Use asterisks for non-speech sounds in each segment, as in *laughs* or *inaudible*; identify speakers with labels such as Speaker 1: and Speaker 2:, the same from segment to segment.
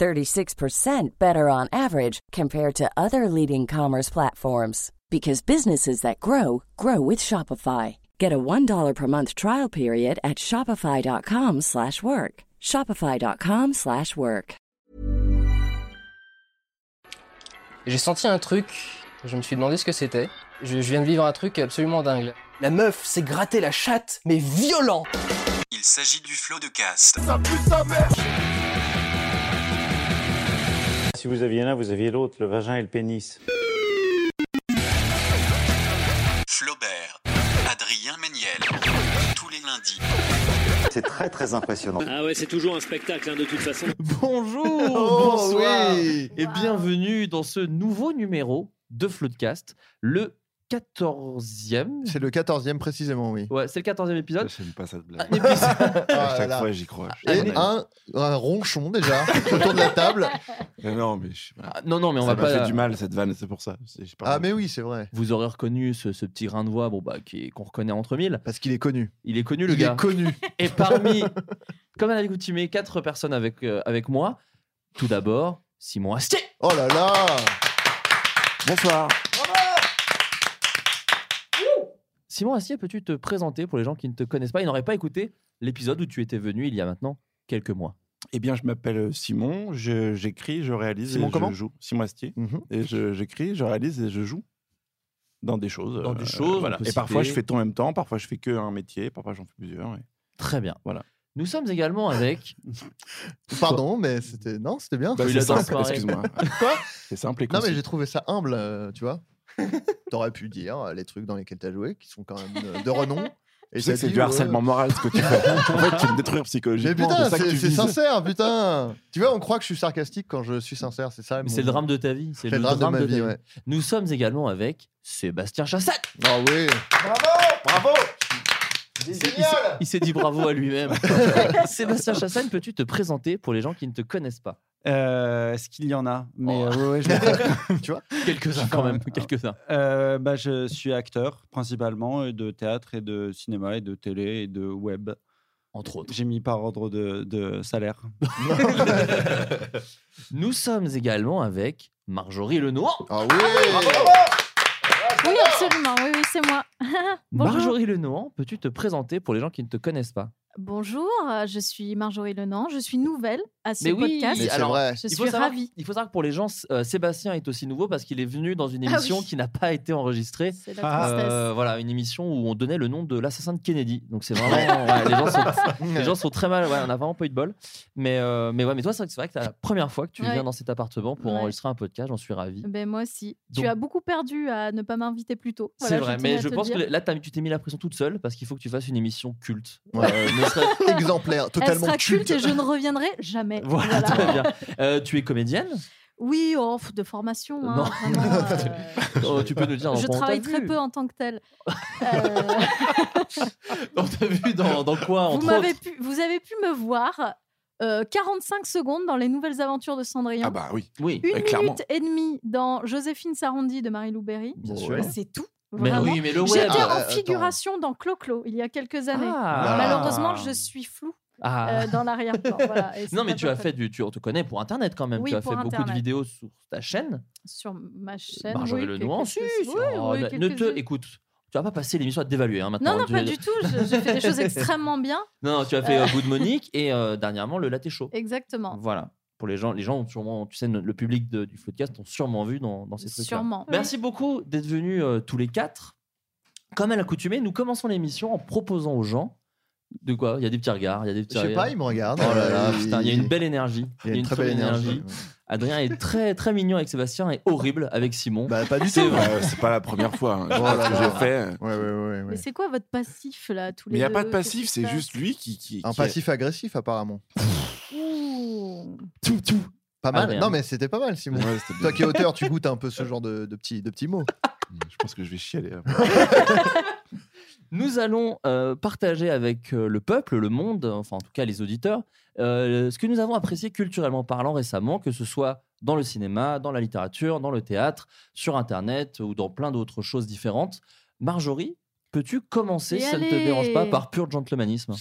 Speaker 1: 36% better on average compared to other leading commerce platforms because businesses that grow grow with Shopify. Get a $1 per month trial period at shopify.com/work. shopify.com/work.
Speaker 2: J'ai senti un truc, je me suis demandé ce que c'était. Je, je viens de vivre un truc absolument dingue.
Speaker 3: La meuf s'est grattée la chatte, mais violent
Speaker 4: Il s'agit du flot de cast.
Speaker 5: Si vous aviez l'un, vous aviez l'autre, le vagin et le pénis.
Speaker 4: Flaubert, Adrien Méniel, tous les lundis.
Speaker 5: C'est très très impressionnant.
Speaker 6: Ah ouais, c'est toujours un spectacle hein, de toute façon.
Speaker 7: *laughs* Bonjour,
Speaker 3: Oh,
Speaker 7: bonsoir et bienvenue dans ce nouveau numéro de Floodcast, le 14e.
Speaker 8: C'est le 14e précisément, oui.
Speaker 7: Ouais, c'est le 14e épisode.
Speaker 9: Ah, J'aime pas cette blague.
Speaker 7: Un *laughs* épisode-
Speaker 8: Ah
Speaker 9: à
Speaker 8: là
Speaker 9: chaque
Speaker 8: là.
Speaker 9: fois, j'y crois. Je suis
Speaker 8: Et
Speaker 9: honnête.
Speaker 8: un, un ronchon déjà autour de la table.
Speaker 9: Mais Non, mais je... voilà.
Speaker 7: Ah, non, non, mais on va
Speaker 9: ça m'a
Speaker 7: pas.
Speaker 9: fait du mal cette vanne, c'est pour ça. C'est- je sais pas.
Speaker 8: Ah mais oui, c'est vrai.
Speaker 7: Vous aurez reconnu ce, ce petit grain de voix bon, bah, qui est- qu'on reconnaît entre mille.
Speaker 8: Parce qu'il est connu.
Speaker 7: Il est connu, le
Speaker 8: Il
Speaker 7: gars.
Speaker 8: est connu.
Speaker 7: *laughs*
Speaker 8: *laughs*
Speaker 7: Et parmi, comme à la coutumée, quatre personnes avec, euh, avec moi. Tout d'abord, Simon Astier.
Speaker 8: Oh là là
Speaker 9: Bonsoir.
Speaker 7: Simon Astier, peux-tu te présenter pour les gens qui ne te connaissent pas Ils n'auraient pas écouté l'épisode où tu étais venu il y a maintenant quelques mois.
Speaker 9: Eh bien, je m'appelle Simon, je- j'écris, je, réalise
Speaker 8: Simon
Speaker 9: et
Speaker 8: comment
Speaker 9: je joue. Simon Astier.
Speaker 8: Mhm.
Speaker 9: Et je- j'écris, je réalise et je joue dans des choses. euh,
Speaker 7: Dans des choses, on
Speaker 9: voilà.
Speaker 7: peut
Speaker 9: Et parfois,
Speaker 7: citer-
Speaker 9: je fais tout en même temps, parfois, je fais que un métier, parfois, j'en fais plusieurs. et-
Speaker 7: Très bien.
Speaker 9: Voilà.
Speaker 7: Nous sommes également
Speaker 9: *laughs*
Speaker 7: avec.
Speaker 8: Pardon, mais c'était... Non, c'était bien.
Speaker 7: Bah, il
Speaker 9: c'est
Speaker 7: adore
Speaker 9: simple,
Speaker 7: se marrer.
Speaker 9: excuse-moi.
Speaker 8: Quoi
Speaker 9: C'est simple et
Speaker 8: Non mais
Speaker 9: concis.
Speaker 8: j'ai trouvé ça humble, euh, tu vois. T'aurais pu dire euh, les trucs dans lesquels t'as joué qui sont quand même euh, de renom. Et
Speaker 9: Je sais
Speaker 8: t'as
Speaker 9: que c'est
Speaker 8: dit,
Speaker 9: du
Speaker 8: ouais.
Speaker 9: harcèlement moral ce que tu
Speaker 8: *laughs*
Speaker 9: fais. *laughs* en fait, tu me détruis
Speaker 8: Mais
Speaker 9: psychologiquement.
Speaker 8: putain,
Speaker 9: ça que
Speaker 8: c'est
Speaker 9: tu
Speaker 8: c'est
Speaker 9: vises.
Speaker 8: sincère, putain. Tu vois, on croit que je suis sarcastique quand je suis sincère, c'est ça.
Speaker 7: Mais
Speaker 8: mon-
Speaker 7: c'est le drame de ta vie.
Speaker 8: C'est le drame de ma
Speaker 7: ta
Speaker 8: vie, ouais.
Speaker 7: Nous sommes également avec Sébastien Chassat.
Speaker 8: Ah oui.
Speaker 7: *laughs* Il s'est dit bravo
Speaker 8: *laughs*
Speaker 7: à lui-même. Sébastien Chassat, peux-tu te présenter pour les gens qui ne te connaissent pas
Speaker 10: Euh, Est-ce qu'il y en a Mais
Speaker 7: Oh.
Speaker 8: *laughs*
Speaker 10: euh, ouais, ouais, je m'appelle-
Speaker 7: Quelques-uns quand même, quelques-uns.
Speaker 10: Euh, bah, je suis acteur principalement euh, de théâtre et de cinéma et de télé et de web.
Speaker 7: Entre autres.
Speaker 10: J'ai mis par ordre de, de salaire.
Speaker 7: Nous sommes également avec Marjorie Lenoir.
Speaker 8: Ah oui.
Speaker 11: Oui, absolument. Oui, oui, c'est moi. *laughs* Bonjour.
Speaker 7: Marjorie Lenoir, peux-tu te présenter pour les gens qui ne te connaissent pas
Speaker 11: Bonjour, euh, je suis Marjorie Lenan. Je suis nouvelle à ce
Speaker 7: Mais oui,
Speaker 11: podcast.
Speaker 8: Mais c'est
Speaker 7: alors,
Speaker 8: vrai.
Speaker 11: Je
Speaker 7: il faut,
Speaker 11: suis
Speaker 7: savoir,
Speaker 11: ravie.
Speaker 7: il faut savoir que pour les gens, euh, Sébastien est aussi nouveau parce qu'il est venu dans une
Speaker 11: Ah
Speaker 7: émission
Speaker 11: oui.
Speaker 7: qui n'a pas été enregistrée.
Speaker 11: C'est la
Speaker 10: Ah,
Speaker 11: tristesse.
Speaker 7: Euh, voilà, une émission où on donnait le nom de l'assassin de Kennedy. Donc c'est vraiment. ouais, les, gens sont,
Speaker 8: *laughs*
Speaker 7: les gens sont très mal. Ouais, on n'a vraiment pas eu de bol. Mais, euh, mais, ouais, mais toi, c'est vrai que c'est vrai que c'est la première fois que tu
Speaker 11: Ouais.
Speaker 7: viens dans cet appartement pour
Speaker 11: Ouais.
Speaker 7: enregistrer un podcast. J'en suis ravi.
Speaker 11: Ben, moi aussi.
Speaker 7: Donc-
Speaker 11: tu as beaucoup perdu à ne pas m'inviter plus tôt. Voilà,
Speaker 7: c'est vrai,
Speaker 11: tenais
Speaker 7: mais
Speaker 11: à
Speaker 7: je
Speaker 11: te
Speaker 7: pense
Speaker 11: le dire.
Speaker 7: que là, t'as- tu t'es mis la pression toute seule parce qu'il faut que tu fasses une émission culte.
Speaker 8: Ouais.
Speaker 7: Euh, ne serait-
Speaker 8: *laughs* Exemplaire,
Speaker 11: Elle
Speaker 8: totalement
Speaker 11: sera culte et je ne reviendrai jamais.
Speaker 7: Ah, Voilà, très *laughs* bien. Euh, tu es comédienne
Speaker 11: Oui, oh, pff, de formation. hein,
Speaker 7: Non.
Speaker 11: vraiment,
Speaker 7: *laughs*
Speaker 11: euh,
Speaker 7: Oh, Tu peux nous dire dans
Speaker 11: je
Speaker 7: quoi on t'a
Speaker 11: travaille
Speaker 7: vu
Speaker 11: très peu en tant que telle. Euh,
Speaker 7: On t'a vu dans, dans quoi
Speaker 11: vous,
Speaker 7: entre
Speaker 11: m'avez
Speaker 7: autres
Speaker 11: pu, vous avez pu me voir euh, 45 secondes dans Les Nouvelles Aventures de Cendrillon.
Speaker 9: Ah bah oui.
Speaker 7: Oui,
Speaker 11: Une
Speaker 9: Ouais,
Speaker 11: minute
Speaker 9: clairement.
Speaker 11: et demie dans Joséphine Sarandi de Marie-Lou Berry.
Speaker 7: bien
Speaker 8: Ouais.
Speaker 7: sûr.
Speaker 8: Mais
Speaker 11: C'est tout.
Speaker 7: Mais
Speaker 11: vraiment.
Speaker 7: oui, mais le web.
Speaker 11: J'étais
Speaker 8: Ah,
Speaker 11: en
Speaker 8: attends.
Speaker 11: figuration dans Clo-Clo il y a quelques années.
Speaker 7: Ah.
Speaker 11: Malheureusement, je suis floue
Speaker 7: Ah.
Speaker 11: euh, dans l'arrière-plan. voilà, et c'est
Speaker 7: non, mais
Speaker 11: pas
Speaker 7: tu as
Speaker 11: parfait.
Speaker 7: fait du. Tu, on te connaît pour Internet quand même.
Speaker 11: Oui,
Speaker 7: tu as fait
Speaker 11: pour
Speaker 7: beaucoup de
Speaker 11: Internet.
Speaker 7: vidéos sur ta chaîne.
Speaker 11: Sur ma chaîne.
Speaker 7: Marjorie
Speaker 11: oui,
Speaker 7: Lenoir.
Speaker 11: quelques-
Speaker 7: Si,
Speaker 11: oui,
Speaker 7: sur-
Speaker 11: oui,
Speaker 7: oh, bah, ne
Speaker 11: quelques-
Speaker 7: te. Écoute. Tu vas pas passer l'émission à te dévaluer hein, maintenant.
Speaker 11: Non, non,
Speaker 7: Tu-
Speaker 11: pas du tout. Je- J'ai fait des
Speaker 7: *laughs*
Speaker 11: choses extrêmement bien. *laughs*
Speaker 7: Non, non, tu as fait euh, Good Monique et euh, dernièrement le Laté Show.
Speaker 11: Exactement.
Speaker 7: Voilà. pour les gens, les gens ont sûrement, tu sais, le public de- du podcast ont sûrement vu dans, dans ces trucs.
Speaker 11: Sûrement. Oui.
Speaker 7: Merci beaucoup d'être venus euh, tous les quatre. Comme à l'accoutumée, nous commençons l'émission en proposant aux gens. De quoi Il y a des petits regards, il y a des petits.
Speaker 8: Je sais
Speaker 7: regards.
Speaker 8: pas, ils me regardent.
Speaker 7: Oh là là,
Speaker 8: Ils-
Speaker 7: putain, il y a une belle énergie.
Speaker 8: Il y a une très
Speaker 7: très
Speaker 8: belle énergie,
Speaker 7: Adrien est très très mignon avec Sébastien et horrible avec Simon.
Speaker 8: Bah pas du
Speaker 7: C'est
Speaker 8: tout.
Speaker 7: vrai.
Speaker 9: Euh, c'est pas la première fois. hein. Je
Speaker 8: Oh
Speaker 9: sais
Speaker 8: là
Speaker 9: ce que
Speaker 8: là.
Speaker 9: j'ai fait.
Speaker 8: Ouais, ouais, ouais, ouais.
Speaker 11: Mais c'est quoi votre passif là tous
Speaker 9: Mais il
Speaker 11: les
Speaker 9: n'y a pas
Speaker 11: deux
Speaker 9: de
Speaker 11: Qu'est-ce qui
Speaker 9: passif,
Speaker 11: se
Speaker 9: c'est
Speaker 11: passe
Speaker 9: juste lui qui. qui-
Speaker 8: Un
Speaker 9: qui est-
Speaker 8: passif agressif apparemment.
Speaker 11: Ouh.
Speaker 9: Tout, tout.
Speaker 8: Pas
Speaker 7: Ah,
Speaker 8: mal.
Speaker 9: Adrien.
Speaker 8: non mais c'était pas mal Simon.
Speaker 9: Ouais, c'était bien. Hmm,
Speaker 8: Toi qui es auteur, tu goûtes un peu ce genre de, de petits de petits mots.
Speaker 9: Je pense que je vais chialer. hein. après.
Speaker 7: *laughs* Nous allons euh, partager avec euh, le peuple, le monde, enfin en tout cas les auditeurs, euh, ce que nous avons apprécié culturellement parlant récemment, que ce soit dans le cinéma, dans la littérature, dans le théâtre, sur Internet ou dans plein d'autres choses différentes. Marjorie, peux-tu commencer,
Speaker 11: Et
Speaker 7: si ça ne te
Speaker 11: allez
Speaker 7: dérange pas, par pur gentlemanisme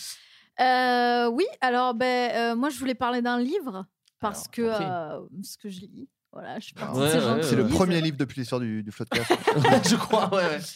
Speaker 11: Euh, oui, alors ben, euh, moi je voulais parler d'un livre parce que euh, ce que je lis. Voilà, je suis partie de ces gens qui
Speaker 8: c'est le
Speaker 11: lisent.
Speaker 8: premier livre depuis l'histoire du, du Floodcast.
Speaker 7: *laughs* je crois, ouais.
Speaker 8: *laughs*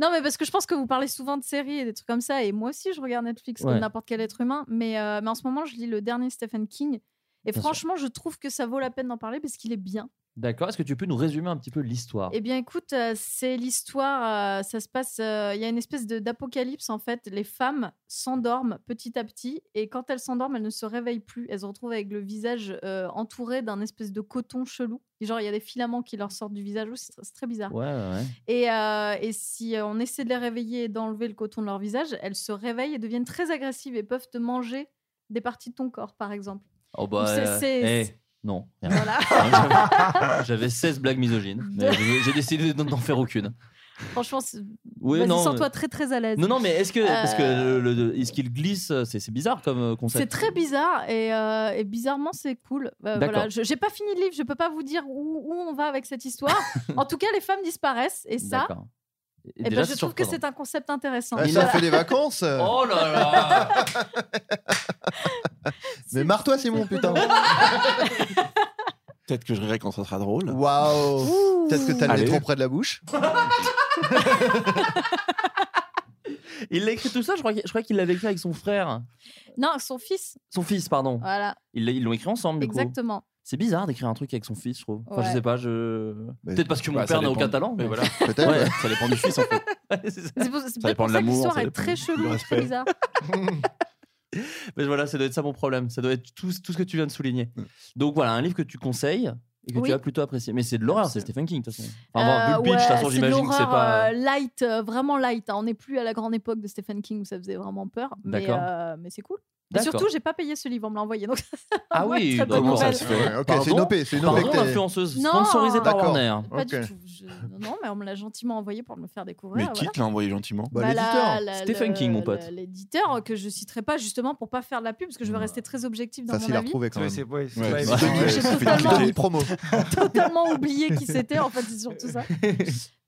Speaker 11: Non, mais parce que je pense que vous parlez souvent de séries et des trucs comme ça, et moi aussi je regarde Netflix comme
Speaker 8: Ouais.
Speaker 11: n'importe quel être humain, mais, euh, mais en ce moment je lis le dernier Stephen King, et
Speaker 7: Bien
Speaker 11: franchement je trouve que ça vaut la peine d'en parler parce qu'il est bien.
Speaker 7: D'accord, est-ce que tu peux nous résumer un petit peu l'histoire
Speaker 11: Eh bien, écoute, euh, c'est l'histoire. euh, ça se passe. euh, Il y a une espèce de- d'apocalypse en fait. Les femmes s'endorment petit à petit, et quand elles s'endorment, elles ne se réveillent plus. Elles se retrouvent avec le visage euh, entouré d'un espèce de coton chelou. Genre, il y a des filaments qui leur sortent du visage. aussi, C'est tr- c'est très bizarre.
Speaker 7: Ouais, ouais.
Speaker 11: Et, euh, et si euh, on essaie de les réveiller et d'enlever le coton de leur visage, elles se réveillent et deviennent très agressives et peuvent te manger des parties de ton corps, par exemple.
Speaker 7: Oh bah.
Speaker 11: C'est-
Speaker 7: euh,
Speaker 11: c'est-
Speaker 7: eh,
Speaker 11: c'est-
Speaker 7: non. *laughs* J'avais- J'avais 16 blagues misogynes.
Speaker 11: *laughs*
Speaker 7: mais j'ai- J'ai décidé de n'en faire aucune.
Speaker 11: Franchement, c'est-
Speaker 7: Oui,
Speaker 11: vas-y,
Speaker 7: non,
Speaker 11: sens-toi
Speaker 7: euh,
Speaker 11: très très à l'aise.
Speaker 7: Non, non, mais est-ce que. Parce que
Speaker 11: Euh,
Speaker 7: le- le- le- est-ce qu'il glisse C'est c'est bizarre comme euh, concept.
Speaker 11: C'est très bizarre et, euh, et bizarrement c'est cool. Euh,
Speaker 7: D'accord.
Speaker 11: voilà, je- j'ai pas fini le livre, je peux pas vous dire où, où on va avec cette
Speaker 7: *laughs*
Speaker 11: histoire. en tout cas, les femmes disparaissent et ça,
Speaker 7: D'accord. Et
Speaker 11: eh ben,
Speaker 7: déjà,
Speaker 11: je
Speaker 7: c'est
Speaker 11: trouve que c'est
Speaker 7: surprenant.
Speaker 11: un concept intéressant.
Speaker 8: Ah, ça
Speaker 11: Voilà.
Speaker 8: fait des vacances.
Speaker 7: Oh là là
Speaker 8: *laughs* Mais marre-toi Simon putain.
Speaker 9: *laughs* Peut-être que je rirai quand ça sera drôle.
Speaker 8: Waouh. Peut-être que t'as le nez
Speaker 9: Allez.
Speaker 8: trop près de la bouche.
Speaker 7: Il a écrit tout ça, je crois, qu'il- je crois qu'il l'avait écrit avec son frère.
Speaker 11: *laughs* Non, son fils.
Speaker 7: Son fils, pardon.
Speaker 11: Voilà,
Speaker 7: Ils l'a- ils l'ont écrit ensemble, du coup.
Speaker 11: exactement.
Speaker 7: C'est bizarre d'écrire un truc avec son fils, je trouve. Enfin, je
Speaker 11: Ouais.
Speaker 7: sais pas, je.
Speaker 8: Mais-
Speaker 7: Peut-être parce que mon
Speaker 9: Bah, ça
Speaker 7: père n'a
Speaker 9: dépend-
Speaker 7: aucun talent.
Speaker 9: mais
Speaker 7: Mais
Speaker 9: voilà.
Speaker 8: Peut-être,
Speaker 7: Ouais.
Speaker 8: ouais.
Speaker 9: Ça dépend du fils en
Speaker 7: *laughs*
Speaker 9: fait.
Speaker 11: C'est pour, c'est peut-être
Speaker 9: dépend
Speaker 11: pour
Speaker 9: de
Speaker 11: ça que
Speaker 9: l'amour,
Speaker 11: l'histoire
Speaker 9: ça
Speaker 11: est
Speaker 9: dépend
Speaker 11: très
Speaker 9: du
Speaker 11: chelou,
Speaker 9: respect.
Speaker 11: très
Speaker 7: *laughs*
Speaker 11: bizarre.
Speaker 7: Mais voilà, ça doit être ça mon problème. Ça doit être tout, tout ce que tu viens de souligner. Donc voilà, un livre que tu conseilles et que
Speaker 11: Oui. Euh,
Speaker 7: tu as plutôt apprécié. Mais c'est de l'horreur, c'est Stephen King, de toute façon. Enfin, voir Bull Beach, de toute
Speaker 11: ouais,
Speaker 7: façon,
Speaker 11: c'est
Speaker 7: j'imagine que c'est
Speaker 11: l'horreur,
Speaker 7: pas.
Speaker 11: euh, light, euh, vraiment light. hein. On n'est plus à la grande époque de Stephen King où ça faisait vraiment peur, mais,
Speaker 7: D'accord.
Speaker 11: euh, mais c'est cool. Et
Speaker 7: D'accord.
Speaker 11: surtout, j'ai pas payé ce livre, on me l'a envoyé. Donc *laughs*
Speaker 7: Ah
Speaker 11: Ouais,
Speaker 7: oui,
Speaker 11: très bonne
Speaker 7: d'accord.
Speaker 11: nouvelle.
Speaker 8: Ouais, ok, c'est une
Speaker 7: Pardon
Speaker 8: OP, c'est une OP
Speaker 7: Pardon,
Speaker 8: que t'es-
Speaker 7: l'influenceuse
Speaker 11: Non.
Speaker 7: sponsorisée par
Speaker 8: D'accord.
Speaker 7: Warner.
Speaker 11: Pas
Speaker 8: Ok.
Speaker 11: du tout. Je- Non, mais on me l'a gentiment envoyé pour me le faire découvrir.
Speaker 9: Mais qui
Speaker 11: voilà.
Speaker 9: te l'a envoyé gentiment
Speaker 11: Bah,
Speaker 8: Bah,
Speaker 11: la-
Speaker 8: l'éditeur.
Speaker 11: la-
Speaker 7: Stephen
Speaker 11: le-
Speaker 7: King, mon
Speaker 11: le-
Speaker 7: pote.
Speaker 11: L'éditeur que je citerai pas justement pour pas faire de la pub parce que je veux rester très objectif dans
Speaker 8: Facile
Speaker 11: mon
Speaker 8: Mmh. à
Speaker 11: avis.
Speaker 8: retrouver quand même.
Speaker 12: C'est ouais, c'est
Speaker 9: Ouais,
Speaker 12: pas
Speaker 9: c'est-
Speaker 12: évident.
Speaker 9: ouais,
Speaker 11: J'ai
Speaker 9: ça fait
Speaker 11: totalement-
Speaker 9: tirer.
Speaker 8: Promo.
Speaker 11: *laughs* Totalement oublié qui c'était en fait, c'est surtout
Speaker 8: *laughs*
Speaker 11: ça.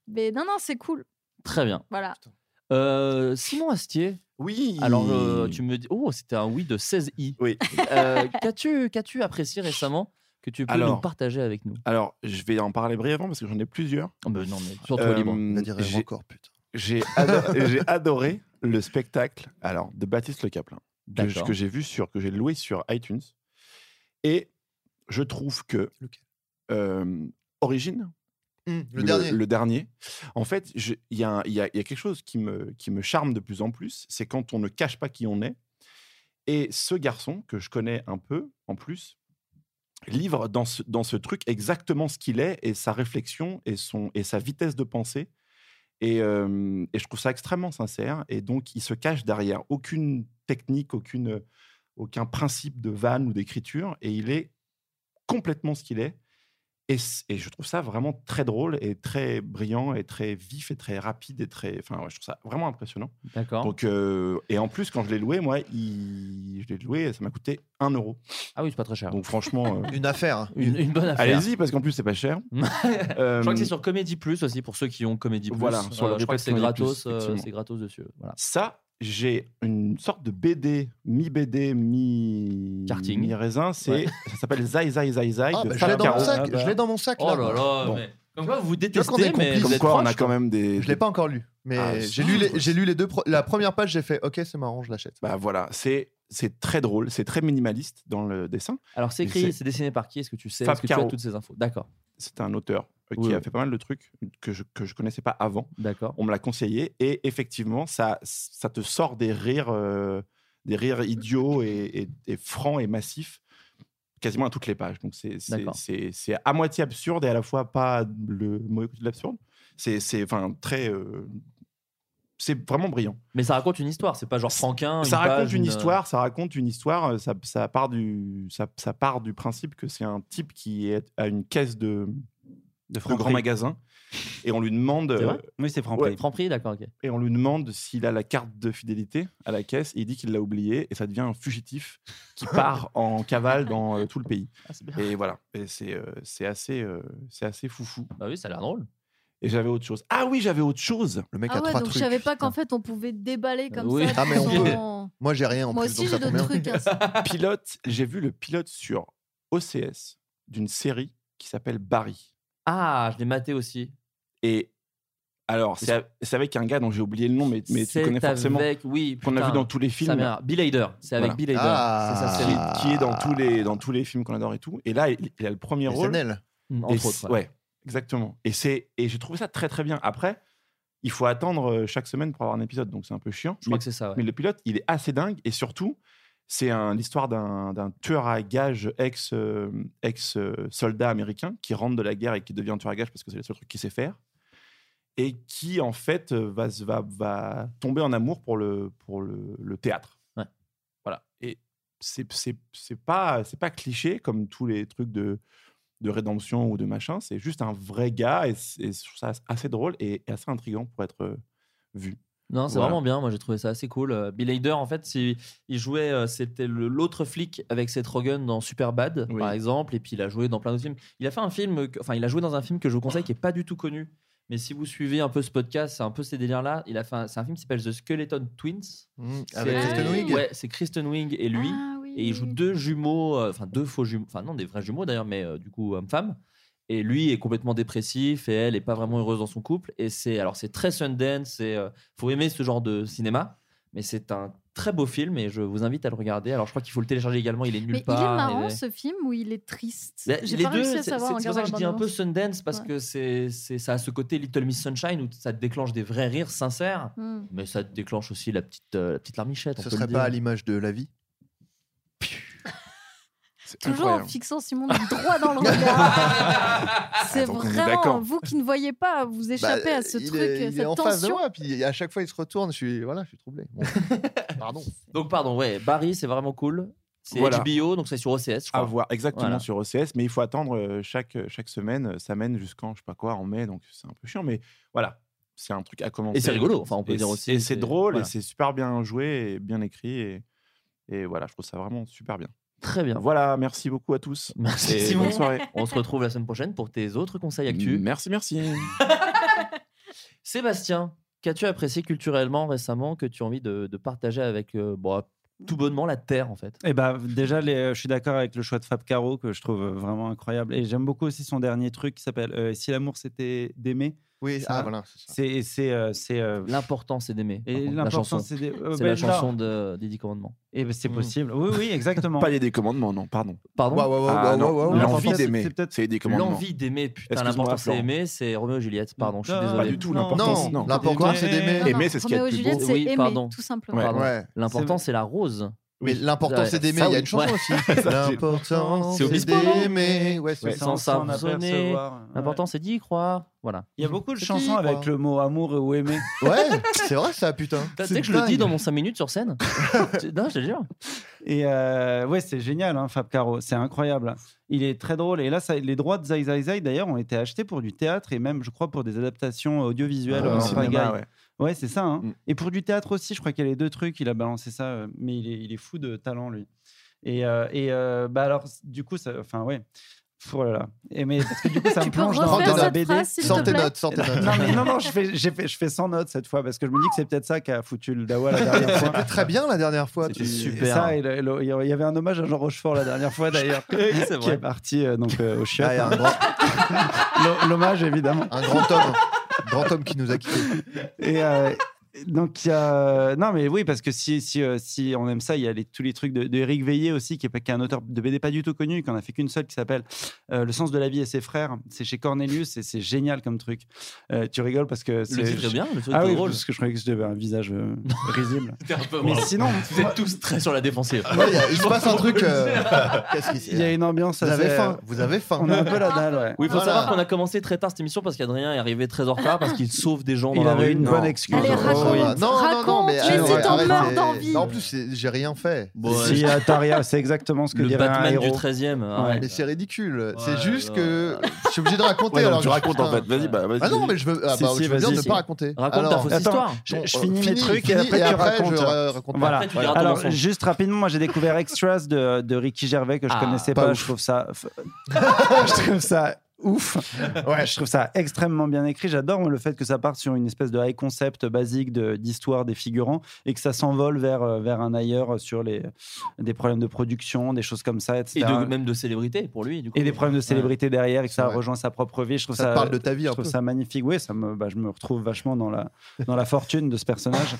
Speaker 11: Mais non, non, c'est cool.
Speaker 7: Très bien.
Speaker 11: Voilà.
Speaker 7: Euh, Simon Astier.
Speaker 9: Oui.
Speaker 7: Alors, euh, tu me dis. Oh, c'était un oui de 16 i.
Speaker 9: Oui.
Speaker 7: Euh, Qu'as-tu qu'as-tu apprécié récemment que tu peux
Speaker 9: Alors.
Speaker 7: nous partager avec nous
Speaker 9: Alors, je vais en parler brièvement parce que j'en ai plusieurs.
Speaker 7: Oh, mais Non, mais surtout
Speaker 9: Euh,
Speaker 7: libre.
Speaker 8: Il a dit
Speaker 9: j'ai-
Speaker 8: encore putain.
Speaker 9: J'ai ado- *laughs* j'ai adoré le spectacle alors, de Baptiste Le Caplin que, j-
Speaker 7: D'accord.
Speaker 9: que j'ai vu sur que j'ai loué sur iTunes et je trouve que euh, Origine
Speaker 8: Hum, le, dernier.
Speaker 9: En fait, je- il y, a un- il y a il y a quelque chose qui me, qui me charme de plus en plus, c'est quand on ne cache pas qui on est. Et ce garçon, que je connais un peu en plus, livre dans ce, dans ce truc exactement ce qu'il est et sa réflexion et, son, et sa vitesse de pensée. Et, euh, et je trouve ça extrêmement sincère. Et donc, il se cache derrière aucune technique, aucune, aucun principe de vanne ou d'écriture. Et il est complètement ce qu'il est. Et, c- et je trouve ça vraiment très drôle et très brillant et très vif et très rapide et très. Enfin, ouais, je trouve ça vraiment impressionnant.
Speaker 7: D'accord.
Speaker 9: Donc, euh, et en plus, quand je l'ai loué, moi, il- je l'ai loué, ça m'a coûté 1 euro.
Speaker 7: Ah oui, c'est pas très cher.
Speaker 9: Donc, franchement, euh,
Speaker 8: *laughs* Une affaire.
Speaker 7: une, une bonne affaire.
Speaker 9: allez-y parce qu'en plus, c'est pas cher.
Speaker 7: *laughs* Je crois que c'est sur Comedy Plus aussi pour ceux qui ont Comedy Plus.
Speaker 9: Voilà, sur le
Speaker 7: je crois que c'est
Speaker 9: Comedy Plus,
Speaker 7: gratos, euh,
Speaker 9: effectivement.
Speaker 7: c'est gratos dessus. Voilà.
Speaker 9: Ça, j'ai une sorte de BD, mi-BD, mi.
Speaker 7: Karting.
Speaker 9: Mi-raisin. c'est-
Speaker 7: Ouais.
Speaker 9: Ça s'appelle Zai Zai Zai Zai.
Speaker 8: Ah,
Speaker 9: de
Speaker 8: bah, je
Speaker 9: Fab
Speaker 8: l'ai dans mon
Speaker 9: Caro.
Speaker 8: sac.
Speaker 7: Ah bah.
Speaker 8: Je l'ai dans mon sac.
Speaker 7: Oh là là,
Speaker 9: Bon.
Speaker 7: mais comme quoi vous
Speaker 8: vois qu'on est
Speaker 7: détestez, mais
Speaker 8: complices.
Speaker 7: vous
Speaker 9: Comme
Speaker 7: êtes
Speaker 9: quoi, on a
Speaker 7: proches,
Speaker 9: quand même des.
Speaker 8: Je l'ai pas encore lu, mais
Speaker 9: Ah,
Speaker 8: j'ai lu, les,
Speaker 9: zut.
Speaker 8: j'ai lu les deux. pro- La première page, j'ai fait OK, c'est marrant, je l'achète.
Speaker 9: Bah voilà, c'est c'est très drôle, c'est très minimaliste dans le dessin.
Speaker 7: Alors, c'est écrit, c'est dessiné par qui Est-ce que tu sais
Speaker 9: Fab
Speaker 7: Est-ce que tu
Speaker 9: Caro.
Speaker 7: as toutes ces infos D'accord.
Speaker 9: C'est un auteur euh, qui
Speaker 7: Oui,
Speaker 9: a
Speaker 7: oui.
Speaker 9: fait pas mal de trucs que je que je connaissais pas avant.
Speaker 7: D'accord.
Speaker 9: On me l'a conseillé et effectivement ça ça te sort des rires euh, des rires idiots et, et- et francs et massifs quasiment à toutes les pages. Donc c'est c'est-
Speaker 7: D'accord.
Speaker 9: c'est c'est à moitié absurde et à la fois pas le mauvais côté de l'absurde. C'est c'est enfin très euh, c'est vraiment brillant.
Speaker 7: Mais ça raconte une histoire, c'est pas genre Franquin.
Speaker 9: ça raconte
Speaker 7: page, euh,
Speaker 9: une histoire, ça raconte une histoire, euh, ça, ça part du, ça, ça part du principe que c'est un type qui est à une caisse de, de, grand
Speaker 10: Franprix.
Speaker 9: magasin et on lui demande.
Speaker 10: C'est vrai
Speaker 9: euh,
Speaker 10: Oui, c'est Franprix.
Speaker 7: Franprix, d'accord, ok.
Speaker 9: Et on lui demande s'il a la carte de fidélité à la caisse et il dit qu'il l'a oubliée et ça devient un fugitif
Speaker 7: *laughs*
Speaker 9: qui part en cavale dans euh, tout le pays.
Speaker 7: Ah,
Speaker 9: et voilà, et c'est euh, c'est assez, euh, c'est assez foufou.
Speaker 7: Bah oui, ça a l'air drôle.
Speaker 9: Et j'avais autre chose. Ah oui, j'avais autre chose.
Speaker 8: Le
Speaker 11: Ah ouais, donc je savais pas qu'en fait on pouvait déballer comme
Speaker 9: oui.
Speaker 11: ça.
Speaker 9: Ah, mais on peut.
Speaker 11: sans-
Speaker 8: Moi, j'ai rien en
Speaker 11: Moi
Speaker 8: plus.
Speaker 11: aussi j'ai
Speaker 8: donc ça tombe
Speaker 11: d'autres
Speaker 8: bien.
Speaker 11: trucs. hein.
Speaker 9: *laughs* pilote, j'ai vu le pilote sur OCS d'une série qui s'appelle Barry.
Speaker 7: Ah, je l'ai maté aussi.
Speaker 9: Et alors, c'est a- c'est avec un gars dont j'ai oublié le nom, mais, mais tu
Speaker 7: C'est
Speaker 9: connais forcément.
Speaker 7: avec- oui,
Speaker 9: qu'on a
Speaker 7: putain,
Speaker 9: vu dans tous les
Speaker 7: ça
Speaker 9: films.
Speaker 7: m'énerve. Bill Hader, c'est avec Bill Hader,
Speaker 8: Ah.
Speaker 9: Voilà.
Speaker 7: c'est sa série.
Speaker 9: Qui, qui est dans tous les dans tous les films qu'on adore et tout. Et là, il, il a le premier
Speaker 8: Les
Speaker 9: rôle.
Speaker 8: SNL.
Speaker 7: Mm,
Speaker 9: Et
Speaker 7: entre
Speaker 9: c'est-
Speaker 7: autres, ouais.
Speaker 9: ouais. exactement. Et c'est et j'ai trouvé ça très très bien. Après, il faut attendre euh, chaque semaine pour avoir un épisode, donc c'est un peu chiant.
Speaker 7: Je crois
Speaker 9: Mais-
Speaker 7: que c'est ça, ouais.
Speaker 9: Mais le pilote, il est assez dingue et surtout, c'est un- l'histoire d'un d'un tueur à gages ex euh, ex euh, soldat américain qui rentre de la guerre et qui devient tueur à gages parce que c'est le seul truc qu'il sait faire et qui en fait euh, va, se- va, va tomber en amour pour le, pour le, le théâtre. Voilà. Et c'est c'est- c'est pas, c'est pas cliché comme tous les trucs de, de rédemption ou de machin. C'est juste un vrai gars et, c'est- et je trouve ça assez drôle et assez intriguant pour être euh, vu.
Speaker 7: Non, c'est vraiment bien. Moi, j'ai trouvé ça assez cool. Euh, Bill Hader, en fait, il, il jouait, euh, c'était le- l'autre flic avec Seth Rogen dans Superbad, par exemple, et puis il a joué dans plein d'autres films. Il a fait un film, que- enfin, il a joué dans un film que je vous conseille qui est pas du tout connu. Mais si vous suivez un peu ce podcast, c'est un peu ces délires-là. Il a fait, un- c'est un film qui s'appelle The Skeleton Twins.
Speaker 8: Mm,
Speaker 7: C'est-
Speaker 8: avec Kristen Wiig.
Speaker 7: Ouais, c'est Kristen Wiig et lui, et ils jouent deux jumeaux, euh, enfin deux faux jumeaux, enfin non des vrais jumeaux d'ailleurs, mais euh, du coup homme-femme. Et lui est complètement dépressif et elle est pas vraiment heureuse dans son couple. Et c'est alors c'est très Sundance, c'est euh, faut aimer ce genre de cinéma, mais c'est un très beau film et je vous invite à le regarder. Alors je crois qu'il faut le télécharger également, il est nulle
Speaker 11: Mais il est
Speaker 7: part.
Speaker 11: marrant
Speaker 7: et-
Speaker 11: ce film où il est triste.
Speaker 7: Les
Speaker 11: J'ai
Speaker 7: les
Speaker 11: pas
Speaker 7: deux,
Speaker 11: réussi à
Speaker 7: c'est c'est- c'est
Speaker 11: savoir en
Speaker 7: pour ça
Speaker 11: regardant
Speaker 7: que je
Speaker 11: la
Speaker 7: dis un peu
Speaker 11: bande-annonce.
Speaker 7: Sundance parce
Speaker 11: Ouais.
Speaker 7: que c'est c'est- ça a ce côté Little Miss Sunshine où ça te déclenche des vrais rires sincères,
Speaker 11: Mm.
Speaker 7: mais ça te déclenche aussi la petite, euh, la petite larmichette. on
Speaker 8: Ce
Speaker 7: peut le
Speaker 8: serait pas à
Speaker 7: dire.
Speaker 8: l'image
Speaker 11: *laughs*
Speaker 8: de la vie
Speaker 11: Toujours en
Speaker 8: incroyable.
Speaker 11: fixant Simon droit dans le
Speaker 8: *laughs*
Speaker 11: regard. c'est
Speaker 8: Attends, Ah, on est
Speaker 11: vraiment
Speaker 8: d'accord.
Speaker 11: vous qui ne voyez pas, vous échappez
Speaker 8: Bah,
Speaker 11: à ce
Speaker 8: il
Speaker 11: truc,
Speaker 8: est- il est
Speaker 11: cette
Speaker 8: en face de
Speaker 11: tension.
Speaker 8: moi, puis à chaque fois il se retourne, je suis, voilà, je suis troublé. Bon. Pardon.
Speaker 7: Donc pardon, ouais, Barry, c'est vraiment cool. C'est
Speaker 9: Voilà.
Speaker 7: HBO, donc c'est sur OCS, je crois.
Speaker 9: À voir, exactement
Speaker 7: Voilà.
Speaker 9: sur OCS, mais il faut attendre euh, chaque, chaque semaine. euh, Ça mène jusqu'en, je sais pas quoi, en mai, donc c'est un peu chiant, mais voilà, c'est un truc à commencer.
Speaker 7: Et c'est rigolo, enfin, on peut
Speaker 9: Et
Speaker 7: dire
Speaker 9: c'est-
Speaker 7: aussi,
Speaker 9: Et
Speaker 7: c'est-
Speaker 9: c'est drôle,
Speaker 7: voilà.
Speaker 9: et c'est super bien joué, et bien écrit, et, et voilà, je trouve ça vraiment super bien.
Speaker 7: Très bien.
Speaker 9: Voilà, merci beaucoup à tous.
Speaker 7: Merci
Speaker 9: et
Speaker 7: Simon.
Speaker 9: Bonne soirée.
Speaker 7: On se retrouve la semaine prochaine pour tes autres conseils actu.
Speaker 9: Merci, merci.
Speaker 7: *laughs* Sébastien, qu'as-tu apprécié culturellement récemment que tu as envie de, de partager avec euh, bon, tout bonnement la Terre en fait
Speaker 10: Eh ben, déjà, les- je suis d'accord avec le choix de Fab Caro que je trouve vraiment incroyable. Et j'aime beaucoup aussi son dernier truc qui s'appelle euh, Si l'amour c'était d'aimer.
Speaker 8: Oui,
Speaker 10: C'est
Speaker 8: ah,
Speaker 10: un-
Speaker 8: voilà,
Speaker 10: C'est et c'est, euh, c'est, euh,
Speaker 7: L'important c'est d'aimer. par
Speaker 10: Et
Speaker 7: contre, la
Speaker 10: l'important,
Speaker 7: chanson.
Speaker 10: c'est d'aimer. Euh,
Speaker 7: C'est la
Speaker 10: ben, non.
Speaker 7: chanson de, des Dix Commandements.
Speaker 10: Eh ben, c'est possible. Oui, oui, exactement.
Speaker 9: *laughs* Pas les décommandements, non, pardon.
Speaker 7: Pardon
Speaker 9: Ah, non, L'envie d'aimer,
Speaker 10: C'est peut-être-
Speaker 9: c'est les décommandements.
Speaker 7: L'envie d'aimer, putain,
Speaker 9: Excuse-moi,
Speaker 7: l'important c'est
Speaker 9: Florent.
Speaker 7: aimer, c'est Roméo et Juliette. Pardon, je suis
Speaker 10: Non,
Speaker 7: désolé.
Speaker 9: Pas du tout, l'important,
Speaker 8: Non, l'important, c'est d'aimer.
Speaker 11: Non, non, Aimer, c'est ce qu'il y a de Roméo et plus beau. Juliette, c'est
Speaker 7: Oui,
Speaker 11: aimer,
Speaker 7: pardon.
Speaker 11: tout simplement.
Speaker 8: Ouais.
Speaker 7: Pardon.
Speaker 8: Ouais.
Speaker 7: L'important c'est la rose.
Speaker 8: Mais l'important
Speaker 7: Ouais,
Speaker 8: c'est d'aimer,
Speaker 7: ça,
Speaker 8: il y a
Speaker 7: oui.
Speaker 8: une chanson
Speaker 7: Ouais.
Speaker 8: aussi.
Speaker 7: *laughs* Ça, j'ai-
Speaker 8: L'important
Speaker 7: C'est
Speaker 8: c'est
Speaker 7: Obispo, non
Speaker 8: d'aimer. Ouais, c'est
Speaker 7: Ouais,
Speaker 8: ça.
Speaker 7: sans
Speaker 10: s'en
Speaker 7: s'abandonner.
Speaker 10: apercevoir,
Speaker 7: L'important, c'est d'y croire. Voilà.
Speaker 10: Il y a beaucoup de
Speaker 8: C'est
Speaker 10: chansons
Speaker 8: qui,
Speaker 10: avec
Speaker 8: quoi
Speaker 10: le mot amour ou aimer.
Speaker 8: *laughs* Ouais, c'est vrai ça, putain.
Speaker 7: Putain, Tu
Speaker 10: C'est
Speaker 7: sais que je le dis
Speaker 10: dingue.
Speaker 7: dans mon 5 minutes
Speaker 8: *laughs*
Speaker 7: sur scène *laughs* Non, je te jure.
Speaker 10: Et euh, ouais, c'est génial, hein, Fab Caro. C'est incroyable. Il est très drôle. Et là, ça, les droits de Zai Zai Zai, d'ailleurs, ont été achetés pour du théâtre et même, je crois, pour des adaptations audiovisuelles.
Speaker 9: Ah,
Speaker 10: euh,
Speaker 9: au
Speaker 10: en
Speaker 9: cinéma,
Speaker 10: pagaille.
Speaker 9: ouais.
Speaker 10: Ouais, c'est ça. hein. Et pour du théâtre aussi, je crois qu'il y a les deux trucs. Il a balancé ça, euh, mais il est, il est fou de talent, lui. Et, euh, et euh, bah alors, du coup, ça, enfin, ouais. Pff, oh là là. Et mais parce que du coup,
Speaker 8: *laughs*
Speaker 10: ça me
Speaker 8: peux
Speaker 10: plonge dans,
Speaker 8: refaire
Speaker 10: dans la
Speaker 8: cette
Speaker 10: BD.
Speaker 8: phrase, s'il te Sans tes plaît notes, sans tes notes.
Speaker 10: *laughs* Non, mais non, non, je fais, j'ai fait- je fais sans notes cette fois parce que je me dis que c'est peut-être ça qui a foutu le dawa la
Speaker 8: *laughs*
Speaker 10: dernière fois.
Speaker 8: C'était très bien la dernière fois.
Speaker 10: C'était
Speaker 8: tu-
Speaker 10: super. Ça, et le- le- il y avait un hommage à Jean Rochefort la dernière
Speaker 11: *laughs*
Speaker 10: fois d'ailleurs, qui
Speaker 7: *laughs* C'est vrai.
Speaker 10: est parti euh, donc, euh, au chiottes.
Speaker 8: Ah, il y a un
Speaker 10: hein.
Speaker 8: grand-
Speaker 10: L'hommage évidemment.
Speaker 8: Un grand homme. Grand homme qui nous a quittés.
Speaker 10: Et, euh, Donc, il y a- non, mais oui, parce que si, si, euh, si on aime ça, il y a les- tous les trucs de, de Eric Veillé aussi, qui est, pas- qui est un auteur de BD pas du tout connu, qui en a fait qu'une seule, qui s'appelle euh, Le sens de la vie et ses frères. C'est chez Cornelius et c'est génial comme truc. Euh, tu rigoles parce que. c'est-
Speaker 7: titre est bien, le truc
Speaker 10: ah
Speaker 7: est
Speaker 10: oui,
Speaker 7: drôle.
Speaker 10: Parce que je croyais que j'avais un
Speaker 7: *laughs*
Speaker 10: visage euh, risible.
Speaker 7: C'était un peu
Speaker 10: mais
Speaker 7: bravo.
Speaker 10: sinon.
Speaker 7: vous êtes tous très sur la défensive.
Speaker 8: Ouais, il y a- il se passe un truc,
Speaker 7: Je
Speaker 8: euh,
Speaker 7: veux dire.
Speaker 8: Qu'est-ce qui se-
Speaker 10: Il y a une ambiance.
Speaker 8: Vous
Speaker 10: assez-
Speaker 8: avez faim, vous avez faim.
Speaker 10: euh, On a un peu la dalle, ouais.
Speaker 7: Oui, il faut
Speaker 10: Voilà.
Speaker 7: savoir qu'on a commencé très tard cette émission parce qu'Adrien est arrivé très en retard parce qu'il sauve des gens dans
Speaker 10: Il
Speaker 7: la
Speaker 10: avait
Speaker 7: rue.
Speaker 10: une
Speaker 7: Non.
Speaker 10: bonne excuse.
Speaker 8: Oh, voilà. non, non, non, mais,
Speaker 11: raconte, mais
Speaker 8: arrête,
Speaker 11: c'est en
Speaker 8: arrête,
Speaker 11: meurs
Speaker 8: c'est-
Speaker 11: d'envie.
Speaker 8: Non, en plus, c'est- j'ai rien fait.
Speaker 10: Si, Ataria, c'est exactement ce que
Speaker 7: Le
Speaker 10: dirait un
Speaker 7: Batman du
Speaker 10: héros.
Speaker 7: 13e.
Speaker 10: Ouais.
Speaker 8: Mais c'est ridicule.
Speaker 7: Ouais,
Speaker 8: c'est juste
Speaker 7: non,
Speaker 8: que je suis obligé de raconter.
Speaker 9: Ouais, donc
Speaker 8: alors
Speaker 9: tu
Speaker 8: que-
Speaker 9: racontes, en
Speaker 8: putain.
Speaker 9: fait. Vas-y, bah, vas-y.
Speaker 8: Ah non, mais je veux, ah,
Speaker 10: Si,
Speaker 8: bah,
Speaker 10: si,
Speaker 8: je veux bien
Speaker 10: vas-y,
Speaker 8: ne
Speaker 10: si.
Speaker 8: pas raconter.
Speaker 7: Raconte ta fausse
Speaker 10: Attends,
Speaker 7: histoire.
Speaker 10: Je,
Speaker 8: Bon,
Speaker 10: je
Speaker 8: euh,
Speaker 10: finis mes
Speaker 8: finis,
Speaker 10: trucs et
Speaker 8: finis,
Speaker 10: après,
Speaker 8: et
Speaker 10: tu
Speaker 8: après, je
Speaker 10: racontes. euh,
Speaker 8: ra- raconte
Speaker 10: Voilà.
Speaker 7: Après, tu diras ton
Speaker 10: Alors,
Speaker 7: mensonge.
Speaker 10: juste rapidement, moi j'ai découvert Extras de, de Ricky Gervais que je
Speaker 7: Ah,
Speaker 10: connaissais
Speaker 8: pas
Speaker 10: pas.
Speaker 8: ouf.
Speaker 10: Je trouve ça. *laughs* je trouve ça ouf.
Speaker 8: Ouais.
Speaker 10: Je trouve ça extrêmement bien écrit. J'adore moi, le fait que ça parte sur une espèce de high concept basique de- d'histoire des figurants et que ça s'envole vers, euh, vers un ailleurs sur les, des problèmes de production, des choses comme ça, etc.
Speaker 7: Et de- même de célébrité pour lui. Du coup.
Speaker 10: Et des problèmes de célébrité derrière et que ça
Speaker 8: Ouais.
Speaker 10: rejoint sa propre vie. Je trouve
Speaker 8: Ça
Speaker 10: ça,
Speaker 8: te parle de ta vie
Speaker 10: Je
Speaker 8: un
Speaker 10: trouve
Speaker 8: peu.
Speaker 10: ça magnifique. Oui, ça me, bah, je me retrouve vachement dans la, dans
Speaker 7: *laughs*
Speaker 10: la fortune de ce
Speaker 9: *laughs*
Speaker 10: personnage.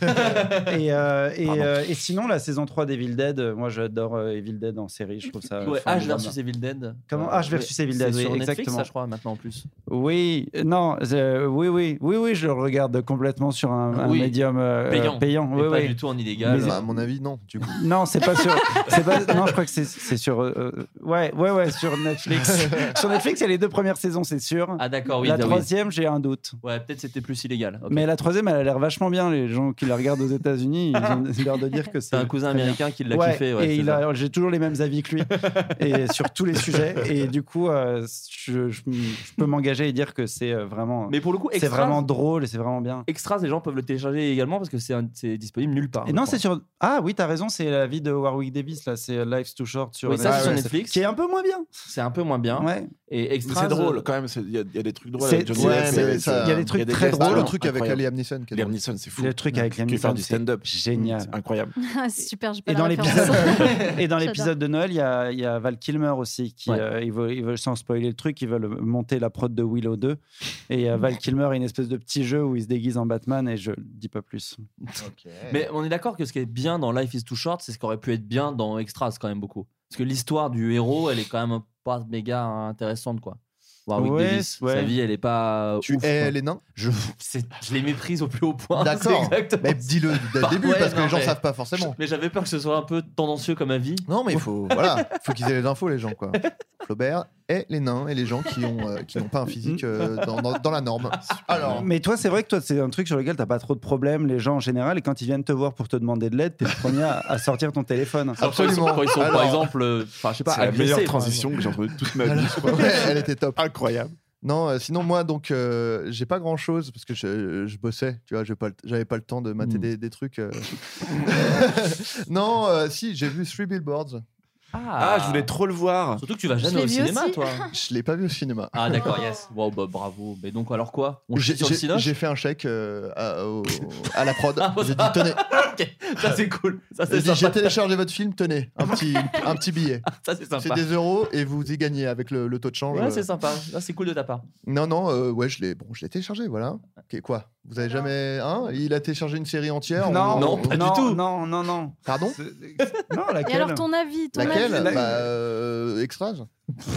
Speaker 10: et, euh, et,
Speaker 9: Pardon.
Speaker 10: euh, et sinon, la saison 3 d'Evil Dead, euh, moi j'adore euh, Evil Dead en série. Je trouve ça.
Speaker 7: Ouais, Ash
Speaker 10: formidable.
Speaker 7: versus Evil Dead.
Speaker 10: Comment
Speaker 7: Euh,
Speaker 10: Ash versus
Speaker 7: ouais.
Speaker 10: Evil Dead,
Speaker 7: C'est
Speaker 10: oui,
Speaker 7: sur Netflix,
Speaker 10: exactement.
Speaker 7: ça, je crois, maintenant en plus.
Speaker 10: Oui, euh, non, euh, oui, oui, oui, oui, je le regarde complètement sur un, un
Speaker 7: Oui.
Speaker 10: médium euh,
Speaker 7: Payant.
Speaker 10: payant.
Speaker 7: Et
Speaker 10: Oui,
Speaker 7: pas
Speaker 10: oui.
Speaker 7: du tout en illégal.
Speaker 10: Mais-
Speaker 8: Bah, à mon avis, non, du coup.
Speaker 10: Non, c'est pas
Speaker 7: *laughs*
Speaker 10: sur. c'est pas- non, je crois que c'est- c'est sur. euh, euh, ouais, ouais, ouais, sur
Speaker 8: *laughs*
Speaker 10: Netflix. sur Netflix, il y a les deux premières saisons, c'est sûr.
Speaker 7: Ah d'accord, oui.
Speaker 10: la
Speaker 7: bah oui.
Speaker 10: troisième, j'ai un doute.
Speaker 7: Ouais, peut-être c'était plus illégal. ok.
Speaker 10: Mais la troisième, elle a l'air vachement bien. Les gens qui la regardent aux États-Unis, ils ont
Speaker 7: *laughs*
Speaker 10: l'air de dire que c'est.
Speaker 7: C'est un cousin
Speaker 10: très bien.
Speaker 7: américain qui l'a
Speaker 10: Ouais,
Speaker 7: kiffé. Ouais,
Speaker 10: et
Speaker 7: c'est
Speaker 10: il
Speaker 7: ça.
Speaker 10: a- j'ai toujours les mêmes avis que lui
Speaker 7: *laughs*
Speaker 10: et sur tous les sujets. Et du coup, euh, je, je- je peux m'engager et dire que c'est euh, vraiment.
Speaker 7: Mais pour le coup,
Speaker 10: C'est
Speaker 7: extras,
Speaker 10: vraiment drôle et c'est vraiment bien.
Speaker 7: extras, les gens peuvent le télécharger également parce que c'est un- c'est disponible nulle part.
Speaker 10: Et
Speaker 7: je
Speaker 10: non,
Speaker 7: crois.
Speaker 10: c'est sur. Ah oui, t'as raison, c'est la vie de Warwick Davis, là, c'est Life's Too Short sur
Speaker 7: Oui, ça,
Speaker 10: Netflix.
Speaker 7: c'est sur
Speaker 10: Ouais,
Speaker 7: Netflix.
Speaker 10: Qui est un peu moins bien.
Speaker 7: C'est un peu moins bien.
Speaker 10: Ouais.
Speaker 7: Et
Speaker 9: Mais
Speaker 7: extras.
Speaker 9: C'est drôle
Speaker 7: euh,
Speaker 9: quand même, c'est- il y, a- il y a des trucs drôles
Speaker 10: C'est-
Speaker 9: avec Johnny
Speaker 10: c'est-
Speaker 9: Depp,
Speaker 10: c'est-
Speaker 9: mais
Speaker 10: c'est- il y a des trucs très drôles.
Speaker 9: tests
Speaker 8: Ah, le
Speaker 10: Incroyable.
Speaker 8: truc avec Liam Neeson. qui est
Speaker 9: Liam
Speaker 8: drôle.
Speaker 9: Neeson, c'est fou.
Speaker 10: Le truc avec Liam
Speaker 9: Qui fait
Speaker 10: Neeson,
Speaker 9: du
Speaker 10: c'est
Speaker 9: stand-up.
Speaker 10: génial.
Speaker 9: C'est incroyable.
Speaker 11: Ah, Super, j'ai pas
Speaker 10: Et
Speaker 11: la
Speaker 10: dans
Speaker 11: référence.
Speaker 10: l'épisode *laughs* et dans l'épisode
Speaker 11: J'adore.
Speaker 10: de Noël, il y a, il y a Val Kilmer aussi qui
Speaker 7: Ouais.
Speaker 10: euh, ils veulent, ils veulent- sans spoiler le truc, ils veulent monter la prod de Willow 2 et euh, Val Kilmer a une espèce de petit jeu où il se déguise en Batman et je le dis pas plus.
Speaker 7: Mais on est d'accord que ce qui est bien dans Life is Too Short, c'est ce qui aurait pu être bien dans Extras quand même beaucoup. Parce que l'histoire du héros, elle est quand même pas méga intéressante quoi. Warwick
Speaker 10: Ouais,
Speaker 7: Davis,
Speaker 10: ouais.
Speaker 7: sa vie, elle est pas.
Speaker 8: Tu
Speaker 7: ouf,
Speaker 8: es
Speaker 7: quoi.
Speaker 8: les nains
Speaker 7: Je, *laughs* c'est- je les méprise au plus haut point. *laughs*
Speaker 8: D'accord.
Speaker 7: c'est exactement
Speaker 8: Mais dis-le dès le
Speaker 7: Bah,
Speaker 8: début
Speaker 7: ouais,
Speaker 8: parce que
Speaker 7: non,
Speaker 8: les gens
Speaker 7: mais-
Speaker 8: savent pas forcément.
Speaker 7: Mais j'avais peur que ce soit un peu tendancieux comme avis.
Speaker 8: Non, mais il faut, voilà, faut qu'ils aient les infos, les gens, quoi. Flaubert et les nains et les gens qui ont euh, qui n'ont pas un physique euh, dans, dans- dans la norme. Alors,
Speaker 10: Mais toi, c'est vrai que toi, c'est un truc sur lequel t'as pas trop de problèmes, les gens en général, et quand ils viennent te voir pour te demander de l'aide, t'es le premier à, à sortir ton téléphone.
Speaker 8: absolument.
Speaker 7: Quand ils sont,
Speaker 8: Alors,
Speaker 7: par exemple, euh, enfin, je sais pas,
Speaker 9: C'est la meilleure
Speaker 7: agressés,
Speaker 9: transition que j'ai entendue de toute ma vie.
Speaker 8: alors, ouais, elle était top.
Speaker 9: Incroyable.
Speaker 8: Non, euh, sinon moi donc euh, j'ai pas grand chose parce que je, je bossais, tu vois, j'ai pas le- j'avais pas le temps de
Speaker 9: Hmm.
Speaker 8: mater
Speaker 7: Mm.
Speaker 8: des, des trucs. euh. *laughs* non, euh, si j'ai vu Three Billboards,
Speaker 9: Ah, je voulais trop le voir.
Speaker 7: Surtout que tu vas
Speaker 11: Je
Speaker 7: jamais
Speaker 11: l'ai
Speaker 7: au
Speaker 11: vu
Speaker 7: cinéma,
Speaker 11: aussi.
Speaker 7: toi.
Speaker 8: je l'ai pas vu au cinéma.
Speaker 7: Ah, d'accord, yes. Wow, bah, bravo. Mais donc, alors quoi On
Speaker 8: J'ai
Speaker 7: chie sur le
Speaker 8: j'ai-
Speaker 7: Cinoche
Speaker 8: j'ai fait un chèque euh, à,
Speaker 7: *laughs*
Speaker 8: au- à la prod.
Speaker 7: Ah, bon,
Speaker 8: j'ai dit
Speaker 7: ça-
Speaker 8: tenez,
Speaker 7: Ok, Ça, c'est cool. Ça,
Speaker 8: j'ai
Speaker 7: c'est
Speaker 8: dit, j'ai
Speaker 7: sympa.
Speaker 8: téléchargé votre film, tenez un
Speaker 7: *laughs*
Speaker 8: petit un petit billet.
Speaker 7: Ça, c'est
Speaker 8: C'est
Speaker 7: sympa.
Speaker 8: des euros et vous y gagnez avec le, le taux de change.
Speaker 7: Ouais, c'est
Speaker 8: Euh,
Speaker 7: sympa. Ça, c'est cool de ta part.
Speaker 8: Non, non, euh, ouais, je l'ai bon, je l'ai téléchargé, voilà. Ok, quoi Vous avez jamais. Hein Il a téléchargé une série entière
Speaker 10: Non,
Speaker 8: on-
Speaker 7: Non,
Speaker 8: on-
Speaker 7: pas du
Speaker 10: non,
Speaker 7: tout.
Speaker 10: Non, non, non.
Speaker 8: Pardon
Speaker 10: C'est- Non,
Speaker 11: Et
Speaker 10: laquelle
Speaker 11: alors ton avis, ton
Speaker 8: Laquelle
Speaker 11: avis
Speaker 10: La-
Speaker 8: bah, euh, Extras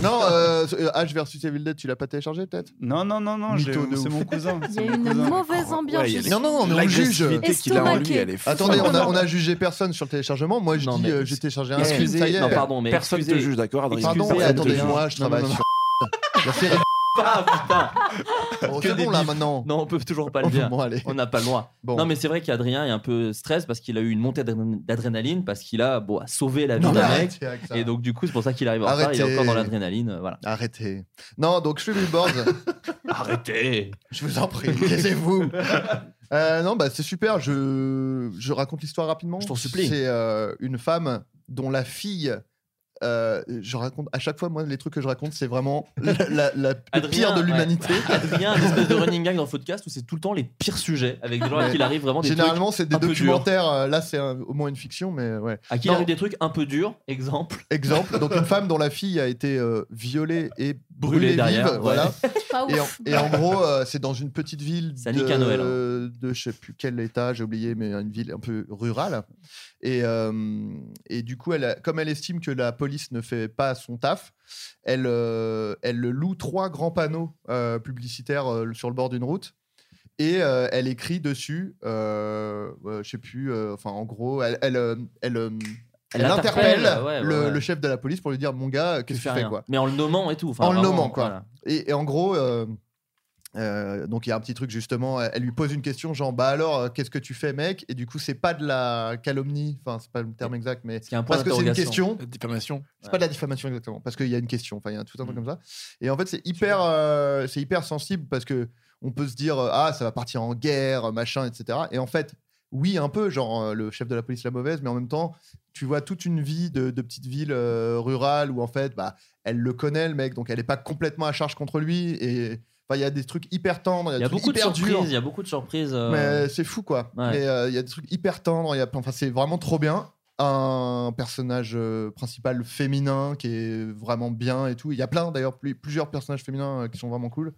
Speaker 8: Non, euh, euh, H versus Evil Dead, tu l'as pas téléchargé peut-être
Speaker 10: Non, non, non, non,
Speaker 8: Mytho
Speaker 10: j'ai-
Speaker 8: de
Speaker 10: c'est
Speaker 8: ouf.
Speaker 10: mon cousin.
Speaker 11: Il y
Speaker 10: c'est
Speaker 11: a
Speaker 10: mon
Speaker 11: une
Speaker 10: cousin.
Speaker 11: mauvaise ambiance.
Speaker 9: Ouais, il y a-
Speaker 11: ici.
Speaker 8: Non, non, mais on juge. euh,
Speaker 9: L'agressivité qu'il a en lui,
Speaker 11: Estomaqué.
Speaker 9: elle est fou.
Speaker 8: Attendez, on a, on a jugé personne sur le téléchargement. Moi, je
Speaker 7: Non,
Speaker 8: dis,
Speaker 7: mais
Speaker 8: euh, j'ai téléchargé un film, ça y
Speaker 7: Excusez.
Speaker 8: est.
Speaker 7: Non, pardon, mais.
Speaker 9: Personne te
Speaker 7: excusez.
Speaker 9: juge, d'accord, Adrien
Speaker 8: Pardon,
Speaker 7: excusez,
Speaker 8: attendez,
Speaker 7: attendez.
Speaker 8: moi, je
Speaker 9: Non,
Speaker 8: travaille
Speaker 9: non, non.
Speaker 8: sur. La série. *laughs*
Speaker 7: Ah, putain.
Speaker 8: Bon,
Speaker 7: Que
Speaker 8: Oh, c'est
Speaker 7: des
Speaker 8: bon là
Speaker 7: bifs.
Speaker 8: maintenant.
Speaker 7: Non, on peut toujours pas le dire.
Speaker 8: *laughs* Bon, allez.
Speaker 7: On n'a pas le droit.
Speaker 8: Bon.
Speaker 7: Non, mais c'est vrai qu'Adrien est un peu stress parce qu'il a eu une montée d'adré- d'adrénaline parce qu'il a, bon, a sauvé la vie
Speaker 8: Non, mais
Speaker 7: d'un mec.
Speaker 8: arrêtez avec ça.
Speaker 7: Et donc, du coup, c'est pour ça qu'il arrive en retard. Il est
Speaker 8: Arrêtez.
Speaker 7: encore dans l'adrénaline. euh, Voilà.
Speaker 8: Arrêtez. Non, donc je suis Billboard.
Speaker 7: Arrêtez
Speaker 8: Je vous en *laughs* prie, taisez-vous. Euh, non, bah c'est super. Je, je raconte l'histoire rapidement.
Speaker 7: Je t'en supplie.
Speaker 8: C'est euh, une femme dont la fille. euh, je raconte à chaque fois, moi, les trucs que je raconte, c'est vraiment la, la- la- le
Speaker 7: Adrien,
Speaker 8: pire de
Speaker 7: ouais.
Speaker 8: l'humanité.
Speaker 7: *laughs* Adrien, une espèce de running gag dans le podcast où c'est tout le temps les pires sujets avec des gens à
Speaker 8: Mais
Speaker 7: qui il arrive vraiment des trucs.
Speaker 8: Généralement, c'est des
Speaker 7: un peu durs.
Speaker 8: documentaires. euh, Là, c'est un- au moins une fiction, mais euh, ouais.
Speaker 7: À qui il
Speaker 8: Non.
Speaker 7: arrive des trucs un peu durs, *laughs* exemple.
Speaker 8: Exemple, donc une femme dont la fille a été euh, violée et
Speaker 7: brûlée derrière, ouais.
Speaker 8: vive, voilà.
Speaker 11: Pas
Speaker 8: Et en,
Speaker 11: ouf.
Speaker 8: et en gros, euh, c'est dans une petite ville
Speaker 7: Ça
Speaker 8: de,
Speaker 7: nique un Noël, hein.
Speaker 8: de je sais plus quel état, j'ai oublié, mais une ville un peu rurale. Et, euh, et du coup, elle a- comme elle estime que la police ne fait pas son taf, elle, euh, elle loue trois grands panneaux euh, publicitaires euh, sur le bord d'une route. Et euh, elle écrit dessus, euh, euh, je sais plus, euh, enfin en gros, elle, elle, euh, elle, euh,
Speaker 7: Elle
Speaker 8: elle interpelle,
Speaker 7: interpelle, ouais, ouais,
Speaker 8: le,
Speaker 7: ouais.
Speaker 8: le chef de la police pour lui dire mon gars, euh, qu'est-ce que tu fais
Speaker 7: rien.
Speaker 8: quoi
Speaker 7: Mais en le nommant et tout. enfin,
Speaker 8: en le
Speaker 7: vraiment,
Speaker 8: nommant, quoi.
Speaker 7: voilà.
Speaker 8: Et, et en gros, euh, euh, donc il y a un petit truc justement. Elle elle lui pose une question, genre bah alors, euh, qu'est-ce que tu fais, mec Et du coup, c'est pas de la calomnie, enfin c'est pas le terme exact, mais
Speaker 7: y a un point
Speaker 8: parce que c'est une
Speaker 7: d'interrogation.
Speaker 8: question.
Speaker 7: La
Speaker 8: diffamation. C'est pas de la diffamation exactement, parce qu'il y a une question. Enfin, il y a tout un
Speaker 7: Mm.
Speaker 8: truc comme ça. Et en fait, c'est hyper, euh, c'est hyper sensible parce que on peut se dire euh, ah ça va partir en guerre, euh, machin, etc. Et en fait. Oui, un peu, genre euh, le chef de la police la mauvaise, mais en même temps, tu vois toute une vie de, de petite ville euh, rurale où en fait, bah, elle le connaît le mec, donc elle n'est pas complètement à charge contre lui. Et enfin, il y a des trucs hyper tendres, il
Speaker 7: Il
Speaker 8: y
Speaker 7: y
Speaker 8: a
Speaker 7: a
Speaker 8: des trucs
Speaker 7: beaucoup de
Speaker 8: hyper durs.
Speaker 7: surprises. Il y a beaucoup de surprises. euh,
Speaker 8: Mais c'est fou quoi.
Speaker 7: Ouais.
Speaker 8: Mais euh, il y a des trucs hyper tendres. il y a- Enfin, c'est vraiment trop bien. Un personnage euh, principal féminin qui est vraiment bien et tout. Il y a plein d'ailleurs plu- plusieurs personnages féminins euh, qui sont vraiment cool.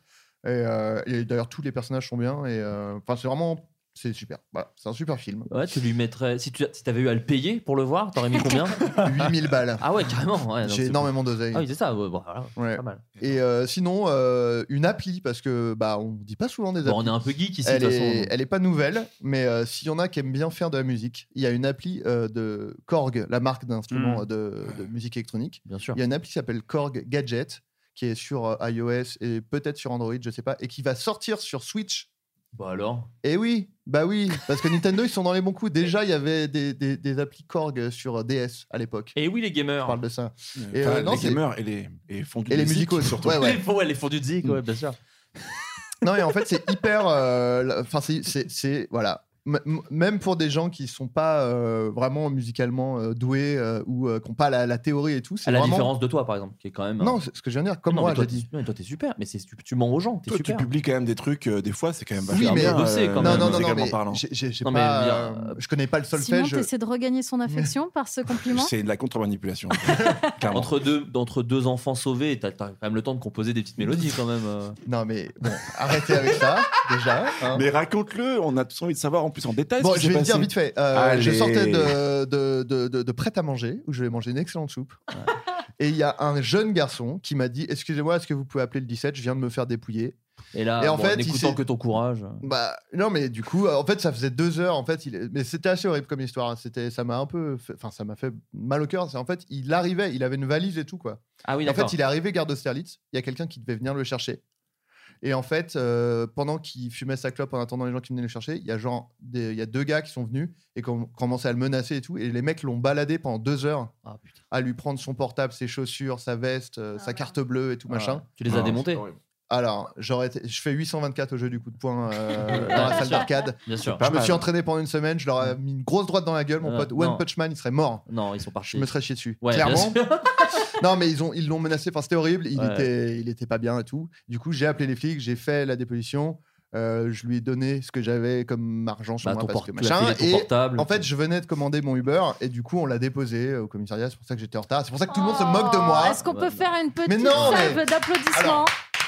Speaker 8: Et, euh, et d'ailleurs tous les personnages sont bien. Et euh, enfin, c'est vraiment c'est super. Voilà, c'est un super film.
Speaker 7: Ouais, tu lui mettrais. Si tu si t'avais eu à le payer pour le voir, t'aurais
Speaker 8: *laughs*
Speaker 7: mis combien
Speaker 8: 8000 balles.
Speaker 7: Ah ouais, carrément. ouais, donc
Speaker 8: J'ai
Speaker 7: c'est-
Speaker 8: énormément d'oseille.
Speaker 7: Ah oui, c'est ça. ouais, bon, voilà, c'est
Speaker 8: Ouais.
Speaker 7: pas mal.
Speaker 8: Et euh, sinon, euh, une appli, parce que bah, on dit pas souvent des
Speaker 7: Bon, on
Speaker 8: applis.
Speaker 7: est un peu geek ici, de
Speaker 8: Elle
Speaker 7: toute
Speaker 8: est,
Speaker 7: façon.
Speaker 8: elle est pas nouvelle, mais euh, s'il y en a qui aiment bien faire de la musique, il y a une appli euh, de Korg, la marque d'instruments
Speaker 7: Mm.
Speaker 8: euh, de, de musique électronique.
Speaker 7: Bien sûr.
Speaker 8: Il y a une appli qui s'appelle Korg Gadget, qui est sur euh, iOS et peut-être sur Android, je sais pas, et qui va sortir sur Switch.
Speaker 7: Bah alors.
Speaker 8: Et oui, bah oui, parce que Nintendo, ils sont dans les bons coups. Déjà, il y avait des, des, des applis Korg sur euh, DS à l'époque.
Speaker 7: Et oui, les gamers.
Speaker 8: On parle de ça.
Speaker 9: Et
Speaker 8: euh, non,
Speaker 9: les
Speaker 8: c'est-
Speaker 9: gamers et les, et font du
Speaker 8: Et les
Speaker 9: musique,
Speaker 8: musicaux,
Speaker 9: surtout.
Speaker 8: ouais, Mm. ouais.
Speaker 7: *laughs* Les, ouais, les fondus de zik, ouais, bien sûr.
Speaker 8: Non, et en fait, c'est hyper. euh, la- Enfin, c'est- c'est- c'est. Voilà. M- m- même pour des gens qui sont pas euh, vraiment musicalement euh, doués euh, ou euh, qui n'ont pas la, la théorie et tout, c'est
Speaker 7: À la
Speaker 8: vraiment-
Speaker 7: différence de toi, par exemple, qui est quand même.
Speaker 8: Non, c'est ce que je viens de dire, comme
Speaker 7: Ah Non,
Speaker 8: moi,
Speaker 7: mais toi,
Speaker 8: j'ai
Speaker 7: t'es-
Speaker 8: dit.
Speaker 7: non, mais toi, t'es super, mais c'est- tu, tu mens aux gens, t'es
Speaker 9: Toi, tu
Speaker 7: super.
Speaker 9: publies quand même des trucs, euh, des fois, c'est quand même
Speaker 8: Oui,
Speaker 9: vachement
Speaker 8: mais-
Speaker 9: bien.
Speaker 7: Bosser, quand
Speaker 8: Non,
Speaker 9: euh,
Speaker 8: non, non, non,
Speaker 9: musicalement
Speaker 8: mais
Speaker 9: parlant.
Speaker 8: j'ai- j'ai- j'ai
Speaker 7: Non, mais
Speaker 8: pas,
Speaker 7: bien,
Speaker 8: euh, je connais pas le
Speaker 11: Simon,
Speaker 8: solfège.
Speaker 11: t'essaies de regagner son affection par ce compliment
Speaker 9: C'est de
Speaker 8: *laughs*
Speaker 9: la contre-manipulation. clairement.
Speaker 7: Entre deux, entre deux enfants sauvés, t'as t'as quand même le temps de composer des petites mélodies quand même. euh.
Speaker 8: *laughs* Non, mais bon, arrêtez avec ça, déjà. hein.
Speaker 9: Mais raconte-le, on a tous envie de savoir en plus en détail.
Speaker 8: Bon,
Speaker 9: ce
Speaker 8: je
Speaker 9: qui s'est
Speaker 8: vais le dire
Speaker 9: passé.
Speaker 8: vite fait. Euh, je
Speaker 9: Allez.
Speaker 8: sortais de, de, de, de, de prêt à manger où je vais manger une excellente soupe. Et il y a un jeune garçon qui m'a dit Excusez-moi, est-ce que vous pouvez appeler le 17 Je viens de me faire dépouiller.
Speaker 7: Et là,
Speaker 8: Et en
Speaker 7: bon,
Speaker 8: fait,
Speaker 7: en
Speaker 8: il
Speaker 7: écoutant
Speaker 8: s'est-
Speaker 7: que ton courage.
Speaker 8: Bah non mais du coup euh, en fait ça faisait deux heures en fait il est- mais c'était assez horrible comme histoire hein. c'était ça m'a un peu fait- enfin ça m'a fait mal au cœur c'est en fait il arrivait il avait une valise et tout quoi
Speaker 7: Ah oui,
Speaker 8: Et en
Speaker 7: d'accord.
Speaker 8: fait il est arrivé gare d'Austerlitz il y a quelqu'un qui devait venir le chercher et en fait euh, pendant qu'il fumait sa clope en attendant les gens qui venaient le chercher il y a genre des- il y a deux gars qui sont venus et qui ont commencé à le menacer et tout et les mecs l'ont baladé pendant deux heures
Speaker 7: Ah, putain.
Speaker 8: à lui prendre son portable ses chaussures sa veste euh, sa carte bleue et tout machin
Speaker 7: Tu les as
Speaker 9: Ah,
Speaker 7: démontés.
Speaker 9: c'est horrible.
Speaker 8: alors, j'aurais été- je fais 824 au jeu du coup de
Speaker 7: *laughs*
Speaker 8: poing euh, dans la
Speaker 7: Ouais, bien
Speaker 8: salle
Speaker 7: sûr.
Speaker 8: d'arcade.
Speaker 7: Bien sûr.
Speaker 9: Pas
Speaker 8: Je me
Speaker 9: mal.
Speaker 8: suis entraîné pendant une semaine, je leur ai mis une grosse droite dans la gueule, mon
Speaker 7: Ouais,
Speaker 8: pote.
Speaker 7: non.
Speaker 8: One Punch Man, il serait mort.
Speaker 7: Non, ils sont partis.
Speaker 8: Je me serais chié dessus.
Speaker 7: Ouais, bien
Speaker 8: Clairement.
Speaker 7: sûr.
Speaker 8: *laughs* non, mais ils ont, ils l'ont menacé. Enfin, c'était horrible. Il
Speaker 7: Ouais.
Speaker 8: était, il était pas bien et tout. Du coup, j'ai appelé les flics, j'ai fait la déposition. euh, je lui ai donné ce que j'avais comme argent sur
Speaker 7: Bah,
Speaker 8: moi
Speaker 7: ton
Speaker 8: parce que
Speaker 7: port- tu as
Speaker 8: machin.
Speaker 7: filé ton
Speaker 8: Et
Speaker 7: portable.
Speaker 8: en fait, je venais de commander mon Uber et du coup, on l'a déposé euh, au commissariat. C'est pour ça que j'étais en retard. C'est pour ça que tout le monde se moque de moi.
Speaker 11: Oh, Est-ce qu'on
Speaker 7: Ouais,
Speaker 11: peut
Speaker 7: non.
Speaker 11: faire une petite
Speaker 8: Mais non,
Speaker 11: salve
Speaker 8: mais-
Speaker 11: d'applaudissements
Speaker 8: Alors-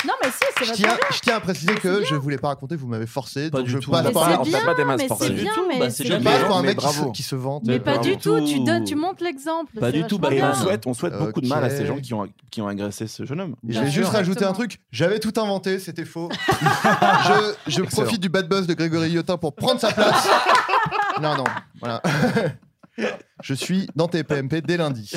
Speaker 11: Non, mais si, c'est
Speaker 8: Je
Speaker 11: vachement
Speaker 8: tiens,
Speaker 11: bien.
Speaker 8: je tiens à préciser que je voulais pas raconter, vous m'avez forcé,
Speaker 7: Pas
Speaker 8: donc
Speaker 7: du
Speaker 8: je
Speaker 7: tout.
Speaker 8: passe
Speaker 11: Mais
Speaker 8: par
Speaker 11: c'est
Speaker 8: là.
Speaker 9: on tape
Speaker 11: bien,
Speaker 9: pas des masses
Speaker 11: mais
Speaker 9: par
Speaker 11: c'est
Speaker 9: là.
Speaker 7: du
Speaker 11: bien,
Speaker 7: tout,
Speaker 11: mais
Speaker 7: bah,
Speaker 11: c'est
Speaker 7: c'est
Speaker 8: Je
Speaker 11: bien.
Speaker 7: bien.
Speaker 8: passe pour un
Speaker 9: Mais
Speaker 8: mec qui se-
Speaker 9: bravo.
Speaker 8: qui se vante.
Speaker 11: Mais
Speaker 8: euh,
Speaker 11: pas
Speaker 8: vraiment.
Speaker 11: du tout, tu,
Speaker 7: tout.
Speaker 11: donnes, tu montres l'exemple.
Speaker 7: Pas
Speaker 11: c'est
Speaker 7: du tout,
Speaker 11: vachement
Speaker 7: bah,
Speaker 9: Et
Speaker 11: bien.
Speaker 9: on souhaite, on souhaite beaucoup de mal à
Speaker 8: Ok.
Speaker 9: ces gens qui ont, qui ont agressé ce jeune homme.
Speaker 8: Je
Speaker 11: Bien
Speaker 8: vais
Speaker 11: sûr.
Speaker 8: juste rajouter
Speaker 11: Exactement.
Speaker 8: un truc. J'avais tout inventé, c'était
Speaker 7: *laughs*
Speaker 8: faux. je je profite du bad buzz de Grégory Yotin pour prendre sa
Speaker 7: *laughs*
Speaker 8: place. non, non, voilà. *laughs* Je suis dans TPMP dès
Speaker 7: *laughs*
Speaker 8: lundi.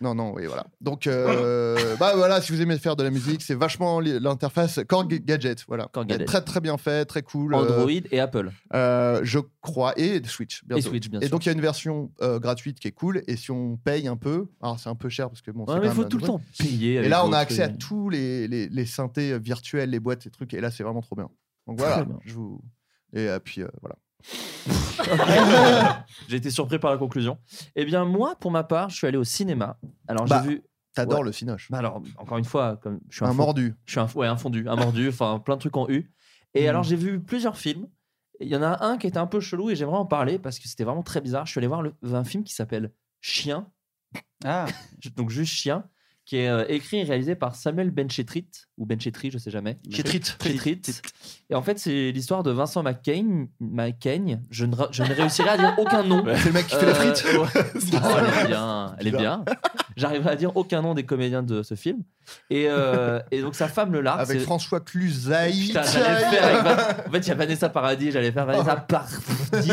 Speaker 8: non, non, oui, voilà. Donc, euh, bah voilà, si vous aimez faire de la musique, c'est vachement li- l'interface Korg Gadget, voilà.
Speaker 7: Korg
Speaker 8: Elle est
Speaker 7: Gadget.
Speaker 8: Très très bien fait, très cool. euh,
Speaker 7: Android et Apple.
Speaker 8: euh, je crois, et Switch. bientôt.
Speaker 7: Et Switch, bien
Speaker 8: Et
Speaker 7: sûr.
Speaker 8: donc il y a une version euh, gratuite qui est cool, et si on paye un peu, alors c'est un peu cher parce que bon, c'est
Speaker 7: Ouais,
Speaker 8: quand
Speaker 7: mais il
Speaker 8: même
Speaker 7: faut
Speaker 8: un
Speaker 7: tout le
Speaker 8: truc.
Speaker 7: temps payer.
Speaker 8: Et
Speaker 7: avec
Speaker 8: là, on
Speaker 7: vos
Speaker 8: a accès à
Speaker 7: trucs.
Speaker 8: tous les, les, les synthés virtuels, les boîtes, ces trucs, et là, c'est vraiment trop bien. Donc voilà,
Speaker 7: Très bien.
Speaker 8: je vous. Et euh, puis euh, voilà.
Speaker 7: *laughs* J'ai été surpris par la conclusion. Eh bien, moi, pour ma part, je suis allé au cinéma. Alors,
Speaker 8: Bah.
Speaker 7: j'ai vu.
Speaker 8: T'adores
Speaker 7: Ouais.
Speaker 8: le Cinoche.
Speaker 7: Bah alors, encore une fois, comme je suis un,
Speaker 8: Un
Speaker 7: fond-
Speaker 8: mordu.
Speaker 7: Je suis un, ouais, un fondu, un mordu, enfin plein de trucs en U. Et
Speaker 8: Mm.
Speaker 7: alors j'ai vu plusieurs films. Il y en a un qui était un peu chelou et j'aimerais en parler parce que c'était vraiment très bizarre. *laughs* Je suis allé voir le- un film qui s'appelle Chien,
Speaker 10: Ah,
Speaker 7: donc juste Chien, qui est euh, écrit et réalisé par Samuel Benchetrit, ou Benchetri, je sais jamais.
Speaker 3: Chetrit.
Speaker 7: Chetrit. Et en fait, c'est l'histoire de Vincent McCain. McCain. Je ne, ra- je ne réussirai à dire aucun nom.
Speaker 8: C'est le mec qui fait la frite.
Speaker 7: ouais.
Speaker 8: *laughs*
Speaker 7: Oh, elle est bien, elle est bien. J'arriverai à dire aucun nom des comédiens de ce film. Et, euh, et donc sa femme le largue.
Speaker 8: Avec
Speaker 7: c'est-
Speaker 8: François Cluzaï.
Speaker 7: Putain, j'allais le faire avec Van- En fait, il y a Vanessa Paradis, j'allais faire Vanessa
Speaker 8: Oh.
Speaker 7: Paradis.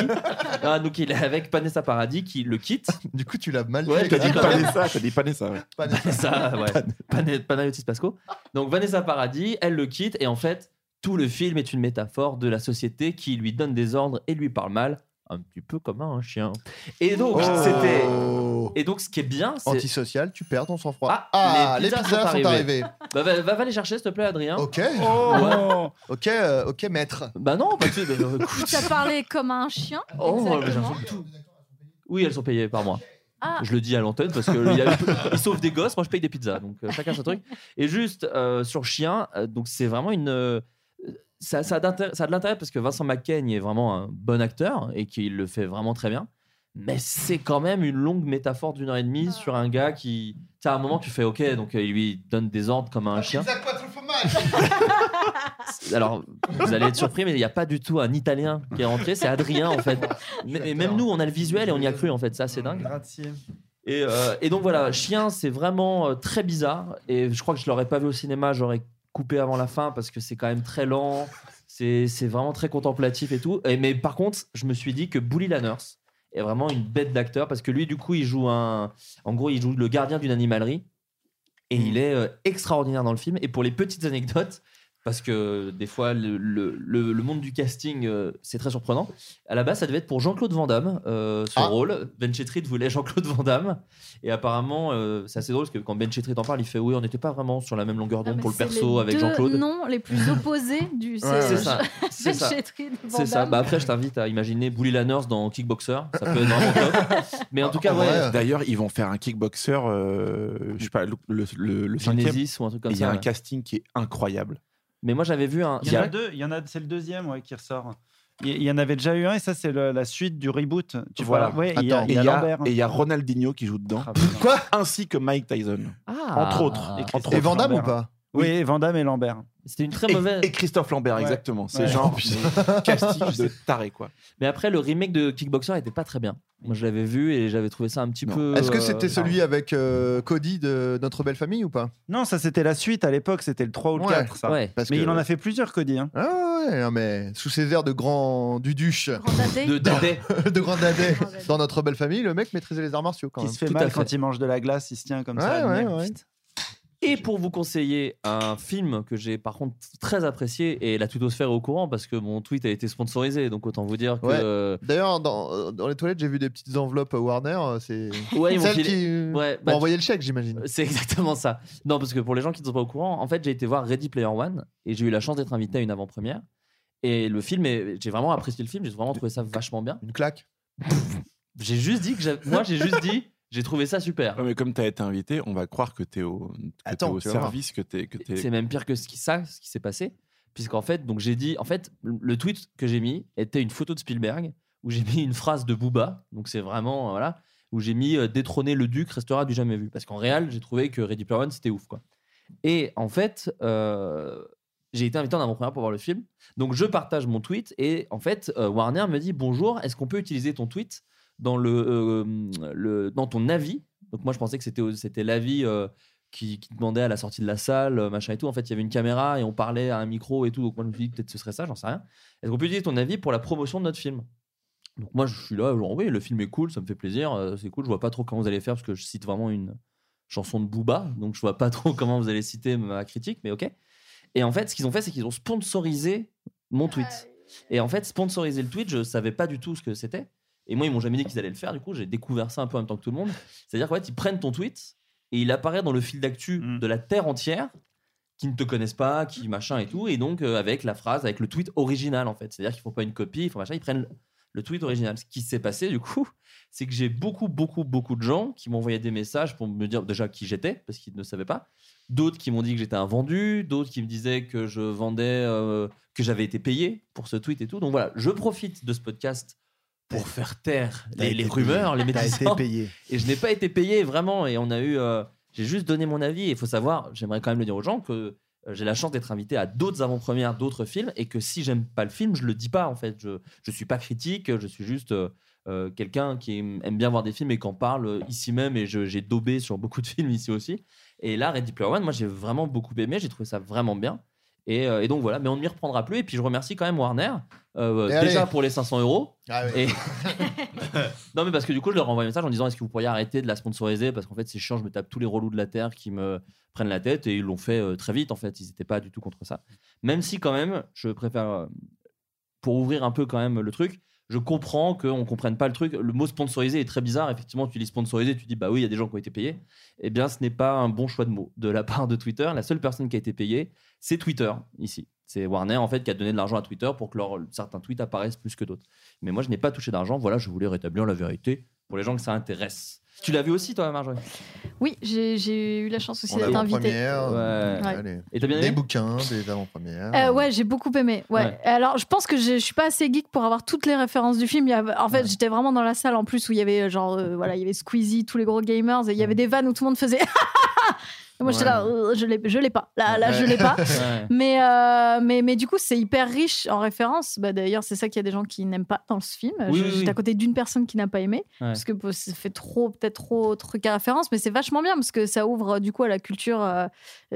Speaker 7: Ah, donc il est avec Vanessa Paradis qui le quitte.
Speaker 8: Du coup, tu l'as mal Ah,
Speaker 7: Ouais,
Speaker 8: dit.
Speaker 7: t'as dit quand même.
Speaker 9: Vanessa, t'as dit Vanessa, ouais.
Speaker 7: Vanessa, ouais. Pan- Panayotis Pasco. Donc Vanessa Paradis, elle le quitte et en fait, tout le film est une métaphore de la société qui lui donne des ordres et lui parle mal, un petit peu comme un chien. Et donc,
Speaker 8: Oh.
Speaker 7: c'était. Et donc, ce qui est bien, c'est.
Speaker 8: Antisocial, tu perds ton sang-froid. Ah, les pizzas, sont,
Speaker 7: arrivées.
Speaker 8: arrivées.
Speaker 7: Bah, va, va- va les chercher, s'il te plaît, Adrien.
Speaker 8: Ok.
Speaker 7: Ouais.
Speaker 8: Ok, euh, ok, maître.
Speaker 7: Bah non, pas de suite.
Speaker 11: Tu as parlé comme un chien.
Speaker 7: Oh,
Speaker 11: exactement.
Speaker 7: Oui, elles sont payées par moi.
Speaker 11: Ah.
Speaker 7: Je le dis à l'antenne parce *laughs* qu'ils sauvent des gosses, moi je paye des pizzas. Donc euh, chacun son truc. Et juste euh, sur Chien, euh, donc c'est vraiment une. euh, ça, ça, a d'intér- ça a de l'intérêt parce que Vincent McCain est vraiment un bon acteur et qu'il le fait vraiment très bien. Mais c'est quand même une longue métaphore d'une heure et demie sur un gars qui. Tu sais, à un moment, tu fais OK, donc euh, il lui donne des ordres comme à un chien. *laughs* Alors, vous allez être surpris, mais il n'y a pas du tout un Italien qui est rentré, c'est Adrien en fait. Mais mais même nous, on a le visuel et on y a cru en fait, ça c'est dingue. Et, euh, et donc voilà, Chien, c'est vraiment euh, très bizarre. Et je crois que je l'aurais pas vu au cinéma, j'aurais coupé avant la fin parce que c'est quand même très lent, c'est c'est vraiment très contemplatif et tout. Et, mais par contre, je me suis dit que Bully Lanners est vraiment une bête d'acteur parce que lui, du coup, il joue un. En gros, il joue le gardien d'une animalerie. Et il est euh, extraordinaire dans le film. Et pour les petites anecdotes, parce que des fois, le, le- le- le monde du casting, euh, c'est très surprenant. À la base, ça devait être pour Jean-Claude Van Damme, euh, ce rôle. Ben Chetrit voulait *laughs* Jean-Claude Van Damme. Et apparemment, euh, c'est assez drôle parce que quand Ben Chetrit en parle, il fait Oui, on n'était pas vraiment sur la même longueur
Speaker 11: Ah,
Speaker 7: d'onde
Speaker 11: mais
Speaker 7: pour le
Speaker 11: c'est
Speaker 7: perso
Speaker 11: les
Speaker 7: avec
Speaker 11: deux
Speaker 7: Jean-Claude.
Speaker 11: noms Ben les
Speaker 7: *laughs*
Speaker 11: plus opposés du
Speaker 7: Ouais,
Speaker 11: *laughs*
Speaker 7: c'est ça. C'est ça. C'est ça. Bah après, je t'invite à imaginer Bully Lanners dans Kickboxer. Ça peut être vraiment *laughs* top. Mais en tout cas, Ah, ouais.
Speaker 9: D'ailleurs, ils vont faire un kickboxer, euh, je sais pas, le, le, le- le
Speaker 7: Genesis
Speaker 9: cinquième.
Speaker 7: ou un truc comme
Speaker 9: Et Il y
Speaker 7: ça,
Speaker 9: a un
Speaker 7: ouais.
Speaker 9: casting qui est incroyable.
Speaker 7: Mais moi, j'avais vu un.
Speaker 10: Il y en a deux, il y en a, c'est le deuxième ouais, qui ressort. Il il y en avait déjà eu un et ça c'est le- la suite du reboot. Tu
Speaker 9: Voilà.
Speaker 10: vois, ouais, il y a,
Speaker 9: Attends.
Speaker 10: il y a
Speaker 9: Et il y a-
Speaker 10: Lambert. hein.
Speaker 9: et il y a Ronaldinho qui joue
Speaker 7: Ah,
Speaker 9: dedans.
Speaker 8: Quoi
Speaker 9: Ainsi que Mike Tyson. Entre autres.
Speaker 10: Et,
Speaker 9: Entre
Speaker 10: Christophe
Speaker 9: autres.
Speaker 10: Lambert. Oui, Van Damme et Lambert.
Speaker 7: C'était une très
Speaker 9: Et-
Speaker 7: mauvaise.
Speaker 9: Et, Christophe Lambert,
Speaker 7: Ouais.
Speaker 9: exactement. C'est
Speaker 7: Ouais.
Speaker 9: genre
Speaker 7: Oh,
Speaker 9: *laughs*
Speaker 7: putain.
Speaker 9: casting de taré, quoi.
Speaker 7: Mais après, le remake de Kickboxer était pas très bien. Moi, je l'avais vu et j'avais trouvé ça un petit peu.
Speaker 8: Est-ce que
Speaker 7: euh,
Speaker 8: c'était celui avec euh, Cody de Notre Belle Famille ou pas
Speaker 10: Non, ça c'était la suite à l'époque, c'était le 3 ou le
Speaker 8: Ouais.
Speaker 10: 4. Ça.
Speaker 8: Ouais. Parce
Speaker 10: mais
Speaker 8: que-
Speaker 10: il en a fait plusieurs, Cody. hein.
Speaker 8: Ah ouais, non, mais sous ses airs de grand duduche.
Speaker 7: De dadais.
Speaker 8: *laughs* de grand dadais. Dans Notre Belle Famille, le mec maîtrisait les arts martiaux quand
Speaker 10: Qui
Speaker 8: même.
Speaker 10: se fait mal quand il mange de la glace, il se tient comme ça.
Speaker 8: Ouais, ouais,
Speaker 10: le nez.
Speaker 8: ouais.
Speaker 7: Et pour vous conseiller un film que j'ai par contre très apprécié et la tutosphère est au courant parce que mon tweet a été sponsorisé, donc autant vous dire que.
Speaker 8: Ouais.
Speaker 7: euh,
Speaker 8: D'ailleurs, dans, euh, dans les toilettes, j'ai vu des petites enveloppes à Warner. euh, C'est
Speaker 7: Ouais, ils m'ont
Speaker 8: celle
Speaker 7: filé-
Speaker 8: qui euh,
Speaker 7: Ouais,
Speaker 8: m'a
Speaker 7: bah,
Speaker 8: envoyé le chèque, j'imagine.
Speaker 7: *laughs* C'est exactement ça. Non, parce que pour les gens qui ne sont pas au courant, en fait, j'ai été voir Ready Player One et j'ai eu la chance d'être invité à une avant-première. Et le film, est- j'ai vraiment apprécié le film, j'ai vraiment trouvé ça vachement bien.
Speaker 8: Une claque
Speaker 7: J'ai juste dit que j'avais- moi, j'ai juste dit, j'ai trouvé ça super.
Speaker 9: Non, mais comme t'as été invité, on va croire que t'es au, que t'es
Speaker 7: Attends,
Speaker 9: au
Speaker 7: tu vas voir.
Speaker 9: service, que t'es. Que t'es...
Speaker 7: C'est même pire que ce qui, ça, ce qui s'est passé. Puisqu'en fait, donc j'ai dit, en fait, le tweet que j'ai mis était une photo de Spielberg où j'ai mis une phrase de Booba. Donc c'est vraiment, euh, voilà, où j'ai mis euh, détrôner le duc restera du jamais vu. Parce qu'en réel, j'ai trouvé que Ready Player One, c'était ouf, quoi. Et en fait, euh, j'ai été invité en avant-première pour voir le film. Donc je partage mon tweet et en fait, euh, Warner me dit bonjour, est-ce qu'on peut utiliser ton tweet dans, le, euh, le- dans ton avis Donc moi, je pensais que c'était, c'était l'avis euh, qui, qui demandait à la sortie de la salle, euh, machin et tout. En fait, il y avait une caméra et on parlait à un micro et tout. Donc moi, je me suis dit peut-être ce serait ça, j'en sais rien. Est-ce qu'on peut utiliser ton avis pour la promotion de notre film donc moi, je suis là, genre, oui, le film est cool, ça me fait plaisir, euh, c'est cool. Je vois pas trop comment vous allez faire parce que je cite vraiment une chanson de Booba, donc je vois pas *laughs* trop comment vous allez citer ma critique, mais ok. Et en fait, ce qu'ils ont fait, c'est qu'ils ont sponsorisé mon tweet. Et en fait, sponsoriser le tweet, je savais pas du tout ce que c'était. Et moi, ils m'ont jamais dit qu'ils allaient le faire. Du coup, j'ai découvert ça un peu en même temps que tout le monde. C'est-à-dire qu'en fait, ils prennent ton tweet et il apparaît dans le fil d'actu de la terre entière qui ne te connaissent pas, qui machin et tout, et donc euh, avec la phrase, avec le tweet original en fait. C'est-à-dire qu'ils font pas une copie, ils font machin, ils prennent le- le tweet original. Ce qui s'est passé du coup, *laughs* c'est que j'ai beaucoup, beaucoup, beaucoup de gens qui m'envoyaient des messages pour me dire déjà qui j'étais, parce qu'ils ne savaient pas. D'autres qui m'ont dit que j'étais un vendu, d'autres qui me disaient que je vendais, euh, que j'avais été payé pour ce tweet et tout. Donc voilà, je profite de ce podcast pour faire taire
Speaker 10: T'as
Speaker 7: les,
Speaker 10: été
Speaker 7: les rumeurs,
Speaker 10: payé.
Speaker 7: les
Speaker 10: T'as
Speaker 7: *laughs* médias.
Speaker 10: été payé.
Speaker 7: Et je n'ai pas été payé vraiment. Et on a eu, euh, J'ai juste donné mon avis. Et il faut savoir, j'aimerais quand même le dire aux gens, que euh, j'ai la chance d'être invité à d'autres avant-premières, d'autres films, et que si j'aime pas le film, je le dis pas en fait. Je je suis pas critique, je suis juste euh, euh, quelqu'un qui aime aime bien voir des films et qu'en parle euh, ici même. Et je- j'ai dobé sur beaucoup de *laughs* films ici aussi. Et là, Ready Player One, moi j'ai vraiment beaucoup aimé, j'ai trouvé ça vraiment bien. Et, euh, et donc voilà, mais on ne m'y reprendra plus. Et puis je remercie quand même Warner euh,
Speaker 8: Et
Speaker 7: déjà
Speaker 8: allez.
Speaker 7: pour les 500 euros.
Speaker 8: Ah
Speaker 10: *laughs*
Speaker 7: Et- non, mais parce que du coup, je leur envoie un message en disant est-ce que vous pourriez arrêter de la sponsoriser Parce qu'en fait, c'est chiant, je me tape tous les relous de la Terre qui me prennent la tête et ils l'ont fait euh, très vite en fait. Ils n'étaient pas du tout contre ça. Même si, quand même, je préfère, euh, pour ouvrir un peu quand même le truc, je comprends qu'on ne comprenne pas le truc. Le mot sponsorisé est très bizarre. Effectivement, tu dis sponsorisé, tu dis bah oui, il y a des gens qui ont été payés. Eh bien, ce n'est pas un bon choix de mot de la *laughs* part de Twitter. La seule personne qui a été payée, c'est Twitter ici. C'est Warner en fait qui a donné de l'argent à Twitter pour que leur- certains tweets apparaissent plus que d'autres. Mais moi, je n'ai pas touché d'argent. Voilà, je voulais rétablir la vérité pour les gens que ça intéresse. Tu l'as vu aussi, toi, Marjorie
Speaker 11: Oui, j'ai- j'ai eu la chance aussi
Speaker 8: On a
Speaker 11: d'être invitée.
Speaker 8: première,
Speaker 11: Ouais.
Speaker 7: Et t'as bien
Speaker 8: des bouquins, des avant-premières.
Speaker 11: Euh, ouais, j'ai beaucoup aimé. Ouais.
Speaker 8: Ouais.
Speaker 11: Alors, je pense que je je suis pas assez geek pour avoir toutes les références du film. Il y avait- en fait, j'étais vraiment dans la salle en plus où il y avait euh, genre, euh, voilà, il y avait Squeezie, tous les gros gamers, et il y avait des vannes où tout le monde faisait. *laughs* Et Moi, j'étais
Speaker 12: Ouais.
Speaker 11: là, euh, je l'ai, je l'ai pas. Là, là, je
Speaker 12: Ouais.
Speaker 11: l'ai pas.
Speaker 12: *laughs* Ouais.
Speaker 11: Mais, euh, mais, mais du coup, c'est hyper riche en références. Bah, d'ailleurs, c'est ça qu'il y a des gens qui n'aiment pas dans ce film.
Speaker 12: Oui, oui,
Speaker 11: Je- J'étais
Speaker 12: oui.
Speaker 11: à côté d'une personne qui n'a pas aimé
Speaker 12: Ouais.
Speaker 11: parce que bah, ça fait trop, peut-être trop truc à référence. Mais c'est vachement bien parce que ça ouvre euh, du coup à la culture euh,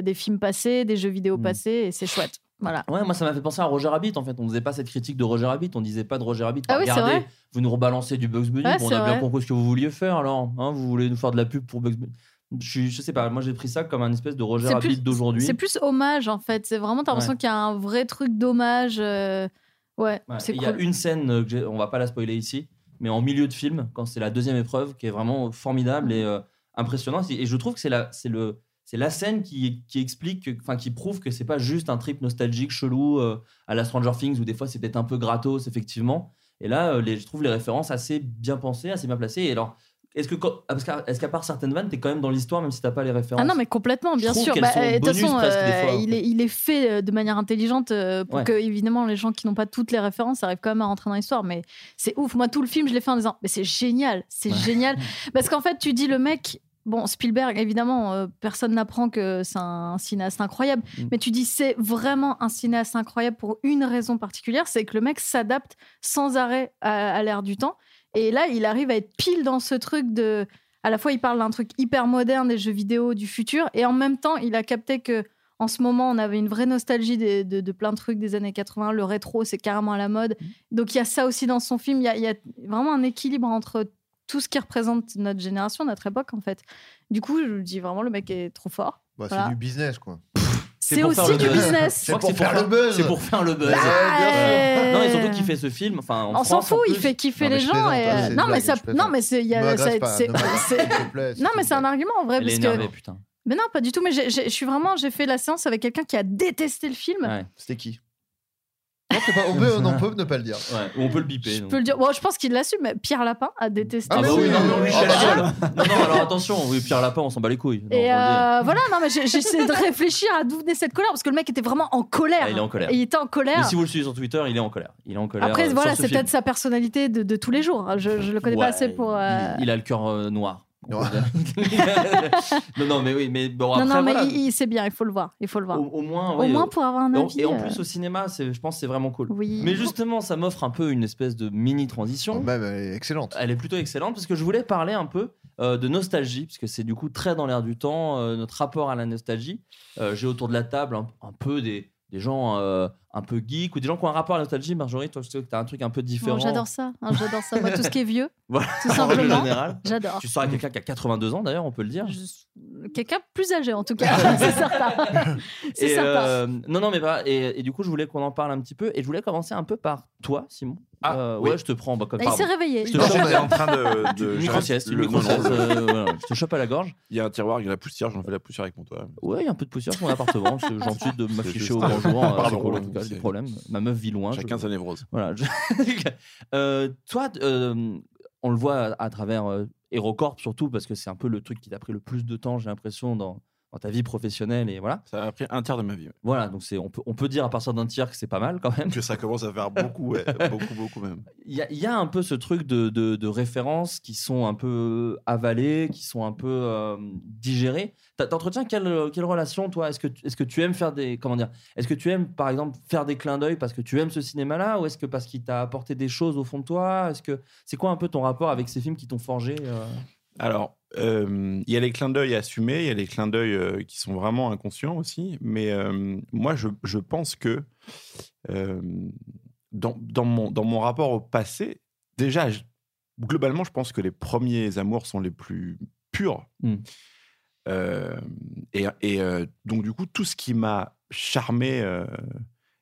Speaker 11: des films passés, des jeux
Speaker 12: Mm.
Speaker 11: vidéo passés, et c'est chouette. Voilà.
Speaker 7: Ouais, moi ça m'a fait penser à Roger Rabbit en fait. On faisait pas cette critique de Roger Rabbit, on disait pas de Roger Rabbit.
Speaker 11: Ah
Speaker 7: bah,
Speaker 11: oui, c'est
Speaker 7: regardez,
Speaker 11: vrai.
Speaker 7: vous nous rebalancez du Bugs Bunny,
Speaker 11: Ouais,
Speaker 7: bon, on
Speaker 11: c'est
Speaker 7: a bien
Speaker 11: vrai.
Speaker 7: compris ce que vous vouliez faire alors. hein. vous voulez nous faire de la pub pour Bugs Bunny. Je, suis- je sais pas, moi j'ai pris ça comme un espèce de Roger
Speaker 11: C'est
Speaker 7: Rabbit
Speaker 11: plus-
Speaker 7: d'aujourd'hui.
Speaker 11: C'est plus hommage en fait. C'est vraiment, t'as l'impression
Speaker 7: Ouais.
Speaker 11: qu'il y a un vrai truc d'hommage. euh, Ouais,
Speaker 7: Ouais,
Speaker 11: c'est
Speaker 7: Il
Speaker 11: cool.
Speaker 7: y a une scène, euh, que j'ai- on va pas la spoiler ici, mais en milieu de film, quand c'est la deuxième épreuve, qui est vraiment formidable et euh, impressionnante. Et je trouve que c'est la, c'est le, c'est la scène qui, qui explique, que- enfin qui prouve que c'est pas juste un trip nostalgique chelou euh, à la Stranger Things où des fois c'est peut-être un peu gratos effectivement. Et là, euh, les, je trouve les références assez bien pensées, assez bien placées. Et alors, est-ce que quand- ah, parce qu'à- est-ce qu'à part certaines vannes, t'es quand même dans l'histoire même si t'as pas les références
Speaker 11: Ah non, mais complètement,
Speaker 7: Je
Speaker 11: bien
Speaker 7: trouve
Speaker 11: sûr.
Speaker 7: qu'elles
Speaker 11: Bah,
Speaker 7: sont
Speaker 11: euh, De toute
Speaker 7: bonus
Speaker 11: façon,
Speaker 7: presque, des fois,
Speaker 11: euh, il, est, il est fait euh, de manière intelligente euh, pour
Speaker 7: Ouais.
Speaker 11: que, évidemment, les gens qui n'ont pas toutes les références arrivent quand même à rentrer dans l'histoire. Mais c'est ouf. Moi, tout le film, je l'ai fait en disant Mais c'est génial, c'est génial. Parce qu'en fait, tu dis le mec. Bon, Spielberg, évidemment, euh, personne n'apprend que c'est un cinéaste incroyable. Mais tu dis, c'est vraiment un cinéaste incroyable pour une raison particulière c'est que le mec s'adapte sans arrêt à, à l'ère du temps. Et là, il arrive à être pile dans ce truc de. À la fois, il parle d'un truc hyper moderne des jeux vidéo du futur, et en même temps, il a capté que en ce moment, on avait une vraie nostalgie des- de, de plein de trucs des années 80. Le rétro, c'est carrément à la mode.
Speaker 7: Mhm.
Speaker 11: Donc, il y a ça aussi dans son film. Il y a, il y a vraiment un équilibre entre tout ce qui représente notre génération, notre époque, en fait. Du coup, je dis vraiment, le mec est trop fort.
Speaker 8: Bah,
Speaker 11: Voilà.
Speaker 8: C'est du business, quoi.
Speaker 11: C'est
Speaker 7: pour faire
Speaker 11: aussi
Speaker 7: le
Speaker 11: du
Speaker 7: buzz.
Speaker 11: business.
Speaker 7: Je
Speaker 8: C'est
Speaker 7: crois que
Speaker 8: pour faire le buzz.
Speaker 7: C'est pour faire le buzz.
Speaker 8: Ouais, bien
Speaker 11: sûr.
Speaker 7: Non, et surtout qu'il fait ce film. Enfin, en
Speaker 11: On s'en
Speaker 7: France, en
Speaker 11: fout, il
Speaker 7: plus.
Speaker 11: fait kiffer
Speaker 7: Non, mais
Speaker 11: les
Speaker 7: je
Speaker 11: gens.
Speaker 7: plaisante,
Speaker 11: et,
Speaker 7: hein,
Speaker 11: euh,
Speaker 7: c'est une
Speaker 11: Non, mais
Speaker 7: blague,
Speaker 11: ça,
Speaker 7: je plaisante.
Speaker 11: non, mais c'est, il y a,
Speaker 7: Me agresse
Speaker 11: ça-
Speaker 7: pas,
Speaker 11: c'est-
Speaker 7: ne m'agresse *laughs*
Speaker 11: c'est-
Speaker 7: pas, s'il te plaît, s'il
Speaker 11: non,
Speaker 7: te
Speaker 11: mais c'est un argument en vrai
Speaker 7: Elle est
Speaker 11: parce
Speaker 7: énervée,
Speaker 11: que.
Speaker 7: putain.
Speaker 11: Mais non, pas du tout. Mais j'ai- j'ai- je suis vraiment, j'ai fait la séance avec quelqu'un qui a détesté le film.
Speaker 8: C'était qui Non, c'est pas- on, peut, on peut ne pas le dire.
Speaker 7: Ouais, on peut le biper.
Speaker 11: Je peux le dire. Bon, je pense qu'il l'assume. mais Pierre Lapin a détesté.
Speaker 7: Ah
Speaker 11: le
Speaker 7: bah oui,
Speaker 11: film.
Speaker 7: non, non, lui, c'est la gueule. Non, non, alors attention, oui, Pierre Lapin, on s'en bat les couilles. Non,
Speaker 11: Et
Speaker 7: on le dit.
Speaker 11: euh, voilà, non, mais j'ai- j'essaie de réfléchir à d'où venait cette colère parce que le mec était vraiment en colère.
Speaker 7: Ah, il est en colère.
Speaker 11: Et il était en colère.
Speaker 7: Mais si vous le suivez sur Twitter, il est en colère. Il est en colère.
Speaker 11: Après,
Speaker 7: euh,
Speaker 11: voilà,
Speaker 7: sur ce
Speaker 11: c'est
Speaker 7: film.
Speaker 11: peut-être sa personnalité de, de tous les jours. hein. Je, je le connais
Speaker 7: Ouais,
Speaker 11: pas assez pour. euh,
Speaker 7: Il a le cœur euh, noir. on peut dire. *laughs* non, non, mais oui, mais bon,
Speaker 11: non,
Speaker 7: après,
Speaker 11: non, mais
Speaker 7: voilà.
Speaker 11: il, il- c'est bien, il faut le voir. Il faut le voir. Au,
Speaker 7: moins, ouais,
Speaker 11: moins
Speaker 7: euh,
Speaker 11: pour avoir un
Speaker 7: Non,
Speaker 11: avis.
Speaker 7: Et en
Speaker 11: euh,
Speaker 7: plus au cinéma, c'est- je pense que c'est vraiment cool.
Speaker 11: Oui.
Speaker 7: Mais justement, ça m'offre un peu une espèce de mini transition.
Speaker 8: Ah bah, elle est excellente.
Speaker 7: Elle est plutôt excellente parce que je voulais parler un peu euh, de nostalgie, parce que c'est du coup très dans l'air du temps, euh, notre rapport à la nostalgie. Euh, J'ai autour de la table un, un peu des, des gens euh, un peu geeks ou des gens qui ont un rapport à la nostalgie. Marjorie, toi, je sais que tu as un truc un peu
Speaker 11: bon,
Speaker 7: différent.
Speaker 11: j'adore ça. hein, j'adore ça. Moi, tout ce qui est vieux.
Speaker 7: *laughs* Voilà,
Speaker 11: Tout
Speaker 7: en
Speaker 11: simplement.
Speaker 7: règle générale.
Speaker 11: J'adore.
Speaker 7: Tu sors avec quelqu'un qui a 82 ans d'ailleurs, on peut le dire.
Speaker 11: Quelqu'un plus âgé,
Speaker 7: *laughs*
Speaker 11: en tout cas. *laughs* c'est certain. *laughs* C'est
Speaker 7: Et,
Speaker 11: sympa.
Speaker 7: euh, non, non, mais pas. et, et du coup, je voulais qu'on en parle un petit peu. Et je voulais commencer un peu par toi, Simon. Ah, ouais, je te prends. bah, comme,
Speaker 11: Ah, Il
Speaker 7: pardon.
Speaker 11: s'est réveillé.
Speaker 7: Je te
Speaker 11: Non,
Speaker 7: chope-
Speaker 11: j'étais en
Speaker 9: train *laughs* euh,
Speaker 7: *laughs*
Speaker 9: de- de-
Speaker 7: Micro-sieste,
Speaker 9: le-
Speaker 7: micro-sieste,
Speaker 9: non, non, le-
Speaker 7: euh, voilà. Je te chope à la gorge.
Speaker 9: Il y a un tiroir, il y a la poussière, j'en fais la poussière avec mon toit.
Speaker 7: Ouais, il y a un peu de poussière sur mon appartement.
Speaker 9: *laughs*
Speaker 7: C'est gentil de
Speaker 9: C'est
Speaker 7: m'afficher
Speaker 9: juste-
Speaker 7: au grand jour. euh,
Speaker 9: Pardon,
Speaker 7: c'est cool, en tout cas,
Speaker 9: c'est-
Speaker 7: j'ai des problèmes. Ma meuf vit loin.
Speaker 9: Chacun
Speaker 7: je-
Speaker 9: sa névrose.
Speaker 7: Voilà. je- *laughs* Euh, toi, euh, on le voit à, à travers euh, HeroCorp surtout parce que c'est un peu le truc qui t'a pris le plus de temps, j'ai l'impression, dans, dans ta vie professionnelle et voilà.
Speaker 9: Ça a pris un tiers de ma vie.
Speaker 7: Voilà, donc c'est on peut on peut dire à partir d'un tiers que c'est pas mal quand même. *laughs*
Speaker 9: Que ça commence à faire beaucoup, ouais, beaucoup, beaucoup même.
Speaker 7: Il y, a- il y a un peu ce truc de, de- de références qui sont un peu avalées, qui sont un peu euh, digérées. T'as- T'entretiens quelle, quelle relation, toi Est-ce que, est que tu aimes faire des. Comment dire Est-ce que tu aimes, par exemple, faire des clins d'œil parce que tu aimes ce cinéma-là Ou est-ce que parce qu'il t'a apporté des choses au fond de toi Est-ce que C'est quoi un peu ton rapport avec ces films qui t'ont forgé euh
Speaker 9: Alors, euh, il y a les clins d'œil assumés, il y a les clins d'œil euh, qui sont vraiment inconscients aussi, mais euh, moi, je, je pense que euh, dans, dans mon, dans mon rapport au passé, déjà, je- globalement, je pense que les premiers amours sont les plus purs.
Speaker 7: Hmm.
Speaker 9: Euh, et et, euh, donc, du coup, tout ce qui m'a charmé euh,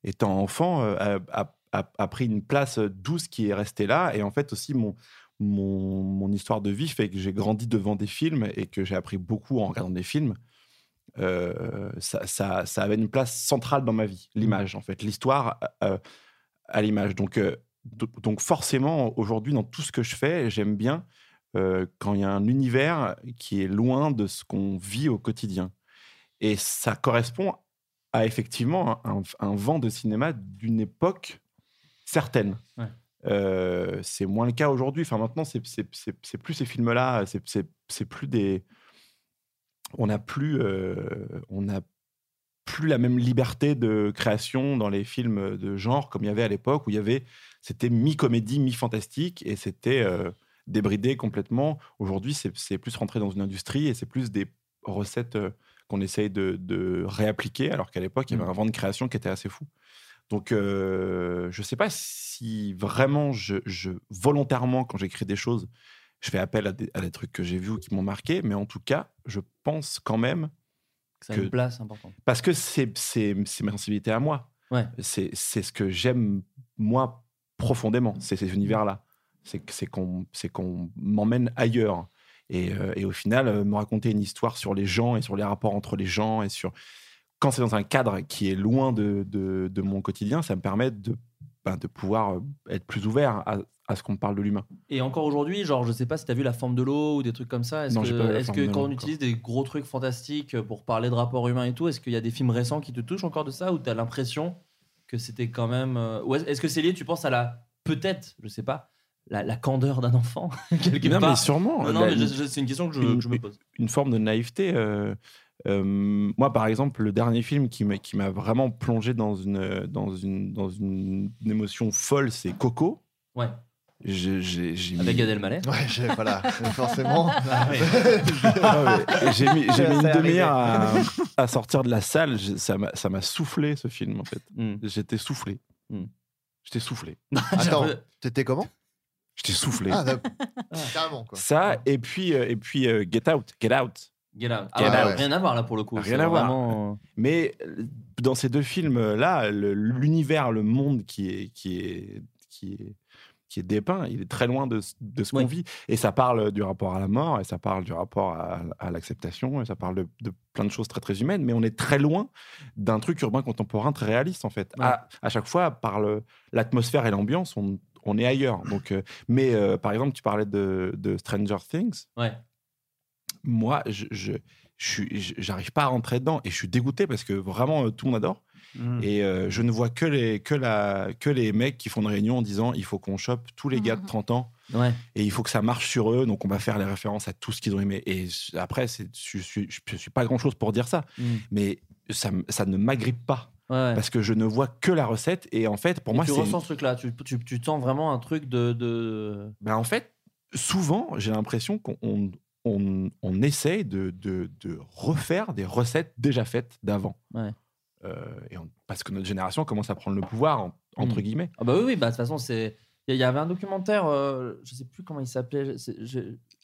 Speaker 9: étant enfant euh, a, a- a- a pris une place douce qui est restée là. Et en fait, aussi, mon, mon, mon histoire de vie fait que j'ai grandi devant des films et que j'ai appris beaucoup en regardant des films. Euh, ça, ça- ça avait une place centrale dans ma vie, l'image, en fait, l'histoire euh, à l'image. Donc, euh, do- donc, forcément, aujourd'hui, dans tout ce que je fais, j'aime bien euh, quand il y a un univers qui est loin de ce qu'on vit au quotidien. Et ça correspond à effectivement un, un vent de cinéma d'une époque certaine.
Speaker 7: Ouais.
Speaker 9: Euh, c'est moins le cas aujourd'hui. Enfin, maintenant, c'est c'est- c'est- c'est plus ces films-là, c'est- c'est c'est plus des. On n'a plus, euh, on n'a plus la même liberté de création dans les films de genre comme il y avait à l'époque où il y avait, c'était mi-comédie, mi-fantastique et c'était euh, débridé complètement. Aujourd'hui, c'est c'est plus rentré dans une industrie et c'est plus des recettes euh, qu'on essaye de, de réappliquer, alors qu'à l'époque, il y avait un vent de création qui était assez fou. Donc, euh, je ne sais pas si vraiment, je, je- volontairement, quand j'écris des choses, je fais appel à des, à des trucs que j'ai vus ou qui m'ont marqué, mais en tout cas, je pense quand même
Speaker 7: Ça a une place importante.
Speaker 9: Parce que c'est c'est- c'est ma sensibilité à moi.
Speaker 7: Ouais.
Speaker 9: C'est c'est ce que j'aime, moi, profondément, c'est ces univers-là. C'est que- c'est qu'on c'est qu'on m'emmène ailleurs. Et, euh, et au final, euh, me raconter une histoire sur les gens et sur les rapports entre les gens et sur. Quand c'est dans un cadre qui est loin de, de- de mon quotidien, ça me permet de, ben, de pouvoir euh, être plus ouvert à, à ce qu'on parle de l'humain.
Speaker 7: Et encore aujourd'hui, genre, je sais pas si t'as vu la forme de l'eau ou des trucs comme ça. Est-ce
Speaker 9: Non, j'ai pas vu
Speaker 7: que,
Speaker 9: La
Speaker 7: est-ce
Speaker 9: Forme
Speaker 7: que
Speaker 9: de l'eau
Speaker 7: quand on
Speaker 9: encore.
Speaker 7: utilise des gros trucs fantastiques pour parler de rapport humain et tout, est-ce qu'il y a des films récents qui te touchent encore de ça ou t'as l'impression que c'était quand même. euh, ou est- est-ce que c'est lié, tu penses, à la. Peut-être, je sais pas, la, la candeur d'un enfant *laughs* quelque
Speaker 9: Non,
Speaker 7: part
Speaker 9: mais sûrement.
Speaker 7: Non, non,
Speaker 9: La-
Speaker 7: mais je- je- c'est une question que je,
Speaker 9: une-
Speaker 7: je me pose.
Speaker 9: Une forme de naïveté. euh, euh, moi, par exemple, le dernier film qui m'a qui m'a vraiment plongé dans une, dans une, dans une émotion folle, c'est Coco.
Speaker 7: Ouais.
Speaker 9: J'ai- j'ai- j'ai
Speaker 7: Avec
Speaker 9: mis-
Speaker 8: *laughs*
Speaker 7: Gad
Speaker 9: *laughs*
Speaker 7: Elmaleh.
Speaker 8: Ouais, j'ai-
Speaker 7: *laughs*
Speaker 8: voilà, forcément.
Speaker 9: Ah ouais. Ah ouais. *laughs* J'ai mis, j'ai
Speaker 8: Ça
Speaker 9: mis une
Speaker 8: est
Speaker 9: demi-heure à,
Speaker 8: arrivé. *laughs*
Speaker 9: à sortir de la salle. Je- ça m'a ça m'a soufflé ce film en fait.
Speaker 7: Hmm.
Speaker 9: J'étais soufflé.
Speaker 7: *laughs*
Speaker 9: J'étais soufflé.
Speaker 8: Attends, t'étais comment
Speaker 9: J'étais soufflé.
Speaker 8: Ah, d'accord.
Speaker 7: *laughs*
Speaker 8: Carrément, quoi.
Speaker 9: Ça et puis euh, et puis euh, Get Out, Get Out.
Speaker 7: Get Out.
Speaker 9: Get
Speaker 7: Ah,
Speaker 9: Out.
Speaker 7: Rien à voir là pour le coup.
Speaker 9: Rien
Speaker 7: C'est
Speaker 9: à voir.
Speaker 7: vraiment-
Speaker 9: Mais euh, dans ces deux films-là, le- l'univers, le monde qui est, qui est, qui est, qui est dépeint, il est très loin de, ce- de ce qu'on vit. Et ça parle du rapport à la mort, et ça parle du rapport à, à l'acceptation, et ça parle de, de plein de choses très, très humaines. Mais on est très loin d'un truc urbain contemporain très réaliste, en fait. À, à chaque fois, par le- l'atmosphère et l'ambiance, on, on est ailleurs. Donc, euh, mais euh, par exemple, tu parlais de, de Stranger Things
Speaker 7: Ouais.
Speaker 9: moi, je, je, je suis- je- j'arrive pas à rentrer dedans et je suis dégoûté parce que vraiment euh, tout le monde adore.
Speaker 10: Mm.
Speaker 9: Et euh, je ne vois que les, que, la, que les mecs qui font une réunion en disant il faut qu'on chope tous les gars de 30 ans
Speaker 7: Ouais.
Speaker 9: et il faut que ça marche sur eux, donc on va faire les références à tout ce qu'ils ont aimé. Et je- après, c'est- je suis, je suis pas grand chose pour dire ça,
Speaker 7: Mm.
Speaker 9: mais ça, m- ça ne m'agrippe pas
Speaker 7: Ouais.
Speaker 9: parce que je ne vois que la recette et en fait, pour
Speaker 7: Et
Speaker 9: moi,
Speaker 7: tu
Speaker 9: c'est.
Speaker 7: ressens ce truc-là. Tu, tu, tu sens vraiment un truc de. de...
Speaker 9: Ben, en fait, souvent, j'ai l'impression qu'on on, on- on essaye de, de- de refaire des recettes déjà faites d'avant.
Speaker 7: Ouais.
Speaker 9: Euh, et on- parce que notre génération commence à prendre le pouvoir, en- entre
Speaker 7: Mm.
Speaker 9: guillemets.
Speaker 7: Ah bah oui, oui, bah de toute façon, c'est. Il y, y avait un documentaire, euh, je sais plus comment il s'appelait, c'est- je,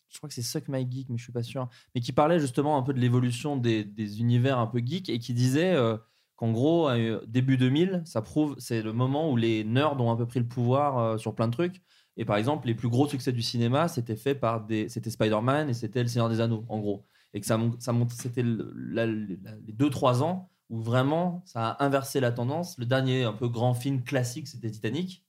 Speaker 7: je crois que c'est Suck My Geek, mais je suis pas sûr, mais qui parlait justement un peu de l'évolution des, des univers un peu geek et qui disait euh, qu'en gros, euh, début 2000, ça prouve, c'est le moment où les nerds ont un peu pris le pouvoir euh, sur plein de trucs. Et par exemple, les plus gros succès du cinéma, c'était fait par des. C'était Spider-Man et c'était Le Seigneur des Anneaux, en gros. Et que ça, mon- ça monte, c'était le- la- la- les 2-3 ans où vraiment ça a inversé la tendance. Le dernier un peu grand film classique, c'était Titanic.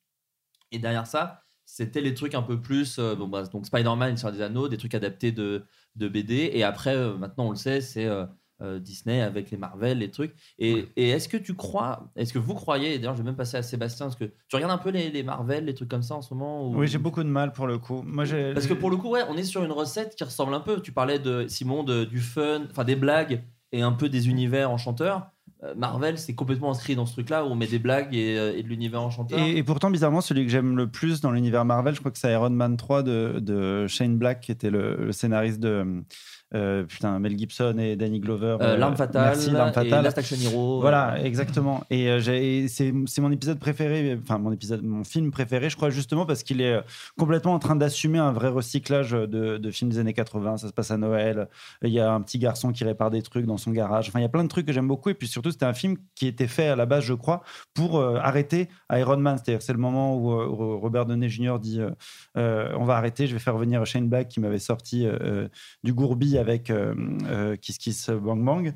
Speaker 7: Et derrière ça, c'était les trucs un peu plus. euh, bon, bah, donc Spider-Man, Il des Anneaux, des trucs adaptés de, de BD. Et après, euh, maintenant, on le sait, c'est euh, euh, Disney avec les Marvel, les trucs. Et, et est-ce que tu crois, est-ce que vous croyez, et d'ailleurs je vais même passer à Sébastien, est-ce que tu regardes un peu les, les Marvel, les trucs comme ça en ce moment ou-
Speaker 10: Oui, j'ai beaucoup de mal pour le coup. Moi, j'ai-
Speaker 7: Parce que pour le coup, ouais, on est sur une recette qui ressemble un peu. Tu parlais de Simon de- du fun, enfin des blagues et un peu des univers enchanteurs. Euh, Marvel, c'est complètement inscrit dans ce truc-là où on met des blagues et, euh, et de l'univers enchanteur.
Speaker 10: Et, et pourtant, bizarrement, celui que j'aime le plus dans l'univers Marvel, je crois que c'est Iron Man 3 de, de Shane Black, qui était le, le scénariste de euh, putain, Mel Gibson et Danny Glover.
Speaker 7: Euh, L'Arme
Speaker 10: Euh,
Speaker 7: Fatale
Speaker 10: Merci, L'Arme
Speaker 7: et
Speaker 10: Fatale.
Speaker 7: Last Action Hero.
Speaker 10: Voilà,
Speaker 7: Euh,
Speaker 10: exactement. Et euh, j'ai- c'est c'est mon épisode préféré, enfin, mon épisode, mon film préféré, je crois, justement, parce qu'il est euh, complètement en train d'assumer un vrai recyclage euh, de, de films des années 80. Ça se passe à Noël. Il y a un petit garçon qui répare des trucs dans son garage. Enfin, il y a plein de trucs que j'aime beaucoup. Et puis surtout, c'était un film qui était fait à la base, je crois, pour euh, arrêter Iron Man. C'est-à-dire, c'est le moment où euh, Ro- Robert Downey Jr. dit euh, euh, On va arrêter, je vais faire venir Shane Black qui m'avait sorti euh, euh, du gourbi avec euh, euh, Kiss Kiss Bang Bang.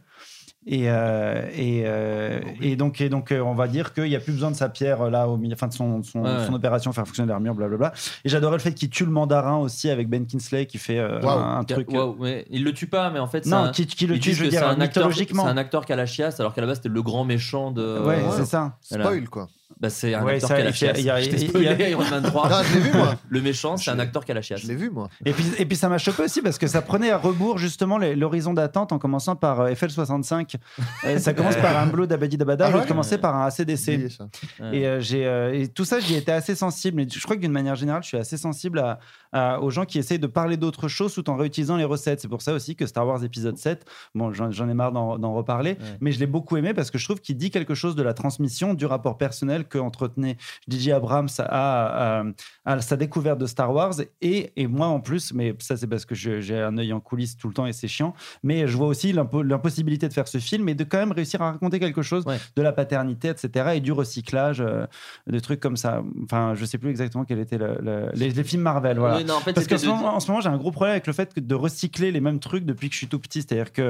Speaker 10: Et, euh, et, euh,
Speaker 7: Ah,
Speaker 10: et donc, et donc euh, on va dire qu'il n'y a plus besoin de sa pierre euh, là au milieu, enfin de son, son,
Speaker 7: Ouais, ouais.
Speaker 10: son opération, faire fonctionner l'armure, blablabla. Et j'adorais le fait qu'il tue le mandarin aussi avec Ben Kingsley qui fait euh, un, un truc.
Speaker 7: Waouh, mais il le tue pas, mais en fait. c'est
Speaker 10: Non,
Speaker 7: un-
Speaker 10: qui- qui le
Speaker 7: ils
Speaker 10: tue,
Speaker 7: disent
Speaker 10: je veux
Speaker 7: que
Speaker 10: dire,
Speaker 7: c'est un acteur-
Speaker 10: mythologiquement.
Speaker 7: C'est un acteur qui a la chiasse, alors qu'à la base, c'était le grand méchant de.
Speaker 10: Ouais, c'est ça.
Speaker 7: Voilà.
Speaker 10: Spoil, quoi.
Speaker 7: Bah, c'est un
Speaker 10: Ouais,
Speaker 7: acteur
Speaker 10: ça,
Speaker 7: qui a la
Speaker 10: il fait-
Speaker 7: chiasse.
Speaker 10: il y a-
Speaker 7: Je t'ai
Speaker 10: il y a-
Speaker 7: spoilé Iron Man 3.
Speaker 10: *laughs* Non, je l'ai vu, moi.
Speaker 7: Le méchant, c'est un acteur qui a la chiasse. Je l'ai
Speaker 8: vu, moi.
Speaker 10: Et puis, et puis ça m'a chopé aussi parce que ça prenait à rebours justement les- l'horizon d'attente en commençant par euh, FL65. Euh, ça
Speaker 7: *laughs*
Speaker 10: commence par un blow d'Abadi Dabada,
Speaker 8: Ah
Speaker 10: l'autre
Speaker 8: ouais
Speaker 10: commençait par un ACDC.
Speaker 8: Ouais.
Speaker 10: Et, euh, j'ai, euh, et tout ça, j'y étais assez sensible. Et je crois que d'une manière générale, je suis assez sensible à, à- aux gens qui essayent de parler d'autres choses tout en réutilisant les recettes. C'est pour ça aussi que Star Wars épisode 7, bon, j'en j'en ai marre d'en d'en reparler, mais je l'ai beaucoup aimé parce que je trouve qu'il dit quelque chose de la transmission, du rapport personnel que entretenait DJ Abrams à, à- euh, à sa découverte de Star Wars. Et, et moi en plus, mais ça c'est parce que je- j'ai un œil en coulisses tout le temps et c'est chiant, mais je vois aussi l'impo- l'impossibilité de faire ce film et de quand même réussir à raconter quelque chose de la paternité, etc. et du recyclage, euh, des trucs comme ça. Enfin, je sais plus exactement quel était le- le- les, les films Marvel. Voilà.
Speaker 7: Oui, non, en fait,
Speaker 10: Parce
Speaker 7: c'était
Speaker 10: qu'en ce
Speaker 7: de-
Speaker 10: moment, en ce moment, j'ai un gros problème avec le fait que de recycler les mêmes trucs depuis que je suis tout petit. C'est-à-dire que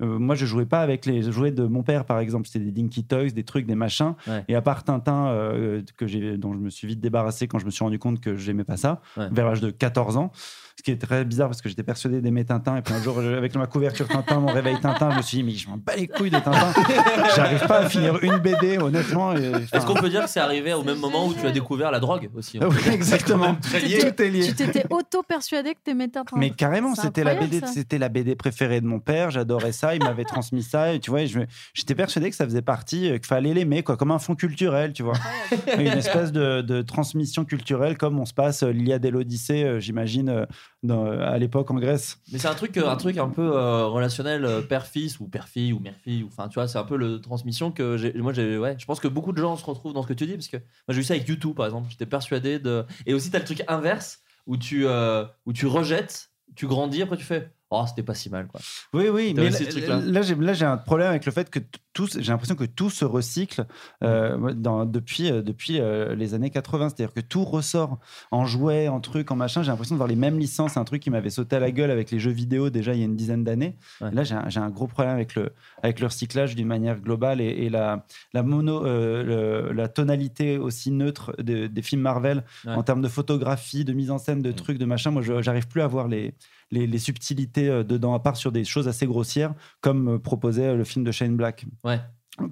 Speaker 10: euh, moi, je jouais pas avec les jouets de mon père, par exemple. C'était des Dinky Toys, des trucs, des machins.
Speaker 7: Ouais.
Speaker 10: Et à part Tintin, euh, que j'ai, dont je me suis vite débarrassé quand je me suis rendu compte que j'aimais pas ça,
Speaker 7: Ouais.
Speaker 10: vers l'âge de 14 ans. Ce qui est très bizarre parce que j'étais persuadé d'aimer Tintin. Et puis un jour, je- avec ma couverture Tintin, mon réveil Tintin, je me suis dit, mais je m'en bats les couilles de Tintin. J'arrive pas à finir une BD, honnêtement. et-
Speaker 7: Est-ce qu'on peut dire que c'est arrivé au même moment où tu as découvert la drogue aussi
Speaker 10: *laughs* Oui, exactement. Tout est lié.
Speaker 11: Tu t'étais auto-persuadé que t'aimais Tintin.
Speaker 10: Mais carrément,
Speaker 11: C'est
Speaker 10: c'était la
Speaker 11: incroyable,
Speaker 10: BD,
Speaker 11: ça.
Speaker 10: c'était la BD préférée de mon père. J'adorais ça. Il
Speaker 11: *laughs*
Speaker 10: m'avait transmis ça. Et tu vois, je me- j'étais persuadé que ça faisait partie, euh, qu'il fallait l'aimer, quoi, comme un fond culturel, tu vois, une espèce de, de transmission culturelle, comme on se passe euh, l'Iliade et l'Odyssée, euh, j'imagine, euh, dans- euh, à l'époque en Grèce.
Speaker 7: Mais c'est un truc, un truc un peu euh, relationnel euh, père-fils ou père-fille ou mère-fille. ou- Enfin, tu vois, c'est un peu le transmission que j'ai. Moi, j'ai. Ouais, je pense que beaucoup de gens se retrouvent dans ce que tu dis parce que moi, j'ai eu ça avec YouTube, par exemple. J'étais persuadé de. Et aussi, t'as le truc inverse où tu euh, où tu rejettes, tu grandis, après tu fais. Oh, c'était pas si mal, quoi.
Speaker 10: Oui, oui,
Speaker 7: T'as
Speaker 10: mais
Speaker 7: eu
Speaker 10: là,
Speaker 7: ces trucs-là.
Speaker 10: là, j'ai- là, j'ai un problème avec le fait que t- tout, se- j'ai l'impression que tout se recycle
Speaker 7: Mmh.
Speaker 10: euh, dans- depuis, euh, depuis euh, les années 80. C'est-à-dire que tout ressort en jouets, en trucs, en machin. J'ai l'impression de voir les mêmes licences. C'est un truc qui m'avait sauté à la gueule avec les jeux vidéo déjà il y a une dizaine d'années. Là, j'ai un, j'ai un gros problème avec le, avec le recyclage d'une manière globale et, et la, la mono, euh, le- la tonalité aussi neutre de- des films Marvel
Speaker 7: Ouais.
Speaker 10: en termes de photographie, de mise en scène,
Speaker 7: Mm.
Speaker 10: de trucs, de machin. Moi, je- j'arrive plus à voir les, les, les subtilités euh, dedans, à part sur des choses assez grossières, comme euh, proposait euh, le film de Shane Black.
Speaker 7: Ouais.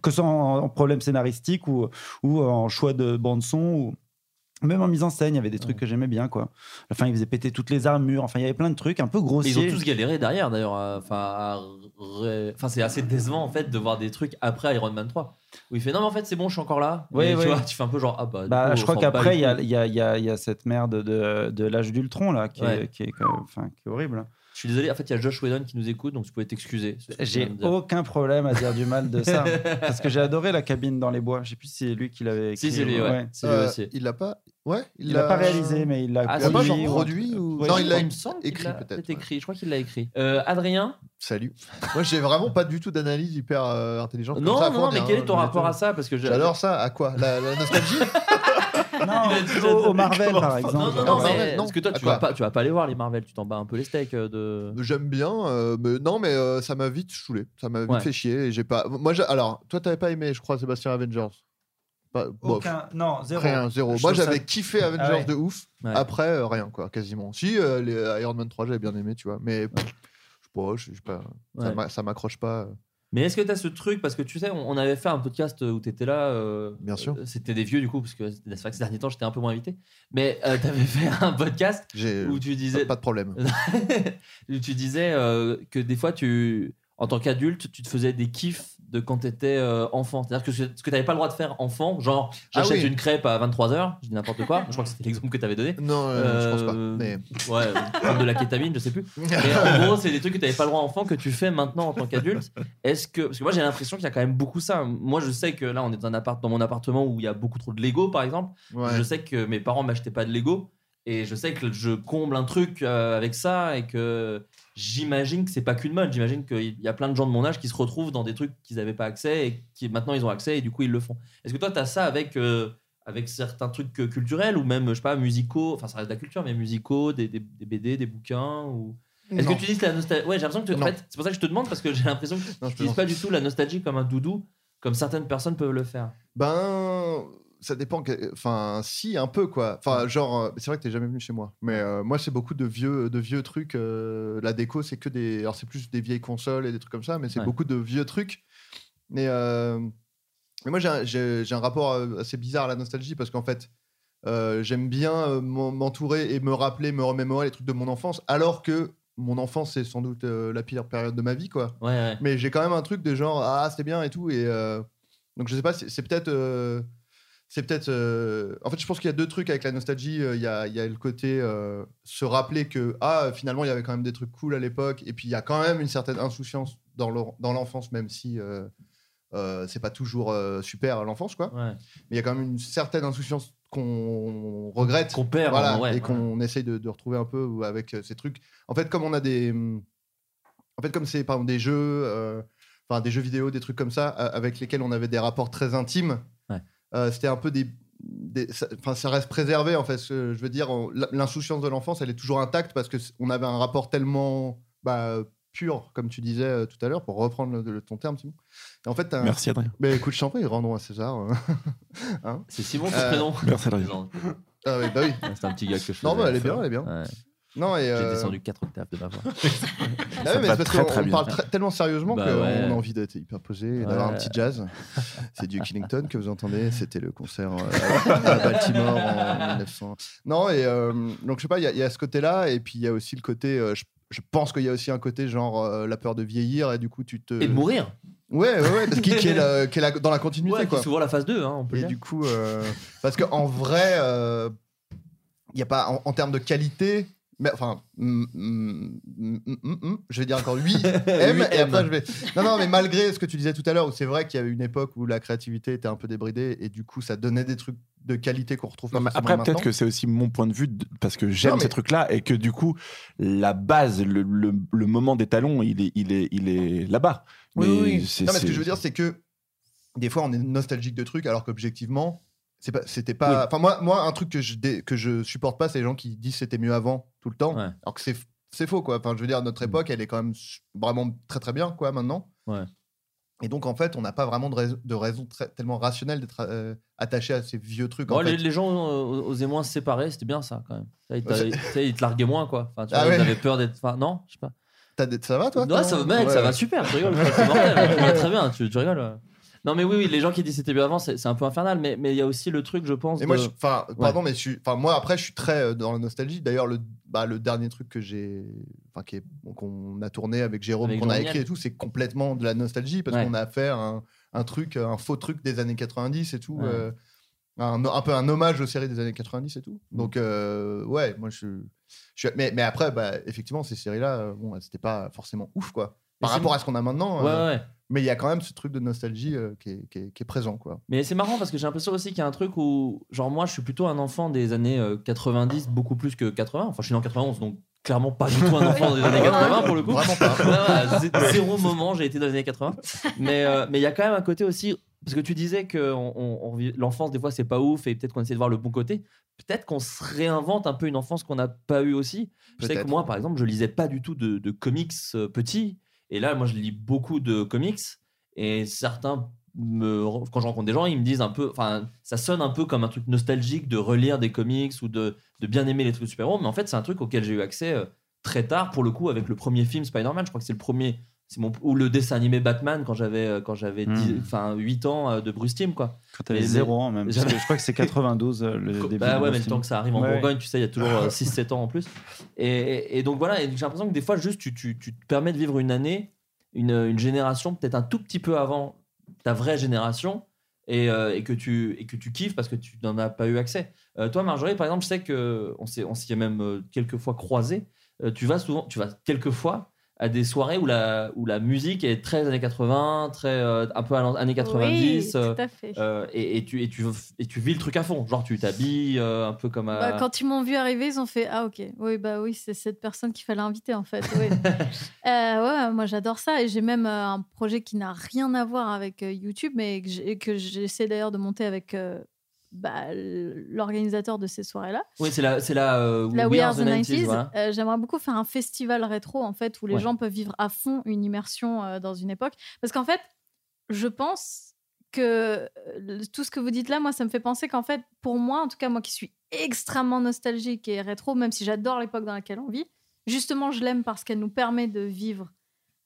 Speaker 10: Que ce soit en, en problème scénaristique ou, ou euh, en choix de bande-son ou. Même en mise en scène, il y avait des trucs que j'aimais bien, quoi. Enfin, ils faisaient péter toutes les armures. Enfin, il y avait plein de trucs un peu
Speaker 7: Mais
Speaker 10: grossiers.
Speaker 7: Ils ont tous galéré derrière d'ailleurs. euh, Enfin, à ré- enfin, c'est assez décevant en fait de voir des trucs après Iron Man 3 où il fait non mais en fait c'est bon je suis encore là.
Speaker 10: Ouais,
Speaker 7: Et
Speaker 10: ouais.
Speaker 7: Tu vois, tu fais un peu genre ah bah. du
Speaker 10: Bah,
Speaker 7: coup,
Speaker 10: je
Speaker 7: on
Speaker 10: crois
Speaker 7: s'en bat
Speaker 10: qu'après,
Speaker 7: les
Speaker 10: il y a,
Speaker 7: couilles.
Speaker 10: il y a- il y a- il y a cette merde de, de l'âge d'Ultron, là, qui,
Speaker 7: Ouais.
Speaker 10: est, qui, est, quand même- enfin, qui est horrible. hein.
Speaker 7: Je suis désolé. En fait, il y a Josh Whedon qui nous écoute donc tu pouvais t'excuser. C'est ce que je
Speaker 10: J'ai
Speaker 7: viens de dire.
Speaker 10: aucun problème à dire du mal
Speaker 7: *laughs*
Speaker 10: de ça. hein, parce que j'ai adoré la cabine dans les bois. Je sais plus si c'est lui qui l'avait écrit.
Speaker 7: Si, c'est lui, ouais. C'est lui
Speaker 8: Euh,
Speaker 7: aussi.
Speaker 8: il l'a pas. Ouais,
Speaker 10: Il l'a pas réalisé, mais il l'a
Speaker 8: Ah,
Speaker 10: produit
Speaker 8: pas genre
Speaker 10: ou-
Speaker 8: produit ou-
Speaker 10: Ouais,
Speaker 8: Non,
Speaker 10: je
Speaker 8: il l'a
Speaker 10: crois.
Speaker 7: Il me semble qu'il
Speaker 8: écrit
Speaker 7: l'a
Speaker 8: peut-être,
Speaker 7: écrit. Je crois qu'il l'a écrit. Euh, Adrien.
Speaker 8: Salut. Moi, j'ai vraiment pas du tout d'analyse hyper euh, intelligente.
Speaker 7: Non,
Speaker 8: comme ça,
Speaker 7: non,
Speaker 8: Ford,
Speaker 7: mais
Speaker 8: hein,
Speaker 7: quel est ton
Speaker 8: je-
Speaker 7: rapport à ça Parce que j'ai-
Speaker 8: j'adore ça. À quoi La, la
Speaker 7: *laughs*
Speaker 8: nostalgie
Speaker 10: Non, au, au Marvel, par exemple.
Speaker 7: Non,
Speaker 10: Ah,
Speaker 7: non,
Speaker 8: Non,
Speaker 7: non,
Speaker 8: mais-
Speaker 7: mais
Speaker 8: Ah non.
Speaker 7: parce que toi,
Speaker 8: À
Speaker 7: tu
Speaker 8: quoi
Speaker 7: vas, pas, tu vas pas les voir, les Marvel, tu t'en bats un peu les steaks euh, de.
Speaker 8: J'aime bien, euh, mais non, mais euh, ça m'a vite saoulé. Ça m'a vite
Speaker 7: Ouais.
Speaker 8: fait chier. et j'ai pas. Moi, j'ai- alors, toi, t'avais pas aimé, je crois, Sébastien Avengers. Pas- bof.
Speaker 10: Aucun- non, zéro.
Speaker 8: Rien, zéro.
Speaker 10: Je
Speaker 8: Moi,
Speaker 10: trouve
Speaker 8: j'avais
Speaker 10: ça-
Speaker 8: kiffé
Speaker 10: Ah
Speaker 8: Avengers
Speaker 10: ouais.
Speaker 8: de ouf.
Speaker 10: Ouais.
Speaker 8: euh, Après, euh, rien, quoi, quasiment. Si, euh, les Iron Man 3, j'avais bien aimé, tu vois. Mais pff, je bon, je, je sais pas, ça
Speaker 7: Ouais.
Speaker 8: m'a- ça m'accroche pas.
Speaker 7: Mais est-ce que t'as ce truc Parce que tu sais, on on avait fait un podcast où t'étais là. euh,
Speaker 8: Bien sûr.
Speaker 7: euh, C'était des vieux du coup, parce que c'est vrai que ces derniers temps, j'étais un peu moins invité. Mais euh, t'avais *laughs* fait un podcast
Speaker 8: J'ai-
Speaker 7: où tu disais.
Speaker 8: Pas de problème.
Speaker 7: *laughs* où tu disais euh, que des fois, tu, en tant qu'adulte, tu te faisais des kiffs de quand t'étais euh, enfant. C'est-à-dire que ce ce que t'avais pas le droit de faire enfant, genre j'achète
Speaker 8: Ah oui.
Speaker 7: une crêpe à 23h, je dis n'importe quoi. je
Speaker 8: *laughs*
Speaker 7: crois que c'était l'exemple que t'avais donné.
Speaker 8: Non, euh, je pense pas, mais-
Speaker 7: Ouais, euh, comme de la kétamine, je
Speaker 8: *laughs*
Speaker 7: sais plus. Mais en gros, c'est des trucs que t'avais pas le droit enfant que tu fais maintenant en tant qu'adulte. Est-ce que. Parce que moi, j'ai l'impression qu'il y a quand même beaucoup ça. Moi, je sais que là, on est dans, un appart, dans mon appartement où il y a beaucoup trop de Lego, par exemple.
Speaker 8: Ouais.
Speaker 7: Je sais que mes parents m'achetaient pas de Lego. Et je sais que je comble un truc euh, avec ça et que j'imagine que c'est pas qu'une mode. J'imagine qu'il y a plein de gens de mon âge qui se retrouvent dans des trucs qu'ils n'avaient pas accès et qui maintenant ils ont accès et du coup ils le font. Est-ce que toi t'as ça avec, euh, avec certains trucs euh, culturels ou même, je sais pas, musicaux Enfin, ça reste de la culture, mais musicaux, des, des- des BD, des bouquins ou... Est-ce que
Speaker 8: Non.
Speaker 7: tu dis que la nostalgie. Ouais, j'ai l'impression que tu- en
Speaker 8: Non.
Speaker 7: fait, c'est pour ça que je te demande parce que j'ai l'impression que tu n'utilises
Speaker 8: plaisante.
Speaker 7: pas du tout la nostalgie comme un doudou, comme certaines personnes peuvent le faire.
Speaker 8: Ben, ça dépend. que- Enfin, si, un peu, quoi. Enfin, genre, euh, c'est vrai que t'es jamais venu chez moi. Mais euh, moi, c'est beaucoup de vieux, de vieux trucs. euh, la déco, c'est que des. Alors, c'est plus des vieilles consoles et des trucs comme ça, mais c'est
Speaker 10: Ouais.
Speaker 8: beaucoup de vieux trucs. Mais, euh, mais moi, j'ai un, j'ai- j'ai un rapport euh, assez bizarre à la nostalgie parce qu'en fait, euh, j'aime bien euh, m'en- m'entourer et me rappeler, me remémorer les trucs de mon enfance, alors que mon enfance, c'est sans doute euh, la pire période de ma vie, quoi.
Speaker 7: Ouais, ouais.
Speaker 8: Mais j'ai quand même un truc de genre ah c'était bien et tout et euh, donc je sais pas c'est c'est peut-être euh, c'est peut-être euh, en fait je pense qu'il y a deux trucs avec la nostalgie euh, il y, a, il y a le côté euh, se rappeler que ah finalement il y avait quand même des trucs cool à l'époque et puis il y a quand même une certaine insouciance dans l'or- dans l'enfance même si euh, euh, c'est pas toujours euh, super à l'enfance quoi
Speaker 7: mais
Speaker 8: il y a quand même une certaine insouciance qu'on regrette
Speaker 7: qu'on perd hein,
Speaker 8: voilà,
Speaker 7: ouais,
Speaker 8: et qu'on essaye de, de retrouver un peu ou avec euh, ces trucs en fait comme on a des hum, en fait, comme c'est par exemple des jeux, euh, enfin des jeux vidéo, des trucs comme ça, euh, avec lesquels on avait des rapports très intimes.
Speaker 7: Ouais.
Speaker 8: euh, C'était un peu des, des- ça, enfin ça reste préservé en fait. ce- je veux dire, on- l- l'insouciance de l'enfance, elle est toujours intacte parce que c- on avait un rapport tellement bah, pur, comme tu disais euh, tout à l'heure, pour reprendre le- le- ton terme, Simon. Et en fait, t'as un-
Speaker 9: Merci, Adrien.
Speaker 8: Mais écoute, je t'en prie, rendons à César. euh, hein.
Speaker 7: C'est Simon
Speaker 8: Euh,
Speaker 7: son
Speaker 8: *laughs*
Speaker 7: prénom.
Speaker 9: Merci, Adrien.
Speaker 7: Non,
Speaker 8: Ah oui, bah oui.
Speaker 7: C'est un petit gars que je
Speaker 8: *laughs* Non,
Speaker 7: faisais
Speaker 8: bah, elle est
Speaker 7: la
Speaker 8: bien,
Speaker 7: fois.
Speaker 8: elle est bien.
Speaker 7: Ouais.
Speaker 8: Non, et,
Speaker 7: J'ai
Speaker 8: euh,
Speaker 7: descendu 4 octaves de
Speaker 8: *laughs*
Speaker 7: ma voix.
Speaker 8: Ah oui, mais c'est parce qu'on on parle très- tellement sérieusement
Speaker 7: Bah
Speaker 8: qu'on
Speaker 7: ouais.
Speaker 8: a envie d'être hyper posé et d'avoir un
Speaker 7: Ouais.
Speaker 8: petit jazz.
Speaker 7: *laughs*
Speaker 8: C'est du Killington que vous entendez. C'était le concert
Speaker 7: *laughs*
Speaker 8: euh, à Baltimore
Speaker 7: Euh,
Speaker 8: en 1900. Non, et euh, donc je sais pas, il y a- il y, a ce côté-là. Et puis il y a aussi le côté. euh, je, je pense qu'il y a aussi un côté genre euh, la peur de vieillir et du coup tu te.
Speaker 7: Et de mourir.
Speaker 8: Ouais, ouais, ouais. Qui, qui est
Speaker 7: *laughs*
Speaker 8: la- qui est la- dans la continuité.
Speaker 7: Ouais, qui
Speaker 8: quoi.
Speaker 7: est souvent la phase 2, hein, on peut
Speaker 8: Et
Speaker 7: le dire.
Speaker 8: du coup, euh, parce qu'en vrai, euh, il y a pas en, en termes de qualité. Mais, enfin, mm, mm, mm, mm, mm, je vais dire encore
Speaker 7: *laughs*
Speaker 8: 8 M, et après je vais. Non, non, mais malgré ce que tu disais tout à l'heure, où c'est vrai qu'il y a eu une époque où la créativité était un peu débridée et du coup, ça donnait des trucs de qualité qu'on retrouve pas
Speaker 9: Non, mais
Speaker 8: forcément
Speaker 9: après, peut-être que
Speaker 8: maintenant.
Speaker 9: c'est aussi mon point de vue de- parce que j'aime
Speaker 8: Non, mais-
Speaker 9: ces trucs-là et que du coup, la base, le, le- le moment des talons, il est, il est, il est là-bas.
Speaker 8: Oui, oui, oui.
Speaker 9: c'est-
Speaker 8: Non, mais ce que
Speaker 9: c'est-
Speaker 8: je veux dire, c'est que des fois, on est nostalgique de trucs, alors qu'objectivement, c'est pas, c'était pas. Enfin, moi, moi, un truc que je, dé- que je supporte pas, c'est les gens qui disent c'était mieux avant tout le temps, alors que c'est, c'est faux, quoi. Enfin, je veux dire,
Speaker 7: Mm.
Speaker 8: notre époque, elle est quand même su- vraiment très très bien, quoi, maintenant.
Speaker 7: Ouais.
Speaker 8: Et donc, en fait, on n'a pas vraiment de raison, de raison très- tellement rationnelle d'être euh, attaché à ces vieux trucs.
Speaker 7: Bon,
Speaker 8: en
Speaker 7: les,
Speaker 8: fait.
Speaker 7: les gens euh, osaient moins se séparer, c'était bien ça quand même. Ça, ils, t'a-
Speaker 8: Ouais,
Speaker 7: tu sais, ils te larguaient moins quoi. Enfin, tu
Speaker 8: Ah
Speaker 7: vois, ils
Speaker 8: ouais.
Speaker 7: avaient peur d'être. Enfin, non, je sais pas.
Speaker 8: T'as des- Ça va, toi
Speaker 7: Non,
Speaker 8: ton-
Speaker 7: ça va, mec,
Speaker 8: Ouais,
Speaker 7: ça
Speaker 8: ouais.
Speaker 7: va super, tu rigoles. quoi, c'est mortel, tu vas très bien, tu, tu rigoles. ouais. Non, mais oui, oui, les gens qui disent c'était mieux avant, c'est c'est un peu infernal, mais mais il y a aussi le truc, je pense.
Speaker 8: Et moi,
Speaker 7: de-
Speaker 8: je- enfin, pardon, mais je suis, enfin, moi après, je suis très euh, dans la nostalgie. D'ailleurs, le, bah, le dernier truc que j'ai, enfin, qui est- bon, qu'on a tourné avec Jérôme,
Speaker 7: Avec
Speaker 8: qu'on a
Speaker 7: Jean-Miel.
Speaker 8: écrit et tout, c'est complètement de la nostalgie parce
Speaker 7: Ouais.
Speaker 8: qu'on a fait un, un truc, euh, un faux truc des années 90 et tout,
Speaker 7: Ouais.
Speaker 8: euh, un, un peu un hommage aux séries des années 90 et tout.
Speaker 7: Mm.
Speaker 8: Donc, euh, ouais, moi, je, je suis- mais, mais après, bah, effectivement, ces séries-là, euh, bon, c'était pas forcément ouf, quoi, par
Speaker 7: Mais c'est-
Speaker 8: rapport à ce qu'on a maintenant.
Speaker 7: Ouais,
Speaker 8: euh,
Speaker 7: ouais.
Speaker 8: Mais il y a quand même ce truc de nostalgie euh, qui, est, qui est- qui est présent, quoi.
Speaker 7: Mais c'est marrant parce que j'ai l'impression aussi qu'il y a un truc où, genre, moi, je suis plutôt un enfant des années euh, 90, beaucoup plus que 80. Enfin, je suis né en 91, donc clairement pas du tout un enfant des années 80 pour le coup.
Speaker 8: Vraiment pas.
Speaker 7: Ouais, ouais, zé- zéro moment, j'ai été dans les années 80. Mais euh, mais il y a quand même un côté aussi. Parce que tu disais que on- on- on vit- l'enfance, des fois, c'est pas ouf et peut-être qu'on essaie de voir le bon côté. Peut-être qu'on se réinvente un peu une enfance qu'on n'a pas eue aussi. Je sais que
Speaker 8: Peut-être.
Speaker 7: moi, par exemple, je lisais pas du tout de, de comics euh, petit. Et là, moi, je lis beaucoup de comics. Et certains, me, re- quand je rencontre des gens, ils me disent un peu. Enfin, ça sonne un peu comme un truc nostalgique de relire des comics ou de, de bien aimer les trucs de super-héros. Mais en fait, c'est un truc auquel j'ai eu accès euh, très tard, pour le coup, avec le premier film Spider-Man. Je crois que c'est le premier. C'est mon, ou le dessin animé Batman quand j'avais euh, quand j'avais
Speaker 10: Hmm.
Speaker 7: 10 enfin 8 ans euh, de Bruce Timm quoi.
Speaker 10: Quand t'avais
Speaker 7: Mais-
Speaker 10: zéro
Speaker 7: *laughs*
Speaker 10: ans même.
Speaker 7: mais-
Speaker 10: parce que je crois que c'est 92 euh, le début.
Speaker 7: bah ouais,
Speaker 10: de mon
Speaker 7: mais le
Speaker 10: film.
Speaker 7: temps que ça arrive en
Speaker 10: Ouais.
Speaker 7: Bourgogne, tu sais, il y a toujours 6-7 ans en plus. Et, et- et donc voilà, et j'ai l'impression que des fois, juste, tu, tu- tu te permets de vivre une année, une, une génération, peut-être un tout petit peu avant ta vraie génération, et, euh, et que, tu, et que tu kiffes parce que tu n'en as pas eu accès. Euh, toi, Marjorie, par exemple, je sais qu'on s'est, on s'y est même euh, quelques fois croisés. Euh, tu vas souvent, tu vas quelques fois à des soirées où la, où la musique est très années 80, très, euh, un peu à l'an- années 90.
Speaker 11: tout
Speaker 7: euh,
Speaker 11: à fait.
Speaker 7: euh, et, et tu, et, tu, et tu vis le truc à fond. Genre, tu t'habilles euh, un peu comme. à-
Speaker 11: Bah, quand ils m'ont vu arriver, ils ont fait Ah, ok, oui, bah oui, c'est cette personne qu'il fallait inviter en fait. Oui.
Speaker 7: *laughs*
Speaker 11: Euh, ouais, moi j'adore ça et j'ai même euh, un projet qui n'a rien à voir avec euh, YouTube, mais que j'ai- que j'essaie d'ailleurs de monter avec euh, bah, l'organisateur de ces soirées-là.
Speaker 7: Oui, c'est la, c'est la, euh,
Speaker 11: La
Speaker 7: We Are the 90s. voilà.
Speaker 11: euh, J'aimerais beaucoup faire un festival rétro, en fait, où les
Speaker 7: Ouais.
Speaker 11: gens peuvent vivre à fond une immersion euh, dans une époque. Parce qu'en fait, je pense que euh, tout ce que vous dites là, moi, ça me fait penser qu'en fait, pour moi, en tout cas, moi qui suis extrêmement nostalgique et rétro, même si j'adore l'époque dans laquelle on vit, justement, je l'aime parce qu'elle nous permet de vivre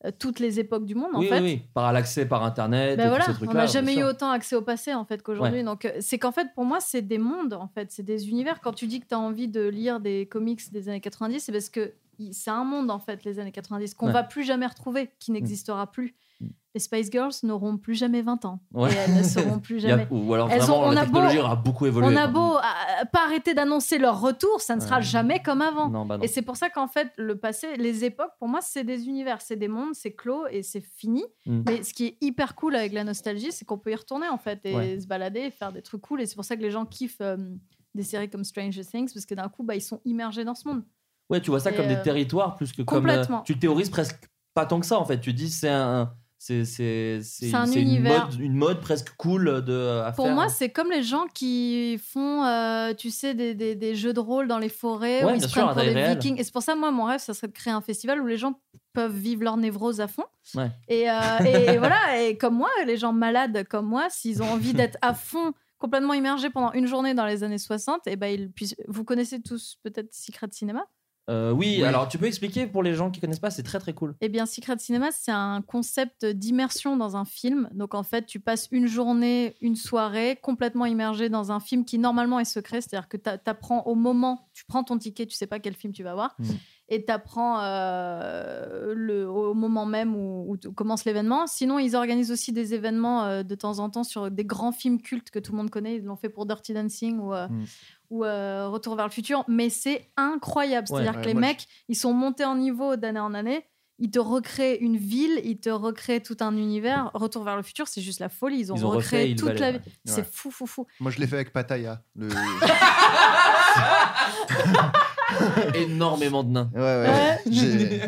Speaker 11: euh, toutes les époques du monde,
Speaker 7: oui,
Speaker 11: en fait.
Speaker 7: oui, oui. Par l'accès par Internet
Speaker 11: Ben
Speaker 7: et
Speaker 11: voilà,
Speaker 7: tous ces trucs-là.
Speaker 11: on n'a
Speaker 7: bien
Speaker 11: jamais eu
Speaker 7: sûr.
Speaker 11: autant accès au passé en fait qu'aujourd'hui.
Speaker 7: Ouais.
Speaker 11: Donc euh, c'est qu'en fait pour moi c'est des mondes en fait, c'est des univers. Quand tu dis que tu as envie de lire des comics des années 90, c'est parce que y- c'est un monde en fait les années 90 qu'on
Speaker 7: Ouais. Mm.
Speaker 11: va plus jamais retrouver, qui n'existera plus. Les Spice Girls n'auront plus jamais 20 ans.
Speaker 7: Ouais.
Speaker 11: Et elles ne seront plus
Speaker 7: *laughs* Il y a-
Speaker 11: jamais.
Speaker 7: ou alors
Speaker 11: Elles
Speaker 7: vraiment,
Speaker 11: ont- on
Speaker 7: la
Speaker 11: a beau-
Speaker 7: technologie aura beaucoup évolué.
Speaker 11: On a
Speaker 7: quoi.
Speaker 11: beau euh, pas arrêter d'annoncer leur retour, ça ne sera
Speaker 7: Ouais.
Speaker 11: jamais comme avant.
Speaker 7: Non, bah non.
Speaker 11: Et c'est pour ça qu'en fait, le passé, les époques, pour moi, c'est des univers, c'est des mondes, c'est clos et c'est fini.
Speaker 7: Mm.
Speaker 11: Mais ce qui est hyper cool avec la nostalgie, c'est qu'on peut y retourner en fait et
Speaker 7: Ouais.
Speaker 11: se balader et faire des trucs cool. Et c'est pour ça que les gens kiffent euh, des séries comme Stranger Things parce que d'un coup, bah, ils sont immergés dans ce monde.
Speaker 7: Ouais, tu vois ça
Speaker 11: Et,
Speaker 7: comme
Speaker 11: euh,
Speaker 7: des territoires plus que comme. euh,
Speaker 11: complètement.
Speaker 7: tu le théorises presque pas tant que ça en fait. Tu dis c'est un. C'est c'est- c'est-
Speaker 11: C'est un
Speaker 7: c'est une
Speaker 11: univers.
Speaker 7: mode, une mode presque cool de, à
Speaker 11: Pour
Speaker 7: faire.
Speaker 11: moi, c'est comme les gens qui font, euh, tu sais, des, des- des jeux de rôle dans les forêts,
Speaker 7: Ouais,
Speaker 11: où ils
Speaker 7: bien
Speaker 11: se
Speaker 7: sûr,
Speaker 11: prennent pour
Speaker 7: à taille
Speaker 11: des
Speaker 7: réelle.
Speaker 11: vikings. Et c'est pour ça, moi, mon rêve, ça serait de créer un festival où les gens peuvent vivre leur névrose à fond.
Speaker 7: Ouais.
Speaker 11: Et, euh,
Speaker 7: *laughs*
Speaker 11: et voilà, et comme moi, les gens malades comme moi, s'ils ont envie d'être à fond, complètement immergés pendant une journée dans les années 60, et ben ils puissent... vous connaissez tous peut-être Secret Cinema
Speaker 7: Euh, oui,
Speaker 10: Oui.
Speaker 7: alors tu peux expliquer pour les gens qui connaissent pas, c'est très très cool.
Speaker 11: Eh bien, Secret Cinema, c'est un concept d'immersion dans un film. Donc, en fait, tu passes une journée, une soirée complètement immergée dans un film qui normalement est secret. C'est-à-dire que tu apprends au moment, tu prends ton ticket, tu sais pas quel film tu vas voir,
Speaker 7: Mm.
Speaker 11: et tu apprends le, au moment même où, où commence l'événement. Sinon, ils organisent aussi des événements euh, de temps en temps sur des grands films cultes que tout le monde connaît. Ils l'ont fait pour Dirty Dancing ou. euh,
Speaker 7: Mm.
Speaker 11: ou euh, Retour vers le futur, mais c'est incroyable.
Speaker 7: Ouais,
Speaker 11: C'est-à-dire
Speaker 7: ouais,
Speaker 11: que les
Speaker 7: moi,
Speaker 11: mecs, ils sont montés en niveau d'année en année, ils te recréent une ville, ils te recréent tout un univers. Retour vers le futur, c'est juste la folie. Ils ont,
Speaker 8: Ils ont
Speaker 11: recréé,
Speaker 8: refait Hill
Speaker 11: toute
Speaker 8: Valley,
Speaker 11: la
Speaker 8: ouais.
Speaker 11: vie. C'est
Speaker 8: Ouais.
Speaker 11: fou, fou, fou.
Speaker 8: Moi, je l'ai fait avec Pataya. Le...
Speaker 7: *laughs* Énormément de nains.
Speaker 8: Ouais, ouais. J'ai j'ai-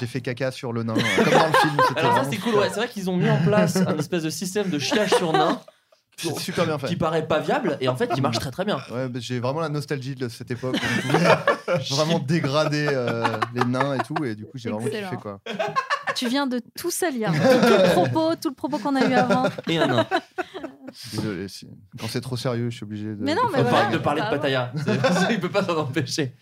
Speaker 8: j'ai fait caca sur le nain, euh, comme dans le film. c'était
Speaker 7: Alors ça
Speaker 8: vraiment
Speaker 7: c'est cool,
Speaker 8: super.
Speaker 7: ouais. C'est vrai qu'ils ont mis en place un espèce de système de chiage sur nain.
Speaker 8: *laughs* C'est super bien fait.
Speaker 7: Qui paraît pas viable et en fait il marche très très bien.
Speaker 8: Ouais, bah, j'ai vraiment la nostalgie de cette époque. où
Speaker 7: *laughs*
Speaker 8: on pouvait vraiment dégrader euh, les nains et tout, et du coup j'ai vraiment
Speaker 11: Excellent.
Speaker 8: kiffé quoi.
Speaker 11: *laughs* Tu viens de tout salir.
Speaker 8: *laughs*
Speaker 11: tout le propos, tout le propos qu'on a eu avant.
Speaker 7: Et un nain.
Speaker 8: Désolé, si- quand c'est trop sérieux, je suis obligé de.
Speaker 11: Mais non,
Speaker 8: de-
Speaker 11: mais
Speaker 7: Faut
Speaker 11: voilà.
Speaker 7: pas de parler de
Speaker 11: Bah, voilà.
Speaker 7: Pattaya. C'est- *laughs* Il peut pas s'en empêcher.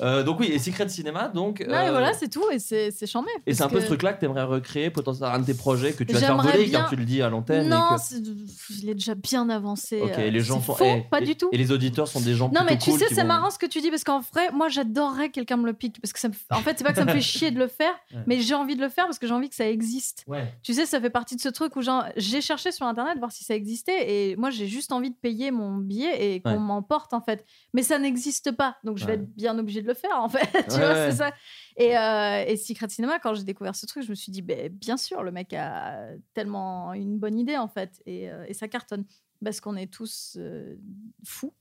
Speaker 7: Euh, donc oui, et Secret Cinéma, donc.
Speaker 11: *laughs* Non, et
Speaker 7: euh,
Speaker 11: voilà, c'est tout, et c'est c'est chambé.
Speaker 7: et c'est
Speaker 11: parce
Speaker 7: un peu
Speaker 11: que-
Speaker 7: ce truc-là que t'aimerais recréer, potentiellement un de tes projets que tu vas te faire
Speaker 11: J'aimerais
Speaker 7: voler
Speaker 11: bien-
Speaker 7: car tu le dis à l'antenne. et
Speaker 11: Non,
Speaker 7: que-
Speaker 11: c'est- pff, il est déjà bien avancé.
Speaker 7: Ok,
Speaker 11: euh,
Speaker 7: les gens
Speaker 11: c'est
Speaker 7: sont.
Speaker 11: faux,
Speaker 7: eh,
Speaker 11: pas
Speaker 7: et-
Speaker 11: du tout.
Speaker 7: Et les auditeurs sont des gens.
Speaker 11: Non, mais
Speaker 7: plutôt
Speaker 11: tu
Speaker 7: cool
Speaker 11: sais,
Speaker 7: qui
Speaker 11: c'est
Speaker 7: vont-
Speaker 11: marrant ce que tu dis parce qu'en vrai, moi j'adorerais que quelqu'un me le pique parce que ça me... en fait, c'est pas que ça me
Speaker 7: *laughs*
Speaker 11: fait chier de le faire,
Speaker 7: Ouais.
Speaker 11: mais j'ai envie de le faire parce que j'ai envie que ça existe.
Speaker 7: Ouais.
Speaker 11: Tu sais, ça fait partie de ce truc où genre, j'ai cherché sur internet voir si ça existait et moi j'ai juste envie de payer mon billet et qu'on
Speaker 7: Ouais.
Speaker 11: m'emporte en fait. Mais ça n'existe pas donc je vais
Speaker 7: Ouais.
Speaker 11: être bien obligé de le faire en fait. *laughs* tu
Speaker 7: Ouais,
Speaker 11: vois,
Speaker 7: ouais.
Speaker 11: c'est ça. Et, euh, et Secret Cinema, quand j'ai découvert ce truc, je me suis dit, Ben, bien sûr, le mec a tellement une bonne idée en fait et, euh, et ça cartonne parce qu'on est tous euh, fous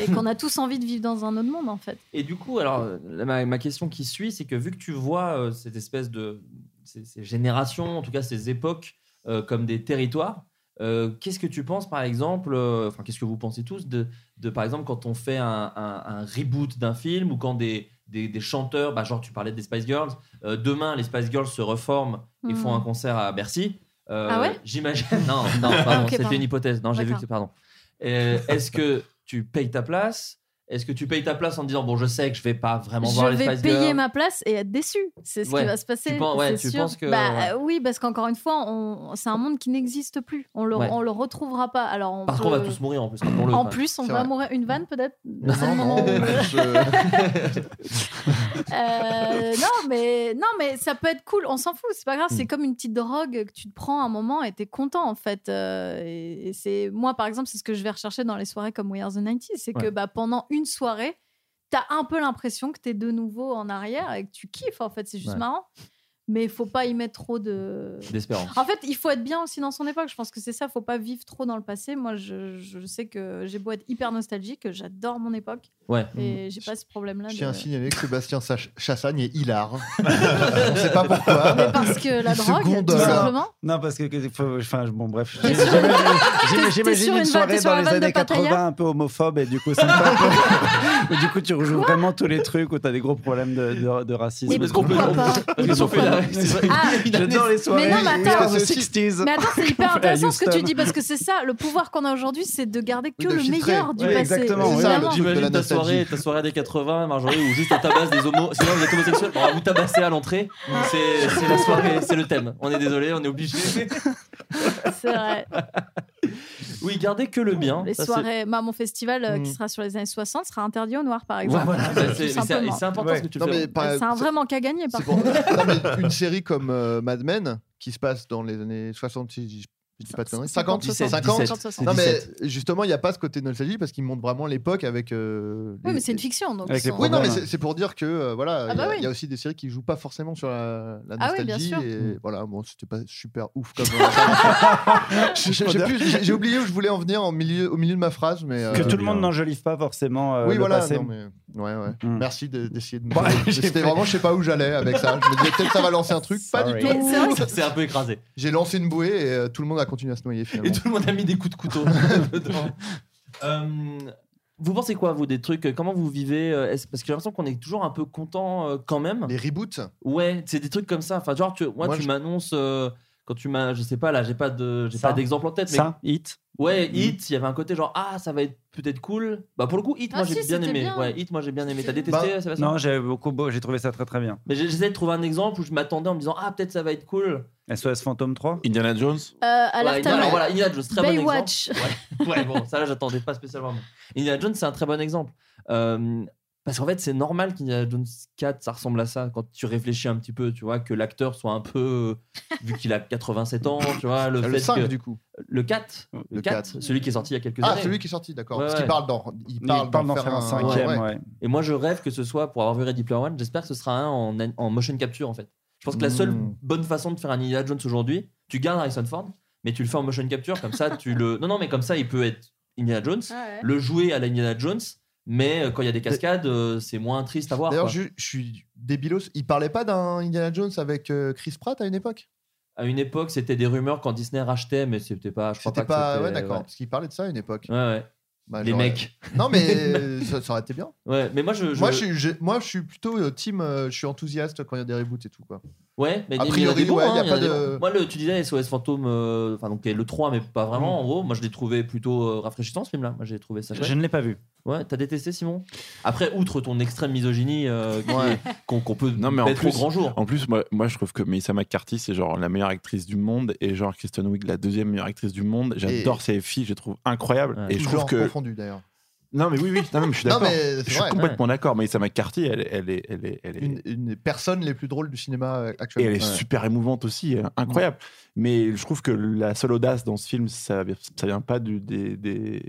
Speaker 11: et qu'on a tous envie de vivre dans un autre monde en fait.
Speaker 7: Et du coup, alors, euh, la- ma, ma question qui suit, c'est que vu que tu vois euh, cette espèce de. Ces, ces générations, en tout cas ces époques, euh, comme des territoires, euh, qu'est-ce que tu penses, par exemple, euh, enfin, qu'est-ce que vous pensez tous de, de, par exemple, quand on fait un, un- un reboot d'un film ou quand des, des, des chanteurs, bah, genre tu parlais des Spice Girls, euh, demain les Spice Girls se reforment et
Speaker 11: Hmm.
Speaker 7: font un concert à Bercy. euh,
Speaker 11: Ah ouais
Speaker 7: J'imagine. *laughs* Non,
Speaker 11: *laughs*
Speaker 7: non, pardon,
Speaker 11: Ok,
Speaker 7: c'était
Speaker 11: pardon.
Speaker 7: une hypothèse. Non, j'ai vu
Speaker 11: D'accord.
Speaker 7: que c'est pardon. Euh, Est-ce que tu payes ta place Est-ce que tu payes ta place en disant bon, je sais que je vais pas vraiment voir
Speaker 11: Je
Speaker 7: les
Speaker 11: vais
Speaker 7: Spice
Speaker 11: payer
Speaker 7: Girls.
Speaker 11: ma place et être déçu. C'est ce
Speaker 7: Ouais.
Speaker 11: qui va se passer.
Speaker 7: Tu penses- ouais,
Speaker 11: c'est
Speaker 7: tu
Speaker 11: sûr.
Speaker 7: penses que-
Speaker 11: Bah,
Speaker 7: ouais.
Speaker 11: euh, oui, parce qu'encore une fois, on... c'est un monde qui n'existe plus. On le,
Speaker 7: Ouais.
Speaker 11: on le retrouvera pas. Alors, on
Speaker 7: Par
Speaker 11: peut-
Speaker 7: contre, on va tous mourir en plus. hein, rappelons-le,
Speaker 11: euh, En
Speaker 7: quoi.
Speaker 11: plus, on
Speaker 7: C'est
Speaker 11: va
Speaker 7: vrai.
Speaker 11: mourir une vanne peut-être.
Speaker 7: Non, non,
Speaker 11: *laughs* Euh, non, mais non, mais ça peut être cool. On s'en fout, c'est pas grave. C'est comme une petite drogue que tu te prends un moment et t'es content en fait. Euh, et et c'est moi par exemple, c'est ce que je vais rechercher dans les soirées comme We Are the 90s, c'est que
Speaker 12: Ouais.
Speaker 11: bah pendant une soirée, t'as un peu l'impression que t'es de nouveau en arrière et que tu kiffes en fait. C'est juste
Speaker 7: Ouais.
Speaker 11: marrant. Mais il faut pas y mettre trop de
Speaker 7: D'espérance.
Speaker 11: en fait, il faut être bien aussi dans son époque. Je pense que c'est ça. Faut pas vivre trop dans le passé. Moi, je, je sais que j'ai beau être hyper nostalgique, j'adore mon époque.
Speaker 8: Ouais.
Speaker 11: Et j'ai pas ce problème-là.
Speaker 8: Je
Speaker 11: de-
Speaker 8: tiens à signaler que Sébastien Sach- Chassagne est hilar. *laughs* On sait pas pourquoi.
Speaker 11: Mais parce que la
Speaker 8: Il se
Speaker 11: drogue, tout
Speaker 8: gondole.
Speaker 11: simplement.
Speaker 10: Non, parce que. que- faut- Enfin, bon, bref.
Speaker 11: T'es sur-
Speaker 10: J'imagine-
Speaker 11: t'es- t'es sur
Speaker 10: J'imagine
Speaker 11: une
Speaker 10: une soirée
Speaker 11: vanne- sur
Speaker 10: dans
Speaker 11: la
Speaker 10: les
Speaker 11: vanne de
Speaker 10: années
Speaker 11: Pattaya
Speaker 10: 80 un peu homophobe et du coup, c'est pas un peu- où du coup, tu rejoues vraiment tous les trucs où t'as des gros problèmes de, de, de racisme.
Speaker 7: Mais pourquoi pas
Speaker 10: Ils sont
Speaker 7: Pourquoi pas
Speaker 10: J'adore
Speaker 8: Ah.
Speaker 10: les soirées.
Speaker 11: Mais non, mais
Speaker 10: où
Speaker 11: attends,
Speaker 10: ils passent aux 60s.
Speaker 11: Mais attends, c'est hyper
Speaker 10: À
Speaker 11: intéressant ce que tu
Speaker 10: Houston.
Speaker 11: dis parce que c'est ça, le pouvoir qu'on a aujourd'hui, c'est de garder que
Speaker 10: de
Speaker 11: le
Speaker 10: filtrer.
Speaker 11: meilleur du
Speaker 10: Ouais,
Speaker 11: passé.
Speaker 10: exactement, oui,
Speaker 11: Évidemment.
Speaker 10: le truc de la
Speaker 7: J'imagine ta
Speaker 10: nostalgie.
Speaker 7: soirée, ta soirée des 80, Marjorie, où juste on tabasse des homos. Sinon, vous êtes homosexuel, on va vous tabasser à l'entrée. C'est c'est la soirée, c'est le thème. On est désolé, on est obligé.
Speaker 11: C'est vrai.
Speaker 7: Oui, gardez que le bien.
Speaker 11: Les
Speaker 7: Ça, c'est-
Speaker 11: soirées, bah, mon festival euh, qui
Speaker 7: Mm.
Speaker 11: sera sur les années 60 sera interdit aux noirs, par
Speaker 7: Ouais,
Speaker 11: exemple.
Speaker 7: voilà.
Speaker 11: Tout
Speaker 7: C'est- c'est- C'est
Speaker 11: simplement.
Speaker 7: c'est important ce que tu
Speaker 8: Non, mais
Speaker 7: fais.
Speaker 8: par-
Speaker 11: C'est un vrai manque à gagner, par contre.
Speaker 8: Non, mais une série comme euh, Mad Men qui se passe dans les années 60, si je- je dis pas de conneries, 50,
Speaker 11: 17,
Speaker 8: 50.
Speaker 11: 17.
Speaker 8: Non, mais justement, il n'y a pas ce côté nostalgie parce qu'il montre vraiment l'époque avec. euh,
Speaker 11: Oui,
Speaker 8: les-
Speaker 11: mais c'est une fiction, donc.
Speaker 8: Oui,
Speaker 11: sans-
Speaker 8: non, mais c'est c'est pour dire que euh,
Speaker 11: Ah
Speaker 8: voilà, il y a-
Speaker 11: bah
Speaker 8: il y,
Speaker 11: oui.
Speaker 8: a aussi des séries qui jouent pas forcément sur la, la
Speaker 11: Ah oui, bien
Speaker 8: nostalgie
Speaker 11: sûr.
Speaker 8: et voilà, bon, c'était pas super ouf
Speaker 11: *laughs*
Speaker 8: comme. euh, je- je- j'ai plus- J'ai j'ai oublié où je voulais en venir en milieu, au milieu de ma phrase, mais
Speaker 10: Que
Speaker 8: euh,
Speaker 10: tout le monde n'enjolive pas forcément. euh,
Speaker 8: oui,
Speaker 10: le
Speaker 8: voilà.
Speaker 10: passé.
Speaker 8: non, mais- ouais, ouais. Merci de- d'essayer de. me-
Speaker 10: Bon, j'ai fait-
Speaker 8: C'était vraiment, je sais pas où j'allais avec ça. Je me disais peut-être ça va lancer un truc, pas du
Speaker 7: Sorry.
Speaker 8: tout.
Speaker 7: Mais c'est vrai que- C'est un peu écrasé.
Speaker 8: J'ai lancé une bouée et euh, tout le monde a continué à se noyer finalement.
Speaker 7: Et tout le monde a mis des coups de
Speaker 10: *laughs*
Speaker 7: couteau dedans. Euh, vous pensez quoi, vous, des trucs euh, Comment vous vivez euh, est-ce- Parce que j'ai l'impression qu'on est toujours un peu content euh, quand même.
Speaker 8: Les reboots
Speaker 7: Ouais, c'est des trucs comme ça. Enfin, genre, tu, moi,
Speaker 10: Moi,
Speaker 7: tu
Speaker 10: je-
Speaker 7: m'annonces. euh, quand tu m'as. Je sais pas, là, j'ai pas de- j'ai
Speaker 10: Ça.
Speaker 7: pas d'exemple en tête. Mais...
Speaker 10: Ça, Hit.
Speaker 7: Ouais,
Speaker 10: Mhm.
Speaker 7: Hit, il y avait un côté genre, ah, ça va être peut-être cool. Bah, pour le coup, Hit,
Speaker 10: Ah
Speaker 7: moi,
Speaker 10: si,
Speaker 7: j'ai bien
Speaker 10: c'était
Speaker 7: aimé.
Speaker 10: bien.
Speaker 7: Ouais, Hit, moi, j'ai bien aimé. T'as détesté,
Speaker 10: Bah,
Speaker 7: Sébastien
Speaker 10: Non, j'avais beaucoup beau, j'ai trouvé ça très très bien.
Speaker 7: Mais j'ai- j'essaie de trouver un exemple où je m'attendais en me disant, ah, peut-être ça va être cool.
Speaker 10: SOS Fantôme 3
Speaker 9: Indiana Jones
Speaker 11: Euh,
Speaker 7: Ouais,
Speaker 11: alerte à
Speaker 7: Indiana-
Speaker 11: la-
Speaker 7: alors voilà, Indiana Jones, très
Speaker 11: Baywatch.
Speaker 7: bon exemple. *laughs* Ouais, ouais, bon, ça là, j'attendais pas spécialement. mais Indiana Jones, c'est un très bon exemple. Euh, parce qu'en fait, c'est normal qu'Indiana Jones 4, ça ressemble à ça. Quand tu réfléchis un petit peu, tu vois, que l'acteur soit un peu. euh, Vu qu'il a 87 ans, tu vois. Le,
Speaker 8: Euh, Le
Speaker 7: fait
Speaker 8: 5,
Speaker 7: que-
Speaker 8: du coup.
Speaker 7: Le 4. Le
Speaker 8: Le
Speaker 7: 4,
Speaker 8: 4.
Speaker 7: celui qui est sorti il y a quelques
Speaker 8: Ah,
Speaker 7: années.
Speaker 8: celui qui est sorti, d'accord.
Speaker 7: Ouais,
Speaker 8: Parce qu'il
Speaker 7: ouais.
Speaker 8: parle d'en- il
Speaker 7: Mais
Speaker 8: parle d'en faire un- ouais.
Speaker 7: Et moi, je rêve que ce soit, pour avoir vu Ready Player One, j'espère que ce sera un en, en motion capture, en fait. Je pense que la seule
Speaker 8: Hmm.
Speaker 10: Mm.
Speaker 7: bonne façon de faire un Indiana Jones aujourd'hui, tu gardes Harrison Ford, mais tu le fais en motion capture, comme ça, tu le. Non, non, mais comme ça, il peut être Indiana Jones,
Speaker 10: ouais.
Speaker 7: le jouer à la Indiana Jones, mais euh, quand il y a des cascades, euh, c'est moins triste à voir.
Speaker 8: D'ailleurs,
Speaker 7: quoi.
Speaker 8: je, je suis débilos. Il parlait pas d'un Indiana Jones avec euh, Chris Pratt à une époque
Speaker 7: À une époque, c'était des rumeurs quand Disney rachetait, mais c'était pas. Je crois
Speaker 8: C'était
Speaker 7: pas,
Speaker 8: pas.
Speaker 7: que
Speaker 8: Ouais,
Speaker 7: c'était-
Speaker 8: d'accord.
Speaker 7: ouais.
Speaker 8: Parce qu'il parlait de ça à une époque.
Speaker 7: Ouais, ouais.
Speaker 8: Bah,
Speaker 7: les
Speaker 8: j'aurais-
Speaker 7: mecs.
Speaker 8: Non,
Speaker 7: *laughs*
Speaker 8: mais ça, ça aurait été bien.
Speaker 7: Ouais, mais moi, je. je-
Speaker 8: Moi, je suis, j'ai- moi, je suis plutôt euh, team. euh, je suis enthousiaste quand il y a des reboots et tout. Quoi.
Speaker 7: Ouais, mais
Speaker 8: a
Speaker 7: il y en
Speaker 8: priori,
Speaker 7: des bons,
Speaker 8: ouais,
Speaker 7: hein,
Speaker 8: y a
Speaker 7: il y en
Speaker 8: pas
Speaker 7: a des
Speaker 8: de-
Speaker 7: bons. Moi, le, tu disais SOS Fantôme, euh, enfin, donc le 3, mais pas vraiment, en gros. Moi, je l'ai trouvé plutôt euh, rafraîchissant, ce film-là. Moi, j'ai trouvé ça.
Speaker 10: Je ne l'ai pas vu.
Speaker 7: Ouais, t'as détesté, Simon Après, outre ton extrême misogynie, euh, qui est- qu'on qu'on peut
Speaker 9: Non, mais en
Speaker 7: mettre
Speaker 9: plus,
Speaker 7: au grand jour.
Speaker 9: En plus, moi, moi, je trouve que Melissa McCarthy, c'est genre la meilleure actrice du monde et genre Kristen Wiig, la deuxième meilleure actrice du monde. J'adore ces filles, je les trouve incroyables. Et je
Speaker 8: Tout
Speaker 9: trouve
Speaker 8: genre
Speaker 9: que.
Speaker 8: confondu d'ailleurs.
Speaker 9: Non, mais oui, oui, non, non, mais je suis
Speaker 8: Non,
Speaker 9: d'accord.
Speaker 8: mais c'est
Speaker 9: Je suis
Speaker 8: vrai.
Speaker 9: complètement d'accord. Melissa McCarthy, elle, elle est. Elle est, elle est...
Speaker 8: Une, une des personnes les plus drôles du cinéma euh,
Speaker 9: Et
Speaker 8: actuellement.
Speaker 9: elle est
Speaker 8: Ouais.
Speaker 9: super émouvante aussi, euh, incroyable. Mais je trouve que la seule audace dans ce film, ça, ça vient pas du, des, des,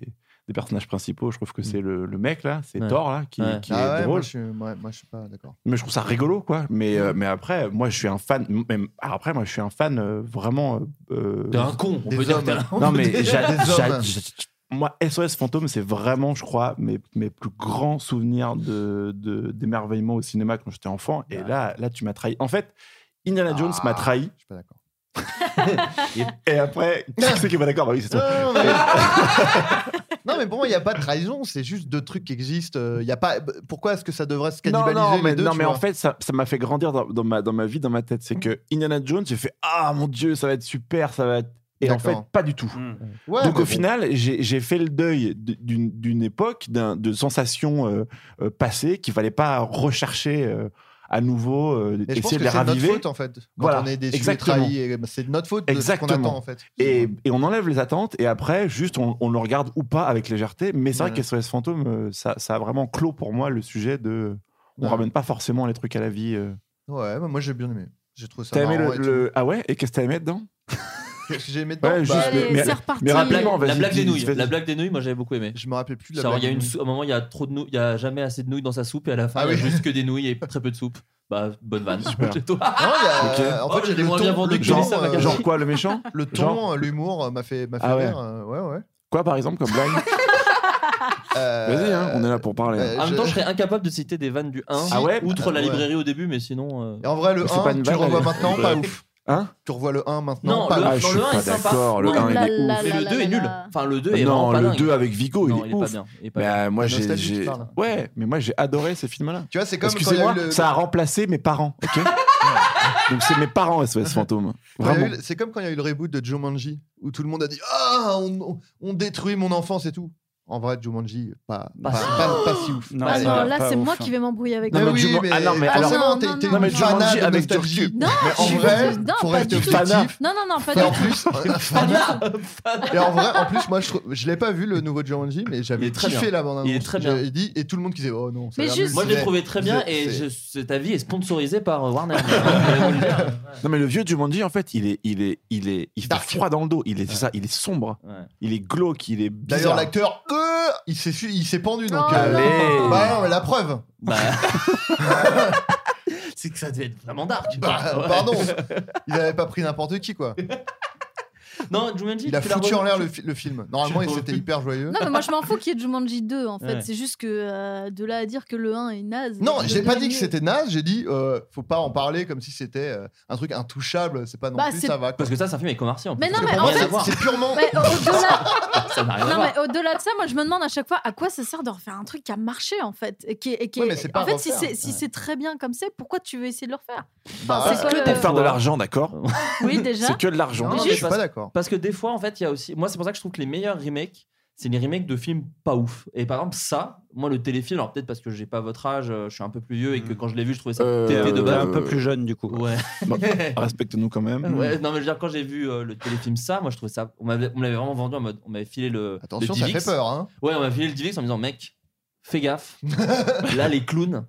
Speaker 9: des personnages principaux. Je trouve que c'est le, le mec là, c'est
Speaker 8: Mm. Ouais.
Speaker 9: Thor là, qui,
Speaker 8: Ouais.
Speaker 9: qui
Speaker 8: Ah
Speaker 9: est
Speaker 8: ouais,
Speaker 9: drôle.
Speaker 8: Moi je, suis, ouais, moi, je suis pas d'accord.
Speaker 9: Mais je trouve ça rigolo, quoi. Mais, euh, mais après, moi, je suis un fan. Même alors après, moi, je suis un fan euh, vraiment. euh,
Speaker 7: T'es un con, on Des peut dire que t'es un- hommes. on
Speaker 9: Non,
Speaker 7: peut
Speaker 9: mais
Speaker 7: dire-
Speaker 9: j'a-
Speaker 7: Des
Speaker 9: j'a-
Speaker 7: hommes.
Speaker 9: j'a- moi, SOS Fantôme, c'est vraiment, je crois, mes, mes plus grands souvenirs de de- d'émerveillement au cinéma quand j'étais enfant. Et là, là, tu m'as trahi. En fait, Indiana Jones
Speaker 7: Ah. *laughs*
Speaker 9: m'a trahi.
Speaker 8: Je suis pas d'accord.
Speaker 9: Et après, *laughs* qui c'est qui est pas d'accord Bah oui, c'est toi.
Speaker 8: Non, mais...
Speaker 9: *laughs*
Speaker 8: Non, mais pour moi, il n'y a pas de trahison, c'est juste deux trucs qui existent. euh, Il y a pas... Pourquoi est-ce que ça devrait se
Speaker 9: Non,
Speaker 8: cannibaliser
Speaker 9: non, mais,
Speaker 8: les deux,
Speaker 9: non,
Speaker 8: tu
Speaker 9: mais en
Speaker 8: vois
Speaker 9: fait, ça ça m'a fait grandir dans, dans ma, dans ma vie, dans ma tête. C'est que Indiana Jones, j'ai fait Ah mon Dieu, ça va être super, ça va être Et en fait,
Speaker 8: D'accord. Hmm.
Speaker 9: pas du tout. Euh,
Speaker 8: Ouais,
Speaker 9: Donc
Speaker 8: mais bon.
Speaker 9: au final, j'ai j'ai fait le deuil d- d'une d'une époque, d'un- de sensations euh, euh, passées qu'il fallait pas rechercher euh, à nouveau, euh,
Speaker 8: Et je pense que c'est
Speaker 9: essayer de les
Speaker 8: de notre
Speaker 9: raviver.
Speaker 8: faute en fait. Quand
Speaker 9: Voilà,
Speaker 8: on est déçu, et
Speaker 9: exactement.
Speaker 8: trahi, et bah, c'est de notre faute de ce qu'on
Speaker 9: Exactement.
Speaker 8: attend en fait.
Speaker 9: Et, et on enlève les attentes et après, juste, on, on le regarde ou pas avec légèreté. Mais c'est vrai
Speaker 8: Mhm.
Speaker 9: que SOS Fantôme, euh, ça, ça a vraiment clos pour moi le sujet de. On
Speaker 8: Ouais.
Speaker 9: ramène pas forcément les trucs à la vie. euh.
Speaker 8: Ouais, bah, moi j'ai bien aimé. J'ai trouvé ça.
Speaker 9: T'as aimé
Speaker 8: marrant
Speaker 9: le,
Speaker 8: et tout.
Speaker 9: le- Ah ouais Et qu'est-ce que t'as aimé dedans
Speaker 8: Qu'est-ce que j'ai aimé dedans
Speaker 9: Ouais, juste, Allez, mais- mais- c'est reparti. mais rapidement,
Speaker 7: la
Speaker 9: vas-y,
Speaker 7: blague des
Speaker 9: dis-
Speaker 7: nouilles.
Speaker 9: vas-y.
Speaker 7: La blague des nouilles, moi j'avais beaucoup aimé.
Speaker 8: Je me rappelle plus de la
Speaker 7: Ça,
Speaker 8: blague
Speaker 7: il y a
Speaker 8: des
Speaker 7: une
Speaker 8: nouilles.
Speaker 7: sou- à un moment, il y a trop de nouilles, il y a jamais assez de nouilles dans sa soupe et à la fin,
Speaker 8: Ah
Speaker 7: il y a
Speaker 8: oui.
Speaker 7: juste que des nouilles et très peu de soupe. Bah, bonne vanne.
Speaker 9: *laughs*
Speaker 7: *laughs*
Speaker 9: Super.
Speaker 7: C'est tout.
Speaker 8: Non, il y a-
Speaker 9: Ok.
Speaker 8: En
Speaker 7: Oh,
Speaker 8: fait,
Speaker 7: je l'ai
Speaker 8: le
Speaker 7: moins
Speaker 8: ton-
Speaker 7: bien vendu
Speaker 8: le
Speaker 7: que je l'ai,
Speaker 8: ton,
Speaker 7: ça, ma
Speaker 8: euh,
Speaker 7: carte.
Speaker 9: Genre quoi, le méchant
Speaker 8: Le ton,
Speaker 9: Genre-
Speaker 8: euh, l'humour euh, m'a fait, m'a fait
Speaker 9: Ah ouais.
Speaker 8: rire. euh, ouais, ouais.
Speaker 9: Quoi, par exemple, comme blague
Speaker 8: *laughs* Euh,
Speaker 9: Vas-y, hein, on est là pour parler.
Speaker 8: euh,
Speaker 9: hein.
Speaker 7: En même temps,
Speaker 8: je-
Speaker 7: je serais incapable de citer des vannes du 1.
Speaker 9: Ah ouais
Speaker 7: Outre
Speaker 9: Ah
Speaker 7: la
Speaker 9: ouais.
Speaker 7: librairie au début, mais sinon. euh,
Speaker 8: Et en vrai, le
Speaker 9: Mais c'est pas
Speaker 8: 1,
Speaker 9: une
Speaker 8: tu
Speaker 9: vanne,
Speaker 8: le revois
Speaker 9: elle-
Speaker 8: maintenant, pas
Speaker 9: Ouais.
Speaker 8: ouf.
Speaker 9: Hein
Speaker 8: Tu revois le 1 maintenant,
Speaker 7: Non,
Speaker 8: pas
Speaker 7: le,
Speaker 8: ouf.
Speaker 9: Ah, je
Speaker 7: non,
Speaker 9: suis
Speaker 7: le 1
Speaker 9: pas
Speaker 7: est sympa.
Speaker 9: d'accord, le
Speaker 7: Non,
Speaker 9: un, il est
Speaker 7: mais
Speaker 9: ouf.
Speaker 7: le 2 est nul. Enfin, le 2 est vraiment
Speaker 9: non,
Speaker 7: pas
Speaker 9: le
Speaker 7: dingue.
Speaker 9: 2 avec Vigo,
Speaker 7: Non,
Speaker 9: il est
Speaker 7: il est pas
Speaker 9: ouf.
Speaker 7: bien. Il est pas bien.
Speaker 9: Bah, moi,
Speaker 8: La
Speaker 9: j'ai.
Speaker 8: nostalgie,
Speaker 9: j'ai-
Speaker 8: tu parles.
Speaker 9: Ouais, mais moi, j'ai adoré ces films-là.
Speaker 8: Tu vois, c'est comme quand il y a
Speaker 9: Excusez-moi,
Speaker 8: eu le-
Speaker 9: ça a remplacé mes parents,
Speaker 8: *laughs*
Speaker 9: ok Donc, c'est mes parents, SOS Fantôme.
Speaker 8: quand il y a
Speaker 9: Vraiment.
Speaker 8: eu le- C'est comme quand il y a eu le reboot de Jumanji, où tout le monde a dit Ah, on, on- on détruit mon enfance et tout. En vrai, Jumanji, pas, pas,
Speaker 9: si-
Speaker 8: pas- pas si ouf.
Speaker 10: Non,
Speaker 11: Ah
Speaker 8: Allez.
Speaker 11: non, là
Speaker 10: pas
Speaker 11: c'est
Speaker 10: ouf,
Speaker 11: moi
Speaker 10: hein.
Speaker 11: qui vais m'embrouiller avec
Speaker 9: Non,
Speaker 11: toi.
Speaker 9: mais
Speaker 8: oui,
Speaker 9: Juman-
Speaker 8: mais
Speaker 9: ah non, mais
Speaker 11: alors-
Speaker 8: forcément,
Speaker 11: Non,
Speaker 8: t'es
Speaker 11: non,
Speaker 8: t'es
Speaker 11: non,
Speaker 8: une
Speaker 11: mais
Speaker 8: fanade
Speaker 9: Jumanji
Speaker 8: de
Speaker 9: avec
Speaker 8: nostalgie.
Speaker 9: Turcu.
Speaker 11: Non,
Speaker 8: Mais en
Speaker 11: je-
Speaker 8: vrai,
Speaker 11: non,
Speaker 8: faut
Speaker 11: pas
Speaker 8: rester
Speaker 11: du tout.
Speaker 8: objectif.
Speaker 11: Non, non, non, pas
Speaker 8: Et
Speaker 11: du
Speaker 8: en
Speaker 11: tout.
Speaker 8: plus, fanade. Et en vrai, en plus, moi, je, trou- je l'ai pas vu le nouveau Jumanji, mais
Speaker 7: Il
Speaker 8: j'avais
Speaker 7: est très
Speaker 8: kiffé
Speaker 7: bien.
Speaker 8: la bande
Speaker 7: Il est très bien.
Speaker 8: J'avais dit et tout le monde qui disait oh non. ça a
Speaker 11: Mais
Speaker 8: l'air
Speaker 11: juste-
Speaker 8: nul.
Speaker 7: Moi, je l'ai
Speaker 8: C'est-
Speaker 7: trouvé très bien
Speaker 8: c'est-
Speaker 7: et
Speaker 8: c'est-
Speaker 7: je- cet avis est sponsorisé par
Speaker 8: *laughs*
Speaker 7: euh, Warner. Je voulais vous le dire.
Speaker 9: Non, mais le vieux Jumanji, en fait, il est. Il est. Il est. Il fait
Speaker 8: Dark.
Speaker 9: froid dans le dos. Il est, c'est ça, il est sombre.
Speaker 7: Ouais.
Speaker 9: Il est glauque. Il est
Speaker 8: D'ailleurs,
Speaker 9: bizarre.
Speaker 8: l'acteur, euh, il s'est su- il s'est pendu donc.
Speaker 11: Oh
Speaker 8: euh,
Speaker 9: non.
Speaker 8: Bah non, mais la preuve.
Speaker 7: Bah. *laughs* c'est que ça devait être vraiment dark. tu
Speaker 8: Bah,
Speaker 7: vois. Ouais.
Speaker 8: Pardon. Ils avaient pas pris n'importe qui quoi.
Speaker 7: Non, Jumanji,
Speaker 8: Il a
Speaker 7: tu l'as
Speaker 8: foutu en
Speaker 7: revu-
Speaker 8: l'air
Speaker 7: tu-
Speaker 8: le, fi- le film. Normalement,
Speaker 7: Tu
Speaker 8: il
Speaker 7: le
Speaker 8: s'était
Speaker 7: refais.
Speaker 8: hyper joyeux.
Speaker 11: Non, mais moi je m'en fous qu'il y ait Jumanji 2 en fait.
Speaker 7: Ouais.
Speaker 11: C'est juste que euh, de là à dire que le 1 est naze.
Speaker 8: Non,
Speaker 11: le
Speaker 8: j'ai pas
Speaker 11: deux
Speaker 8: dit
Speaker 11: est
Speaker 8: que
Speaker 11: mieux.
Speaker 8: c'était naze. J'ai dit euh, faut pas en parler comme si c'était euh, un truc intouchable. C'est pas non
Speaker 11: Bah,
Speaker 8: plus
Speaker 11: c'est-
Speaker 8: ça va. quoi.
Speaker 7: Parce que ça, c'est un film avec Omar Sy en
Speaker 11: Mais
Speaker 7: plus.
Speaker 11: non,
Speaker 7: Ça
Speaker 11: mais
Speaker 7: n'a
Speaker 11: en
Speaker 7: rien à
Speaker 11: fait,
Speaker 7: voir.
Speaker 8: C'est purement.
Speaker 11: Ouais, au-delà
Speaker 7: Ça n'a rien à
Speaker 11: non,
Speaker 7: voir.
Speaker 11: mais au-delà de ça, moi je me demande à chaque fois à quoi ça sert de refaire un truc qui a marché en fait. Et qui, est- et qui
Speaker 8: Ouais,
Speaker 11: est-
Speaker 8: mais c'est pas
Speaker 11: en fait, si
Speaker 8: refaire.
Speaker 11: c'est si c'est très bien comme c'est, pourquoi tu veux essayer de le refaire
Speaker 8: Bah,
Speaker 11: Enfin,
Speaker 8: ouais.
Speaker 11: c'est quoi
Speaker 9: Que
Speaker 11: le-
Speaker 9: pour faire de
Speaker 7: *laughs*
Speaker 9: l'argent, d'accord
Speaker 11: Oui, déjà.
Speaker 9: C'est que de l'argent.
Speaker 8: Non,
Speaker 7: Mais
Speaker 8: non, mais
Speaker 7: juste-
Speaker 8: je suis pas d'accord.
Speaker 7: Parce que des fois, en fait, il y a aussi. Moi, c'est pour ça que je trouve que les meilleurs remakes, c'est les remakes de films pas ouf. Et par exemple, ça, moi, le téléfilm, alors peut-être parce que j'ai pas votre âge, euh, je suis un peu plus vieux et que quand je l'ai vu, je trouvais ça
Speaker 9: Euh,
Speaker 7: tété de
Speaker 9: euh,
Speaker 10: T'es
Speaker 7: base.
Speaker 10: un peu plus jeune du coup.
Speaker 7: Ouais.
Speaker 9: Bon, Respecte-nous quand même.
Speaker 8: Hmm.
Speaker 7: Ouais, non, mais je veux dire, quand j'ai vu euh, le téléfilm ça, moi, je trouvais ça. On m'avait on me l'avait vraiment vendu en mode. On m'avait filé le.
Speaker 8: Attention,
Speaker 7: le
Speaker 8: ça
Speaker 7: DivX.
Speaker 8: fait peur. Hein.
Speaker 7: Ouais, on m'a filé le DivX en me disant, mec,
Speaker 8: *laughs*
Speaker 7: fais gaffe. Là,
Speaker 11: *laughs*
Speaker 7: les clowns,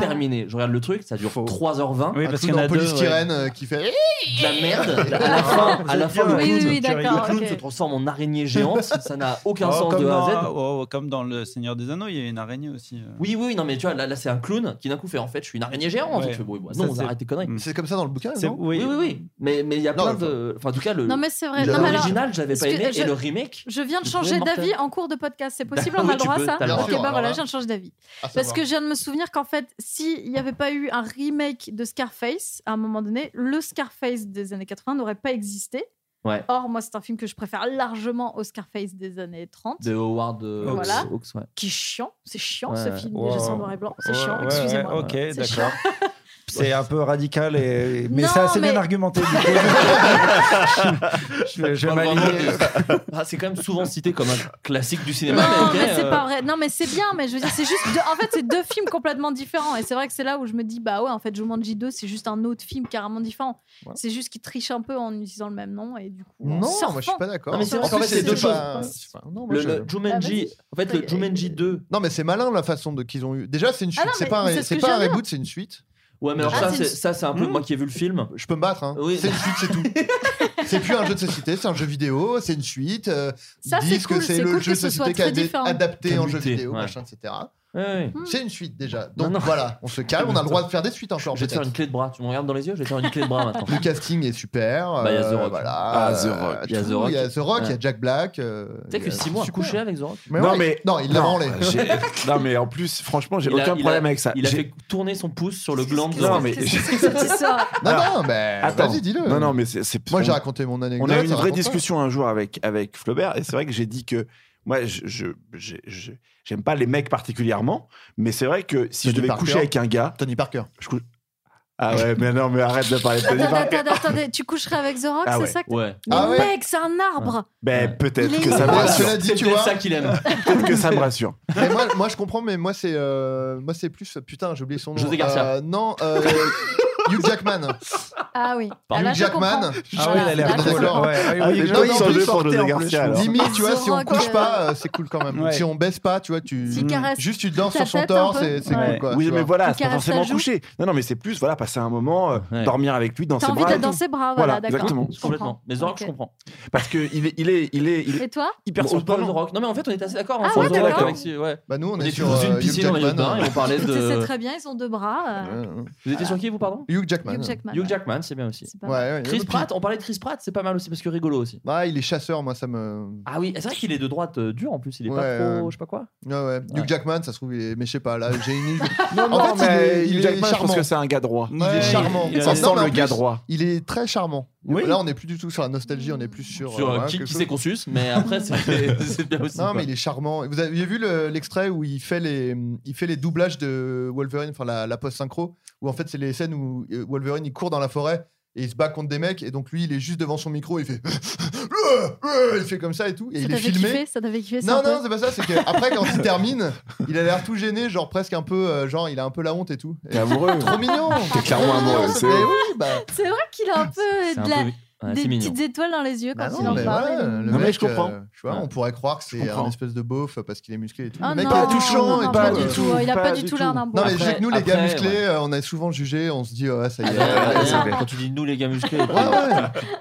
Speaker 7: terminé. Je regarde le truc, ça dure
Speaker 9: Faut-
Speaker 7: 3h20.
Speaker 10: Oui,
Speaker 8: Un clown
Speaker 10: parce qu'il y en
Speaker 8: en
Speaker 10: a deux. ouais.
Speaker 8: polystyrène euh, qui fait.
Speaker 7: *laughs* de la
Speaker 8: *laughs*
Speaker 7: *laughs* merde. À la fin, à la fin le
Speaker 11: Oui,
Speaker 7: clown,
Speaker 11: oui, oui,
Speaker 10: Tu rigoles.
Speaker 7: le
Speaker 11: d'accord.
Speaker 7: clown
Speaker 11: ok. *laughs*
Speaker 7: se transforme en
Speaker 8: *laughs*
Speaker 7: araignée géante. Ça n'a aucun
Speaker 10: Oh,
Speaker 7: sens
Speaker 10: comme,
Speaker 7: de A
Speaker 10: dans,
Speaker 7: à Z.
Speaker 10: oh, oh, comme dans Le Seigneur des Anneaux, il y a une araignée aussi. euh.
Speaker 7: Oui, oui, non, mais tu vois, là, là, c'est un clown qui d'un coup fait en fait, je suis une araignée géante.
Speaker 10: Ouais.
Speaker 7: Tu fais, bon, bah,
Speaker 10: Ça,
Speaker 7: non,
Speaker 10: c'est-
Speaker 7: arrête tes conneries.
Speaker 10: Mm.
Speaker 8: C'est comme ça dans le bouquin,
Speaker 10: C'est-
Speaker 8: non
Speaker 7: Oui, oui, oui. Mais mais il y a
Speaker 8: Non,
Speaker 7: plein
Speaker 8: mais-
Speaker 7: de. Enfin, en tout cas, le.
Speaker 11: Non, mais c'est vrai. Non, mais alors,
Speaker 7: L'original, je l'avais pas
Speaker 11: parce que
Speaker 7: aimé,
Speaker 11: je-
Speaker 7: et le remake.
Speaker 11: je viens de
Speaker 7: Je le trouvais
Speaker 11: changer d'avis
Speaker 7: mortel.
Speaker 11: en cours de podcast. C'est possible,
Speaker 7: Bah
Speaker 11: on a
Speaker 7: oui,
Speaker 11: le
Speaker 7: tu
Speaker 11: droit à
Speaker 7: peux,
Speaker 11: ça
Speaker 7: t'as le
Speaker 8: droit.
Speaker 11: Ok, bah
Speaker 8: Alors
Speaker 11: voilà,
Speaker 8: là-
Speaker 11: je viens de changer d'avis.
Speaker 8: À savoir.
Speaker 11: Parce que je viens de me souvenir qu'en fait, s'il n'y avait pas eu un remake de Scarface, à un moment donné, le Scarface des années 80 n'aurait pas existé.
Speaker 7: Ouais.
Speaker 11: Or, moi, c'est un film que je préfère largement au Scarface des années 30.
Speaker 7: De Howard euh, Hawks.
Speaker 11: Voilà.
Speaker 7: Hawks, ouais.
Speaker 11: Qui est chiant, c'est chiant ce
Speaker 7: Ouais.
Speaker 11: film,
Speaker 10: Wow.
Speaker 11: déjà c'est en noir et blanc, c'est
Speaker 10: Ouais,
Speaker 11: chiant,
Speaker 10: ouais,
Speaker 11: excusez-moi.
Speaker 10: ouais, ok,
Speaker 11: C'est chiant.
Speaker 10: d'accord. C'est un peu radical, et... mais
Speaker 11: Non,
Speaker 10: c'est assez
Speaker 11: mais-
Speaker 10: bien argumenté. Du coup. *laughs*
Speaker 8: *laughs*
Speaker 10: je, je- je vais
Speaker 7: Enfin,
Speaker 10: m'aligner.
Speaker 7: vraiment, euh, *laughs* ah, c'est quand même souvent cité comme un classique du cinéma.
Speaker 11: Non,
Speaker 7: ok,
Speaker 11: mais c'est
Speaker 7: euh,
Speaker 11: pas vrai. Non, mais c'est bien, mais je veux dire, c'est juste. deux- En fait, c'est deux films complètement différents. Et c'est vrai que c'est là où je me dis, bah ouais, en fait, Jumanji 2, c'est juste un autre film carrément différent.
Speaker 8: Voilà.
Speaker 11: C'est juste qu'ils trichent un peu en utilisant le même nom. Et du coup, en
Speaker 8: Non, moi je
Speaker 11: surfant.
Speaker 8: suis pas d'accord.
Speaker 7: Non, mais c'est
Speaker 8: En
Speaker 7: vrai
Speaker 8: plus,
Speaker 7: qu'en fait, c'est deux
Speaker 8: pas-
Speaker 11: choses.
Speaker 8: c'est pas- non, moi,
Speaker 7: Le,
Speaker 8: je-
Speaker 7: le Jumanji, en fait, le
Speaker 11: Ouais,
Speaker 7: Jumanji
Speaker 11: Ah, euh,
Speaker 7: 2.
Speaker 8: Non, mais c'est malin la façon de qu'ils ont eu. Déjà, c'est une
Speaker 11: Ah
Speaker 8: suite.
Speaker 11: non,
Speaker 8: c'est
Speaker 11: mais
Speaker 8: pas un,
Speaker 11: c'est ce
Speaker 8: c'est
Speaker 11: que
Speaker 8: pas
Speaker 11: je
Speaker 8: un
Speaker 11: viens de
Speaker 8: reboot, c'est une suite.
Speaker 7: Ouais, mais alors
Speaker 11: Ah,
Speaker 7: ça,
Speaker 11: c'est
Speaker 7: c'est
Speaker 11: une-
Speaker 7: ça, c'est un peu.
Speaker 10: Hmm.
Speaker 7: Moi qui ai vu le film,
Speaker 8: Je peux me battre. Hein.
Speaker 7: Oui.
Speaker 8: C'est une suite, c'est tout. c'est plus un jeu de société, c'est un jeu vidéo, c'est une suite. euh,
Speaker 11: Ça,
Speaker 8: ils
Speaker 11: c'est
Speaker 8: disent
Speaker 11: cool,
Speaker 8: que c'est
Speaker 11: c'est
Speaker 8: le
Speaker 11: cool que
Speaker 8: jeu de
Speaker 11: ce soit
Speaker 8: société qui
Speaker 11: très
Speaker 8: a été
Speaker 11: différent.
Speaker 8: adapté
Speaker 7: T'as
Speaker 8: en jeu
Speaker 7: muté,
Speaker 8: vidéo,
Speaker 7: ouais.
Speaker 8: machin, etc.
Speaker 7: Ouais, ouais.
Speaker 11: Hmm.
Speaker 8: C'est une suite déjà. Donc
Speaker 7: non.
Speaker 8: voilà, on se calme, on a le droit de faire des suites encore.
Speaker 7: je vais te faire
Speaker 8: peut-être.
Speaker 7: une clé de bras. Tu me regardes dans les yeux, je vais te faire une clé de bras maintenant.
Speaker 8: Le casting est super.
Speaker 7: Bah, il y a The
Speaker 8: euh,
Speaker 7: Rock.
Speaker 8: Voilà.
Speaker 9: Ah, The
Speaker 8: euh,
Speaker 9: Rock.
Speaker 8: tout,
Speaker 7: Il y a The
Speaker 8: Il y a
Speaker 7: Rock.
Speaker 8: The Rock, il y
Speaker 7: Ouais.
Speaker 8: a Jack Black. euh.
Speaker 7: Tu sais que Simon a couché avec The Rock.
Speaker 9: Non,
Speaker 8: Non, mais.
Speaker 9: mais-
Speaker 8: Non, il l'a
Speaker 7: *laughs*
Speaker 9: Non,
Speaker 8: branlé.
Speaker 9: j'ai- non, mais en plus, franchement, j'ai
Speaker 7: Il a-
Speaker 9: aucun
Speaker 7: il a-
Speaker 9: problème avec ça.
Speaker 7: Il a
Speaker 9: J'ai-
Speaker 7: fait tourner son pouce sur le gland de The
Speaker 9: Non,
Speaker 7: Rock.
Speaker 9: mais-
Speaker 11: Qu'est-ce que c'est que cette histoire
Speaker 8: Non, non,
Speaker 9: Alors,
Speaker 8: mais.
Speaker 9: Attends.
Speaker 8: Vas-y, dis-le.
Speaker 9: Non, non, mais c'est. c'est-
Speaker 8: Moi, j'ai
Speaker 9: on-
Speaker 8: raconté mon anecdote.
Speaker 9: On a eu une
Speaker 8: ça
Speaker 9: vraie
Speaker 8: raconte pas.
Speaker 9: discussion un jour avec, avec Flaubert, et c'est vrai que j'ai dit que moi, je je- je- je- j'aime pas les mecs particulièrement, mais c'est vrai que si
Speaker 8: Tony
Speaker 9: je devais
Speaker 8: Parker.
Speaker 9: coucher avec un gars,
Speaker 8: Tony Parker.
Speaker 9: je cou- Ah ouais, mais non, mais arrête de parler de Tony
Speaker 11: Attends,
Speaker 9: Parker.
Speaker 11: attendez, attendez, tu coucherais avec The Rock,
Speaker 9: Ah ouais.
Speaker 11: c'est ça que...
Speaker 9: Ouais.
Speaker 11: Mais
Speaker 9: Ah ouais.
Speaker 11: mec, c'est un arbre
Speaker 9: Ben
Speaker 11: Il
Speaker 9: peut-être
Speaker 11: est
Speaker 9: que ça me
Speaker 11: mort.
Speaker 9: rassure.
Speaker 8: Cela dit, C'est tu peut-être vois. ça
Speaker 7: qu'il aime.
Speaker 9: peut-être que ça me rassure.
Speaker 8: Mais moi, moi, je comprends, mais moi, c'est euh, moi c'est plus. Putain, j'ai oublié son nom.
Speaker 9: José Garcia.
Speaker 8: Euh, non, euh, Hugh
Speaker 7: *laughs*
Speaker 8: Jackman.
Speaker 11: Ah oui. Ah, là,
Speaker 8: Hugh
Speaker 11: je
Speaker 8: Jackman.
Speaker 11: comprends.
Speaker 8: Ah ouais, il a l'air
Speaker 11: Voilà.
Speaker 8: cool.
Speaker 11: D'accord.
Speaker 9: Ah, il est
Speaker 8: Non, mais
Speaker 9: changé
Speaker 8: en plus,
Speaker 9: pour José
Speaker 8: sortez en
Speaker 9: Garcia,
Speaker 8: plus.
Speaker 9: alors.
Speaker 8: Limite, tu vois, si on
Speaker 11: Rock,
Speaker 8: couche
Speaker 11: euh,
Speaker 8: pas, euh, c'est cool quand même.
Speaker 9: Ouais.
Speaker 8: Si on baisse pas, tu vois, tu.
Speaker 11: S'il caresse
Speaker 8: Juste, tu dors
Speaker 11: ta
Speaker 8: sur son
Speaker 11: tête un
Speaker 8: torse,
Speaker 11: peu.
Speaker 8: c'est c'est
Speaker 11: Ouais.
Speaker 8: cool quoi.
Speaker 9: oui,
Speaker 8: tu
Speaker 9: mais
Speaker 8: vois.
Speaker 9: voilà,
Speaker 11: Tu
Speaker 9: c'est pas
Speaker 11: caresses ta
Speaker 9: forcément
Speaker 11: joue.
Speaker 9: coucher. Non, non, mais c'est plus, voilà, passer un moment, euh, dormir avec lui dans
Speaker 11: T'as
Speaker 9: ses
Speaker 11: envie
Speaker 9: bras.
Speaker 11: d'être dans ses bras, voilà, d'accord.
Speaker 9: Exactement.
Speaker 11: Je comprends.
Speaker 7: Mais The Rock,
Speaker 11: Ok.
Speaker 7: je comprends.
Speaker 9: Parce que il est, il est, il est, il est
Speaker 11: Et toi
Speaker 9: hyper
Speaker 7: on parle de
Speaker 9: surprenant.
Speaker 7: rock. Non, mais en fait, on est assez d'accord. hein,
Speaker 11: Ah
Speaker 7: sur
Speaker 11: ouais,
Speaker 7: The Rock
Speaker 11: d'accord.
Speaker 7: avec si- ouais.
Speaker 8: Bah, nous, on est
Speaker 7: était
Speaker 8: sur,
Speaker 7: dans
Speaker 8: euh,
Speaker 7: une
Speaker 8: Hugh
Speaker 7: piscine en maillot de
Speaker 8: Jackman,
Speaker 7: bain et
Speaker 8: hein.
Speaker 7: on parlait
Speaker 11: Tu sais
Speaker 7: de.
Speaker 11: très bien, ils ont deux bras. euh.
Speaker 7: Vous étiez sur qui, vous, pardon
Speaker 8: Hugh Jackman.
Speaker 11: Hugh Jackman.
Speaker 7: Hugh Jackman, c'est bien aussi.
Speaker 11: pas
Speaker 8: Ouais, ouais,
Speaker 7: Chris
Speaker 8: et puis-
Speaker 7: Pratt, on parlait de Chris Pratt, c'est pas mal aussi parce que rigolo aussi.
Speaker 8: Ah, il est chasseur, moi, ça me.
Speaker 7: Ah oui, c'est vrai qu'il est de droite euh, dur en plus, il est
Speaker 8: Ouais,
Speaker 7: pas trop,
Speaker 8: ouais.
Speaker 7: je sais pas quoi.
Speaker 8: Ouais, ouais. Hugh Jackman, ça se trouve, il est... mais je sais pas, là, j'ai une.
Speaker 9: Non,
Speaker 8: En fait,
Speaker 9: non,
Speaker 8: il est-
Speaker 9: mais
Speaker 8: il
Speaker 9: Hugh
Speaker 8: est
Speaker 9: Jackman, je pense
Speaker 8: charmant.
Speaker 9: que c'est un gars droit.
Speaker 8: Il est charmant.
Speaker 9: Il, ça
Speaker 8: Non,
Speaker 9: sent
Speaker 8: mais en
Speaker 9: le gars
Speaker 8: plus,
Speaker 9: droit.
Speaker 8: Il est très charmant.
Speaker 9: Oui.
Speaker 8: Là, on n'est plus du tout sur la nostalgie, on est plus sur. euh,
Speaker 7: Sur euh,
Speaker 8: voilà,
Speaker 7: qui,
Speaker 8: quelque
Speaker 7: qui
Speaker 8: chose.
Speaker 7: c'est qu'on suce, mais après c'est *laughs* c'est bien aussi.
Speaker 8: Non,
Speaker 7: quoi.
Speaker 8: mais il est charmant. Vous avez vu le- l'extrait où il fait, les, il fait les doublages de Wolverine, enfin la, la post-synchro, où en fait, c'est les scènes où euh, Wolverine il court dans la forêt et il se bat contre des mecs, et donc lui, il est juste devant son micro, il fait. *laughs* il fait comme ça et tout, et
Speaker 11: Ça
Speaker 8: il est
Speaker 11: t'avait
Speaker 8: filmé.
Speaker 11: kiffé, ça t'avait kiffé. ça,
Speaker 8: Non,
Speaker 11: un
Speaker 8: non,
Speaker 11: peu
Speaker 8: c'est pas ça, c'est qu'après, quand il termine, il a l'air tout gêné, genre presque un peu, euh, genre il a un peu la honte et tout.
Speaker 9: T'es amoureux.
Speaker 8: Trop mignon!
Speaker 9: T'es clairement
Speaker 8: Trop mignon,
Speaker 9: amoureux.
Speaker 8: ce-
Speaker 9: c'est-
Speaker 8: Mais oui, bah.
Speaker 11: C'est vrai qu'il a un peu
Speaker 7: C'est un
Speaker 11: de la-
Speaker 7: peu- ouais,
Speaker 11: des
Speaker 7: c'est mignon.
Speaker 11: petites étoiles dans les yeux quand
Speaker 8: Ah non,
Speaker 11: il en
Speaker 8: mais
Speaker 11: parle.
Speaker 8: ouais, le
Speaker 9: Non, mais
Speaker 8: mec,
Speaker 9: je comprends.
Speaker 8: euh, tu vois,
Speaker 7: Ouais.
Speaker 8: on pourrait croire que c'est
Speaker 9: comprends.
Speaker 8: un espèce de beauf parce qu'il est musclé et tout.
Speaker 11: Ah
Speaker 8: Le mec,
Speaker 11: non,
Speaker 8: il est
Speaker 11: non,
Speaker 8: touchant
Speaker 11: non,
Speaker 8: et pas
Speaker 11: pas
Speaker 8: euh,
Speaker 11: du tout. Il a pas du tout l'air d'un
Speaker 8: Non,
Speaker 11: bois.
Speaker 8: mais
Speaker 7: Après-
Speaker 8: déjà que nous, les gars
Speaker 7: après,
Speaker 8: musclés,
Speaker 7: ouais.
Speaker 8: euh, on a souvent jugé, on se dit, euh, ah, ça y
Speaker 7: Ah,
Speaker 8: est.
Speaker 7: derrière,
Speaker 8: ouais,
Speaker 11: *laughs*
Speaker 7: derrière, Quand tu dis nous les gars musclés,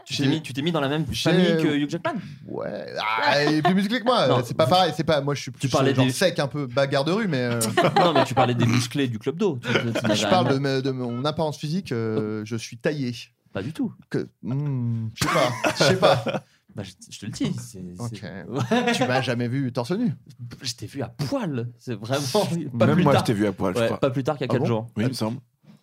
Speaker 7: tu t'es mis, tu t'es mis dans la même
Speaker 8: J'ai-
Speaker 7: famille que Hugh Jackman.
Speaker 8: Ouais, ah, il est plus musclé que
Speaker 7: Non.
Speaker 8: moi. C'est pas pareil, c'est pas. Moi, je suis plus
Speaker 7: parlais
Speaker 8: euh, genre
Speaker 7: des-
Speaker 8: sec, un peu bagarre de rue, mais euh,
Speaker 7: *laughs* non mais tu parlais des musclés du club d'eau. Tu- tu- tu n'avais
Speaker 8: je parle de,
Speaker 7: rien-
Speaker 8: ma- de mon apparence physique. euh, je suis taillé.
Speaker 7: Pas du tout.
Speaker 8: Que, hmm, je sais pas, je sais pas.
Speaker 7: Bah, je, je te le dis. c'est- c'est- *laughs*
Speaker 8: Ok. *laughs*
Speaker 7: Ouais.
Speaker 8: Tu m'as jamais vu torse nu.
Speaker 7: Je t'ai vu à poil. C'est vraiment. Pas
Speaker 9: Même
Speaker 7: plus
Speaker 9: moi, je
Speaker 7: tard.
Speaker 9: t'ai vu à poil, je
Speaker 7: Ouais,
Speaker 9: crois.
Speaker 7: Pas plus tard qu'à
Speaker 8: Ah
Speaker 7: 4
Speaker 8: bon
Speaker 7: jours.
Speaker 9: Oui, il me semble.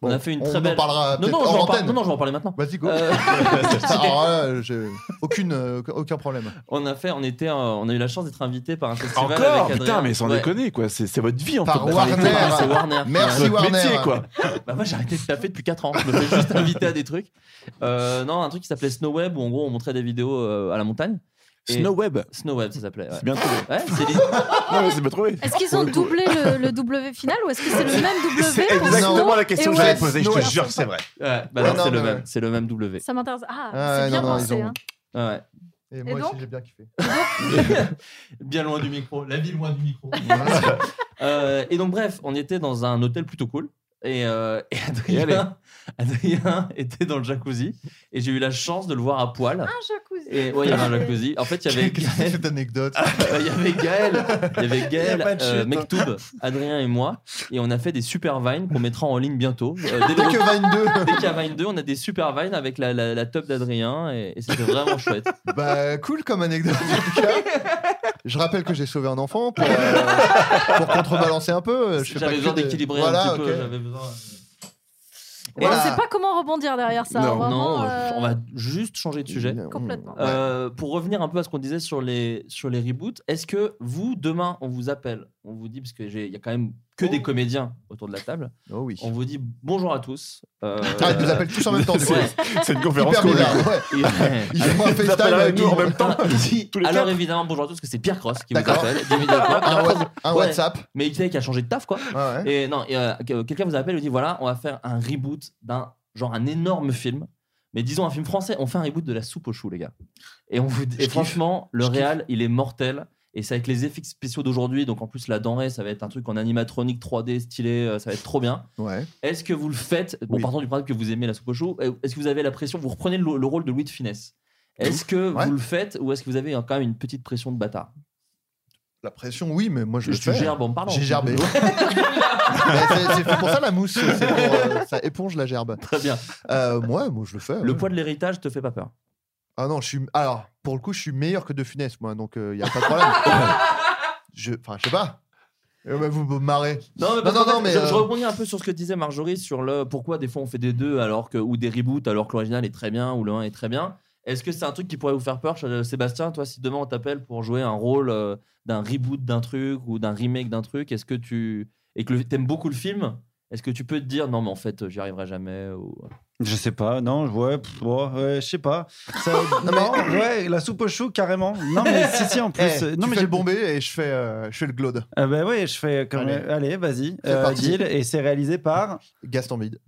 Speaker 7: on a fait une
Speaker 8: on
Speaker 7: très
Speaker 8: en
Speaker 7: belle.
Speaker 8: parlera
Speaker 7: non, non,
Speaker 8: peut-être
Speaker 7: je vais en
Speaker 8: hors
Speaker 7: parle-
Speaker 8: antenne.
Speaker 7: non, non, je vais en parler maintenant.
Speaker 8: Vas-y, go.
Speaker 9: *laughs*
Speaker 7: Euh,
Speaker 8: Alors là, j'ai aucune, euh, aucun problème.
Speaker 7: on a fait, on était, euh, on a eu la chance d'être invité par un festival
Speaker 9: Encore
Speaker 7: avec
Speaker 9: Putain,
Speaker 7: Adrien.
Speaker 9: mais sans
Speaker 7: Ouais.
Speaker 9: déconner, quoi. C'est c'est votre vie, en
Speaker 8: Par
Speaker 9: fait.
Speaker 8: Warner.
Speaker 7: Ah, c'est Warner.
Speaker 8: Merci
Speaker 9: C'est votre
Speaker 8: Warner.
Speaker 9: métier, quoi.
Speaker 7: Bah moi j'ai arrêté de taffer depuis 4 ans. Je me fais
Speaker 9: *laughs*
Speaker 7: juste inviter à des trucs. Euh, non, un truc qui s'appelait Snow Web où en gros on montrait des vidéos euh, à la montagne. Et-
Speaker 9: Snow Web.
Speaker 7: Snow Web ça s'appelait. Ouais.
Speaker 9: C'est bien trouvé.
Speaker 7: Ouais, c'est des-
Speaker 9: *laughs* Non, mais c'est bien trouvé.
Speaker 11: Est-ce qu'ils ont doublé le, le W final ou est-ce que c'est le même W
Speaker 9: C'est
Speaker 11: pour
Speaker 9: exactement
Speaker 11: Snow
Speaker 9: la
Speaker 11: et
Speaker 9: question que j'avais
Speaker 11: Wes
Speaker 9: posée, je
Speaker 8: Snow
Speaker 9: te
Speaker 8: Web.
Speaker 9: jure, c'est vrai.
Speaker 7: ouais, bah
Speaker 8: Ouais,
Speaker 7: non,
Speaker 8: non,
Speaker 7: c'est le
Speaker 8: mais
Speaker 7: même,
Speaker 8: ouais.
Speaker 7: c'est le même W.
Speaker 11: Ça m'intéresse. Ah,
Speaker 8: Ah,
Speaker 11: c'est bien
Speaker 8: non, non, ils
Speaker 11: pensé.
Speaker 8: ont-
Speaker 11: hein.
Speaker 7: Ah Ouais.
Speaker 8: Et moi
Speaker 11: donc
Speaker 8: aussi, j'ai bien kiffé.
Speaker 7: *laughs* Bien loin du micro, la ville loin du micro. *laughs* Euh, et donc, bref, on était dans un hôtel plutôt cool. Et, euh, et Adrien, *laughs*
Speaker 9: allez.
Speaker 7: Adrien était dans le jacuzzi. Et j'ai eu la chance de le voir à poil.
Speaker 11: Un jacuzzi.
Speaker 7: Et ouais, il y avait un jacuzzi. En fait, il y avait
Speaker 8: *laughs* Qu'est-ce que c'est que
Speaker 7: Gaël.
Speaker 8: cette anecdote
Speaker 7: *laughs* Il y avait Gaël, *laughs* il y avait
Speaker 9: Il y a
Speaker 7: Gaël
Speaker 9: pas de
Speaker 8: hein.
Speaker 7: euh,
Speaker 9: chute, hein.
Speaker 7: Mektoub, Adrien et moi. Et on a fait des super vines qu'on mettra en ligne bientôt. Euh, dès
Speaker 8: Dès
Speaker 7: le-
Speaker 8: que Vine
Speaker 7: *laughs* dès qu'il y a Vine 2, on a des super vines avec la, la, la teub d'Adrien. Et, et c'était vraiment chouette.
Speaker 8: 2, bah cool comme anecdote en tout cas. Je rappelle que j'ai sauvé un enfant pour, euh, pour contrebalancer un peu. Je fais pas
Speaker 7: J'avais
Speaker 8: que
Speaker 7: besoin
Speaker 8: des-
Speaker 7: d'équilibrer
Speaker 8: Voilà,
Speaker 7: un petit
Speaker 8: ok.
Speaker 7: peu. j'avais besoin-
Speaker 11: Et on
Speaker 8: Voilà.
Speaker 11: sait pas comment rebondir derrière ça.
Speaker 9: Non,
Speaker 11: vraiment,
Speaker 7: Non,
Speaker 11: euh,
Speaker 7: on
Speaker 11: *laughs*
Speaker 7: va juste changer de sujet.
Speaker 11: Complètement.
Speaker 8: Ouais.
Speaker 7: Euh, pour revenir un peu à ce qu'on disait sur les, sur les reboots, est-ce que vous, demain, on vous appelle, on vous dit, parce qu'il y a quand même que des comédiens autour de la table,
Speaker 8: Oh oui.
Speaker 7: on vous dit bonjour à tous. euh,
Speaker 8: Ah, ils nous appellent tous en même temps. du coup.
Speaker 7: *laughs* Ouais.
Speaker 9: C'est une conférence
Speaker 8: Hyper
Speaker 9: qu'on
Speaker 8: bizarre. ouais.
Speaker 7: Et-
Speaker 8: Ils
Speaker 7: *laughs*
Speaker 8: font un FaceTime
Speaker 9: t'appelleras
Speaker 8: avec
Speaker 9: nous en
Speaker 8: nous.
Speaker 9: même temps. Tous les
Speaker 7: Alors
Speaker 9: quatre.
Speaker 7: évidemment, bonjour à tous, parce que c'est Pierre Cross qui vous
Speaker 8: D'accord.
Speaker 7: appelle. immédiatement.
Speaker 8: Un, wa- un
Speaker 7: Ouais.
Speaker 8: WhatsApp.
Speaker 7: Mais il sait qu'il a changé de taf, quoi.
Speaker 8: Ouais, Ah ouais.
Speaker 7: Et non, et, euh, que- quelqu'un vous appelle et vous dit voilà, on va faire un reboot d'un genre un énorme film. Mais disons un film français, on fait un reboot de la soupe aux choux, les gars. Et, on vous, et
Speaker 9: kiffe.
Speaker 7: franchement, le
Speaker 9: Je kiffe.
Speaker 7: réal, il est mortel. Et c'est avec les effets spéciaux d'aujourd'hui, donc en plus la denrée, ça va être un truc en animatronique 3D stylé, euh, ça va être trop bien.
Speaker 8: Ouais.
Speaker 7: Est-ce que vous le faites Bon,
Speaker 8: Oui.
Speaker 7: partant du principe que vous aimez la soupe aux choux, euh, est-ce que vous avez la pression Vous reprenez le, le rôle de Louis de Finesse. Est-ce que
Speaker 8: Ouais.
Speaker 7: vous le faites ou est-ce que vous avez euh, quand même une petite pression de bâtard
Speaker 8: La pression, oui, mais moi je le
Speaker 7: Tu
Speaker 8: fais.
Speaker 7: gerbes en parlant.
Speaker 8: J'ai
Speaker 7: *laughs*
Speaker 8: gerbé. Mais c'est c'est fait pour ça la mousse. c'est pour, euh, ça éponge la gerbe.
Speaker 7: Très bien.
Speaker 8: Euh, moi, moi je le fais.
Speaker 7: Le
Speaker 8: ouais.
Speaker 7: poids de l'héritage te fait pas peur
Speaker 8: Ah non, je suis. Alors, pour le coup, je suis meilleur que De Funès, moi, donc il n'y a pas de
Speaker 7: *laughs*
Speaker 8: problème. je... Enfin, je sais pas. Euh, bah, vous vous marrez.
Speaker 7: Non, mais, parce
Speaker 8: Non, non,
Speaker 7: qu'en fait,
Speaker 8: non, mais,
Speaker 7: je,
Speaker 8: euh,
Speaker 7: je rebondis un peu sur ce que disait Marjorie sur le pourquoi des fois on fait des deux alors que ou des reboots alors que l'original est très bien ou le 1 est très bien. Est-ce que c'est un truc qui pourrait vous faire peur, euh, Sébastien Toi, si demain on t'appelle pour jouer un rôle euh, d'un reboot d'un truc ou d'un remake d'un truc, est-ce que tu et que le- t'aimes beaucoup le film, Est-ce que tu peux te dire non mais en fait j'y arriverai jamais ou... euh?
Speaker 10: Je sais pas, non, ouais, pff, ouais, ouais, je sais pas. Ça-
Speaker 8: *laughs*
Speaker 10: non, ouais, la soupe au chou, carrément. Non, mais si, si, en plus.
Speaker 8: Eh,
Speaker 10: euh,
Speaker 8: tu
Speaker 10: non, mais
Speaker 8: fais
Speaker 10: j'ai
Speaker 8: le bombé et je fais, euh, je fais le glaude.
Speaker 10: Ah bah ouais, je fais comme. Allez, vas-y.
Speaker 8: C'est
Speaker 10: euh,
Speaker 8: parti.
Speaker 10: deal, et c'est réalisé par. Oh.
Speaker 8: Gaston Bide.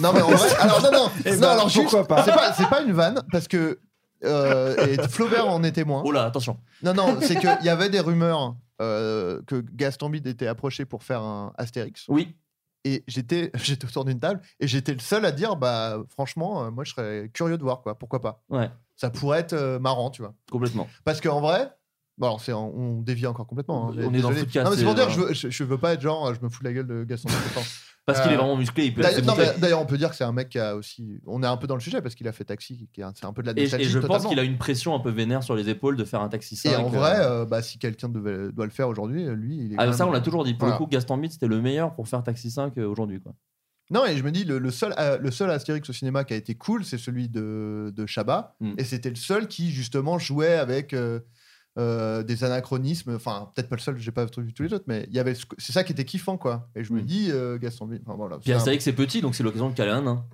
Speaker 8: Non, mais en
Speaker 10: *laughs*
Speaker 8: vrai, ah, alors non, non,
Speaker 10: Eh
Speaker 8: non,
Speaker 10: ben,
Speaker 8: alors juste,
Speaker 10: pourquoi pas
Speaker 8: C'est pas, c'est pas une vanne parce que euh, et Flaubert en est témoin.
Speaker 7: Oh là, attention.
Speaker 8: Non, non, c'est qu'il y avait des rumeurs euh, que Gaston Bide était approché pour faire un Astérix.
Speaker 7: Oui.
Speaker 8: Et j'étais, *laughs* j'étais autour d'une table et j'étais le seul à dire, bah franchement, euh, moi je serais curieux de voir quoi, pourquoi pas.
Speaker 7: Ouais.
Speaker 8: Ça pourrait être euh, marrant, tu vois.
Speaker 7: Complètement.
Speaker 8: Parce qu'en vrai, bon, alors c'est, on dévie encore complètement. hein,
Speaker 7: On est dans le
Speaker 8: désolé.
Speaker 7: footcast,
Speaker 8: Non, mais c'est pour
Speaker 7: c'est-
Speaker 8: dire, je veux, je, je veux pas être genre, euh, je me fous de la gueule de Gaston Bide tout le temps.
Speaker 7: *laughs* Parce qu'il est
Speaker 8: Euh,
Speaker 7: vraiment musclé, il peut
Speaker 8: d'ailleurs-
Speaker 7: assez
Speaker 8: non,
Speaker 7: monter.
Speaker 8: mais D'ailleurs, on peut dire que c'est un mec qui a aussi. On est un peu dans le sujet parce qu'il a fait Taxi, qui est un- c'est un peu de la
Speaker 7: Et, et
Speaker 8: nostalgie.
Speaker 7: je pense
Speaker 8: totalement.
Speaker 7: qu'il a une pression un peu vénère sur les épaules de faire un taxi 5.
Speaker 8: Et en
Speaker 7: euh,
Speaker 8: vrai, euh, bah, si quelqu'un devait- doit le faire aujourd'hui, euh, lui, il est.
Speaker 7: ah,
Speaker 8: quand
Speaker 7: ça,
Speaker 8: même-
Speaker 7: on l'a toujours dit. Pour
Speaker 8: Voilà.
Speaker 7: le coup, Gaston Bide, c'était le meilleur pour faire Taxi 5 euh, aujourd'hui. quoi.
Speaker 8: Non, et je me dis, le, le seul, euh, le seul Astérix au cinéma qui a été cool, c'est celui de, de Chabat.
Speaker 7: Hmm.
Speaker 8: Et c'était le seul qui, justement, jouait avec euh, euh, des anachronismes. Enfin, peut-être pas le seul, j'ai pas vu tous les autres, mais il y avait ce- c'est ça qui était kiffant, quoi. Et
Speaker 7: Hmm.
Speaker 8: je me dis, euh, Gaston Bide. Enfin, voilà,
Speaker 7: Puis
Speaker 8: c'est un-
Speaker 7: Astérix, c'est petit, donc c'est l'occasion de caler un nain.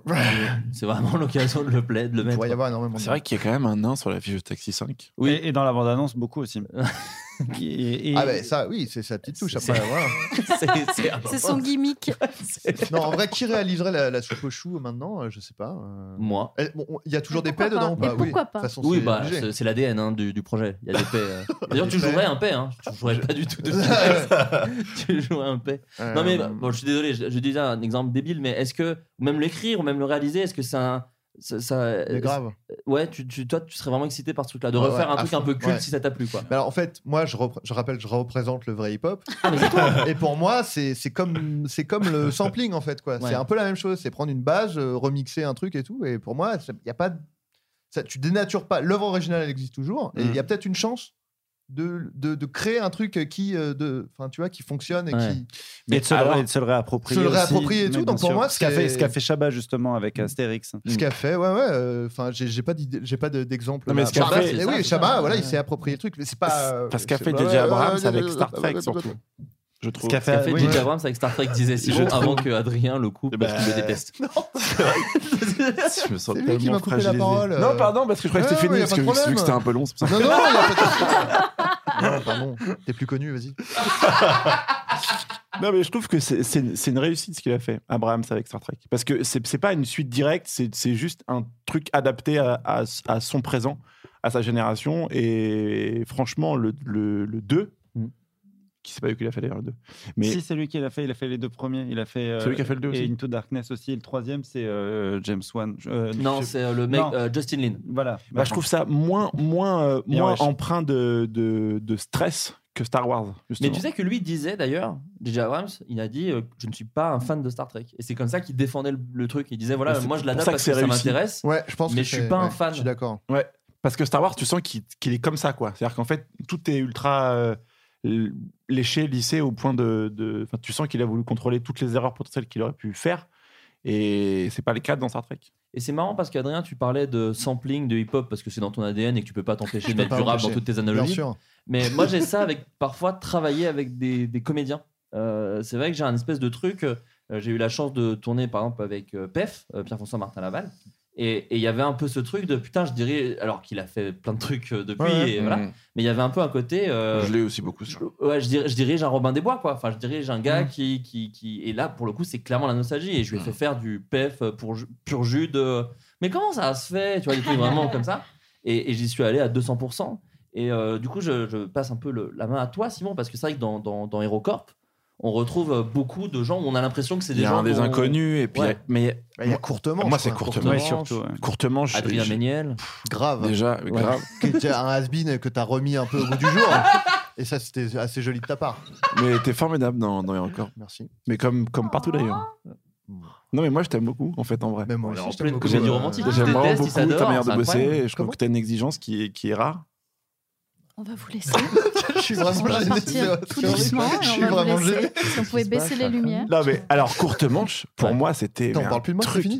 Speaker 7: c'est vraiment *laughs* l'occasion de le plaid, de le mettre.
Speaker 8: pourrait y avoir énormément
Speaker 9: C'est vrai qu'il y a quand même un nain sur la fiche de Taxi 5.
Speaker 10: Oui, et dans la bande-annonce,
Speaker 8: *laughs*
Speaker 10: beaucoup aussi. Et- et-
Speaker 8: Ah, ben ça, oui, c'est sa petite touche
Speaker 10: C'est-
Speaker 8: après. voilà.
Speaker 11: C'est son gimmick.
Speaker 8: *laughs* non, en vrai, qui réaliserait la, la soupe au chou maintenant Euh, Je sais pas. euh.
Speaker 7: Moi.
Speaker 8: Eh, bon, on- Il y a toujours des
Speaker 11: pourquoi
Speaker 8: paix dedans ou
Speaker 11: pas
Speaker 8: pas
Speaker 11: Mais pourquoi pas
Speaker 8: Bah De toute façon,
Speaker 7: Oui,
Speaker 8: c'est
Speaker 7: bah,
Speaker 8: obligé.
Speaker 7: c'est c'est l'ADN hein, du, du projet. Il y a des
Speaker 8: *laughs*
Speaker 7: paix. euh. D'ailleurs,
Speaker 8: Des
Speaker 7: tu
Speaker 8: paix.
Speaker 7: jouerais un paix. Hein.
Speaker 8: *laughs*
Speaker 7: Tu jouerais pas du tout de finesse. *laughs* tu jouerais un paix.
Speaker 2: Euh,
Speaker 7: Non, mais bah, bon, je suis désolé, je, je dis ça un exemple débile, mais est-ce que, ou même l'écrire, ou même le réaliser, est-ce que c'est un. Ça, ça-
Speaker 8: Mais grave.
Speaker 7: Ouais, tu, tu- toi, tu serais vraiment excité par ce truc-là, de
Speaker 8: Ouais,
Speaker 7: refaire
Speaker 8: ouais,
Speaker 7: un
Speaker 8: à
Speaker 7: truc un
Speaker 8: fond,
Speaker 7: peu culte
Speaker 8: ouais.
Speaker 7: si ça t'a plu, quoi.
Speaker 8: Mais alors, en fait, moi, je, repr- je rappelle, je représente le vrai hip-hop.
Speaker 7: Ah, mais c'est toi
Speaker 8: et pour moi, c'est c'est comme, c'est comme
Speaker 10: *laughs*
Speaker 8: le sampling, en fait. quoi.
Speaker 7: Ouais.
Speaker 8: C'est un peu la même chose. C'est prendre une base, euh, remixer un truc et tout. Et pour moi, il y a pas. de- Ça, tu dénatures pas. L'œuvre originale, elle existe toujours. Et il
Speaker 10: Mm.
Speaker 8: y a peut-être une chance. De, de, de créer un truc qui, euh, de, enfin, tu vois, qui fonctionne et
Speaker 10: Ouais.
Speaker 8: qui.
Speaker 10: Et de se, le-
Speaker 8: Alors-
Speaker 10: et de se le réapproprier.
Speaker 8: Se le
Speaker 10: aussi.
Speaker 8: réapproprier et
Speaker 10: Mais
Speaker 8: tout,
Speaker 10: bien
Speaker 8: donc pour
Speaker 10: sûr.
Speaker 8: moi,
Speaker 10: Ce qu'a
Speaker 8: c'est- Mm.
Speaker 10: fait, ce qu'a fait Chabat justement avec Astérix.
Speaker 8: Ce qu'a fait, ouais, ouais. euh, Enfin, j'ai j'ai pas d'idée- j'ai pas de- d'exemple.
Speaker 10: Non, mais
Speaker 8: là.
Speaker 10: ce qu'a
Speaker 8: Chabat,
Speaker 10: fait-
Speaker 8: eh
Speaker 10: c'est ça,
Speaker 8: oui,
Speaker 10: c'est
Speaker 8: Chabat,
Speaker 10: ça,
Speaker 8: voilà,
Speaker 10: ouais.
Speaker 8: il s'est approprié le truc. Mais c'est pas. euh,
Speaker 9: Parce qu'a
Speaker 8: c'est-
Speaker 9: fait
Speaker 8: ouais,
Speaker 9: J.J.
Speaker 8: ouais,
Speaker 9: Abrams
Speaker 8: ouais,
Speaker 9: avec
Speaker 8: ouais,
Speaker 9: Star
Speaker 8: ouais,
Speaker 9: Trek,
Speaker 8: ouais,
Speaker 9: surtout. Je trouve.
Speaker 7: Ce qu'a fait,
Speaker 9: oui.
Speaker 7: J.J. Abrams avec Star Trek disait si
Speaker 9: Je
Speaker 7: bon
Speaker 9: trouve- Eh ben,
Speaker 7: avant que Adrien le coupe parce qu'il le déteste. *laughs*
Speaker 9: *laughs* Je me sens
Speaker 8: C'est lui qui
Speaker 9: tellement
Speaker 8: m'a coupé la
Speaker 9: fragilisé.
Speaker 8: parole, euh.
Speaker 9: Non, pardon, parce que je croyais que
Speaker 8: Ouais,
Speaker 9: c'était
Speaker 8: ouais,
Speaker 9: fini,
Speaker 8: y a pas
Speaker 9: parce que
Speaker 8: de problème.
Speaker 9: vu que vu que c'était un peu long, c'est pour ça.
Speaker 8: Non, non, y a pas de- Non, pardon, t'es plus connu, vas-y.
Speaker 9: Non, mais je trouve que c'est- c'est c'est une réussite ce qu'il a fait, Abrams avec Star Trek. Parce que c'est c'est pas une suite directe, c'est c'est juste un truc adapté à, à- à son présent, à sa génération. Et franchement, le, le, le 2, qui sait pas lui qui l'a fait d'ailleurs, le 2. Mais
Speaker 10: Si c'est lui qui l'a fait, il a fait les deux premiers. Il a fait. euh,
Speaker 9: C'est lui qui a fait le deux
Speaker 10: Et
Speaker 9: aussi.
Speaker 10: Into Darkness aussi. Et Le troisième, c'est euh, James Wan. Je- euh,
Speaker 7: Non,
Speaker 10: je-
Speaker 7: c'est euh, le mec
Speaker 10: Non.
Speaker 7: euh, Justin Lin.
Speaker 10: Voilà.
Speaker 9: bah, je trouve ça moins, moins, euh,
Speaker 10: Bien
Speaker 9: moins
Speaker 10: wesh.
Speaker 9: empreint de, de, de stress que Star Wars.
Speaker 7: Mais
Speaker 9: Justement.
Speaker 7: tu sais que lui disait d'ailleurs, J.J. Abrams, il a dit euh, Je ne suis pas un fan de Star Trek. Et c'est comme ça qu'il défendait le, le truc. Il disait Voilà,
Speaker 9: Mais c'est
Speaker 7: moi je
Speaker 9: pour
Speaker 7: l'adapte
Speaker 9: ça que
Speaker 7: parce
Speaker 9: c'est
Speaker 7: que ça
Speaker 9: réussi.
Speaker 7: m'intéresse.
Speaker 8: Ouais, je pense
Speaker 7: Mais
Speaker 8: que
Speaker 7: je suis
Speaker 8: c'est-
Speaker 7: pas un
Speaker 8: ouais,
Speaker 7: fan.
Speaker 8: Je suis d'accord.
Speaker 9: Ouais, parce que Star Wars, tu sens qu'il qu'il est comme ça, quoi. C'est-à-dire qu'en fait, tout est ultra euh, l- léché, lissé au point de. de- enfin, tu sens qu'il a voulu contrôler toutes les erreurs potentielles qu'il aurait pu faire. Et c'est pas le cas dans Star Trek.
Speaker 7: Et c'est marrant parce qu'Adrien, tu parlais de sampling, de hip-hop, parce que c'est dans ton ADN et que tu peux pas t'empêcher
Speaker 8: Je
Speaker 7: de
Speaker 8: peux
Speaker 7: mettre
Speaker 8: pas
Speaker 7: du rap dans
Speaker 8: m'empêcher.
Speaker 7: toutes tes
Speaker 8: Bien
Speaker 7: analogies.
Speaker 8: sûr.
Speaker 7: Mais moi, j'ai ça avec parfois travailler avec des, des comédiens. Euh, c'est vrai que j'ai un espèce de truc. euh, j'ai eu la chance de tourner par exemple avec euh, PEF, euh, Pierre-François Martin Laval. Et et il y avait un peu ce truc de putain, je dirais, alors qu'il a fait plein de trucs euh, depuis,
Speaker 9: Ouais, ouais.
Speaker 7: et voilà.
Speaker 8: Mm.
Speaker 9: Mhm.
Speaker 7: mais il y avait un peu un côté. euh,
Speaker 9: Je l'ai aussi beaucoup. ça.
Speaker 7: Ouais, je, dir- je dirige un Robin des Bois, quoi. Enfin, je dirige un gars qui, qui, qui. Et là, pour le coup, c'est clairement la nostalgie. Et je
Speaker 9: Mm.
Speaker 7: lui ai fait faire du PEF euh, pour ju- pur jus de. Mais comment ça se fait Tu vois, des trucs vraiment comme ça. Et, et j'y suis allé à 200%. Et euh, du coup, je, je passe un peu le- la main à toi, Simon, parce que c'est vrai que dans, dans, dans HeroCorp, on retrouve euh, beaucoup de gens où on a l'impression que c'est
Speaker 9: Il
Speaker 7: des
Speaker 9: y a
Speaker 7: gens.
Speaker 9: un des
Speaker 7: dont-
Speaker 9: inconnus, et puis. il y a-
Speaker 7: Ouais.
Speaker 9: mais
Speaker 8: Bah, il y a Courtemanche,
Speaker 9: Moi,
Speaker 8: quoi.
Speaker 9: c'est Courtemanche.
Speaker 8: Courtemanche, Ouais, surtout, ouais.
Speaker 9: Courtemanche,
Speaker 7: Adrien
Speaker 9: je-
Speaker 7: Méniel.
Speaker 8: Grave.
Speaker 9: Déjà, mais grave.
Speaker 8: Que t'as un has-been que t'as remis un peu au goût du jour. Et ça, c'était assez joli de ta
Speaker 7: *laughs*
Speaker 8: part.
Speaker 9: Mais t'es formidable dans, dans encore.
Speaker 8: Merci. Oh.
Speaker 9: Mais comme, comme partout d'ailleurs. Non, mais moi, je t'aime beaucoup, en fait, en vrai.
Speaker 8: Mais moi
Speaker 9: On est
Speaker 8: aussi,
Speaker 9: en
Speaker 8: je
Speaker 9: pleine
Speaker 8: t'aime beaucoup.
Speaker 9: comédie
Speaker 8: Euh,
Speaker 9: romantique.
Speaker 8: je
Speaker 9: J'aime
Speaker 8: déteste,
Speaker 9: vraiment
Speaker 8: ils
Speaker 9: beaucoup ta
Speaker 8: s'adorent,
Speaker 9: manière de
Speaker 8: c'est
Speaker 9: bosser.
Speaker 8: incroyable.
Speaker 9: et Je trouve que t'as une exigence qui est, qui est rare.
Speaker 11: On va vous laisser.
Speaker 8: Je suis vraiment
Speaker 11: On va
Speaker 8: gêné, Ah, c'est
Speaker 11: partir
Speaker 8: vrai,
Speaker 11: tout
Speaker 8: c'est horrible.
Speaker 11: doucement.
Speaker 8: Je
Speaker 11: et on
Speaker 8: suis
Speaker 11: va vous
Speaker 8: vraiment
Speaker 11: laisser.
Speaker 8: gêné.
Speaker 11: Si on pouvait baisser les lumières.
Speaker 9: Non mais alors courte manche pour moi c'était mais
Speaker 8: T'en *laughs*
Speaker 9: un
Speaker 8: parles plus de moi, c'est
Speaker 9: truc.
Speaker 8: fini.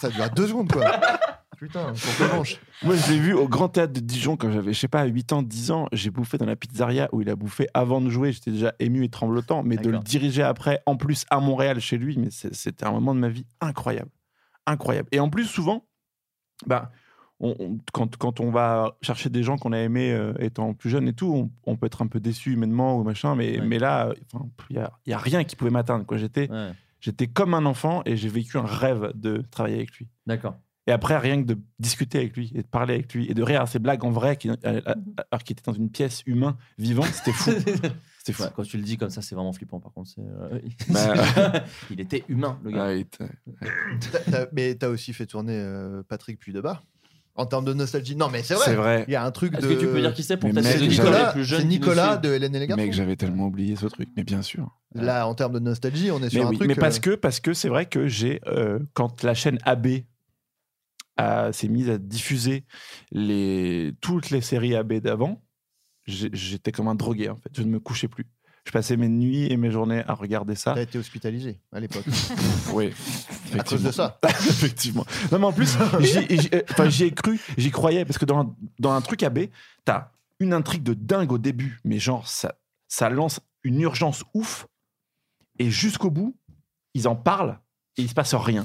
Speaker 8: Ça dure deux secondes, quoi. Putain, pour revanche.
Speaker 9: Moi, je l'ai vu au Grand Théâtre de Dijon quand j'avais, je sais pas, 8 ans, 10 ans. J'ai bouffé dans la pizzeria où il a bouffé avant de jouer. J'étais déjà ému et tremblotant, mais de le
Speaker 7: D'accord.
Speaker 9: diriger après, en plus à Montréal chez lui, mais c'est- c'était un moment de ma vie incroyable. Incroyable. Et en plus, souvent, bah, on- on- quand, quand on va chercher des gens qu'on a aimés euh, étant plus jeune et tout, on, on peut être un peu déçu humainement ou machin, mais, mais là, euh, enfin, il n'y a, rien qui pouvait m'atteindre. quoi. J'étais j'étais comme un enfant et j'ai vécu un rêve de travailler avec lui.
Speaker 7: D'accord.
Speaker 9: Et après, rien que de discuter avec lui et de parler avec lui et de rire à ses blagues en vrai, qui- à- à-
Speaker 7: Mhm.
Speaker 9: alors qu'il était dans une pièce humain, vivant,
Speaker 7: *laughs*
Speaker 9: c'était fou. c'était fou.
Speaker 7: quand tu le dis comme ça, c'est vraiment flippant par contre. c'est, euh, *laughs*
Speaker 9: Bah- Ah,
Speaker 7: il était humain, le gars.
Speaker 8: T'as- t'as- mais t'as aussi fait tourner euh, Patrick Puy de Bar. En termes de nostalgie, non mais c'est vrai.
Speaker 9: C'est vrai.
Speaker 8: Il y a un truc
Speaker 7: Est-ce
Speaker 8: de.
Speaker 7: que tu peux dire qui c'est pour
Speaker 9: Mais
Speaker 7: peut-être
Speaker 9: mec,
Speaker 7: les
Speaker 8: C'est
Speaker 7: auditeurs
Speaker 8: Nicolas,
Speaker 7: les plus jeunes
Speaker 8: c'est
Speaker 7: qui nous
Speaker 8: Nicolas
Speaker 7: suivent
Speaker 8: de Hélène et les garçons.
Speaker 9: Mec, j'avais tellement oublié ce truc, mais bien sûr.
Speaker 8: Là, en termes de nostalgie, on est sur
Speaker 9: Mais
Speaker 8: un
Speaker 9: oui,
Speaker 8: truc.
Speaker 9: mais parce
Speaker 8: euh,
Speaker 9: que parce que c'est vrai que j'ai euh, quand la chaîne AB a- s'est mise à diffuser les toutes les séries AB d'avant, j'ai- j'étais comme un drogué en fait. Je ne me couchais plus. Je passais mes nuits et mes journées à regarder ça.
Speaker 8: T'as été hospitalisé à l'époque.
Speaker 9: *laughs* Oui.
Speaker 8: À cause de ça.
Speaker 9: effectivement. *laughs* Non, mais en plus, j'y- j'y euh, enfin, j'y ai cru, j'y croyais, parce que dans un, dans un truc AB, t'as une intrigue de dingue au début, mais genre, ça, ça lance une urgence ouf, et jusqu'au bout, ils en parlent, et il se passe
Speaker 8: *laughs*
Speaker 9: rien.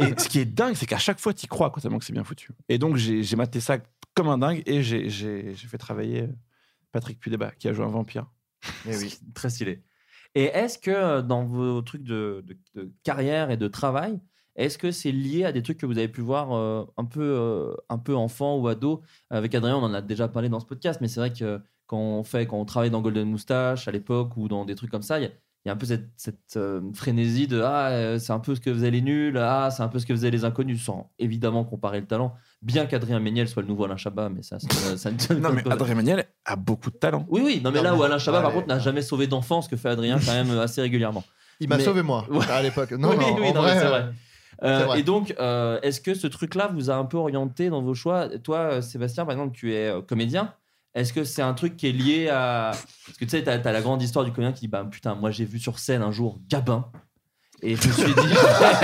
Speaker 9: et ce qui est dingue, c'est qu'à chaque fois, t'y crois, quoi, tellement que c'est bien foutu. Et donc, j'ai j'ai maté ça comme un dingue, et j'ai j'ai- j'ai fait travailler euh, Patrick Pudeba, qui a joué un vampire.
Speaker 7: Très stylé. Et est-ce que euh, dans vos trucs de, de- de carrière et de travail, est-ce que c'est lié à des trucs que vous avez pu voir euh, un, peu, euh, un peu enfant ou ado Avec Adrien, on en a déjà parlé dans ce podcast, mais c'est vrai que quand on, fait, quand on travaille dans Golden Moustache à l'époque ou dans des trucs comme ça, il y a, il y a un peu cette, cette, euh, frénésie de Ah, euh, c'est un peu ce que faisaient les nuls, Ah, c'est un peu ce que faisaient les inconnus, sans évidemment comparer le talent. Bien qu'Adrien Méniel soit le nouveau Alain Chabat, mais ça, ça,
Speaker 9: *laughs*
Speaker 7: ça ne-
Speaker 9: Non, mais Adrien Méniel a beaucoup de talent.
Speaker 7: oui, oui, non, mais
Speaker 9: Non,
Speaker 7: là où
Speaker 9: mais-
Speaker 7: Alain Chabat, par
Speaker 9: Ouais.
Speaker 7: contre, n'a jamais sauvé d'enfant, ce que fait Adrien quand même euh, assez régulièrement.
Speaker 8: Il m'a
Speaker 7: Mais-
Speaker 8: sauvé moi
Speaker 7: Ouais.
Speaker 8: à l'époque. Non,
Speaker 7: oui,
Speaker 8: non, en
Speaker 7: oui, non, mais
Speaker 8: vrai,
Speaker 7: c'est
Speaker 8: euh,
Speaker 7: vrai. Euh,
Speaker 8: c'est vrai.
Speaker 7: Et donc, euh, est-ce que ce truc-là vous a un peu orienté dans vos choix Toi, euh, Sébastien, par exemple, tu es euh, comédien. Est-ce que c'est un truc qui est lié à. Parce que tu sais, t'as as la grande histoire du comédien qui dit Bah putain, moi j'ai vu sur scène un jour Gabin. Et je me suis dit.
Speaker 9: *laughs*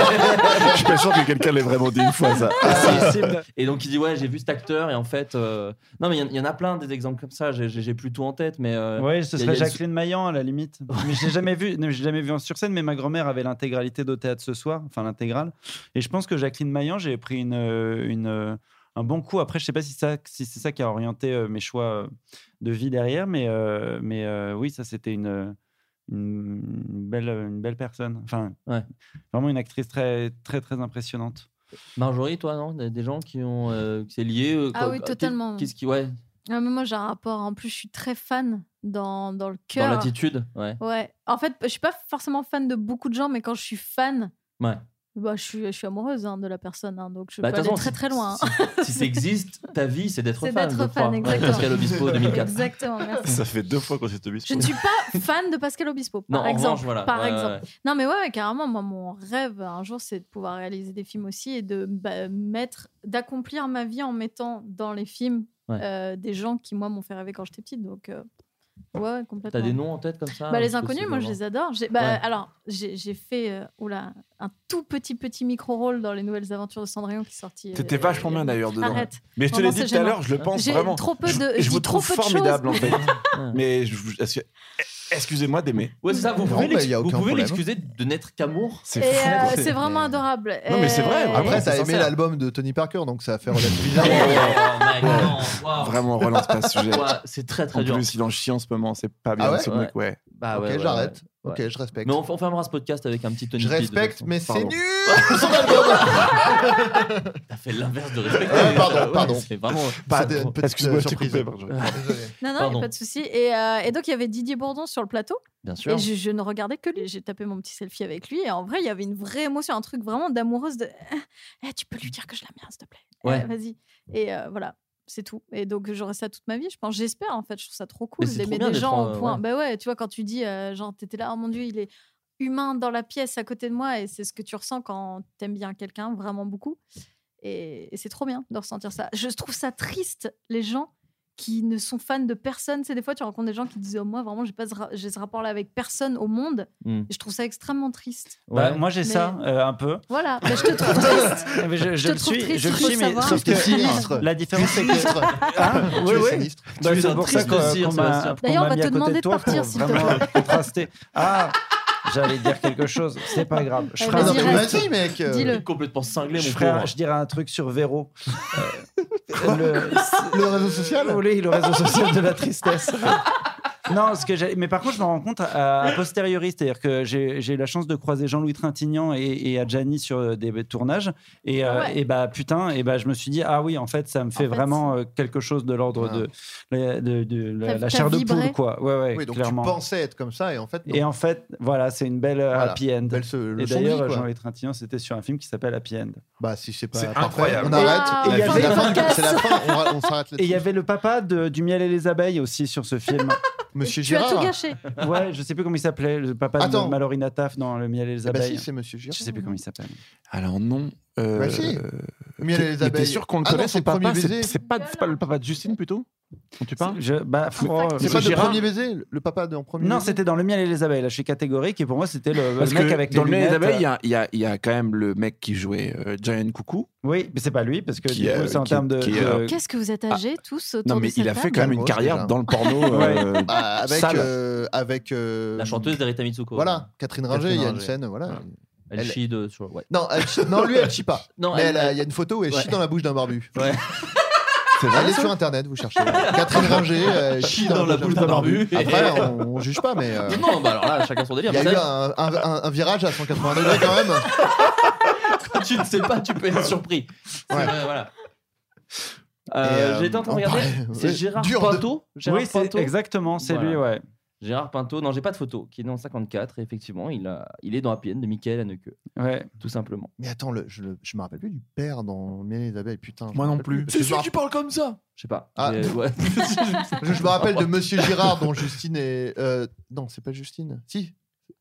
Speaker 9: Je suis pas sûr que quelqu'un l'ait vraiment dit une
Speaker 8: *laughs*
Speaker 9: fois, ça.
Speaker 7: Ah,
Speaker 9: Ah,
Speaker 8: Ah,
Speaker 7: Et donc il dit ouais j'ai vu cet acteur et en fait euh, non mais il y en- il y, en a plein des exemples comme ça j'ai- j'ai j'ai plus tout en tête mais euh,
Speaker 10: Ouais, ce
Speaker 7: il y a-
Speaker 10: serait
Speaker 7: il y a-
Speaker 10: Jacqueline Maillan à
Speaker 7: *laughs*
Speaker 10: la limite. Mais je l'ai jamais vu, non, je l'ai jamais vu en sur scène. Mais ma grand-mère avait l'intégralité de théâtre ce soir, enfin l'intégrale. Et je pense que Jacqueline Maillan, j'ai pris une, euh, une, euh, un bon coup. Après, je sais pas si ça, si c'est ça qui a orienté euh, mes choix euh, de vie derrière, mais euh, mais euh, oui, ça c'était une euh, une belle, euh, une belle personne. Enfin, vraiment une actrice très, très, très impressionnante.
Speaker 7: Marjorie, toi, non Des des gens qui ont. euh, qui c'est lié. euh,
Speaker 11: Ah
Speaker 7: quoi-
Speaker 11: oui,
Speaker 7: qu'est-
Speaker 11: totalement.
Speaker 7: Qu'est-ce qui. Ouais,
Speaker 11: Ah, mais moi, j'ai un rapport. En plus, je suis très fan dans, dans le cœur.
Speaker 7: dans l'attitude.
Speaker 11: *laughs*
Speaker 7: Ouais.
Speaker 11: Ouais. En fait, je suis pas forcément fan de beaucoup de gens, mais quand je suis fan,
Speaker 7: Ouais.
Speaker 11: bah, je, suis, je suis amoureuse hein, de la personne. hein, donc, je
Speaker 7: Bah,
Speaker 11: peux
Speaker 7: de
Speaker 11: aller
Speaker 7: toute façon,
Speaker 11: très très loin. hein.
Speaker 7: Si ça existe, ta vie, c'est d'être
Speaker 11: C'est
Speaker 7: fan.
Speaker 11: d'être
Speaker 7: je crois.
Speaker 11: fan,
Speaker 7: Ouais,
Speaker 11: exactement. *laughs*
Speaker 7: Pascal Obispo 2004.
Speaker 11: Exactement, merci.
Speaker 9: Ça fait deux fois qu'on s'est obispo.
Speaker 11: Je ne suis pas fan de Pascal Obispo, par
Speaker 7: Non, en
Speaker 11: exemple.
Speaker 7: revanche, voilà.
Speaker 11: Par
Speaker 7: Ouais, ouais,
Speaker 11: exemple.
Speaker 7: ouais.
Speaker 11: Non, mais ouais, ouais, carrément, moi, mon rêve un jour, c'est de pouvoir réaliser des films aussi et de bah, mettre, d'accomplir ma vie en mettant dans les films
Speaker 7: Ouais.
Speaker 11: euh, des gens qui, moi, m'ont fait rêver quand j'étais petite. Donc, euh, ouais, ouais, complètement.
Speaker 7: T'as des noms en tête comme ça
Speaker 11: Bah,
Speaker 7: ou
Speaker 11: les
Speaker 7: c'est
Speaker 11: inconnus, moi, je
Speaker 7: vraiment-
Speaker 11: les adore. J'ai- bah,
Speaker 7: Ouais.
Speaker 11: Alors, j'ai j'ai fait euh, oula, un tout petit, petit micro-rôle dans Les Nouvelles Aventures de Cendrillon qui est sorti. euh,
Speaker 9: T'étais vachement bien d'ailleurs dedans.
Speaker 11: Arrête.
Speaker 9: Mais je te
Speaker 11: Vraiment,
Speaker 9: l'ai dit
Speaker 11: c'est
Speaker 9: tout à
Speaker 11: gênant.
Speaker 9: l'heure, je le pense
Speaker 11: J'ai
Speaker 9: vraiment.
Speaker 11: trop peu
Speaker 9: Je-
Speaker 11: de-
Speaker 9: je,
Speaker 11: je
Speaker 9: vous
Speaker 11: dis trop
Speaker 9: trouve
Speaker 11: peu de choses. *laughs*
Speaker 9: formidable en fait. mais je, vous- est-ce que- excusez-moi d'aimer.
Speaker 7: Ouais, c'est ça, vous
Speaker 9: Non,
Speaker 7: pouvez
Speaker 8: bah,
Speaker 9: mais
Speaker 7: l'ex-
Speaker 9: y a
Speaker 7: vous
Speaker 9: aucun
Speaker 7: pouvez
Speaker 9: problème.
Speaker 7: l'excuser de n'être qu'amour.
Speaker 11: Et, euh, C'est vraiment adorable.
Speaker 8: Non, mais
Speaker 9: c'est vrai,
Speaker 11: Et-
Speaker 8: Après,
Speaker 9: Ouais,
Speaker 8: t'as
Speaker 9: c'est
Speaker 8: aimé
Speaker 9: sincère.
Speaker 8: l'album de Tony Parker, donc ça a fait
Speaker 9: *laughs*
Speaker 8: relativiser.
Speaker 9: Vraiment, relance pas ce sujet.
Speaker 7: Ouais, c'est très très
Speaker 9: en
Speaker 7: dur.
Speaker 9: plus, il en chie en ce moment, c'est pas bien
Speaker 8: Ah ouais
Speaker 9: ce mec, ouais.
Speaker 7: Bah
Speaker 8: Ok,
Speaker 7: ouais, ouais,
Speaker 8: j'arrête.
Speaker 7: ouais.
Speaker 8: Ok, je respecte.
Speaker 7: Mais on, on fermera ce podcast avec un petit Tony
Speaker 8: Je
Speaker 7: P, de toute
Speaker 8: respecte,
Speaker 7: façon.
Speaker 8: mais c'est
Speaker 7: Pardon.
Speaker 8: nul
Speaker 7: *laughs* T'as fait l'inverse de respecter.
Speaker 9: Ah,
Speaker 8: Ouais, Ah, pardon,
Speaker 7: Ouais,
Speaker 8: pardon.
Speaker 7: C'est vraiment.
Speaker 8: C'était une
Speaker 7: Pardon.
Speaker 8: petite,
Speaker 9: Excuse-moi,
Speaker 8: euh,
Speaker 9: je t'ai
Speaker 8: surprise.
Speaker 9: coupé, pardon.
Speaker 8: *laughs* Désolé.
Speaker 11: Non, non, il y
Speaker 7: Pardon.
Speaker 11: a pas de souci. Et, euh, et donc, il y avait Didier Bourdon sur le plateau.
Speaker 7: Bien sûr.
Speaker 11: Et je, je ne regardais que lui. J'ai tapé mon petit selfie avec lui. Et en vrai, il y avait une vraie émotion, un truc vraiment d'amoureuse. De... Eh, tu peux lui dire que je l'aime bien, s'il te plaît. Eh,
Speaker 7: Ouais.
Speaker 11: Vas-y. Et euh, voilà, c'est tout. Et donc, j'aurai ça toute ma vie, je pense. J'espère, en fait. Je trouve ça trop cool
Speaker 7: Mais c'est
Speaker 11: d'aimer
Speaker 7: trop bien
Speaker 11: des
Speaker 7: d'être
Speaker 11: gens
Speaker 7: en-
Speaker 11: au point.
Speaker 7: ouais.
Speaker 11: Bah ouais, tu vois, quand tu dis, euh, genre, t'étais là, oh mon Dieu, il est humain dans la pièce à côté de moi. Et c'est ce que tu ressens quand t'aimes bien quelqu'un vraiment beaucoup. Et, et c'est trop bien de ressentir ça. Je trouve ça triste, les gens qui ne sont fans de personne. C'est des fois, tu rencontres des gens qui disent oh, Moi, vraiment, j'ai pas ce ra- j'ai ce rapport-là avec personne au monde.
Speaker 7: hmm.
Speaker 10: Mm.
Speaker 11: Et je trouve ça extrêmement triste.
Speaker 10: Bah, moi, j'ai
Speaker 11: Mais-
Speaker 10: ça euh, un peu.
Speaker 11: Voilà, bah, je te
Speaker 9: *laughs*
Speaker 11: trouve triste.
Speaker 10: Mais je,
Speaker 11: Ah, Je
Speaker 10: je
Speaker 11: te
Speaker 10: le
Speaker 11: trouve
Speaker 10: suis,
Speaker 11: triste,
Speaker 10: je
Speaker 11: il
Speaker 10: le
Speaker 11: faut
Speaker 10: suis, mais
Speaker 11: savoir.
Speaker 10: sauf que
Speaker 11: Tu es sinistre.
Speaker 10: la différence
Speaker 11: Tu es
Speaker 10: c'est que
Speaker 11: sinistre.
Speaker 10: Hein
Speaker 11: Tu
Speaker 10: oui,
Speaker 11: es
Speaker 10: oui.
Speaker 11: sinistre.
Speaker 10: Bah,
Speaker 11: Tu es
Speaker 10: c'est
Speaker 11: un
Speaker 10: pour ça
Speaker 11: triste
Speaker 10: qu'on
Speaker 11: aussi,
Speaker 10: qu'on
Speaker 11: hein,
Speaker 10: m'a-
Speaker 11: Sébastien.
Speaker 10: qu'on
Speaker 11: D'ailleurs,
Speaker 10: m'a
Speaker 11: on va
Speaker 10: mis
Speaker 11: te
Speaker 10: à côté
Speaker 11: demander de
Speaker 10: toi pour
Speaker 11: partir, s'il te
Speaker 10: vraiment
Speaker 11: plaît.
Speaker 10: Contraster. Ah, j'allais dire quelque chose. C'est pas grave. Je
Speaker 11: Allez,
Speaker 10: ferai un
Speaker 11: Eh ben, vas-y,
Speaker 10: truc-
Speaker 11: reste. Vas-y, mec. Dis-le.
Speaker 7: Complètement cinglé,
Speaker 10: je
Speaker 7: mon
Speaker 10: ferai un-
Speaker 7: pauvre.
Speaker 10: Je dirais un truc sur Véro.
Speaker 8: *laughs*
Speaker 10: Euh, le,
Speaker 8: réseau social
Speaker 10: Oui, le réseau social de la tristesse. *laughs* Non, ce que j'ai- mais par contre, je me rends compte
Speaker 8: *laughs*
Speaker 10: à- a posteriori, c'est-à-dire que j'ai j'ai eu la chance de croiser Jean-Louis Trintignant et, et Adjani sur euh, des tournages, et, euh,
Speaker 7: Ouais.
Speaker 10: et bah putain, et bah je me suis dit ah oui, en fait, ça me fait vraiment euh, quelque chose de l'ordre de,
Speaker 8: Ah.
Speaker 10: la- de- de- la,
Speaker 8: T'as-
Speaker 10: la
Speaker 8: t'as
Speaker 10: chair de
Speaker 8: vibré
Speaker 10: poule, quoi. Ouais, ouais,
Speaker 8: Oui, donc
Speaker 10: clairement.
Speaker 8: tu pensais être comme ça et en fait. non.
Speaker 10: Et en fait, voilà, c'est une belle euh, happy end. et
Speaker 8: leçon de vie,
Speaker 10: d'ailleurs,
Speaker 8: quoi.
Speaker 10: Jean-Louis Trintignant, c'était sur un film qui s'appelle Happy End.
Speaker 8: Bah, si c'est pas
Speaker 10: C'est
Speaker 8: parfait,
Speaker 10: incroyable.
Speaker 8: on arrête.
Speaker 10: Et
Speaker 8: Et
Speaker 10: il y
Speaker 8: c'est la
Speaker 10: avait-
Speaker 8: fin, c'est la fin, on ra- on s'arrête
Speaker 10: Et il y
Speaker 8: là-dessus.
Speaker 10: avait le papa de- du miel et les abeilles aussi sur ce film.
Speaker 8: *laughs* Monsieur Tu as Gérard. tout gâché.
Speaker 10: Ouais, je sais plus comment il s'appelait, le papa
Speaker 8: Attends.
Speaker 10: de Malorina Taff dans le miel et les
Speaker 8: Eh ben
Speaker 10: abeilles.
Speaker 8: si, c'est Monsieur Girard.
Speaker 10: Je sais plus comment il s'appelle.
Speaker 9: Alors non. Euh,
Speaker 10: Bah si.
Speaker 8: Miel et les
Speaker 9: t'es- mais T'es
Speaker 8: abeilles.
Speaker 9: sûr qu'on le
Speaker 8: Ah non,
Speaker 9: connaît
Speaker 8: c'est
Speaker 9: son
Speaker 8: le premier
Speaker 9: papa C'est
Speaker 8: baiser.
Speaker 9: c'est pas, c'est pas le papa de Justine plutôt Dont tu parles
Speaker 10: bah,
Speaker 8: C'est pas le premier baiser, le papa de en premier.
Speaker 10: Non,
Speaker 8: baiser
Speaker 10: c'était dans le miel et les abeilles. Là, je suis catégorique et pour moi, c'était le,
Speaker 9: Parce
Speaker 10: le euh, mec
Speaker 9: que
Speaker 10: avec
Speaker 9: dans
Speaker 10: les
Speaker 9: le Miel et
Speaker 10: lunettes.
Speaker 9: les abeilles, il y a- il y, a- il y a quand même le mec qui jouait euh, Giant Coucou.
Speaker 10: Oui, mais c'est pas lui parce que
Speaker 9: Qui,
Speaker 10: du coup,
Speaker 9: euh,
Speaker 10: c'est en
Speaker 9: qui-
Speaker 10: termes de.
Speaker 9: qui,
Speaker 10: de-
Speaker 9: euh,
Speaker 11: Qu'est-ce que vous êtes âgés tous autour
Speaker 9: Non,
Speaker 11: de
Speaker 9: mais
Speaker 11: cette
Speaker 9: il a fait
Speaker 11: table
Speaker 9: quand même une carrière dans
Speaker 8: *laughs*
Speaker 9: le porno. euh,
Speaker 10: Ouais.
Speaker 8: Bah, avec
Speaker 9: sale.
Speaker 8: euh, avec euh,
Speaker 7: La chanteuse d'Erita Mitsuko.
Speaker 8: Voilà, Catherine Ringer, il y a une
Speaker 7: Ringer.
Speaker 8: scène, voilà.
Speaker 7: Elle,
Speaker 8: Elle-
Speaker 7: chie de. Sur... ouais.
Speaker 8: Non,
Speaker 7: *laughs*
Speaker 8: elle chie- non, lui, elle chie pas.
Speaker 7: Non,
Speaker 8: mais elle
Speaker 7: elle-
Speaker 8: a- il y a une photo où elle
Speaker 7: Ouais.
Speaker 8: chie dans la bouche d'un barbu.
Speaker 7: *laughs* Ouais.
Speaker 8: C'est
Speaker 9: vrai,
Speaker 8: Allez
Speaker 9: ça
Speaker 8: sur internet, vous cherchez.
Speaker 7: *laughs*
Speaker 8: Catherine Ringer euh, chie dans, la bouche d'un barbu. Après, on, on juge pas, mais. euh,
Speaker 7: Non, bah alors là, chacun son délire.
Speaker 8: Il y a
Speaker 7: mais
Speaker 8: eu
Speaker 7: ça,
Speaker 8: un, un- un- un virage à 180 degrés quand même.
Speaker 7: *laughs* quand tu ne sais pas, tu peux être surpris. C'est
Speaker 8: Ouais.
Speaker 7: vrai, voilà.
Speaker 10: euh,
Speaker 7: Euh, J'étais en train de
Speaker 10: on
Speaker 7: regarder.
Speaker 10: parlait-
Speaker 7: C'est
Speaker 10: ouais.
Speaker 7: Gérard
Speaker 10: Dur de-
Speaker 7: Pinto. Gérard
Speaker 10: Oui, c'est-
Speaker 7: Pinto.
Speaker 10: exactement, c'est lui, ouais.
Speaker 7: Gérard Pinto, non, j'ai pas de photo, qui est dans 54, et effectivement, il, a, il est dans Happy End de Michael Haneke.
Speaker 10: Ouais.
Speaker 7: Tout simplement.
Speaker 8: Mais attends, le- je, le- je me rappelle plus du père dans Miel et les abeilles, putain. je
Speaker 7: Moi
Speaker 8: me
Speaker 7: non
Speaker 8: rappelle
Speaker 7: plus.
Speaker 8: parce
Speaker 7: C'est
Speaker 8: que je
Speaker 7: celui
Speaker 8: me
Speaker 7: qui
Speaker 8: rappelle-
Speaker 7: Comme ça Je sais pas.
Speaker 8: Ah.
Speaker 7: Mais, ouais.
Speaker 8: *laughs* Je, je me rappelle de Monsieur Girard dont Justine est. euh, non, c'est pas Justine. Si.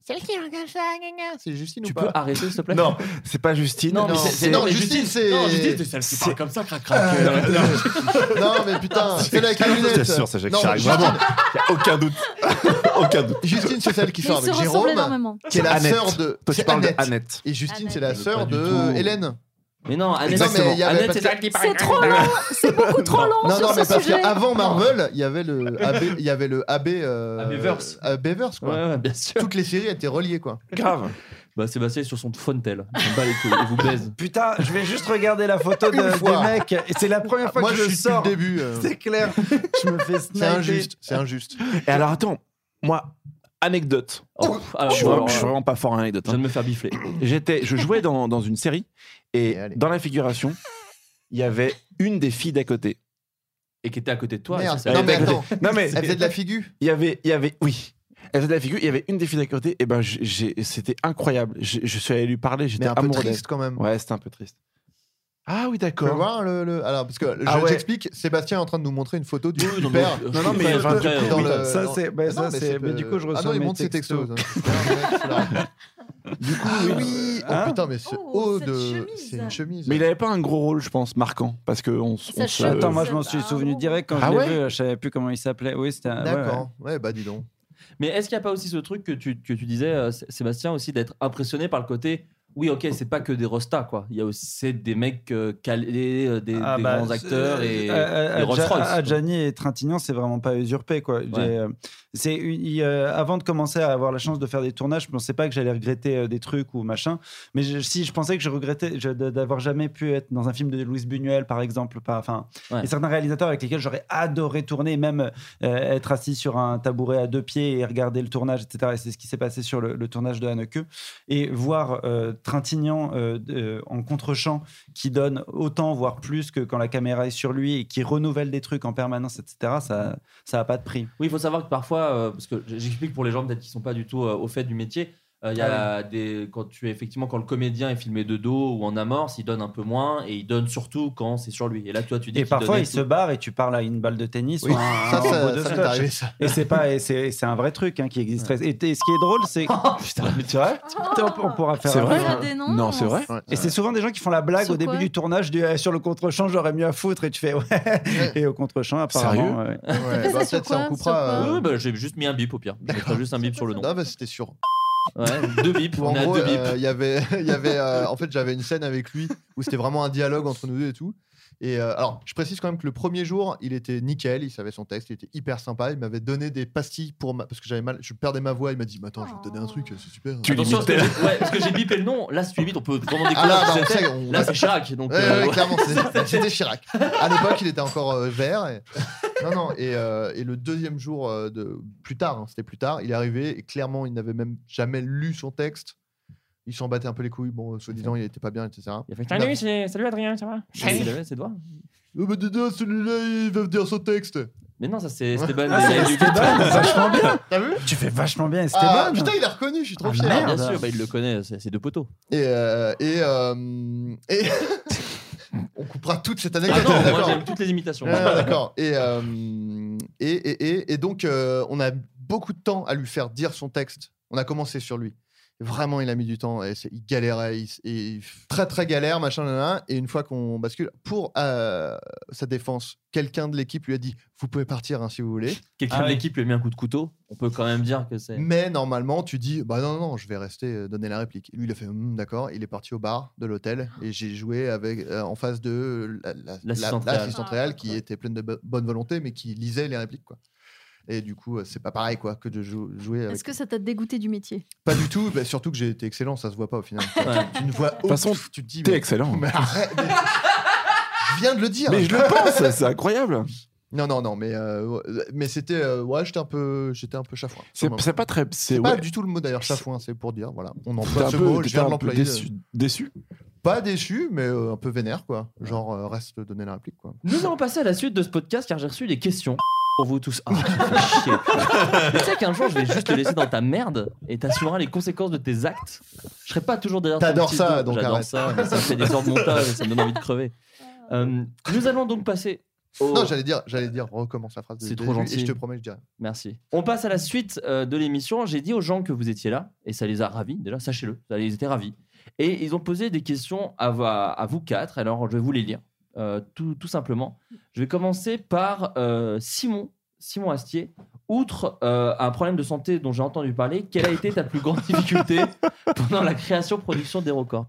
Speaker 8: C'est qui engage ça, gna, gna C'est Justine
Speaker 7: Tu
Speaker 8: ou pas
Speaker 7: peux arrêter, s'il te plaît
Speaker 9: Non, c'est pas Justine.
Speaker 8: Non, mais c'est- c'est- non, Justine, c'est-
Speaker 7: Non, Justine, c'est celle qui parle comme ça, crac, crac.
Speaker 9: Euh,
Speaker 7: euh, non.
Speaker 8: Non, mais putain,
Speaker 9: C'est
Speaker 8: c'est la
Speaker 9: Jacques Chirac,
Speaker 8: lunette.
Speaker 9: c'est sûr, c'est Jacques
Speaker 8: Non,
Speaker 9: Chirac,
Speaker 8: Justine-
Speaker 9: vraiment. Il y a aucun doute. *laughs* aucun doute.
Speaker 8: Justine, c'est celle qui
Speaker 11: Mais
Speaker 8: sort
Speaker 11: ils se
Speaker 8: avec
Speaker 11: ressemblent
Speaker 8: Jérôme,
Speaker 11: énormément.
Speaker 8: qui est la
Speaker 9: Annette.
Speaker 8: sœur de.
Speaker 9: Toi, tu
Speaker 8: c'est
Speaker 9: parles de Annette.
Speaker 8: Et Justine, c'est
Speaker 7: Je
Speaker 8: la
Speaker 7: veux
Speaker 8: sœur
Speaker 7: pas du
Speaker 8: de
Speaker 7: tout.
Speaker 8: Hélène.
Speaker 7: Mais non, Annette,
Speaker 8: Exactement. Annette,
Speaker 7: c'est- Annette,
Speaker 8: c'est
Speaker 7: c'est celle qui parle.
Speaker 11: C'est trop long C'est beaucoup trop long
Speaker 8: Eh ben, Non,
Speaker 11: sur
Speaker 8: non,
Speaker 11: ce
Speaker 8: mais parce
Speaker 11: sujet.
Speaker 8: qu'avant Marvel, il y avait le AB, il y avait le AB, euh,
Speaker 7: ABverse.
Speaker 8: ABverse, quoi.
Speaker 7: Ouais, ouais, bien sûr.
Speaker 8: Toutes les séries étaient reliées, quoi.
Speaker 9: Grave.
Speaker 7: Bah, Sébastien est sur son Fontel. Il bat les couilles, il vous baise.
Speaker 10: Putain, je vais juste regarder la photo de,
Speaker 8: Une fois.
Speaker 10: des mecs. Et c'est la première fois
Speaker 8: Moi,
Speaker 10: que
Speaker 8: je
Speaker 10: je,
Speaker 8: suis depuis
Speaker 10: sors.
Speaker 8: le début, euh. *laughs*
Speaker 10: C'est clair. Je me fais sniper.
Speaker 8: C'est injuste, c'est injuste.
Speaker 9: Et alors attends, moi, anecdote.
Speaker 7: alors,
Speaker 9: je, suis vraiment,
Speaker 7: alors,
Speaker 9: je suis vraiment pas fort en anecdote. hein.
Speaker 7: Je viens de me faire bifler.
Speaker 9: J'étais, je jouais dans, dans une série et dans la figuration, il y avait une des filles d'à côté.
Speaker 7: Et qui était à côté de toi.
Speaker 8: Merde.
Speaker 7: c'est ça.
Speaker 8: Non, mais
Speaker 9: Elle était à
Speaker 8: attends.
Speaker 9: côté. Non, mais-
Speaker 8: Elle faisait de la figure.
Speaker 9: Il y avait, il y avait, oui. Elle faisait de la figure. Il y avait une des filles d'à côté. Et ben, j'ai- j'ai- c'était incroyable. Je, je suis allé lui parler. J'étais
Speaker 8: Mais un peu
Speaker 9: amoureux
Speaker 8: triste,
Speaker 9: d'elle.
Speaker 8: quand même.
Speaker 9: Ouais, c'était un peu triste. Ah
Speaker 8: Tu
Speaker 9: oui,
Speaker 8: peux
Speaker 9: d'accord.
Speaker 8: voir le, le- Alors, parce que je-
Speaker 9: Ah ouais.
Speaker 8: j'explique, Sébastien est en train de nous montrer une photo du
Speaker 7: non,
Speaker 8: père.
Speaker 7: mais- Non, non, mais
Speaker 8: Dans
Speaker 7: après,
Speaker 8: le-
Speaker 7: euh,
Speaker 8: dans
Speaker 7: oui.
Speaker 8: le-
Speaker 10: Ça, c'est- bah,
Speaker 8: Ah
Speaker 10: ça,
Speaker 8: non,
Speaker 10: c'est- mais
Speaker 8: peu-
Speaker 10: du coup, je
Speaker 8: Ah non,
Speaker 10: reçois
Speaker 8: il
Speaker 10: mes
Speaker 8: montre ses textos.
Speaker 10: textos. *laughs*
Speaker 8: Ah,
Speaker 9: *laughs*
Speaker 10: Ah
Speaker 8: hein. du coup, oui. Oh
Speaker 9: Hein
Speaker 8: putain, mais ce haut de. C'est une chemise.
Speaker 9: Mais il avait pas un gros rôle, je pense, marquant, parce que on. s-
Speaker 8: Sa
Speaker 9: on se-
Speaker 8: chemise.
Speaker 10: Attends, moi, je m'en suis souvenu direct quand
Speaker 9: Ah
Speaker 10: je l'ai
Speaker 9: ouais
Speaker 10: vu. Je savais plus comment il s'appelait. Oui, c'était un. ouais, ouais.
Speaker 8: D'accord. Ouais, bah dis donc.
Speaker 7: Mais est-ce qu'il n'y a pas aussi ce truc que tu, que tu disais, euh, Sé- Sébastien, aussi d'être impressionné par le côté. Oui, ok, c'est pas que des rostas, quoi. Il y a aussi c'est des mecs euh, calés, euh, des,
Speaker 10: Ah
Speaker 7: des
Speaker 10: bah,
Speaker 7: grands acteurs et,
Speaker 10: euh, euh,
Speaker 7: et
Speaker 10: Adja-
Speaker 7: Rolls-Royce.
Speaker 10: Adjani et Trintignant, c'est vraiment pas usurpé quoi. J'ai, euh, C'est une- il, euh, avant de commencer à avoir la chance de faire des tournages, je pensais pas que j'allais regretter euh, des trucs ou machin. Mais je- si je pensais que je regrettais je- de- d'avoir jamais pu être dans un film de Louis Buñuel par exemple, par enfin,
Speaker 7: Ouais.
Speaker 10: et certains réalisateurs avec lesquels j'aurais adoré tourner, même euh, être assis sur un tabouret à deux pieds et regarder le tournage, etc. Et c'est ce qui s'est passé sur le, le tournage de Haneke et voir euh, Trintignant euh, de- euh, en contre-champ qui donne autant, voire plus que quand la caméra est sur lui et qui renouvelle des trucs en permanence, etc., ça ça a pas de prix.
Speaker 7: Oui, il faut savoir que parfois, euh, parce que j'explique pour les gens peut-être qui ne sont pas du tout euh, au fait du métier, Euh, il y a
Speaker 10: Ah
Speaker 7: des quand tu es effectivement quand le comédien est filmé de dos ou en amorce, il donne un peu moins et il donne surtout quand c'est sur lui. Et là, toi, tu dis
Speaker 10: Et
Speaker 7: qu'il
Speaker 10: parfois,
Speaker 7: donnait
Speaker 10: il
Speaker 7: tout.
Speaker 10: se barre et tu parles à une balle de tennis
Speaker 7: Oui,
Speaker 10: ou un,
Speaker 7: ça,
Speaker 10: un
Speaker 7: ça-
Speaker 10: pot de
Speaker 7: ça m'est
Speaker 10: scotch.
Speaker 7: arrivé, ça.
Speaker 10: Et c'est pas, et c'est, et c'est un vrai truc hein, qui existerait. Et, et ce qui est drôle, c'est. Putain, mais tu vois on, on pourra faire.
Speaker 9: C'est
Speaker 10: un-
Speaker 9: vrai Ça dénonce. Non, c'est vrai.
Speaker 10: Et c'est souvent des gens qui font la blague
Speaker 9: Sur
Speaker 10: au début
Speaker 9: quoi
Speaker 10: du tournage du, euh, sur le contre-champ, j'aurais mieux à foutre. Et tu fais ouais. Et au contre-champ, apparemment.
Speaker 7: Sérieux
Speaker 10: ouais.
Speaker 7: Ouais,
Speaker 8: bah, peut-être ça, on coupera.
Speaker 7: Ouais,
Speaker 8: euh,
Speaker 7: ouais, bah, j'ai juste mis un bip au pire. J'ai mettrai juste un bip sur le nom.
Speaker 8: Ah bah c'était sûr.
Speaker 7: Ouais, deux bips.
Speaker 8: Ou
Speaker 7: on
Speaker 8: en
Speaker 7: est à
Speaker 8: gros,
Speaker 7: deux bips.
Speaker 8: euh, il y
Speaker 7: *laughs*
Speaker 8: avait, il y avait, euh, en fait, j'avais une scène avec lui où c'était vraiment un dialogue entre nous deux et tout. Et euh, alors, je précise quand même que le premier jour, il était nickel, il savait son texte, il était hyper sympa. Il m'avait donné des pastilles pour ma... parce que j'avais mal, je perdais ma voix. Il m'a dit, mais attends, je vais te donner un truc, c'est super.
Speaker 7: Attention, parce que, j'ai- ouais, *laughs* parce que j'ai bipé le nom. Là, si tu imites, on peut vraiment découvrir
Speaker 8: Ah là,
Speaker 7: qui
Speaker 8: bah, on
Speaker 7: c'était.
Speaker 8: sait, on-
Speaker 7: Là, c'est Chirac. Donc,
Speaker 8: Ouais,
Speaker 7: euh,
Speaker 8: ouais, clairement, c'est- c'était Chirac. À l'époque, il était encore euh, vert. et- *laughs* Non, non. Et, euh, et le deuxième jour, euh, de... plus tard, hein, c'était plus tard, il est arrivé et clairement, il n'avait même jamais lu son texte. Il s'en battait un peu les couilles. Bon, euh, soi-disant, il n'était pas bien, etc. Il a fait
Speaker 7: Salut, c'est- salut Adrien, ça va
Speaker 8: Salut.
Speaker 7: C'est c'est toi
Speaker 8: Oh, bah, dedans, celui-là, il va me dire son texte.
Speaker 7: Mais non, ça c'est Esteban.
Speaker 10: Ah, c'est
Speaker 7: Il y a eu-
Speaker 10: Esteban, vachement bien.
Speaker 8: T'as vu
Speaker 10: Tu fais vachement bien, Esteban.
Speaker 8: Ah, putain, il a reconnu, je suis trop
Speaker 10: Ah,
Speaker 8: fier.
Speaker 10: merde.
Speaker 7: Bien sûr, bah, il le connaît, c'est c'est
Speaker 8: *laughs*
Speaker 7: deux poteaux.
Speaker 8: Et, euh, et, euh, et- *laughs* on coupera toute cette anecdote.
Speaker 7: Ah non, moi,
Speaker 8: d'accord
Speaker 7: j'aime toutes les imitations.
Speaker 8: Ouais, ouais, d'accord. Et, euh, et, et, et- et donc, euh, on a beaucoup de temps à lui faire dire son texte. On a commencé sur lui. Vraiment, il a mis du temps. Et c'est- il galérait. Il, s- et- très, très galère, machin, nan, nan. Et une fois qu'on bascule, pour euh, sa défense, quelqu'un de l'équipe lui a dit Vous pouvez partir hein, si vous voulez.
Speaker 7: Quelqu'un de l'équipe lui a mis un coup de couteau. On peut quand même dire que c'est.
Speaker 8: Mais normalement, tu dis, bah non, non, non, je vais rester euh, donner la réplique. Lui, il a fait, Hum, d'accord. Il est parti au bar de l'hôtel et j'ai joué avec, euh, en face de euh, la- la-
Speaker 7: L'assistante
Speaker 8: la-
Speaker 7: réelle.
Speaker 8: l'assistante réelle qui était pleine de bo- bonne volonté, mais qui lisait les répliques, quoi. Et du coup, euh, c'est pas pareil, quoi, que de jou- jouer avec.
Speaker 11: Est-ce que ça t'a dégoûté du métier
Speaker 8: Pas du tout, bah, surtout que j'ai été excellent, ça se voit pas au final. Tu- Tu ne vois
Speaker 9: toute façon,
Speaker 8: tu te dis,
Speaker 9: t'es
Speaker 8: mais-
Speaker 9: excellent.
Speaker 8: mais arrête, mais- Je viens de le dire.
Speaker 9: Mais je le pense, c'est incroyable.
Speaker 8: Non, non, non, mais, euh, mais c'était. euh, ouais, j'étais un peu, j'étais un peu chafouin.
Speaker 9: C'est-
Speaker 8: Sur le
Speaker 9: c'est
Speaker 8: moment.
Speaker 9: pas très- c'est-
Speaker 8: C'est pas
Speaker 9: ouais.
Speaker 8: du tout le mot d'ailleurs, chafouin, c'est pour dire, voilà. On
Speaker 9: T'es
Speaker 8: emploie
Speaker 9: un
Speaker 8: ce
Speaker 9: peu-
Speaker 8: mot, je
Speaker 9: t'es
Speaker 8: viens
Speaker 9: un
Speaker 8: de
Speaker 9: peu
Speaker 8: l'employer.
Speaker 9: déçu- déçu
Speaker 8: Pas déçu, mais euh, un peu vénère, quoi. Genre, euh, reste donner la réplique, quoi.
Speaker 7: Nous allons passer à la suite de ce podcast car j'ai reçu des questions pour vous tous. Ah, tu me fais chier. *laughs* putain. Tu sais qu'un jour je vais juste te laisser dans ta merde et t'assumeras les conséquences de tes actes. Je serai pas toujours derrière ton
Speaker 8: T'adores
Speaker 7: petit
Speaker 8: ça,
Speaker 7: dos.
Speaker 8: donc
Speaker 7: J'adore
Speaker 8: arrête.
Speaker 7: ça, mais ça me fait des heures de montage et ça me donne envie de crever. Euh, nous allons donc passer. au-
Speaker 8: Non, j'allais dire, j'allais dire, recommence la phrase. de-
Speaker 7: C'est
Speaker 8: de-
Speaker 7: trop
Speaker 8: et
Speaker 7: gentil.
Speaker 8: je te promets, je dirais.
Speaker 7: Merci. On passe à la suite euh, de l'émission. J'ai dit aux gens que vous étiez là et ça les a ravis. Déjà, sachez-le, ça les était ravis. Et ils ont posé des questions à, va- à vous quatre. Alors, je vais vous les lire euh, tout, tout simplement. Je vais commencer par euh, Simon, Simon Astier. Outre euh, un problème de santé dont j'ai entendu parler, quelle a été ta plus grande difficulté pendant la création-production d'Hérocorp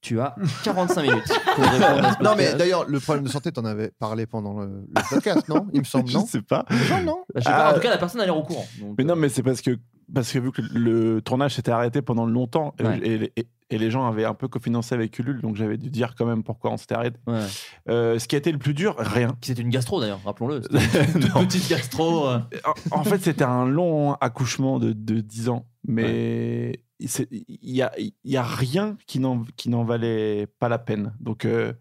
Speaker 7: Tu as 45 minutes pour répondre à ce
Speaker 8: non, mais
Speaker 7: podcast.
Speaker 8: d'ailleurs, le problème de santé, t'en avais parlé pendant le, le podcast, non Il me semble,
Speaker 9: Je
Speaker 8: non
Speaker 9: sais pas.
Speaker 8: non.
Speaker 7: Bah, je sais
Speaker 9: ah,
Speaker 7: pas, en tout cas, la personne elle est au courant. Donc,
Speaker 9: Mais non, mais c'est parce que, parce que vu que le tournage s'était arrêté pendant longtemps euh, et-
Speaker 7: Ouais.
Speaker 9: et, et- et les gens avaient un peu cofinancé avec Ulule, donc j'avais dû dire quand même pourquoi on s'était arrêté. Euh, ce qui a été le plus dur, rien.
Speaker 7: Qui c'était une gastro d'ailleurs,
Speaker 9: *laughs*
Speaker 7: rappelons-le. C'était une toute petite gastro. euh.
Speaker 9: en fait, c'était un long accouchement de, de 10 ans, mais c'est- il n'y a, il y a rien qui n'en qui n'en valait pas la peine. Donc, euh,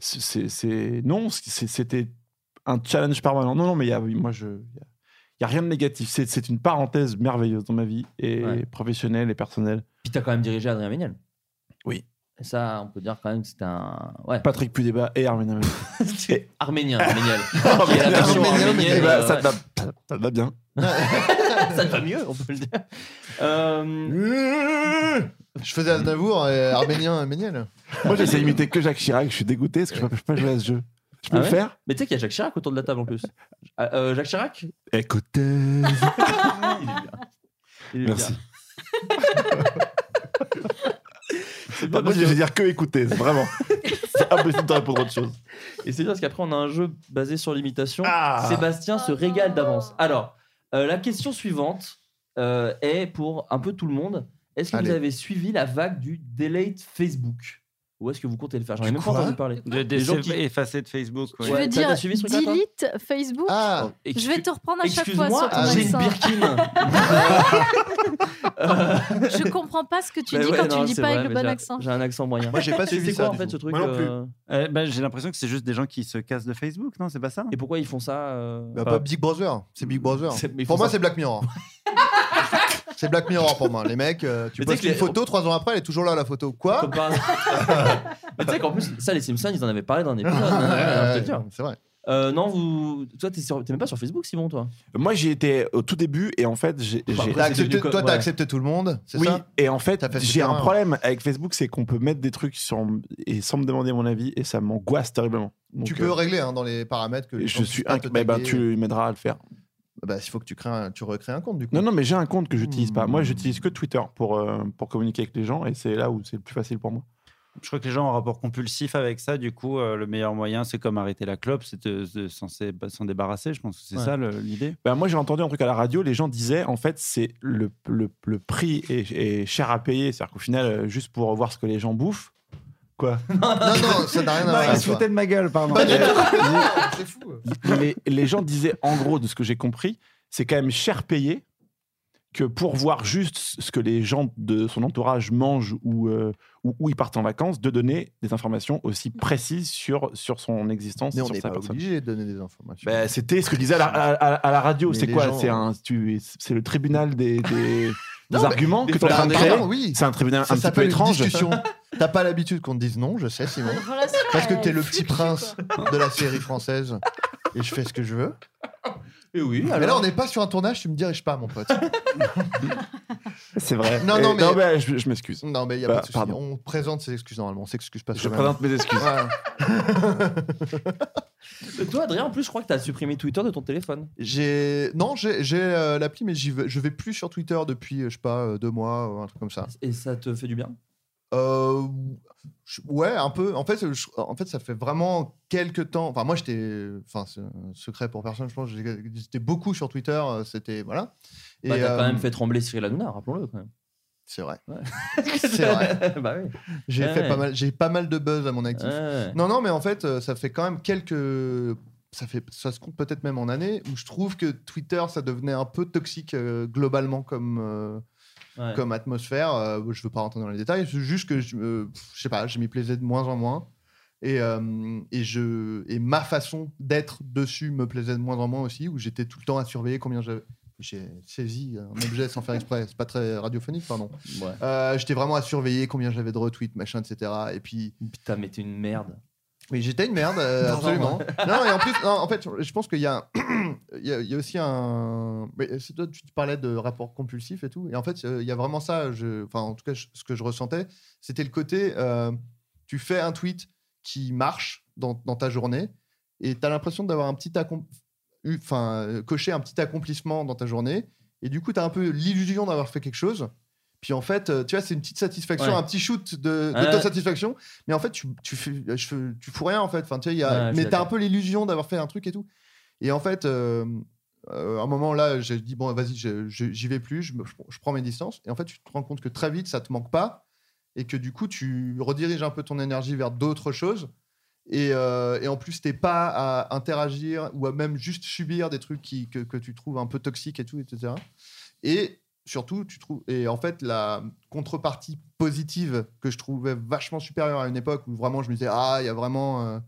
Speaker 9: c'est- c'est c'est- non, c'est- c'était un challenge permanent. Non, non, mais il y a, moi, je. il y a- Il n'y a rien de négatif. C'est c'est une parenthèse merveilleuse dans ma vie, et
Speaker 7: Ouais.
Speaker 9: professionnelle et personnelle.
Speaker 7: Puis t'as quand même dirigé Adrien Méniel.
Speaker 9: Oui.
Speaker 7: Et ça, on peut dire quand même que c'était un. Ouais.
Speaker 9: Patrick Pudéba et Armin Hamel.
Speaker 7: *laughs* Et-
Speaker 9: *laughs*
Speaker 7: Arménien, Méniel. Qui est la version arménienne,
Speaker 9: Eh ben,
Speaker 7: euh,
Speaker 9: ça,
Speaker 7: ouais.
Speaker 9: te va, ça te va bien.
Speaker 7: *laughs* Ah Ça te va mieux, on peut le dire. Euh,
Speaker 8: Je faisais Aznavour, et arménien, arménienne.
Speaker 9: Moi, j'essaie d'imiter que Jacques Chirac. Je suis dégoûté parce que je ne peux pas jouer à ce jeu. Je peux
Speaker 7: ah
Speaker 9: le
Speaker 7: ouais
Speaker 9: faire
Speaker 7: Mais tu sais qu'il y a Jacques Chirac autour de la table en plus. Ah, euh, Jacques Chirac
Speaker 9: Écoutez.
Speaker 7: Il est
Speaker 9: Merci.
Speaker 7: bien. *laughs* C'est bien
Speaker 9: Moi,
Speaker 7: parce
Speaker 9: je
Speaker 7: que-
Speaker 9: vais dire que *laughs* écoutez, vraiment. C'est impossible de répondre à autre chose.
Speaker 7: Et c'est bien parce qu'après, on a un jeu basé sur l'imitation.
Speaker 9: Ah.
Speaker 7: Sébastien se régale d'avance. Alors, euh, la question suivante euh, est pour un peu tout le monde. Est-ce que
Speaker 9: Allez.
Speaker 7: vous avez suivi la vague du delete Facebook Ou est-ce que vous comptez le faire J'en ai
Speaker 10: Du
Speaker 7: même pas
Speaker 10: quoi
Speaker 7: entendu parler.
Speaker 10: De- de-
Speaker 7: Les gens
Speaker 10: c'est
Speaker 7: qui-
Speaker 10: effacé de Facebook.
Speaker 7: Tu
Speaker 10: ouais.
Speaker 11: Tu veux dire delete Facebook
Speaker 8: Ah,
Speaker 11: Je vais te reprendre à chaque fois sur
Speaker 7: Excuse-moi,
Speaker 11: ton
Speaker 7: j'ai une
Speaker 11: accent.
Speaker 7: birkin.
Speaker 11: *laughs* Je comprends pas ce que tu
Speaker 7: Mais
Speaker 11: dis
Speaker 7: ouais,
Speaker 11: quand
Speaker 7: non,
Speaker 11: tu le dis
Speaker 7: c'est
Speaker 11: pas
Speaker 7: vrai,
Speaker 11: avec le
Speaker 7: mais
Speaker 11: bon
Speaker 7: j'ai-
Speaker 11: accent.
Speaker 7: J'ai un accent moyen.
Speaker 9: Moi, j'ai pas suivi
Speaker 7: C'est
Speaker 9: ça,
Speaker 7: quoi en
Speaker 9: du
Speaker 7: fait
Speaker 9: tout.
Speaker 7: ce truc
Speaker 9: Moi non plus.
Speaker 7: euh,
Speaker 10: Eh ben, j'ai l'impression que c'est juste des gens qui se cassent de Facebook, non C'est pas ça
Speaker 7: Et pourquoi ils font ça euh,
Speaker 8: Bah, pas Big bah, Brother, c'est Big Brother.
Speaker 7: C'est- mais ils
Speaker 8: Pour
Speaker 7: font
Speaker 8: moi,
Speaker 7: *laughs* ça-
Speaker 8: c'est Black Mirror. C'est Black Mirror pour moi. Les mecs, euh, tu
Speaker 7: Mais tu sais
Speaker 8: postes
Speaker 7: que
Speaker 8: une
Speaker 7: les-
Speaker 8: photo, trois ans après, elle est toujours là, la photo. Quoi
Speaker 7: Mais tu sais qu'en plus, ça, les Simpsons, ils en avaient parlé dans
Speaker 9: *laughs*
Speaker 7: un épisode.
Speaker 8: Ouais,
Speaker 7: hein,
Speaker 8: ouais,
Speaker 7: je peux te dire.
Speaker 8: C'est vrai.
Speaker 7: Euh, non, vous. Toi, t'es, sur... t'es même pas sur Facebook, Simon, toi
Speaker 9: Moi, j'y étais au tout début et en fait, j'ai. j'ai-
Speaker 8: T'as accepté- toi, t'as accepté tout le monde, c'est
Speaker 9: Oui,
Speaker 8: ça
Speaker 9: et en fait,
Speaker 8: T'as fait hein.
Speaker 9: j'ai
Speaker 8: cette
Speaker 9: un
Speaker 8: erreur.
Speaker 9: problème avec Facebook, c'est qu'on peut mettre des trucs sans, et sans me demander mon avis et ça m'angoisse terriblement.
Speaker 8: Tu
Speaker 9: Donc,
Speaker 8: peux
Speaker 9: euh,
Speaker 8: régler hein, dans les paramètres que. les gens
Speaker 9: Je suis
Speaker 8: puissent pas
Speaker 9: un.
Speaker 8: te
Speaker 9: bah, bah,
Speaker 8: taguer.
Speaker 9: tu m'aideras à le faire.
Speaker 8: Bah, il faut que tu, crées un- tu recrées un compte, du coup.
Speaker 9: Non, non, mais j'ai un compte que j'utilise pas.
Speaker 10: Hmm.
Speaker 9: Moi, j'utilise que Twitter pour, euh, pour communiquer avec les gens et c'est là où c'est le plus facile pour moi.
Speaker 10: Je crois que les gens ont un rapport compulsif avec ça. Du coup, euh, le meilleur moyen, c'est comme arrêter la clope, c'est de, de s'en sé- bah, s'en débarrasser. Je pense que c'est
Speaker 9: Ouais.
Speaker 10: ça le- l'idée.
Speaker 9: Bah, moi, j'ai entendu un truc à la radio, les gens disaient, en fait, c'est le, le, le prix est, est cher à payer. C'est-à-dire qu'au final, euh, juste pour voir ce que les gens bouffent. Quoi
Speaker 8: *laughs* Non, non, ça n'a rien à
Speaker 10: Non,
Speaker 8: voir.
Speaker 10: Bah, il se foutait de ma gueule, pardon.
Speaker 8: Pas du
Speaker 9: Euh,
Speaker 8: tout. C'est fou.
Speaker 9: les, les gens disaient, en gros, de ce que j'ai compris, c'est quand même cher payé que pour voir juste ce que les gens de son entourage mangent ou, euh, ou où ils partent en vacances, de donner des informations aussi précises sur, sur son existence.
Speaker 8: Mais on
Speaker 9: sur
Speaker 8: n'est
Speaker 9: sa
Speaker 8: pas
Speaker 9: personne.
Speaker 8: obligé de donner des informations.
Speaker 9: Bah, c'était ce que disait à la, à- à- à la radio.
Speaker 8: Mais
Speaker 9: C'est
Speaker 8: les
Speaker 9: quoi
Speaker 8: gens- euh,
Speaker 9: C'est un, tu- c'est le tribunal des,
Speaker 8: *laughs*
Speaker 9: des, des
Speaker 8: Non, mais
Speaker 9: arguments
Speaker 8: des
Speaker 9: que tu en train de
Speaker 8: fois-
Speaker 9: créer.
Speaker 8: Pardon, oui.
Speaker 9: C'est un tribunal
Speaker 8: Ça
Speaker 9: un petit peu
Speaker 8: s'appelle une
Speaker 9: étrange. *laughs*
Speaker 8: discussion. T'as pas l'habitude qu'on te dise non, je sais, Simon.
Speaker 11: relation,
Speaker 8: Parce que
Speaker 11: elle
Speaker 8: t'es le
Speaker 11: est
Speaker 8: petit prince de la série française et je fais ce que je veux.
Speaker 7: Et oui.
Speaker 8: Mais là,
Speaker 9: alors.
Speaker 8: on n'est pas sur un tournage, tu me diriges pas, mon pote.
Speaker 9: C'est vrai.
Speaker 8: Non,
Speaker 9: Et-
Speaker 8: non, mais-
Speaker 9: bah, je, je m'excuse.
Speaker 8: Non, mais il y a
Speaker 9: Bah,
Speaker 8: pas de souci.
Speaker 9: pardon.
Speaker 8: On présente ses excuses normalement. On s'excuse pas.
Speaker 9: Je
Speaker 8: soi-même.
Speaker 9: présente mes excuses.
Speaker 7: Euh, *laughs* Toi, Adrien, en plus, je crois que t'as supprimé Twitter de ton téléphone.
Speaker 8: J'ai non, j'ai j'ai, euh, l'appli, mais j'y vais, je vais plus sur Twitter depuis euh, je sais pas euh, deux mois ou un truc comme ça.
Speaker 7: Et ça te fait du bien
Speaker 8: Euh, je- ouais, un peu. En fait, je- en fait, ça fait vraiment quelques temps. Enfin, moi, j'étais. Enfin, c'est un secret pour personne, je pense. j'ai- J'étais beaucoup sur Twitter. euh, C'était. Voilà.
Speaker 7: bah, T'as
Speaker 8: euh,
Speaker 7: quand même fait trembler Cyril Hanouna, rappelons-le quand même.
Speaker 8: C'est vrai.
Speaker 7: C'est
Speaker 8: vrai.
Speaker 7: *laughs* bah oui.
Speaker 8: J'ai
Speaker 7: Ouais.
Speaker 8: fait pas mal, j'ai pas mal de buzz à mon actif.
Speaker 7: Ouais.
Speaker 8: Non, non, mais en fait, euh, ça fait quand même quelques, ça fait, ça se compte peut-être même en années où je trouve que Twitter, ça devenait un peu toxique euh, globalement comme. euh,
Speaker 7: Ouais.
Speaker 8: Comme atmosphère, Euh, je veux pas rentrer dans les détails, c'est juste que je, me- pff, je sais pas, je m'y plaisais de moins en moins, et, euh, et je et ma façon d'être dessus me plaisait de moins en moins aussi, où j'étais tout le temps à surveiller combien j'avais. J'ai saisi un objet sans faire exprès, c'est pas très radiophonique, pardon.
Speaker 7: Ouais.
Speaker 8: Euh, j'étais vraiment à surveiller combien j'avais de retweets, machin, etc. Et puis.
Speaker 7: Putain, mais t'es une merde.
Speaker 8: Oui, j'étais une merde, euh,
Speaker 7: Pardon.
Speaker 8: absolument. non, et en plus, non, en fait, je pense qu'il y a, *clears throat* il y, a- il y a aussi un. mais c'est toi, tu te parlais de rapport compulsif et tout. Et en fait, euh, il y a vraiment ça. Je, enfin, en tout cas, je- ce que je ressentais, c'était le côté. euh, tu fais un tweet qui marche dans, dans ta journée et tu as l'impression d'avoir un petit accom- eu- enfin euh, coché un petit accomplissement dans ta journée et du coup tu as un peu l'illusion d'avoir fait quelque chose puis en fait euh, tu vois c'est une petite satisfaction
Speaker 7: Ouais.
Speaker 8: un petit shoot de,
Speaker 7: Ouais.
Speaker 8: satisfaction mais en fait tu tu fais je fais- tu fous rien en fait enfin tu vois, il y
Speaker 7: Ouais,
Speaker 8: a,
Speaker 7: je suis
Speaker 8: mais t'as un
Speaker 7: d'accord.
Speaker 8: peu l'illusion d'avoir fait un truc et tout et en fait euh, euh, à un moment là j'ai dit bon vas-y je- je- j'y vais plus je, me- je prends mes distances et en fait tu te rends compte que très vite ça te manque pas et que du coup tu rediriges un peu ton énergie vers d'autres choses et, euh, et en plus t'es pas à interagir ou à même juste subir des trucs qui, que, que tu trouves un peu toxiques et tout etc et surtout tu trouves et en fait la contrepartie positive que je trouvais vachement supérieure à une époque où vraiment je me disais ah il y a vraiment euh,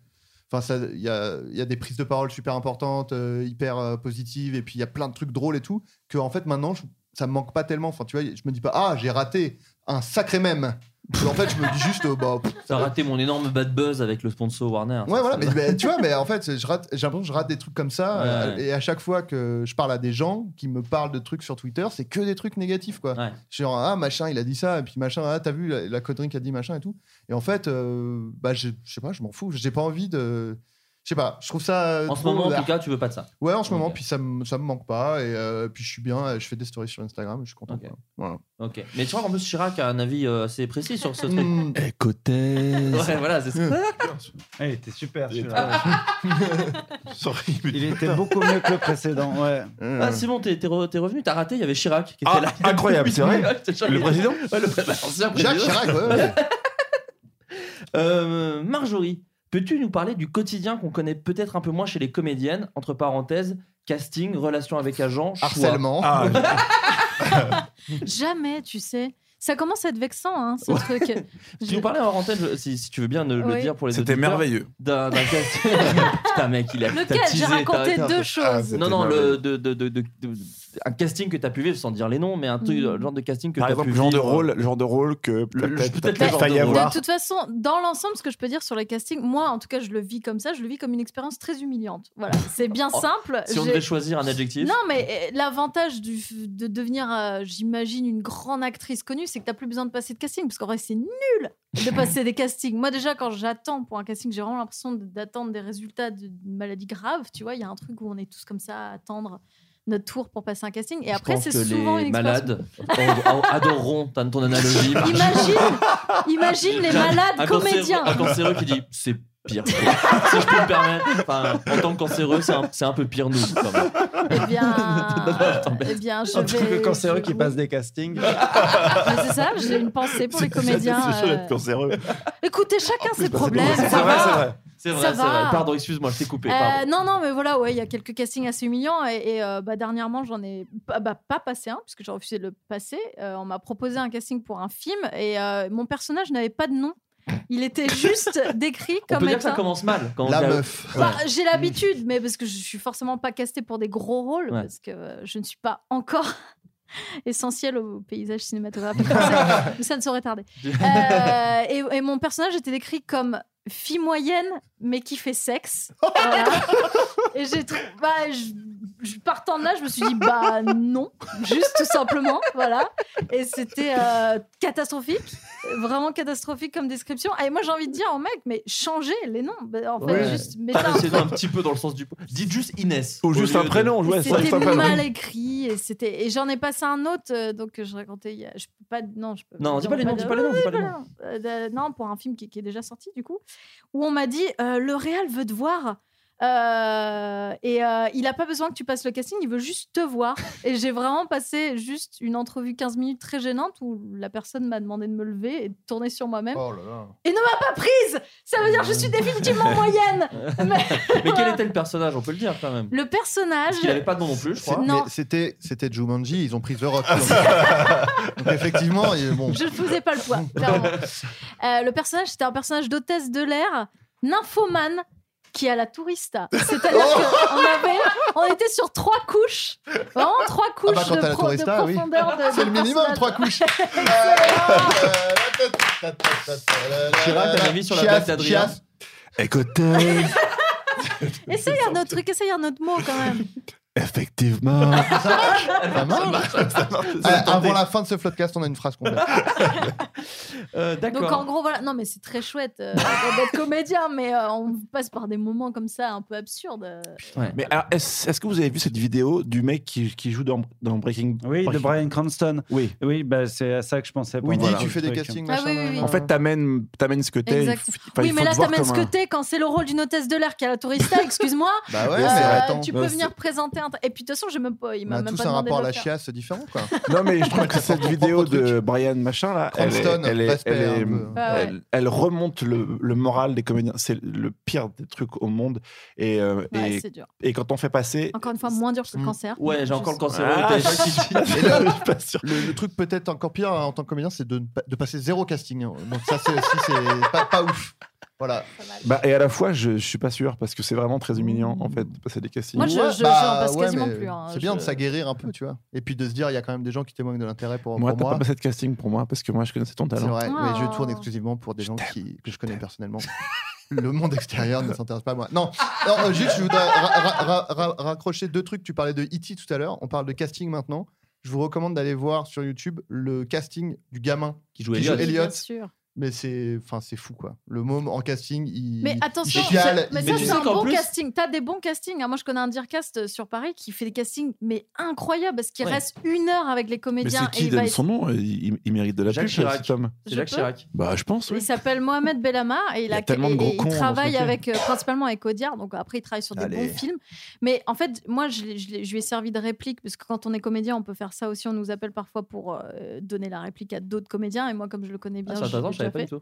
Speaker 8: Enfin, ça, il y a, il y a des prises de parole super importantes, euh, hyper euh, positives, et puis il y a plein de trucs drôles et tout, que en fait maintenant, je- ça me manque pas tellement. Enfin, tu vois, je me dis pas, ah, j'ai raté un sacré mème. en fait, je me dis juste, euh, bah, pff,
Speaker 7: T'as raté mon énorme bad buzz avec le sponsor Warner.
Speaker 8: Ouais,
Speaker 7: Hein, Ça,
Speaker 8: voilà,
Speaker 7: ça-
Speaker 8: mais, mais tu vois, mais en fait, je rate- j'ai l'impression que je rate des trucs comme ça.
Speaker 7: Ouais,
Speaker 8: euh,
Speaker 7: ouais.
Speaker 8: Et à chaque fois que je parle à des gens qui me parlent de trucs sur Twitter, c'est que des trucs négatifs, quoi. Genre, ah, machin, il a dit ça, et puis machin, ah, t'as vu la, la connerie qu'a dit machin et tout. Et en fait, euh, bah, je je sais pas, je m'en fous. J'ai pas envie de. Je sais pas, je trouve ça.
Speaker 7: *laughs*
Speaker 8: euh,
Speaker 7: En ce
Speaker 8: trop-
Speaker 7: moment, en tout cas, tu veux pas de ça.
Speaker 8: Ouais, en ce moment, puis ça me, ça me manque pas. Et euh, puis je suis bien, euh, je fais des stories sur Instagram, je suis content. quoi. Voilà.
Speaker 7: Ok. Mais je crois qu'en plus, Chirac a un avis euh, assez précis sur ce truc.
Speaker 8: Mm. *laughs*
Speaker 10: Eh,
Speaker 9: Côté.
Speaker 7: Ouais, voilà, c'est ça.
Speaker 10: Il était super
Speaker 7: celui-là.
Speaker 10: *laughs* Il était beaucoup mieux que le précédent. Ouais.
Speaker 8: Mmh.
Speaker 7: Ah, c'est bon, t'es t'es re- t'es revenu, t'as raté, il y avait Chirac qui était
Speaker 10: Hmm. Ah,
Speaker 7: là.
Speaker 10: *laughs* incroyable, c'est vrai
Speaker 7: Ouais, je te jure,
Speaker 10: Le
Speaker 7: il-
Speaker 10: président
Speaker 7: Ouais, le pré- bah, l'ancien
Speaker 10: Jacques
Speaker 7: président.
Speaker 10: Chirac, ouais, ouais.
Speaker 7: *laughs* Euh, Marjorie, peux-tu nous parler du quotidien qu'on connaît peut-être un peu moins chez les comédiennes, entre parenthèses, casting, relation avec agent, choix.
Speaker 8: Harcèlement.
Speaker 9: Ah,
Speaker 11: Jamais, tu sais. Ça commence à être vexant, hein, ce
Speaker 7: *laughs*
Speaker 11: truc.
Speaker 7: *laughs* Tu nous parlais en antenne, je- si, si tu veux bien ne- le
Speaker 11: Oui.
Speaker 7: dire pour les
Speaker 9: C'était
Speaker 7: auditeurs,
Speaker 9: merveilleux.
Speaker 11: *laughs*
Speaker 7: D'un d'un casting. Putain, mec, il a
Speaker 11: Lequel
Speaker 7: t'as
Speaker 11: J'ai
Speaker 7: teasé,
Speaker 11: raconté
Speaker 7: t'as- t'as-
Speaker 11: deux Ah, choses. c'était
Speaker 7: non, non,
Speaker 11: merveilleux.
Speaker 7: le, de, de, de- de- de- un casting que tu as pu vivre sans dire les noms, mais un truc,
Speaker 11: Mm.
Speaker 7: le genre de casting que
Speaker 9: Par
Speaker 7: t'as
Speaker 9: exemple,
Speaker 7: pu
Speaker 9: le genre de
Speaker 7: vivre. euh,
Speaker 9: rôle, le genre de rôle que
Speaker 7: le- peut-être
Speaker 9: peut-être
Speaker 7: le
Speaker 9: qu'il
Speaker 7: genre
Speaker 9: faille
Speaker 7: de rôle.
Speaker 9: avoir.
Speaker 11: De toute façon, dans l'ensemble, ce que je peux dire sur les castings, moi, en tout cas, je le vis comme ça. Je le vis comme une expérience très humiliante. Voilà, c'est bien
Speaker 7: Oh,
Speaker 11: simple.
Speaker 7: Si on
Speaker 11: J'ai-
Speaker 7: devait choisir un adjectif.
Speaker 11: Non, mais euh, l'avantage du- de devenir, euh, j'imagine, une grande actrice connue, c'est que t'as plus besoin de passer de casting, parce qu'en vrai, c'est nul de passer des castings. Moi, déjà, quand j'attends pour un casting, j'ai vraiment l'impression de- d'attendre des résultats de- d'une maladie grave. Tu vois, il y a un truc où on est tous comme ça à attendre notre tour pour passer un casting. Et
Speaker 7: Je
Speaker 11: après,
Speaker 7: pense
Speaker 11: c'est
Speaker 7: que
Speaker 11: souvent
Speaker 7: les
Speaker 11: une expérience
Speaker 7: malades ad- adoreront ta- ton analogie.
Speaker 11: *laughs* Imagine, imagine les
Speaker 7: Un-
Speaker 11: malades
Speaker 7: un cancéreux-
Speaker 11: comédiens.
Speaker 7: Un cancéreux qui dit c'est pire. si je peux me permettre, enfin, en tant que cancéreux, c'est un, c'est un peu pire nous. quand même.
Speaker 11: Eh
Speaker 7: *laughs*
Speaker 11: bien, eh bien, je
Speaker 10: Un truc
Speaker 11: vais.
Speaker 10: cancéreux qui passe des castings.
Speaker 11: Ah, c'est ça, j'ai une pensée pour les comédiens.
Speaker 9: C'est chaud
Speaker 11: euh.
Speaker 9: d'être cancéreux.
Speaker 11: Écoutez, chacun ses problèmes.
Speaker 7: bah, C'est
Speaker 11: ça
Speaker 7: vrai,
Speaker 11: va.
Speaker 7: c'est vrai. C'est vrai,
Speaker 11: Ça
Speaker 7: c'est
Speaker 11: va.
Speaker 7: vrai. Pardon, excuse-moi, je t'ai coupé.
Speaker 11: Euh,
Speaker 7: pardon.
Speaker 11: non, non, mais voilà, ouais, il y a quelques castings assez humiliants et, et, euh, bah, dernièrement, j'en ai pas- bah, pas passé un puisque j'ai refusé de le passer. Euh, on m'a proposé un casting pour un film et euh, mon personnage n'avait pas de nom. Il
Speaker 7: *laughs*
Speaker 11: était juste décrit
Speaker 7: On
Speaker 11: comme
Speaker 7: peut dire que
Speaker 11: étant.
Speaker 7: ça commence mal. Quand
Speaker 8: La
Speaker 7: on dit à-
Speaker 8: meuf.
Speaker 7: Ouais.
Speaker 11: Bah, j'ai l'habitude, mais parce que je suis forcément pas castée pour des gros rôles,
Speaker 7: Ouais.
Speaker 11: parce que euh, je ne suis pas encore *laughs* essentielle au paysage cinématographique français, mais ça ne saurait tarder. Euh, et, et mon personnage était décrit comme fille moyenne, mais qui fait sexe. Voilà. Et j'ai trou- bah, je, je- partant de là, je me suis dit, bah non, juste tout simplement, voilà. Et c'était euh, catastrophique, vraiment catastrophique comme description. Et moi, j'ai envie de dire au mec, mais changez les noms. Bah, en fait,
Speaker 7: Ouais.
Speaker 11: juste mettez
Speaker 7: Pas-
Speaker 11: un
Speaker 7: c'est non, un petit peu dans le sens du. Dites juste Inès.
Speaker 9: Ou juste
Speaker 7: au
Speaker 9: un
Speaker 7: lieu
Speaker 9: prénom,
Speaker 11: et
Speaker 9: ouais, c'est juste un
Speaker 11: c'était
Speaker 9: prénom.
Speaker 11: mal écrit et c'était et j'en ai passé un autre euh, donc que je racontais il y a- je peux pas non je peux
Speaker 7: Non, dis pas les noms, dis pas les noms, dis pas les noms.
Speaker 11: Euh, de- non pour un film qui, qui est déjà sorti du coup où on m'a dit euh, le réal veut te voir euh, et euh, il a pas besoin que tu passes le casting, il veut juste te
Speaker 7: *laughs*
Speaker 11: voir. Et j'ai vraiment passé juste une entrevue 15 minutes très gênante où la personne m'a demandé de me lever et de tourner sur moi-même.
Speaker 8: Oh là là.
Speaker 11: Et ne m'a pas prise Ça veut dire que je suis définitivement moyenne
Speaker 7: Mais quel était le personnage On peut le dire quand même.
Speaker 11: Le personnage.
Speaker 7: Parce qu'il n'avait pas de nom non plus, je crois.
Speaker 8: C'est-
Speaker 11: Non.
Speaker 8: mais C'était c'était Jumanji, ils ont pris The Rock.
Speaker 11: *laughs*
Speaker 8: Donc effectivement, il- bon.
Speaker 11: Je ne faisais pas le poids, clairement. Euh, le personnage, c'était un personnage d'hôtesse de l'air, nymphomane, qui a la tourista. C'est-à-dire
Speaker 8: Oh
Speaker 11: qu'on avait, on était sur trois couches, vraiment trois couches
Speaker 8: bah, quand
Speaker 11: de,
Speaker 8: t'as la
Speaker 11: pro- de
Speaker 8: tourista, oui.
Speaker 11: profondeur de,
Speaker 8: C'est
Speaker 11: de
Speaker 8: le minimum,
Speaker 11: personnage.
Speaker 8: trois couches. euh,
Speaker 7: Chirac, t'as un avis sur la
Speaker 8: Chiaf,
Speaker 7: blague d'Adrien
Speaker 8: Chiaf. *laughs*
Speaker 9: Écoutez,
Speaker 11: *laughs* Essaye un autre truc, essaye un autre mot quand même.
Speaker 9: effectivement.
Speaker 7: *laughs*
Speaker 8: Ça marche Ah, Avant la fin de ce podcast, on a une phrase complète.
Speaker 7: *laughs* Euh,
Speaker 11: Donc en
Speaker 7: D'accord.
Speaker 11: gros, voilà. Non, mais c'est très chouette euh, d'être comédien, mais euh, on passe par des moments comme ça un peu absurdes. euh.
Speaker 9: Mais alors, est-ce est-ce que vous avez vu cette vidéo du mec qui, qui joue dans, dans Breaking
Speaker 10: Oui, de
Speaker 9: Breaking-
Speaker 10: Brian Cranston.
Speaker 9: Oui.
Speaker 10: Oui, bah, c'est à ça que je pensais.
Speaker 8: Oui,
Speaker 10: pendant
Speaker 8: dis,
Speaker 10: le
Speaker 8: tu fais des
Speaker 10: truc.
Speaker 8: castings,
Speaker 11: Ah
Speaker 8: machin.
Speaker 11: oui, oui, oui.
Speaker 8: nan, nan.
Speaker 9: En fait, t'amènes t'amènes ce que t'es. il
Speaker 11: Exact.
Speaker 9: faut- enfin, il
Speaker 11: oui,
Speaker 9: faut
Speaker 11: mais
Speaker 9: te
Speaker 11: là,
Speaker 9: voir
Speaker 11: t'amènes ce
Speaker 9: comme
Speaker 11: que
Speaker 9: un-
Speaker 11: t'es quand c'est le rôle d'une hôtesse de l'air qui a la
Speaker 9: *laughs*
Speaker 11: tourista, excuse-moi.
Speaker 8: Bah ouais,
Speaker 11: Euh,
Speaker 8: mais attends.
Speaker 11: tu peux
Speaker 9: Bah,
Speaker 11: venir présenter un. Et puis de toute façon, j'ai même pas. Il m'a
Speaker 8: On Bah, a
Speaker 11: même
Speaker 8: tous
Speaker 11: pas
Speaker 8: un
Speaker 11: demandé
Speaker 8: rapport à
Speaker 11: de
Speaker 8: la
Speaker 11: le faire.
Speaker 8: chiasse différent, quoi.
Speaker 9: Non, mais je trouve que cette
Speaker 8: propre
Speaker 9: vidéo
Speaker 8: truc.
Speaker 9: de Brian Machin, là, elle, est-
Speaker 8: Cranston,
Speaker 9: elle, est-
Speaker 8: respect,
Speaker 9: elle, est-
Speaker 8: un peu.
Speaker 11: Ah ouais.
Speaker 9: elle- elle remonte le, le moral des comédiens. C'est le pire des trucs au monde. Et, euh,
Speaker 11: Bah Ouais,
Speaker 9: et-
Speaker 11: c'est dur.
Speaker 9: et, quand on fait passer.
Speaker 11: Encore une fois, moins dur
Speaker 9: Mm.
Speaker 11: que le cancer.
Speaker 7: Ouais, j'ai
Speaker 11: Juste-
Speaker 7: encore le cancer
Speaker 9: Ah.
Speaker 7: au téléphone qui dit.
Speaker 8: Et là,
Speaker 9: Je suis pas sûr.
Speaker 8: le, le truc peut-être encore pire hein, en tant que comédien, c'est de, ne pas- de passer zéro casting. Donc ça, c'est aussi c'est pas, pas ouf. Voilà.
Speaker 11: Pas mal.
Speaker 9: Bah, et à la fois, je, je suis pas sûr parce que c'est vraiment très humiliant en fait de passer des castings.
Speaker 11: Moi, je-
Speaker 8: Ouais,
Speaker 11: je- j'en passe quasiment
Speaker 8: mais
Speaker 11: plus, hein.
Speaker 8: C'est bien de
Speaker 11: Je-
Speaker 8: s'aguerrir un peu, tu vois. Et puis de se dire, il y a quand même des gens qui témoignent de l'intérêt pour
Speaker 9: Moi,
Speaker 8: pour
Speaker 9: t'as
Speaker 8: moi.
Speaker 9: pas passé de casting pour moi parce que moi, je connaissais ton
Speaker 8: C'est
Speaker 9: talent.
Speaker 8: vrai,
Speaker 11: Ah.
Speaker 8: mais je tourne exclusivement pour des gens qui, que je connais personnellement. *laughs* Le monde extérieur ne s'intéresse pas à moi. Non, non, euh, juste, je voudrais ra- ra- ra- ra- raccrocher deux trucs. Tu parlais de E.T. tout à l'heure, on parle de casting maintenant. Je vous recommande d'aller voir sur YouTube le casting du gamin
Speaker 7: Qui joue
Speaker 8: Qui joue
Speaker 7: Elliot.
Speaker 8: Elliot.
Speaker 11: Bien sûr.
Speaker 8: mais c'est enfin c'est fou quoi le môme en casting il
Speaker 11: Mais attention,
Speaker 8: il chiale,
Speaker 11: mais
Speaker 8: il-
Speaker 11: ça,
Speaker 7: tu
Speaker 11: c'est
Speaker 7: sais
Speaker 11: un
Speaker 7: qu'en
Speaker 11: bon
Speaker 7: plus-
Speaker 11: casting. T'as des bons castings. hein. Moi, je connais un Dircast sur Paris qui fait des castings, mais incroyables, parce qu'il
Speaker 7: Ouais.
Speaker 11: reste une heure avec les
Speaker 9: Mais
Speaker 11: comédiens. et
Speaker 9: c'est qui
Speaker 11: il va
Speaker 9: donne
Speaker 11: être-
Speaker 9: son nom il, il- il mérite de la
Speaker 7: Jacques
Speaker 9: pub,
Speaker 7: Chirac.
Speaker 9: cet homme.
Speaker 7: C'est Jacques
Speaker 11: Je peux
Speaker 7: Chirac.
Speaker 9: Bah, je pense, oui.
Speaker 11: Il s'appelle Mohamed Bellama et il,
Speaker 9: y
Speaker 11: a,
Speaker 9: a tellement de
Speaker 11: et-
Speaker 9: gros
Speaker 11: et il
Speaker 9: cons dans ce
Speaker 11: travaille
Speaker 9: métier.
Speaker 11: avec euh, principalement avec Audiard. Donc après, il travaille sur des
Speaker 9: Allez.
Speaker 11: bons films. Mais en fait, moi, je, l'ai- je l'ai- je lui ai servi de réplique parce que quand on est comédien, on peut faire ça aussi. On nous appelle parfois pour euh, donner la réplique à d'autres comédiens. Et moi, comme je le connais bien,
Speaker 7: Ah, c'est
Speaker 11: je, l'ai
Speaker 7: intéressant, je
Speaker 11: déjà
Speaker 7: savais pas
Speaker 11: fait.
Speaker 7: du tout.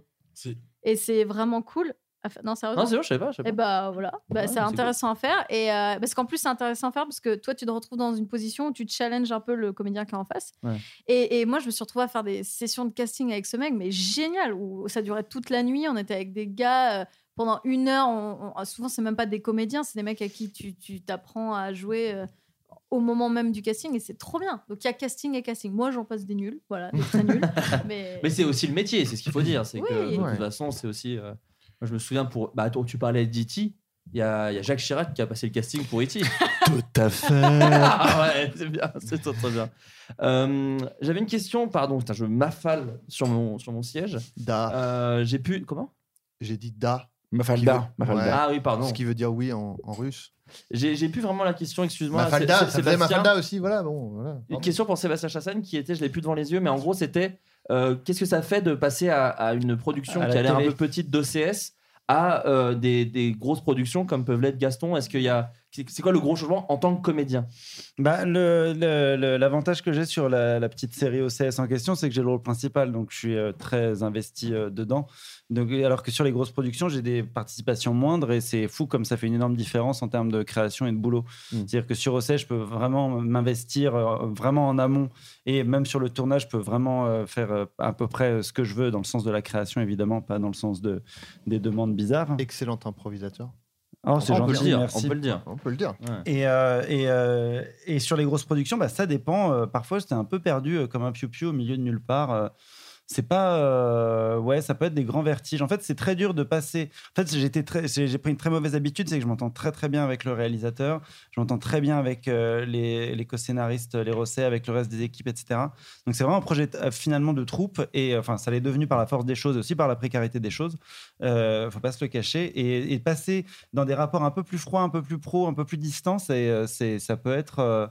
Speaker 11: Et c'est vraiment cool. à fa- Non, sérieusement.
Speaker 7: Non, c'est vrai, je savais pas. je savais
Speaker 11: Et
Speaker 7: pas.
Speaker 11: bah voilà, bah,
Speaker 7: Ouais,
Speaker 11: c'est
Speaker 7: c'est
Speaker 11: intéressant à faire. Et, euh, parce qu'en plus, c'est intéressant à faire parce que toi, tu te retrouves dans une position où tu challenges un peu le comédien qui est en face.
Speaker 7: Ouais.
Speaker 11: Et, et moi, je me suis retrouvée à faire des sessions de casting avec ce mec, mais génial, où ça durait toute la nuit. On était avec des gars euh, pendant une heure. on- on- souvent, c'est même pas des comédiens, c'est des mecs à qui tu tu t'apprends à jouer. euh, au moment même du casting et c'est trop bien. Donc il y a casting et casting. Moi j'en passe des nuls,
Speaker 8: *laughs*
Speaker 11: voilà, des très nuls. Mais
Speaker 7: Mais c'est aussi le métier, c'est ce qu'il faut dire. C'est
Speaker 11: Oui.
Speaker 7: que de
Speaker 11: Ouais.
Speaker 7: toute façon, c'est aussi. euh, moi, je me souviens pour. Bah, attends, tu parlais d'E.T. Il y, a, il y a Jacques Chirac qui a passé le casting pour E.T.
Speaker 9: Tout à fait.
Speaker 7: Ah ouais, c'est bien, c'est très, très bien. Euh, J'avais une question, pardon, putain, je m'affale sur mon, sur mon siège. Euh, J'ai pu. Comment
Speaker 8: J'ai dit da.
Speaker 7: Mafalda,
Speaker 8: Qui veut-
Speaker 7: Mafalda. Ah oui, pardon.
Speaker 8: Ce qui veut dire oui en, en russe.
Speaker 7: J'ai j'ai plus vraiment la question, excuse-moi.
Speaker 8: Mafalda,
Speaker 7: C'est-
Speaker 8: ça
Speaker 7: c'est-
Speaker 8: faisait
Speaker 7: Sébastien.
Speaker 8: Mafalda aussi, voilà. Bon, voilà.
Speaker 7: Une question pour Sébastien Chassagne qui était, je l'ai plus devant les yeux, mais en gros, c'était euh, qu'est-ce que ça fait de passer à, à une production
Speaker 10: À la
Speaker 7: qui a l'air un
Speaker 10: télé.
Speaker 7: peu petite d'OCS à euh, des, des grosses productions comme peuvent l'être Gaston Est-ce qu'il y a. c'est- C'est quoi le gros changement en tant que comédien
Speaker 10: Bah, le- le- le- L'avantage que j'ai sur la, la petite série OCS en question, c'est que j'ai le rôle principal, donc je suis euh, très investi euh, dedans. Donc, alors que sur les grosses productions, j'ai des participations moindres et c'est fou comme ça fait une énorme différence en termes de création et de boulot.
Speaker 8: Mm.
Speaker 10: C'est-à-dire que sur OCS, je peux vraiment m'investir euh, vraiment en amont et même sur le tournage, je peux vraiment euh, faire euh, à peu près euh, ce que je veux dans le sens de la création, évidemment, pas dans le sens de, des demandes bizarres.
Speaker 8: Excellent improvisateur.
Speaker 10: Oh, c'est
Speaker 8: On peut
Speaker 10: gentil,
Speaker 8: le dire,
Speaker 10: merci.
Speaker 8: on peut le dire. On peut le dire. Ouais.
Speaker 10: Et, euh, et, euh, et sur les grosses productions, bah, ça dépend. Euh, parfois, j'étais un peu perdu euh, comme un piou-piou au milieu de nulle part. Euh, c'est pas. euh, ouais, ça peut être des grands vertiges. En fait, c'est très dur de passer. En fait, j'étais très- j'ai j'ai pris une très mauvaise habitude, c'est que je m'entends très très bien avec le réalisateur, je m'entends très bien avec euh, les, les co-scénaristes, les rossets, avec le reste des équipes, etc. Donc, c'est vraiment un projet euh, finalement de troupe. Et euh, enfin, ça l'est devenu par la force des choses, aussi par la précarité des choses. Euh, faut pas se le cacher. Et, et passer dans des rapports un peu plus froids, un peu plus pro, un peu plus distants, c'est, euh, c'est- ça peut être, euh,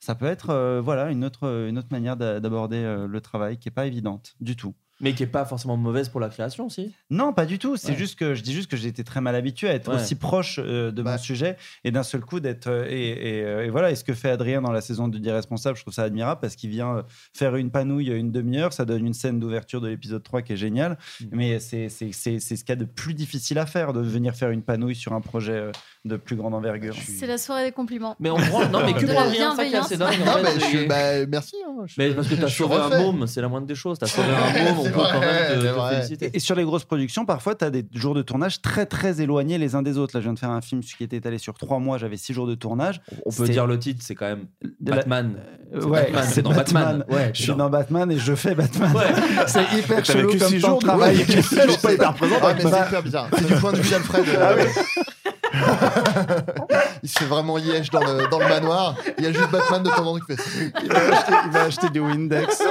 Speaker 10: ça peut être euh, voilà, une, autre, une autre manière d'a- d'aborder euh, le travail qui n'est pas évidente du tout.
Speaker 7: Mais qui n'est pas forcément mauvaise pour la création aussi
Speaker 10: Non, pas du tout. C'est
Speaker 7: Ouais.
Speaker 10: juste que je dis juste que j'ai été très mal habitué à être
Speaker 7: Ouais.
Speaker 10: aussi proche euh, de mon sujet et d'un seul coup d'être euh, et, et, euh, et voilà. Et ce que fait Adrien dans la saison de Responsable, je trouve ça admirable parce qu'il vient euh, faire une panouille une demi-heure, ça donne une scène d'ouverture de l'épisode 3 qui est géniale. Mais c'est c'est c'est- c'est ce qu'il y a de plus difficile à faire de venir faire une panouille sur un projet euh, de plus grande envergure.
Speaker 11: c'est la soirée des compliments.
Speaker 7: Mais on prend- non, mais que
Speaker 11: De
Speaker 7: prend
Speaker 11: la
Speaker 7: rien, ça, qui est assez
Speaker 11: bienveillance.
Speaker 7: dingue, en
Speaker 8: Non,
Speaker 7: fait,
Speaker 8: mais
Speaker 7: c'est-
Speaker 8: je- bah, merci. hein, je-
Speaker 7: Mais parce que t'as
Speaker 8: je suis
Speaker 7: sauvé un
Speaker 8: refait.
Speaker 7: môme, c'est la moindre des
Speaker 10: *laughs*
Speaker 7: choses. T'as sauvé un môme, on
Speaker 10: C'est
Speaker 7: peut quand
Speaker 10: vrai,
Speaker 7: même te-
Speaker 10: c'est
Speaker 7: te
Speaker 10: vrai.
Speaker 7: féliciter.
Speaker 10: Et, et sur les grosses productions, parfois, tu as des jours de tournage très, très éloignés les uns des autres. Là, je viens de faire un film qui était étalé sur trois mois, j'avais six jours de tournage.
Speaker 7: On peut
Speaker 10: C'était-
Speaker 7: dire le titre, c'est quand même
Speaker 10: de la-
Speaker 7: Batman.
Speaker 10: Euh,
Speaker 7: C'est
Speaker 10: Ouais,
Speaker 7: Batman,
Speaker 10: c'est
Speaker 7: dans Batman. Ouais,
Speaker 10: je suis dans Batman et je fais Batman. *laughs* C'est hyper
Speaker 7: T'avais
Speaker 10: chelou
Speaker 7: que
Speaker 10: comme
Speaker 7: six
Speaker 10: temps
Speaker 7: jours
Speaker 10: de
Speaker 7: de-
Speaker 10: travail.
Speaker 7: ouais, que six jours, pas hyper
Speaker 8: Ah,
Speaker 10: représentant
Speaker 8: mais c'est hyper bizarre. C'est du point de vue d'Alfred.
Speaker 10: Ah
Speaker 8: euh, *laughs* Il se fait vraiment liège dans le, dans le manoir. Il y a juste Batman de temps en temps qui fait.
Speaker 10: Il va acheter, il va acheter du Windex.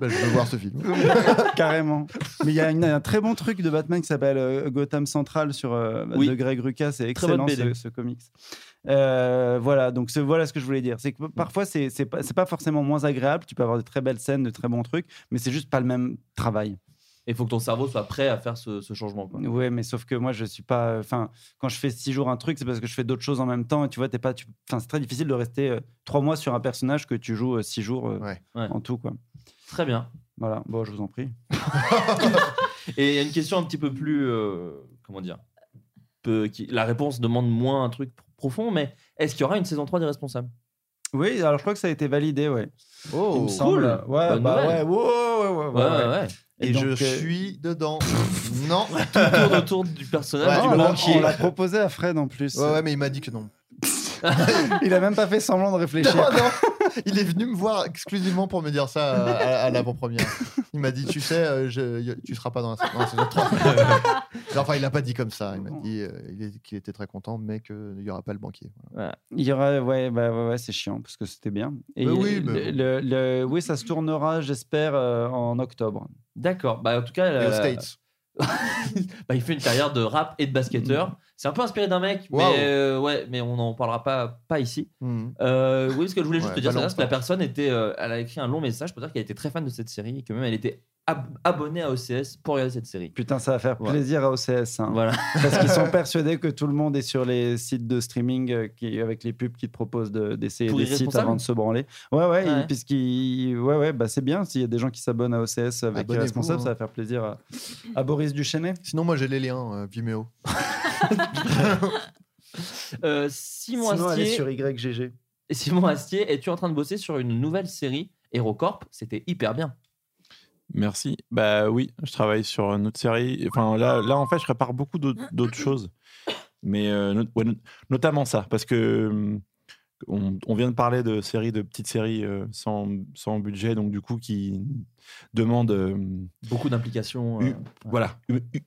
Speaker 8: Bah, je veux voir ce film.
Speaker 10: *laughs* Carrément. Mais il y a une- un très bon truc de Batman qui s'appelle euh, Gotham Central sur, euh, de Greg Rucka. C'est
Speaker 7: Très bonne
Speaker 10: excellent
Speaker 7: BD.
Speaker 10: ce, ce comics. Euh, voilà, donc ce, voilà ce que je voulais dire. C'est
Speaker 7: Mm.
Speaker 10: que parfois, c'est c'est pas, c'est pas forcément moins agréable. Tu peux avoir de très belles scènes, de très bons trucs, mais c'est juste pas le même travail.
Speaker 7: Il faut que ton cerveau soit prêt à faire ce, ce changement. quoi.
Speaker 10: Ouais, mais sauf que moi, je suis pas. euh, Enfin, quand je fais six jours un truc, c'est parce que je fais d'autres choses en même temps. Et tu vois, t'es pas. tu- Enfin, c'est très difficile de rester euh, trois mois sur un personnage que tu joues euh, six jours euh, en tout, quoi.
Speaker 7: Très bien.
Speaker 10: Voilà. Bon, je vous en prie.
Speaker 7: Et il y a une question un petit peu plus. euh, comment dire peu- qui- La réponse demande moins un truc pr- profond, mais est-ce qu'il y aura une saison 3 des responsables
Speaker 10: Oui, alors je crois que ça a été validé, ouais.
Speaker 8: Oh,
Speaker 10: Il me
Speaker 8: cool.
Speaker 10: semble. Ouais,
Speaker 7: Bonne
Speaker 10: bah
Speaker 7: nouvelle.
Speaker 10: ouais, wow, ouais, ouais, ouais, ouais.
Speaker 8: Et,
Speaker 10: donc,
Speaker 8: je
Speaker 10: euh,
Speaker 8: suis dedans. non.
Speaker 7: Tout tourne autour du personnage
Speaker 8: Ouais,
Speaker 7: du
Speaker 8: on l'a-
Speaker 7: banquier.
Speaker 10: On l'a proposé à Fred en plus.
Speaker 8: Ouais, ouais, mais il m'a dit que non.
Speaker 10: *laughs* Il a même pas fait semblant de réfléchir.
Speaker 8: Non, non. Il est venu me voir exclusivement pour me dire ça euh, à, à l'avant-première. Il m'a dit, tu sais, euh, je- y- tu seras pas dans la, sa- dans la saison 3. Non, enfin, il l'a pas dit comme ça. Il m'a dit euh, il est- qu'il était très content, mais qu'il n'y aura pas le banquier.
Speaker 10: Il y aura, ouais, bah, ouais, ouais, c'est chiant parce que c'était bien. Et
Speaker 8: Mais Bah oui,
Speaker 10: le-
Speaker 8: mais-
Speaker 10: le- le- oui, ça se tournera, j'espère, euh, en octobre.
Speaker 7: D'accord. Bah, en tout cas,
Speaker 10: Et
Speaker 7: la-
Speaker 10: aux States.
Speaker 7: *laughs* Bah, il fait une carrière de rap et de
Speaker 8: Mm.
Speaker 7: basketteur. C'est un peu inspiré d'un mec,
Speaker 10: Waouh.
Speaker 7: mais euh, ouais, mais on n'en parlera pas, pas ici.
Speaker 8: Mhm.
Speaker 7: Euh, oui, ce que je voulais juste
Speaker 10: Ouais,
Speaker 7: te dire, c'est parce
Speaker 10: balance
Speaker 7: que la personne était, euh, elle a écrit un long message pour dire qu'elle était très fan de cette série et que même elle était ab- abonnée à OCS pour regarder cette série.
Speaker 10: Putain, ça va faire
Speaker 7: Ouais.
Speaker 10: plaisir à OCS. hein.
Speaker 7: Voilà.
Speaker 10: *laughs* Parce qu'ils sont persuadés que tout le monde est sur les sites de streaming euh, qui, avec les pubs qui te proposent de- d'essayer
Speaker 7: Pour
Speaker 10: des sites
Speaker 7: Irresponsable
Speaker 10: avant de se branler. Ouais, ouais,
Speaker 7: Ouais.
Speaker 10: il- puisqu'il- ouais, ouais bah, c'est bien. S'il y a des gens qui s'abonnent à OCS avec euh,
Speaker 8: Abonnez-vous,
Speaker 10: Responsable,
Speaker 8: hein.
Speaker 10: ça va faire plaisir à, à Boris Duchesnet.
Speaker 8: Sinon, moi, j'ai les liens euh, Vimeo.
Speaker 7: Euh, Simon,
Speaker 10: Sinon, allez
Speaker 7: Astier,
Speaker 10: sur YGG.
Speaker 7: Et Simon Astier, es-tu en train de bosser sur une nouvelle série HeroCorp C'était hyper bien.
Speaker 9: Merci. Bah oui, je travaille sur une autre série. Enfin là, là en fait, je prépare beaucoup d'autres d'autres choses, mais euh, not- ouais, not- notamment ça, parce que hum, on, on vient de parler de séries, de petites séries euh, sans, sans budget, donc du coup qui demandent.
Speaker 7: Beaucoup d'implications. euh,
Speaker 9: Hu- Voilà. Hu- hu- hu-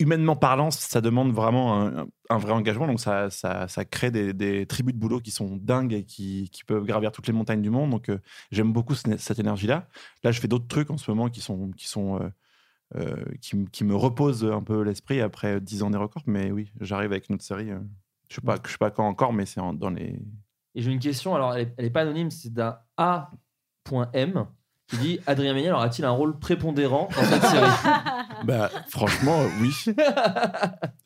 Speaker 9: Humainement parlant, ça demande vraiment un, un vrai engagement. Donc, ça, ça, ça crée des, des tribus de boulot qui sont dingues et qui, qui peuvent gravir toutes les montagnes du monde. Donc, euh, j'aime beaucoup ce- cette énergie-là. Là, je fais d'autres trucs en ce moment qui sont. Qui sont euh, euh, qui, m- qui me reposent un peu l'esprit après 10 ans des records, mais oui, j'arrive avec une autre série. euh, je sais pas, je sais pas quand encore, mais c'est en- dans les.
Speaker 7: Et j'ai une question, alors elle n'est pas anonyme, c'est d'un A.M
Speaker 8: *laughs*
Speaker 7: qui dit Adrien Méniel aura-t-il un rôle prépondérant dans cette série
Speaker 9: Bah, franchement,
Speaker 7: *laughs*
Speaker 9: oui. Je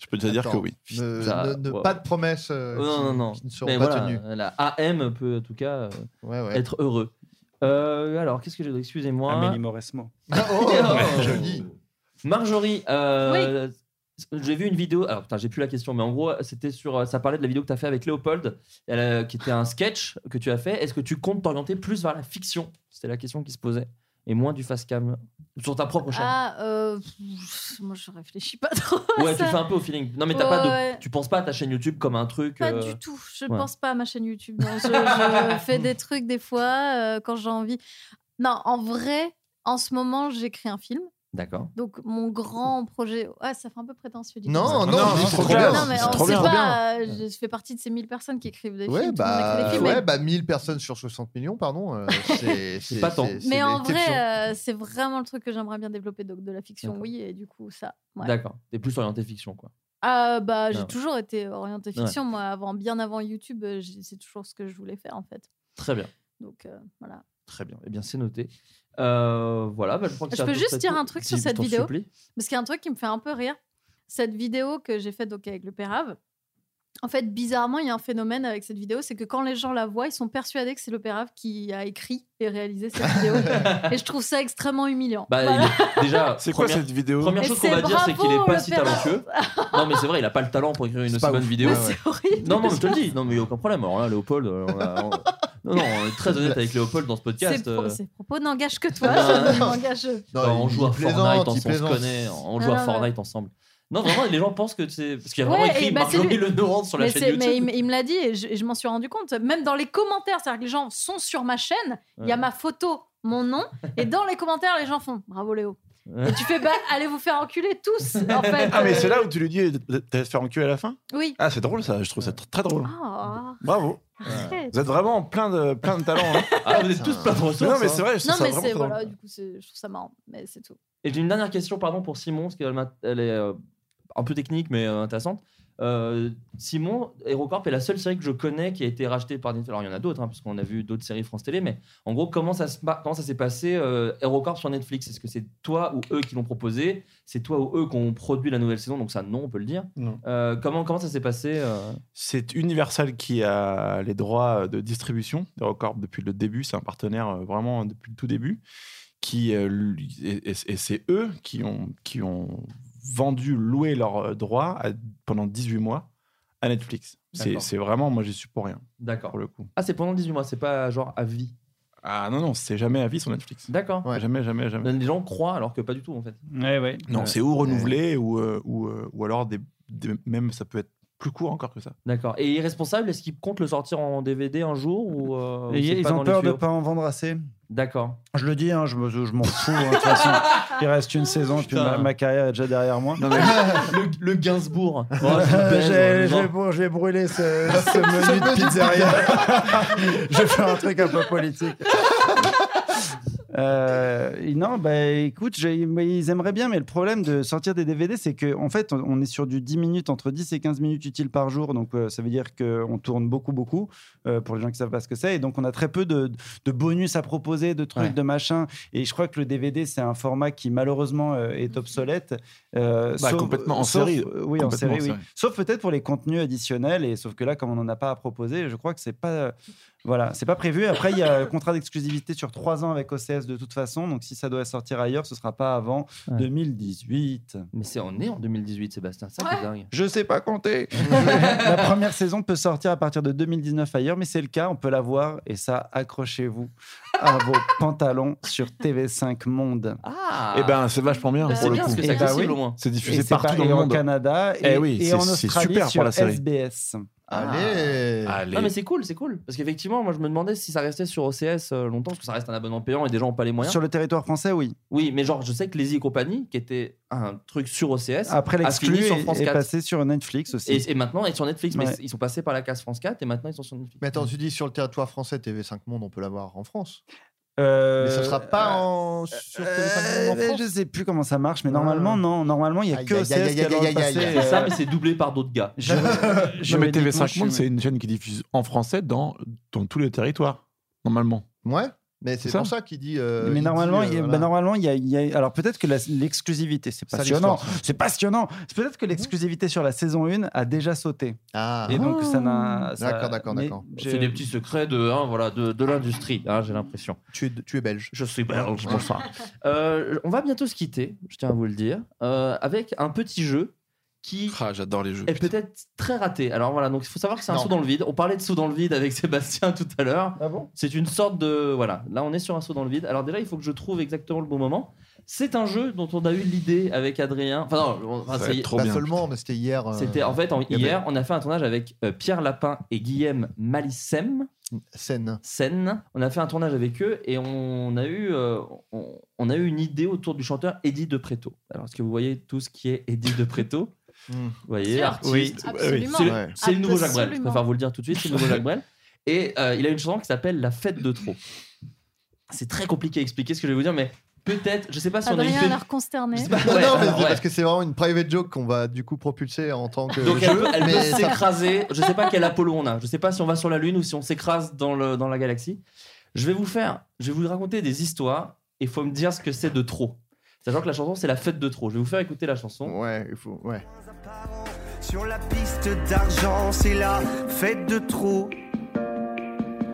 Speaker 9: peux te dire
Speaker 8: Attends,
Speaker 9: que oui.
Speaker 8: Ne,
Speaker 7: Ça-
Speaker 8: ne- ne-
Speaker 7: wow.
Speaker 8: Pas de promesses euh,
Speaker 7: Oh, non,
Speaker 8: qui,
Speaker 7: non, non.
Speaker 8: qui ne seront
Speaker 7: Mais
Speaker 8: pas
Speaker 7: voilà,
Speaker 8: tenues.
Speaker 7: La AM peut en tout cas euh,
Speaker 8: ouais.
Speaker 7: être heureux. Euh, alors, qu'est-ce que j'ai Excusez-moi. *laughs*
Speaker 10: Amélie Mauresmo.
Speaker 8: *laughs*
Speaker 7: Oh, Marjorie, euh, j'ai vu une vidéo. Alors, putain, j'ai plus la question, mais en gros, c'était sur. euh, Ça parlait de la vidéo que tu as fait avec Léopold, elle, euh, qui était un sketch que tu as fait. Est-ce que tu comptes t'orienter plus vers la fiction C'était la question qui se posait. Et moins du face cam sur ta propre chaîne.
Speaker 11: Ah, euh, pff, moi je réfléchis pas trop. à
Speaker 7: ouais, tu
Speaker 11: ça.
Speaker 7: le fais un peu au feeling. Non, mais t'as
Speaker 11: Ouais,
Speaker 7: pas de-
Speaker 11: ouais.
Speaker 7: tu penses pas à ta chaîne YouTube comme un truc.
Speaker 11: Pas
Speaker 7: euh,
Speaker 11: du tout. Je
Speaker 7: ouais.
Speaker 11: pense pas à ma chaîne YouTube. non. Je, je
Speaker 8: *laughs*
Speaker 11: fais des trucs des fois euh, quand j'ai envie. Non, en vrai, en ce moment, j'écris un film.
Speaker 7: D'accord.
Speaker 11: Donc mon grand projet. Ah, ça fait un peu prétentieux. du
Speaker 8: Non,
Speaker 11: coup.
Speaker 8: Ah non, Non, mais c'est c'est trop trop bien. bien.
Speaker 11: Non, mais
Speaker 8: C'est
Speaker 11: on
Speaker 8: trop
Speaker 11: sait
Speaker 8: bien.
Speaker 11: pas. euh, Je fais partie de ces 1000 personnes qui écrivent des
Speaker 8: Ouais,
Speaker 11: films. tout le monde écrit des
Speaker 8: bah,
Speaker 11: films, mais-
Speaker 8: ouais, bah 1000 personnes sur 60 millions, pardon. euh, c'est- c'est
Speaker 7: pas tant.
Speaker 8: c'est- c'est
Speaker 11: Mais en
Speaker 8: l'exception.
Speaker 11: vrai, euh, c'est vraiment le truc que j'aimerais bien développer, donc de la fiction,
Speaker 7: D'accord.
Speaker 11: oui, et du coup, ça. ouais.
Speaker 7: D'accord. T'es plus orienté fiction, quoi.
Speaker 11: Ah, bah,
Speaker 7: Ouais.
Speaker 11: j'ai toujours été orientée fiction,
Speaker 7: Ouais.
Speaker 11: moi, avant, bien avant YouTube, euh, j'ai- c'est toujours ce que je voulais faire, en fait.
Speaker 7: Très bien.
Speaker 11: Donc, euh, voilà.
Speaker 7: Très bien. Eh bien, c'est noté. Euh, voilà, bah, je crois que
Speaker 11: Je
Speaker 7: c'est à
Speaker 11: peux
Speaker 7: peu
Speaker 11: juste
Speaker 7: près
Speaker 11: dire
Speaker 7: tout.
Speaker 11: un truc sur
Speaker 7: Dis-
Speaker 11: cette
Speaker 7: t'en
Speaker 11: vidéo.
Speaker 7: supplie.
Speaker 11: Parce qu'il y a un truc qui me fait un peu rire. Cette vidéo que j'ai faite donc, avec le Pérave, en fait, bizarrement, il y a un phénomène avec cette vidéo, c'est que quand les gens la voient, ils sont persuadés que c'est le Pérave qui a écrit et réalisé
Speaker 7: *laughs*
Speaker 11: cette vidéo. et je trouve ça extrêmement humiliant.
Speaker 7: Bah,
Speaker 11: Voilà.
Speaker 7: il
Speaker 8: *laughs*
Speaker 7: est- *laughs* déjà,
Speaker 9: C'est quoi
Speaker 7: première-
Speaker 9: cette vidéo
Speaker 7: Première
Speaker 11: Mais
Speaker 7: chose qu'on
Speaker 11: c'est
Speaker 7: va dire, c'est qu'il est
Speaker 11: bravo,
Speaker 7: pas
Speaker 11: le
Speaker 7: si
Speaker 11: père. *laughs*
Speaker 7: talentueux. non, mais c'est vrai, il a pas le talent pour écrire une aussi
Speaker 8: pas
Speaker 7: bonne
Speaker 8: ouf.
Speaker 7: vidéo.
Speaker 8: Mais c'est
Speaker 11: horrible.
Speaker 7: Non, non, mais je te
Speaker 11: *laughs*
Speaker 7: le dis. Non, mais il a aucun problème. Alors là, Léopold, euh, on a- on- non, non, on est très honnête avec Léopold dans ce podcast.
Speaker 11: Ses, pro-
Speaker 7: euh,
Speaker 11: ses propos n'engagent que toi,
Speaker 7: Non,
Speaker 11: ça *laughs*
Speaker 7: non.
Speaker 11: ne m'engage.
Speaker 7: bah,
Speaker 8: Non,
Speaker 7: on
Speaker 8: il-
Speaker 7: joue à
Speaker 8: il
Speaker 7: Fortnite,
Speaker 8: plaisante,
Speaker 7: on
Speaker 8: il
Speaker 7: s'en se
Speaker 8: plaisante.
Speaker 7: connaît, on joue
Speaker 11: Non,
Speaker 7: à
Speaker 11: non,
Speaker 7: Fortnite ensemble. Non, vraiment, les gens pensent que c'est. Parce qu'il y a
Speaker 11: Ouais,
Speaker 7: vraiment
Speaker 11: et
Speaker 7: écrit
Speaker 11: bah, c'est
Speaker 7: Marjorie
Speaker 11: lui.
Speaker 7: Le Nohant sur la
Speaker 11: mais
Speaker 7: chaîne
Speaker 11: c'est-
Speaker 7: YouTube.
Speaker 11: mais il, me- il me l'a dit et je, et je m'en suis rendu compte. Même dans les commentaires, c'est-à-dire que les gens sont sur ma chaîne, il y a
Speaker 7: Ouais.
Speaker 11: ma photo, mon nom, et dans les commentaires, les gens font bravo Léo. Et tu fais bah allez vous faire enculer tous en fait.
Speaker 9: *laughs* Ah, mais c'est
Speaker 11: euh,
Speaker 9: là où tu lui dis de- de- d'aller te faire enculer à la fin
Speaker 11: Oui.
Speaker 9: Ah, c'est drôle ça, je trouve ça tr- très drôle.
Speaker 11: Ah,
Speaker 9: Bravo.
Speaker 11: arrête.
Speaker 9: Vous êtes vraiment plein de, plein de talent. hein.
Speaker 7: Ah, vous êtes tous plein de ressources.
Speaker 9: Non, mais
Speaker 7: hein.
Speaker 9: c'est vrai, je
Speaker 11: non
Speaker 9: trouve ça
Speaker 11: mais
Speaker 9: vraiment
Speaker 11: c'est
Speaker 9: très drôle.
Speaker 11: voilà du coup c'est- je trouve ça marrant mais c'est tout.
Speaker 7: Et j'ai une dernière question, pardon, pour Simon, parce qu'elle m'a- elle est euh, un peu technique, mais euh, intéressante. Euh, Simon, Hérocorp est la seule série que je connais qui a été rachetée par Netflix. Alors, il y en a d'autres, hein, parce qu'on a vu d'autres séries France Télé, mais en gros, comment ça, se pa- comment ça s'est passé euh, Hérocorp sur Netflix Est-ce que c'est toi ou eux qui l'ont proposé C'est toi ou eux qui ont produit la nouvelle saison Donc, ça, non, on peut le dire.
Speaker 9: Non.
Speaker 7: Euh, comment, comment ça s'est passé euh
Speaker 9: C'est Universal qui a les droits euh, de distribution des records depuis le début. C'est un partenaire euh, vraiment depuis le tout début. Qui, euh, lui- et et- et c'est eux qui ont, qui ont vendu, loué leurs euh, droits à- pendant 18 mois à Netflix. C'est
Speaker 7: D'accord.
Speaker 9: c'est vraiment, moi j'y suis pour rien.
Speaker 7: D'accord.
Speaker 9: Pour le coup.
Speaker 7: Ah, c'est pendant 18 mois, c'est pas genre à vie.
Speaker 9: Ah non, non, c'est jamais à vie sur Netflix.
Speaker 7: D'accord.
Speaker 9: Jamais, jamais, jamais.
Speaker 7: Les gens croient alors que pas du tout, en fait.
Speaker 10: Ouais, ouais.
Speaker 9: Non,
Speaker 7: Ouais.
Speaker 9: c'est ou renouvelé ou, euh, ou, euh, ou alors des, des- même ça peut être plus court encore que ça.
Speaker 7: Euh, D'accord. Et Irresponsable, est-ce qu'ils comptent le sortir en DVD un jour ou euh, ou
Speaker 10: Et
Speaker 7: c'est
Speaker 10: ils
Speaker 7: pas dans
Speaker 10: ont
Speaker 7: les
Speaker 10: peur de
Speaker 7: tuyaux
Speaker 9: *laughs*
Speaker 10: pas en vendre assez.
Speaker 7: D'accord.
Speaker 10: Je le dis, hein, je, me- je m'en fous. hein, de toute façon, il reste une saison, puis
Speaker 7: Putain.
Speaker 10: ma, ma carrière est déjà derrière moi. *laughs*
Speaker 7: *laughs* le, le Gainsbourg. Oh, je vous baise,
Speaker 10: J'ai-
Speaker 7: genre.
Speaker 10: j'ai brû- Je vais brûler ce,
Speaker 7: euh, *laughs*
Speaker 10: ce *laughs* menu de pizzeria. je vais faire un truc un peu politique. Euh, et non, bah écoute, j'ai- mais ils aimeraient bien, mais le problème de sortir des DVD, c'est qu'en fait, on- on est sur du 10 minutes, entre 10 et 15 minutes utiles par jour, donc euh, ça veut dire qu'on tourne beaucoup, beaucoup, euh, pour les gens qui savent pas ce que c'est, et donc on a très peu de, de bonus à proposer, de trucs,
Speaker 7: Ouais.
Speaker 10: de machins, et je crois que le DVD, c'est un format qui malheureusement euh, est obsolète. euh,
Speaker 9: Bah, complètement, en
Speaker 10: sauf-
Speaker 9: série.
Speaker 10: euh, oui, en
Speaker 9: Complètement
Speaker 10: série,
Speaker 9: en
Speaker 10: oui.
Speaker 9: série.
Speaker 10: Sauf peut-être pour les contenus additionnels, et sauf que là, comme on n'en a pas à proposer, je crois que c'est pas, euh, voilà, c'est pas prévu. Après, il y a un contrat d'exclusivité sur trois ans avec OCS de toute façon, donc si ça doit sortir ailleurs, ce sera pas avant
Speaker 7: Ouais.
Speaker 10: 2018.
Speaker 7: Mais c'est on est en 2018, Sébastien. Ça, c'est dingue.
Speaker 10: Je sais pas compter. *laughs* la première saison peut sortir à partir de 2019 ailleurs, mais c'est le cas, on peut la voir, et ça, accrochez-vous à *laughs* vos pantalons sur TV5 Monde.
Speaker 7: Ah.
Speaker 9: Eh ben, c'est vachement bien.
Speaker 7: Bah,
Speaker 9: pour
Speaker 7: c'est
Speaker 9: le
Speaker 7: bien,
Speaker 9: coup.
Speaker 7: parce que c'est
Speaker 10: Eh ben
Speaker 7: accessible
Speaker 10: oui.
Speaker 7: au moins.
Speaker 9: C'est
Speaker 10: Et
Speaker 9: diffusé
Speaker 10: c'est
Speaker 9: partout
Speaker 10: pas-
Speaker 9: dans
Speaker 10: et
Speaker 9: le
Speaker 10: en
Speaker 9: monde.
Speaker 10: Canada et,
Speaker 9: Eh oui,
Speaker 10: et
Speaker 9: c'est-
Speaker 10: en
Speaker 9: c'est
Speaker 10: Australie
Speaker 9: super pour
Speaker 10: sur
Speaker 9: la série. Ah,
Speaker 10: SBS.
Speaker 8: Allez.
Speaker 9: Allez.
Speaker 7: Non, mais c'est cool, c'est cool. Parce qu'effectivement, moi, je me demandais si ça restait sur OCS euh, longtemps, parce que ça reste un abonnement payant et des gens n'ont pas les moyens.
Speaker 10: Sur le territoire français, oui.
Speaker 7: Oui, mais genre, je sais que Lazy et compagnie, qui était un truc sur OCS,
Speaker 10: Après
Speaker 7: a
Speaker 10: l'exclu
Speaker 7: fini sur
Speaker 10: est,
Speaker 7: France
Speaker 10: est
Speaker 7: 4.
Speaker 10: passé sur Netflix aussi.
Speaker 7: Et, et maintenant, ils sont sur Netflix, mais
Speaker 10: Ouais.
Speaker 7: ils sont passés par la case France 4 et maintenant ils sont sur Netflix.
Speaker 8: Mais attends, tu dis sur le territoire français, TV5 Monde, on peut l'avoir en France.
Speaker 10: Euh,
Speaker 8: Mais ce sera pas
Speaker 10: euh,
Speaker 8: en. Sur
Speaker 10: euh,
Speaker 8: TV5 Monde en France.
Speaker 10: Je sais plus comment ça marche, mais
Speaker 7: Ah.
Speaker 10: normalement, non. Normalement, il n'y a
Speaker 8: Aïe,
Speaker 10: que
Speaker 8: aïe,
Speaker 10: OCS qui
Speaker 8: aïe,
Speaker 10: a
Speaker 8: aïe,
Speaker 10: le droit
Speaker 8: aïe,
Speaker 10: de
Speaker 8: aïe,
Speaker 10: passer.
Speaker 8: aïe,
Speaker 7: C'est ça,
Speaker 10: euh,
Speaker 7: mais c'est doublé par d'autres gars.
Speaker 8: *laughs*
Speaker 7: *laughs*
Speaker 10: je-
Speaker 12: Non, mais
Speaker 10: juridiquement,
Speaker 12: TV5
Speaker 10: je
Speaker 12: Monde,
Speaker 10: suis-
Speaker 12: c'est une chaîne qui diffuse en français dans, dans tous les territoires, normalement.
Speaker 8: Ouais, mais c'est
Speaker 12: ça.
Speaker 8: pour ça qu'il dit. euh,
Speaker 10: mais
Speaker 8: il
Speaker 10: normalement,
Speaker 8: dit, euh,
Speaker 10: il y a-
Speaker 8: voilà.
Speaker 10: bah, normalement, il y a, il y a- alors peut-être que la- l'exclusivité, c'est
Speaker 8: Ça,
Speaker 10: passionnant,
Speaker 8: l'histoire,
Speaker 10: c'est passionnant. C'est peut-être que l'exclusivité sur la saison 1 a déjà sauté.
Speaker 8: Ah.
Speaker 10: Et donc ça n'a.
Speaker 8: Ah.
Speaker 10: ça-
Speaker 8: D'accord, d'accord,
Speaker 10: mais
Speaker 8: d'accord.
Speaker 10: j'ai-
Speaker 7: C'est des petits secrets de, hein, voilà, de, de l'industrie, hein, j'ai l'impression.
Speaker 8: Tu es, tu es belge.
Speaker 7: Je suis belge,
Speaker 8: Ouais. *laughs*
Speaker 7: bonsoir. Euh, on va bientôt se quitter, je tiens à vous le dire, euh, avec un petit jeu qui
Speaker 9: Ah, j'adore les jeux.
Speaker 7: est peut-être très raté. Alors voilà, donc il faut savoir que c'est un
Speaker 9: Non.
Speaker 7: saut dans le vide. On parlait de saut dans le vide avec *laughs* Sébastien tout à l'heure.
Speaker 10: Ah bon
Speaker 7: c'est une sorte de voilà. Là, on est sur un saut dans le vide. Alors déjà, il faut que je trouve exactement le bon moment. C'est un jeu dont on a eu l'idée avec Adrien. Enfin non, on- enfin,
Speaker 8: Ça va
Speaker 7: c'est-
Speaker 8: être pas Bah, seulement, mais c'était hier. euh,
Speaker 7: C'était en fait en-
Speaker 8: il y avait
Speaker 7: hier, on a fait un tournage avec euh, Pierre Lapin et Guillaume Malissem.
Speaker 8: Scène.
Speaker 7: Seine. On a fait un tournage avec eux et on a eu, euh, on, on a eu une idée autour du chanteur Eddie De Preto. Alors, est-ce que vous voyez tout ce qui est Eddie De
Speaker 8: *laughs*
Speaker 7: Preto
Speaker 8: Mm.
Speaker 7: Vous voyez,
Speaker 8: Sûr.
Speaker 7: artiste.
Speaker 8: Oui,
Speaker 7: C'est-
Speaker 8: absolument.
Speaker 7: C'est
Speaker 8: Ouais.
Speaker 7: c'est le nouveau Jacques Brel. Je
Speaker 8: Absolument.
Speaker 7: préfère vous le dire tout de suite, c'est le
Speaker 8: *laughs*
Speaker 7: nouveau Jacques Brel. Et euh, il a une chanson qui s'appelle La fête de trop. C'est très compliqué à expliquer ce que je vais vous dire, mais peut-être, je sais
Speaker 9: Ah,
Speaker 7: pas si on a une
Speaker 11: Adrien a
Speaker 7: pép-
Speaker 11: l'air consterné.
Speaker 8: Non, non, mais
Speaker 7: alors,
Speaker 8: c'est
Speaker 7: ouais.
Speaker 8: parce que c'est vraiment une private joke qu'on va du coup propulser en tant que.
Speaker 7: Donc elle
Speaker 8: jeu,
Speaker 7: peut, elle peut
Speaker 8: mais ça-
Speaker 7: s'écraser. Je sais pas quel Apollo on a. Je sais pas si on va sur la Lune ou si on s'écrase dans, le- dans la galaxie. Je vais vous faire, je vais vous raconter des histoires et faut me dire ce que c'est de trop. Sachant que la chanson c'est la fête de trop. Je vais vous faire écouter la chanson.
Speaker 8: Ouais, il faut, ouais.
Speaker 13: Sur la piste d'argent, c'est la fête de trop.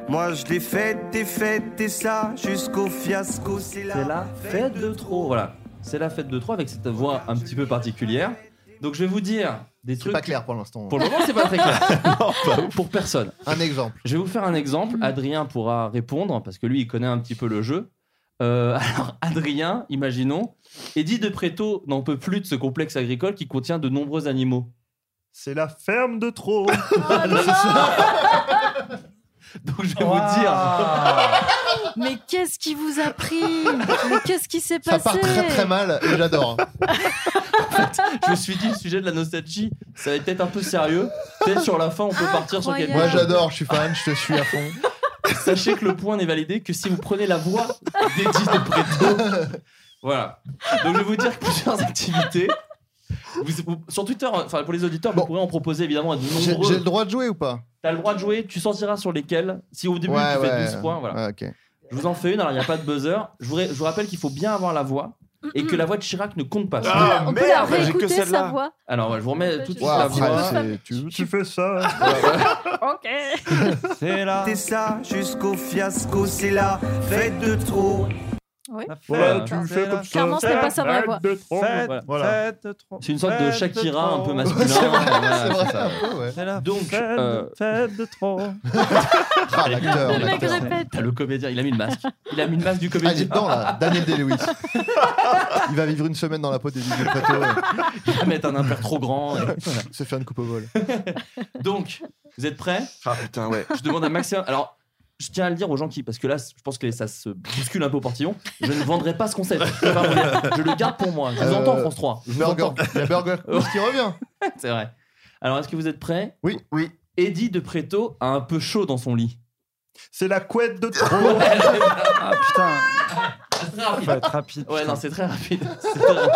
Speaker 13: Moi je l'ai faite et faite et ça jusqu'au fiasco, c'est la,
Speaker 7: C'est la fête de trop. Voilà, c'est la fête de trop avec cette voix un petit peu particulière. Donc je vais vous dire des trucs.
Speaker 8: Pas clair pour l'instant.
Speaker 7: Pour le moment, c'est pas très clair.
Speaker 8: *laughs*
Speaker 7: pour personne.
Speaker 8: Un exemple.
Speaker 7: Je vais vous faire un exemple. Adrien pourra répondre parce que lui, il connaît un petit peu le jeu. Euh, *laughs* alors, Adrien, imaginons, Eddie de Préto n'en peut plus de ce complexe agricole qui contient de nombreux animaux.
Speaker 8: C'est la ferme de trop.
Speaker 7: Donc je vais vous dire.
Speaker 11: *laughs* Mais qu'est-ce qui vous a pris Mais qu'est-ce qui s'est
Speaker 8: Ça
Speaker 11: passé
Speaker 8: part très très mal et
Speaker 7: *laughs*
Speaker 8: j'adore.
Speaker 7: Je me suis dit, le sujet de la nostalgie, ça va être peut-être un peu sérieux. Peut-être sur la fin, on peut partir sur quelque
Speaker 8: Moi
Speaker 7: chose.
Speaker 8: j'adore, je suis fan, je te suis à fond.
Speaker 7: *laughs* Sachez que le point n'est validé que si vous prenez la voix d'Eddie de Préto. Voilà. Donc je vais vous dire plusieurs activités. Vous- vous- sur Twitter, enfin pour les auditeurs, vous pourrez en proposer évidemment à de
Speaker 8: J'ai
Speaker 7: nombreux.
Speaker 8: j'ai le droit de jouer ou pas
Speaker 7: T'as le droit de jouer, tu sentiras sur lesquels. Si au début
Speaker 8: Ouais,
Speaker 7: tu fais
Speaker 8: ouais.
Speaker 7: 12 points, voilà.
Speaker 8: Ok.
Speaker 7: Je vous en fais une, alors il n'y a pas de buzzer. Je vous, ré- je vous rappelle qu'il faut bien avoir la voix et que la voix de Chirac ne compte pas.
Speaker 9: Ah, On peut la merde, j'ai réécouter, que celle-là. sa voix
Speaker 7: Alors ouais, je vous remets tout de suite
Speaker 9: Ouais,
Speaker 7: la
Speaker 9: après,
Speaker 7: voix.
Speaker 9: c'est-
Speaker 8: tu, fais ça.
Speaker 11: Ok.
Speaker 10: C'est la
Speaker 13: C'est ça jusqu'au fiasco, c'est la fête de trop.
Speaker 11: Oui.
Speaker 7: Voilà, tu le
Speaker 10: fais comme
Speaker 11: ça. Clairement, c'était pas sa vraie voix.
Speaker 7: Voilà. C'est une sorte de Shakira un peu
Speaker 13: *laughs*
Speaker 7: masculin.
Speaker 10: *laughs* C'est vrai,
Speaker 7: Voilà,
Speaker 10: c'est
Speaker 7: c'est
Speaker 10: vrai,
Speaker 7: ça.
Speaker 10: un peu, ouais. C'est la
Speaker 7: Donc,
Speaker 10: fête de-
Speaker 7: euh,
Speaker 10: fête de trop.
Speaker 8: Ah, l'acteur,
Speaker 7: Le mec
Speaker 8: l'acteur.
Speaker 7: répète. T'as le comédien, il a mis le masque. Il a mis le masque du comédien.
Speaker 8: Ah, dites donc, là, Daniel Day-Lewis. Il va vivre une semaine dans la peau des îles du plateau.
Speaker 7: Il va mettre un impair trop grand. et-
Speaker 8: Se faire une coupe au vol.
Speaker 7: Donc, vous êtes prêts
Speaker 9: Ah putain, ouais.
Speaker 7: Je demande un maximum. Alors, je tiens à le dire aux gens qui, parce que là, je pense que ça se bouscule un peu au portillon. Je ne vendrai pas ce concept. Je, vais pas vous dire. Ah, Je le garde pour moi. Je vous
Speaker 8: Euh,
Speaker 7: entends, France 3. Je vous
Speaker 8: Burger.
Speaker 7: entends.
Speaker 8: Il y a Burger Quiz qui revient.
Speaker 7: *laughs* C'est vrai. Alors, est-ce que vous êtes prêts
Speaker 8: Oui, oui.
Speaker 7: Eddie de Préto a un peu chaud dans son lit.
Speaker 8: C'est la couette de trop.
Speaker 10: Ah putain.
Speaker 7: C'est très rapide.
Speaker 10: Faut être rapide.
Speaker 7: Ouais, non, c'est très rapide. C'est très rapide.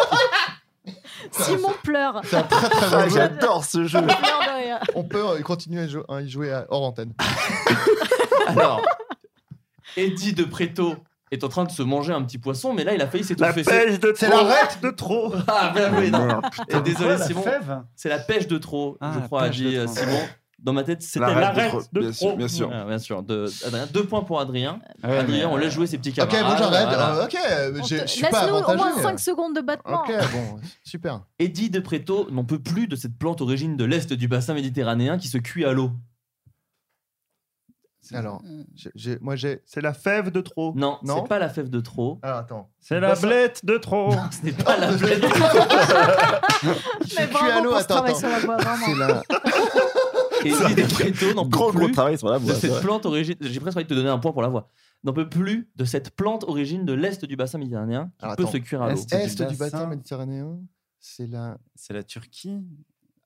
Speaker 11: Simon pleure.
Speaker 8: C'est un très très bon jeu.
Speaker 9: Ah, J'adore ce jeu.
Speaker 11: Il pleure de rire.
Speaker 8: On peut euh, continuer à y jou- à y jouer à- hors antenne.
Speaker 7: Alors, Eddie de Préto est en train de se manger un petit poisson, mais là, il a failli s'étouffer.
Speaker 8: de C'est trop. la rette de
Speaker 10: trop.
Speaker 7: Ah, bien joué, non. Et désolé,
Speaker 10: Quoi, la
Speaker 7: Simon.
Speaker 10: fève
Speaker 7: C'est la pêche de trop,
Speaker 10: Ah,
Speaker 7: je
Speaker 10: la
Speaker 7: crois, a
Speaker 10: pêche
Speaker 7: dit
Speaker 10: de
Speaker 7: euh,
Speaker 10: trop.
Speaker 7: Simon. Dans ma tête, c'était
Speaker 9: L'arrête de
Speaker 7: l'arrête
Speaker 9: trop,
Speaker 7: de
Speaker 9: bien
Speaker 7: trop.
Speaker 9: sûr, bien sûr.
Speaker 7: Ah, bien sûr. De, Adrien. Deux points pour Adrien.
Speaker 10: Ouais, mais,
Speaker 7: Adrien, on
Speaker 10: euh,
Speaker 7: laisse jouer ses petits
Speaker 8: Ok,
Speaker 7: camarades.
Speaker 8: bon, j'arrête.
Speaker 7: voilà.
Speaker 8: Euh, ok,
Speaker 11: On
Speaker 8: je
Speaker 11: te-
Speaker 8: je suis pas
Speaker 11: Laisse-nous au moins
Speaker 8: avantagé. hein.
Speaker 11: 5 secondes de battement.
Speaker 8: Ok, bon, super.
Speaker 7: Eddie de Préto n'en peut plus de cette plante origine de l'Est du bassin méditerranéen qui se cuit à l'eau.
Speaker 8: Alors,
Speaker 10: Euh.
Speaker 8: j'ai- j'ai- moi j'ai. C'est la fève de trop.
Speaker 7: Non,
Speaker 8: Non
Speaker 7: c'est pas la fève de trop.
Speaker 8: Alors attends.
Speaker 10: C'est la
Speaker 8: Bassin-
Speaker 10: blette de trop.
Speaker 7: Ce n'est pas Ah, la fève de trop.
Speaker 8: Je suis
Speaker 11: Mais
Speaker 8: à
Speaker 11: bravo
Speaker 8: l'eau,
Speaker 11: pour ce
Speaker 8: attends,
Speaker 11: travail
Speaker 8: attends.
Speaker 11: sur la voix, vraiment.
Speaker 8: C'est la.
Speaker 7: *laughs* Et il des prétos, n'en peut
Speaker 10: Gros, gros
Speaker 7: plus
Speaker 10: travail sur la voix,
Speaker 7: De
Speaker 10: c'est
Speaker 7: cette
Speaker 10: vrai.
Speaker 7: plante origine, j'ai presque envie de te donner un point pour la voix. N'en peut plus de cette plante origine de l'est du bassin méditerranéen qui
Speaker 8: Alors,
Speaker 7: peut
Speaker 8: attends.
Speaker 7: se cuire à l'eau.
Speaker 8: Est, du bassin méditerranéen, c'est la.
Speaker 10: C'est la Turquie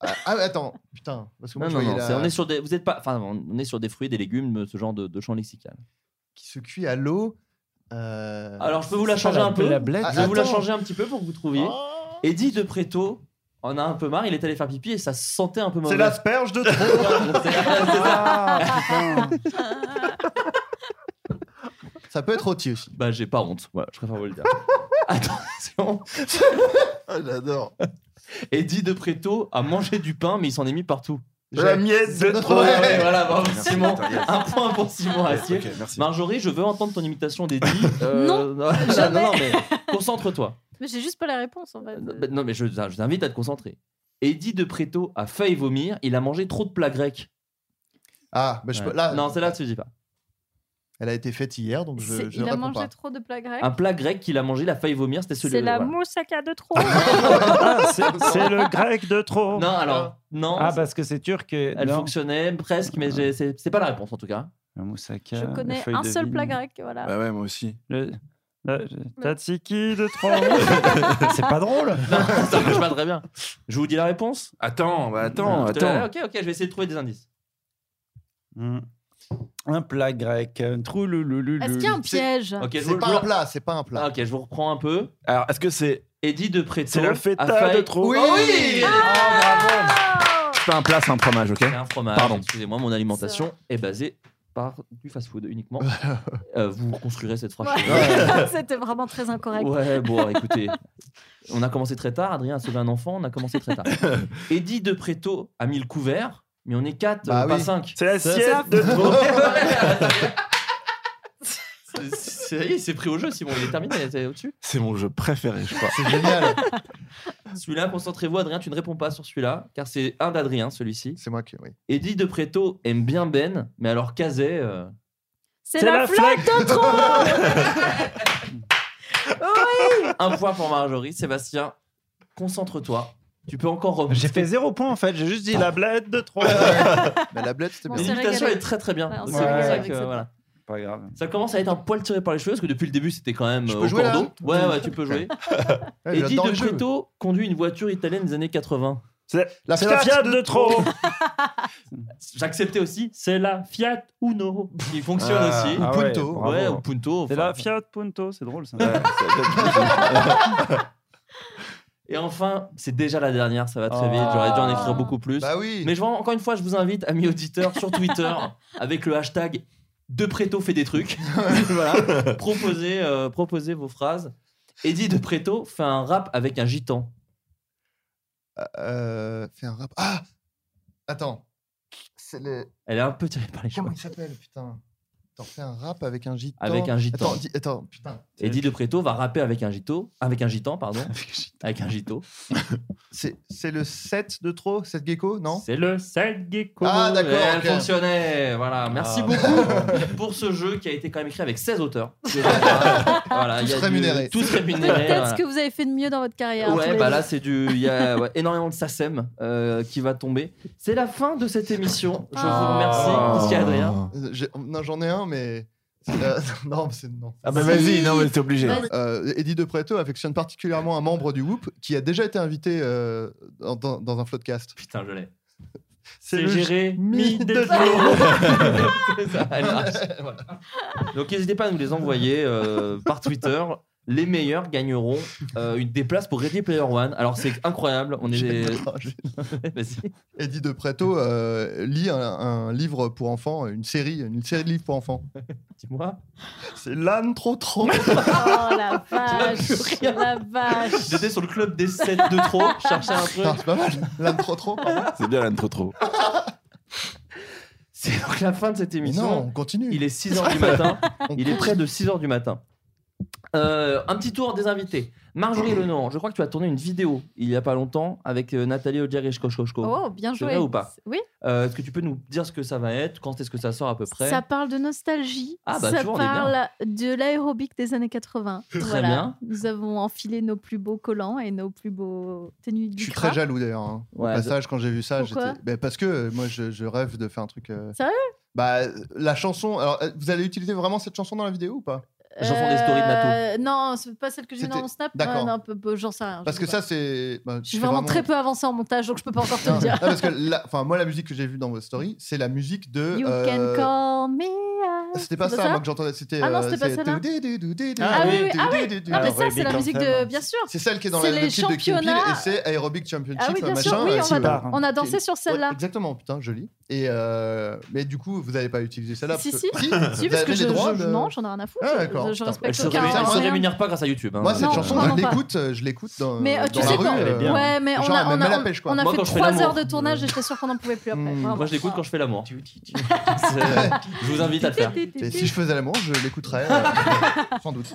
Speaker 8: Ah, ah, attends, putain, parce que moi
Speaker 7: Non,
Speaker 8: je
Speaker 7: non,
Speaker 8: voyais
Speaker 7: non,
Speaker 8: la-
Speaker 7: c'est- on est sur des, vous êtes pas, enfin, on est sur des fruits, des légumes, ce genre de, de champ lexical.
Speaker 8: Euh, qui se cuit à l'eau. euh,
Speaker 7: Alors, je peux vous la
Speaker 8: c'est pas
Speaker 7: changer un peu.
Speaker 8: la blague.
Speaker 7: je vais vous la
Speaker 8: Attends. Oh.
Speaker 7: changer un petit peu pour que vous trouviez. Eddie de Preto en a un peu marre. Il est allé faire pipi et ça sentait un peu mauvais.
Speaker 8: C'est l'asperge de Ah, Ça peut être rôti aussi.
Speaker 7: Bah, j'ai pas honte. Voilà, je préfère vous
Speaker 8: *laughs*
Speaker 7: le dire. Attention.
Speaker 8: Ah, J'adore.
Speaker 7: Eddie de Preto a mangé du pain, mais il s'en est mis partout.
Speaker 9: La
Speaker 7: J'ai-
Speaker 9: miette de trop.
Speaker 7: Ouais, ouais, voilà, bravo,
Speaker 9: Merci,
Speaker 7: Simon.
Speaker 9: putain, yes.
Speaker 7: Un point pour Simon
Speaker 9: Yes,
Speaker 7: Astier.
Speaker 9: ok, merci.
Speaker 7: Marjorie, je veux entendre ton imitation
Speaker 9: *laughs*
Speaker 7: d'Eddie. Euh,
Speaker 11: Non,
Speaker 7: non,
Speaker 11: jamais.
Speaker 7: non, mais concentre-toi.
Speaker 11: Mais j'ai juste pas la réponse en fait.
Speaker 7: Bah, Non, mais je, je t'invite à te concentrer. Eddie de Preto a failli vomir, il a mangé trop de plats grecs.
Speaker 8: Ah, bah, je peux- là-
Speaker 7: Non, c'est là, tu dis pas.
Speaker 8: Elle a été faite hier, donc je,
Speaker 11: C'est-
Speaker 8: je
Speaker 11: Il a
Speaker 8: réponds
Speaker 11: mangé
Speaker 8: pas.
Speaker 11: trop de plats grecs.
Speaker 7: Un plat grec qu'il a mangé, il a failli vomir, c'était celui
Speaker 11: C'est la
Speaker 7: voilà.
Speaker 11: moussaka de trop.
Speaker 10: Ah, C'est le grec de trop.
Speaker 7: Non, alors, non.
Speaker 10: Ah, parce que c'est turc. Et...
Speaker 7: Elle
Speaker 10: non.
Speaker 7: fonctionnait presque, mais j'ai- c'est c'est pas la réponse en tout cas.
Speaker 10: Le moussaka.
Speaker 11: Je connais un seul plat grec, voilà.
Speaker 9: Bah ouais, moi aussi.
Speaker 10: Le... le- le Tatsiki de
Speaker 11: *laughs*
Speaker 10: trop. c'est pas drôle.
Speaker 7: Ça marche pas très bien. Je vous dis la réponse
Speaker 9: Attends, bah attends,
Speaker 8: Ah,
Speaker 7: Je te
Speaker 9: attends.
Speaker 7: la- Ok, ok, je vais essayer de trouver des indices.
Speaker 10: Hmm. Un plat grec. un trou
Speaker 11: Est-ce qu'il y a un piège
Speaker 7: Ok, je
Speaker 8: C'est
Speaker 7: vous-
Speaker 8: pas
Speaker 7: je vous-
Speaker 8: un plat, c'est pas un plat.
Speaker 7: Ah, ok, je vous reprends un peu.
Speaker 9: Alors, est-ce que c'est.
Speaker 7: Eddie de Préto.
Speaker 9: C'est la feta
Speaker 7: a failli-
Speaker 9: de trop.
Speaker 7: Oui, Ah
Speaker 9: Oh
Speaker 7: oui
Speaker 11: Ah
Speaker 8: Ah,
Speaker 9: C'est pas un plat, c'est un fromage, ok
Speaker 7: un fromage.
Speaker 9: Pardon.
Speaker 7: Excusez-moi, mon alimentation est basée par du fast-food uniquement. Euh, vous reconstruirez cette phrase. chez vous.
Speaker 11: Ouais. *laughs* C'était vraiment très incorrect.
Speaker 7: Ouais,
Speaker 11: *laughs*
Speaker 7: bon, écoutez, on a commencé très tard. Adrien a sauvé un enfant, on a commencé très tard. Eddie de Préto a mis le couvert, mais on est 4,
Speaker 9: Bah
Speaker 7: pas
Speaker 9: oui.
Speaker 7: 5.
Speaker 9: C'est la sieste de trop.
Speaker 7: Ça y est, il s'est pris au jeu, Simon, il est terminé, il était au-dessus.
Speaker 9: C'est mon jeu préféré, je crois.
Speaker 8: C'est génial.
Speaker 7: Celui-là, concentrez-vous, Adrien, tu ne réponds pas sur celui-là, car c'est un d'Adrien, celui-ci.
Speaker 8: C'est moi qui, oui.
Speaker 7: Eddie de Préto aime bien Ben, mais alors Kazé. euh,
Speaker 11: C'est la, flaque de *laughs* trop
Speaker 7: *laughs*
Speaker 11: Oui
Speaker 7: Un point pour Marjorie. Sébastien, concentre-toi. Tu peux encore remonter.
Speaker 10: J'ai fait zéro point en fait. J'ai juste dit la bled
Speaker 8: *laughs*
Speaker 10: de trop.
Speaker 8: la bled, c'était
Speaker 10: bien.
Speaker 7: bien. L'imitation est très très bien.
Speaker 11: Ouais, on
Speaker 7: Donc,
Speaker 11: s'est
Speaker 7: c'est
Speaker 11: régalé
Speaker 7: vrai
Speaker 11: avec
Speaker 7: que,
Speaker 11: cette-
Speaker 7: voilà.
Speaker 10: Pas grave.
Speaker 7: Ça commence à être un poil tiré par les cheveux parce que depuis le début c'était quand même euh,
Speaker 8: peux
Speaker 7: au
Speaker 8: jouer, là
Speaker 7: cordeau. Ouais, ouais, tu peux jouer.
Speaker 8: Ouais,
Speaker 7: Eddie
Speaker 8: j'adore
Speaker 7: de
Speaker 8: les jeux.
Speaker 7: Preto conduit une voiture italienne des années 80.
Speaker 8: La Fiat de
Speaker 10: *laughs*
Speaker 8: trop.
Speaker 7: J'acceptais aussi, c'est la Fiat Uno qui fonctionne
Speaker 10: Ah,
Speaker 7: aussi.
Speaker 10: ah ouais, Punto. bravo.
Speaker 7: Ouais, ou Punto.
Speaker 10: C'est
Speaker 7: enfin.
Speaker 10: la Fiat Punto, c'est drôle ça.
Speaker 8: *laughs*
Speaker 7: Et enfin, c'est déjà la dernière, ça va très
Speaker 10: Oh.
Speaker 7: vite. J'aurais dû en écrire beaucoup plus.
Speaker 8: Bah oui.
Speaker 7: Mais je vois, encore une fois, je vous invite, amis auditeurs, sur
Speaker 8: *laughs*
Speaker 7: Twitter, avec le hashtag De Préto fait des trucs. voilà. Proposez, euh, proposez vos phrases. Eddie De Préto fait un rap avec un gitan.
Speaker 8: Euh, fais un rap. Ah Attends. C'est le.
Speaker 7: Elle est un peu tirée par les cheveux.
Speaker 8: Comment il s'appelle, putain Attends, fais un rap avec un gitan.
Speaker 7: Avec un gitan.
Speaker 8: Attends, dis- attends, putain.
Speaker 7: Eddie De Préto va rapper avec un gito, avec un gitan, pardon, avec un gito.
Speaker 8: *laughs* C'est c'est le 7 de trop 7 gecko, non
Speaker 7: C'est le 7 gecko.
Speaker 8: Ah, d'accord,
Speaker 7: Elle
Speaker 8: ok.
Speaker 7: fonctionnait. Voilà. Merci
Speaker 8: Ah.
Speaker 9: bah.
Speaker 7: beaucoup pour ce jeu qui a été quand même écrit avec
Speaker 8: *laughs*
Speaker 7: 16 auteurs. voilà,
Speaker 8: Tous
Speaker 7: il y a du-
Speaker 8: rémunérés.
Speaker 7: Tous rémunérés.
Speaker 11: Peut-être
Speaker 7: voilà.
Speaker 11: ce que vous avez fait de mieux dans votre carrière. tous
Speaker 7: Ouais,
Speaker 11: les
Speaker 7: bah
Speaker 11: deux.
Speaker 7: là, c'est du. Il y a ouais, énormément de SACEM euh, qui va tomber. C'est la fin de cette émission. Je vous remercie, Monsieur Adrien.
Speaker 8: Ah. Euh, j'ai- Non, j'en ai un, mais. Euh, *laughs* non, mais c'est non.
Speaker 9: Ah bah vas-y, non, mais t'es obligé. hein.
Speaker 8: Euh, Eddie de Preto affectionne particulièrement un membre du Whoop qui a déjà été invité euh, dans, dans- dans un floodcast.
Speaker 7: Putain, je l'ai.
Speaker 8: C'est
Speaker 7: le Jérémy *laughs* C'est ça, elle marche.
Speaker 8: *laughs*
Speaker 7: Donc n'hésitez pas à nous les envoyer euh, par Twitter. Les meilleurs gagneront euh, une des places pour Ready Player One. Alors c'est incroyable, on est *laughs* Vas-y.
Speaker 8: Eddie de Preto euh, lit un, un livre pour enfants, une série, une série de livres pour enfants.
Speaker 7: *laughs* Dis-moi.
Speaker 8: C'est l'âne trop trop.
Speaker 11: Oh la vache La vache
Speaker 7: J'étais sur le club des 7 de
Speaker 8: *laughs*
Speaker 7: trop, je cherchais un truc.
Speaker 8: Putain, c'est pas mal. L'âne trop trop. pardon.
Speaker 9: C'est bien, l'âne trop trop.
Speaker 7: C'est donc la fin de cette
Speaker 8: Mais non,
Speaker 7: émission.
Speaker 8: on continue.
Speaker 7: Il est 6h du matin.
Speaker 8: *laughs* On
Speaker 7: Il est près de 6h du matin. Euh, un petit tour des invités. Marjorie Lenoir, je crois que tu as tourné une vidéo il y a pas longtemps avec euh, Nathalie Odjarich-Kochkochko.
Speaker 11: Oh, bien
Speaker 7: C'est
Speaker 11: joué.
Speaker 7: vrai ou pas
Speaker 11: Oui.
Speaker 7: Euh, Est-ce que tu peux nous dire ce que ça va être Quand est-ce que ça sort à peu près
Speaker 11: Ça parle de nostalgie.
Speaker 7: Ah, bah,
Speaker 11: ça
Speaker 7: tu vois, on est
Speaker 11: parle de l'aérobic des années 80.
Speaker 7: Très
Speaker 11: Voilà.
Speaker 7: bien.
Speaker 11: Nous avons enfilé nos plus beaux collants et nos plus beaux tenues du
Speaker 8: Je suis très jaloux d'ailleurs. hein. Au
Speaker 11: Ouais,
Speaker 8: passage, quand j'ai vu ça, j'étais.
Speaker 11: Pourquoi
Speaker 8: Ben, parce que euh, moi, je, je rêve de faire un truc. euh,
Speaker 11: Sérieux
Speaker 8: Bah, la chanson. Alors, euh, vous allez utiliser vraiment cette chanson dans la vidéo ou pas
Speaker 11: Euh, Non, c'est pas celle que j'ai mis dans
Speaker 8: C'était-
Speaker 11: mon snap.
Speaker 8: D'accord.
Speaker 11: Non, non, peu- peu- j'en sais rien.
Speaker 8: Parce
Speaker 11: je
Speaker 8: que
Speaker 11: sais pas.
Speaker 8: ça, c'est. bah,
Speaker 11: Je
Speaker 8: c'est
Speaker 11: suis vraiment,
Speaker 8: *laughs*
Speaker 11: très peu avancée en montage, donc je peux pas
Speaker 7: *laughs*
Speaker 11: encore te le
Speaker 8: Non,
Speaker 11: dire.
Speaker 8: parce que la- enfin, moi, la musique que j'ai vue dans vos stories, c'est la musique de.
Speaker 11: You
Speaker 8: euh,
Speaker 11: can call me. out.
Speaker 8: C'était pas ça, moi que j'entendais. C'était.
Speaker 11: Ah non,
Speaker 8: euh,
Speaker 11: c'était pas
Speaker 8: c'est-
Speaker 11: celle-là.
Speaker 8: Ah
Speaker 11: Ah
Speaker 8: oui,
Speaker 11: oui, oui, ah oui.
Speaker 8: du- du-
Speaker 11: Non, mais
Speaker 8: du-
Speaker 11: ça, c'est la
Speaker 8: Arabic
Speaker 11: musique
Speaker 8: Anthem.
Speaker 11: de. Bien sûr.
Speaker 8: C'est celle qui est dans
Speaker 11: C'est
Speaker 8: la, le
Speaker 11: les
Speaker 8: clip de Kim Peel
Speaker 11: championnats.
Speaker 8: et c'est Aerobic Championship,
Speaker 11: Ah oui, bien sûr,
Speaker 8: machin.
Speaker 11: oui,
Speaker 8: euh,
Speaker 11: on
Speaker 8: qui-
Speaker 11: a- on a dansé
Speaker 8: qui-
Speaker 11: sur celle-là.
Speaker 8: Ouais, exactement, putain, joli. Et euh, mais du coup, vous n'avez pas utilisé celle-là.
Speaker 11: Si,
Speaker 8: parce
Speaker 11: si.
Speaker 8: que-
Speaker 11: Si,
Speaker 8: vous
Speaker 11: parce
Speaker 8: avez
Speaker 11: que
Speaker 8: les
Speaker 11: je-
Speaker 8: droits
Speaker 11: je-
Speaker 8: de-
Speaker 11: non, j'en ai rien à foutre.
Speaker 8: Ah, d'accord.
Speaker 11: Je- je
Speaker 8: Putain,
Speaker 11: respecte
Speaker 8: je
Speaker 7: Elle se
Speaker 11: aucun-
Speaker 7: ré- elle se
Speaker 11: rien.
Speaker 7: rémunère pas grâce à YouTube. hein.
Speaker 8: Moi, cette
Speaker 11: Non,
Speaker 8: chanson,
Speaker 11: vraiment
Speaker 8: je
Speaker 11: pas.
Speaker 8: l'écoute, euh, je l'écoute dans.
Speaker 11: Mais euh,
Speaker 8: dans
Speaker 11: tu
Speaker 8: la
Speaker 11: sais
Speaker 8: rue,
Speaker 11: quoi
Speaker 8: euh,
Speaker 11: Ouais, mais on
Speaker 8: genre, elle
Speaker 11: a,
Speaker 8: met
Speaker 11: on
Speaker 8: la
Speaker 11: a,
Speaker 8: pêche, quoi.
Speaker 11: on a
Speaker 7: Moi,
Speaker 11: fait
Speaker 7: quand je fais
Speaker 11: 3 heures
Speaker 7: l'amour.
Speaker 11: de tournage et j'étais sûre qu'on n'en pouvait plus après. vraiment.
Speaker 7: Moi, je l'écoute quand je fais l'amour. *laughs* euh, je vous invite à le faire.
Speaker 8: Et si je faisais l'amour, je l'écouterais.
Speaker 11: *laughs*
Speaker 8: euh, sans doute.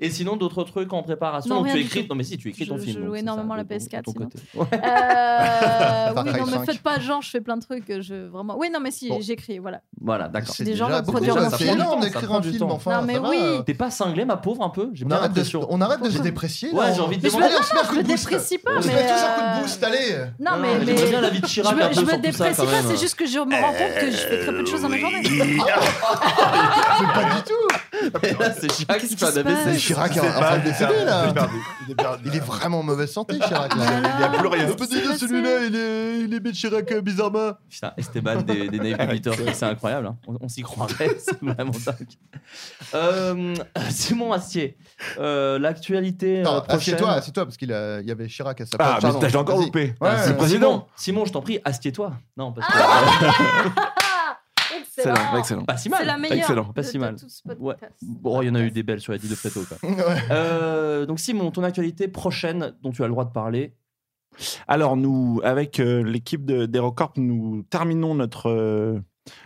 Speaker 7: Et sinon, d'autres trucs en préparation
Speaker 11: Non,
Speaker 7: où
Speaker 11: rien
Speaker 7: tu
Speaker 11: du
Speaker 7: écris.
Speaker 11: tout.
Speaker 7: Non, mais si, tu écris ton
Speaker 11: Je-
Speaker 7: film.
Speaker 11: Je
Speaker 7: donc
Speaker 11: joue
Speaker 7: c'est
Speaker 11: énormément
Speaker 7: ça,
Speaker 11: à la
Speaker 7: de- de
Speaker 11: PS4.
Speaker 7: ton
Speaker 11: sinon.
Speaker 7: côté.
Speaker 11: Euh,
Speaker 7: Far
Speaker 11: oui,
Speaker 7: Cry
Speaker 11: non, mais
Speaker 7: 5.
Speaker 11: faites pas genre, je fais plein de trucs. Je, vraiment... Oui, non, mais si,
Speaker 7: Bon.
Speaker 11: j'écris, voilà.
Speaker 7: Voilà, d'accord.
Speaker 11: C'est Déjà, déjà beaucoup, produire
Speaker 8: parce un que film. c'est énorme d'écrire
Speaker 7: Ça prend
Speaker 8: un
Speaker 7: du
Speaker 8: film,
Speaker 7: temps.
Speaker 8: enfin, Non, mais ça va, oui. euh.
Speaker 7: T'es pas cinglé, ma pauvre, un peu J'ai
Speaker 8: On
Speaker 7: bien
Speaker 8: arrête de-
Speaker 7: l'impression.
Speaker 8: On arrête de se déprécier.
Speaker 7: Ouais,
Speaker 8: là,
Speaker 7: j'ai
Speaker 8: on-
Speaker 7: envie de
Speaker 8: Mais
Speaker 7: demander-
Speaker 8: on se met un
Speaker 11: je
Speaker 8: coup
Speaker 11: me
Speaker 8: de boost.
Speaker 11: déprécie pas,
Speaker 8: On se
Speaker 11: mais,
Speaker 8: met tous un coup
Speaker 11: euh,
Speaker 8: de boost, allez
Speaker 11: Non, mais. mais-
Speaker 7: J'aimerais bien la vie de Chirac
Speaker 11: je me,
Speaker 7: un peu
Speaker 11: je me
Speaker 7: sur tout ça,
Speaker 11: déprécie
Speaker 7: quand
Speaker 11: pas,
Speaker 7: même. Ah,
Speaker 11: c'est juste que je me rends compte que je fais très peu de choses dans ma journée. Oh,
Speaker 7: C'est Chirac qui fait un
Speaker 8: Mais
Speaker 7: AVC.
Speaker 8: Chirac est en train de décéder là. Il est vraiment en mauvaise santé, Chirac. Là.
Speaker 9: Il y a plus rien.
Speaker 8: Peut-être celui-là, *laughs* il est, il est bien Chirac euh, bizarrement.
Speaker 7: Putain, Esteban des, des
Speaker 10: Ah
Speaker 7: Naïve Auditeurs, c'est incroyable. hein. On, on s'y
Speaker 10: *laughs*
Speaker 7: croirait, *laughs* c'est vraiment dingue. Euh, Simon Astier, euh, l'actualité euh,
Speaker 8: Attends,
Speaker 7: prochaine.
Speaker 8: assieds-toi, assieds-toi, parce qu'il a- il y avait Chirac à sa
Speaker 7: Ah,
Speaker 8: place.
Speaker 7: mais
Speaker 8: Pardon,
Speaker 7: t'as- j'ai encore
Speaker 8: vas-y.
Speaker 7: loupé.
Speaker 8: Ouais,
Speaker 7: Ah, c'est
Speaker 8: ouais.
Speaker 7: président. Simon, je t'en prie, assieds-toi. Non, parce que.
Speaker 11: Excellent.
Speaker 7: Pas si mal.
Speaker 11: C'est la meilleure.
Speaker 7: Pas
Speaker 11: de-
Speaker 7: si
Speaker 11: de
Speaker 7: mal.
Speaker 11: tout ce podcast.
Speaker 7: Ouais. Bon, il y en a eu des belles sur la vie de Préto. quoi.
Speaker 8: Ah, Ouais.
Speaker 7: Euh, donc, Simon, ton actualité prochaine dont tu as le droit de parler.
Speaker 9: Alors, nous, avec euh, l'équipe de- d'Hérocorp, nous terminons notre euh,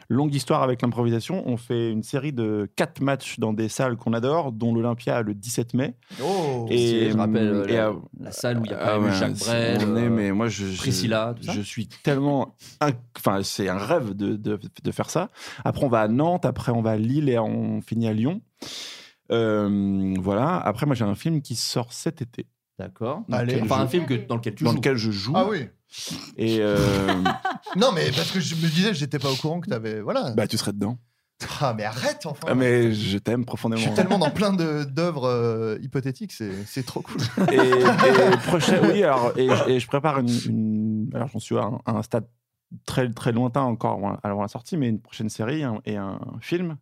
Speaker 9: longue histoire avec l'improvisation. On fait une série de quatre matchs dans des salles qu'on adore, dont l'Olympia le 17 mai.
Speaker 8: Oh,
Speaker 9: et
Speaker 7: je rappelle euh,
Speaker 9: et,
Speaker 7: la,
Speaker 9: euh,
Speaker 7: la salle où il y a
Speaker 9: ah
Speaker 7: pas eu
Speaker 9: ouais,
Speaker 7: Jacques
Speaker 9: c'est-
Speaker 7: Brel,
Speaker 9: on est,
Speaker 7: euh,
Speaker 9: mais moi, je, je-
Speaker 7: Priscilla, tout ça.
Speaker 9: je suis tellement. inc- Enfin, c'est un rêve de, de- de faire ça. Après, on va à Nantes, après, on va à Lille et on finit à Lyon. Euh, voilà. Après, moi, j'ai un film qui sort cet été.
Speaker 7: D'accord.
Speaker 9: Dans
Speaker 8: Allez.
Speaker 9: lequel
Speaker 8: Enfin,
Speaker 9: je-
Speaker 8: un film
Speaker 7: que- dans lequel tu
Speaker 9: dans
Speaker 7: joues.
Speaker 9: lequel je joue.
Speaker 8: Ah oui.
Speaker 9: Et
Speaker 7: *laughs*
Speaker 9: euh,
Speaker 8: Non, mais parce que je me disais, j'étais pas au courant que t'avais. Voilà.
Speaker 9: bah, tu serais dedans.
Speaker 8: Ah, mais arrête enfin.
Speaker 9: Ah, mais je t'aime profondément. hein.
Speaker 8: Je suis tellement dans plein de- d'œuvres euh, hypothétiques, c'est c'est trop cool.
Speaker 9: Et,
Speaker 8: *laughs*
Speaker 9: et prochain, oui, alors, et, et je prépare une. une- alors, j'en suis à un, à un stade très, très lointain encore avant- avant la sortie, mais une prochaine série un- et un film.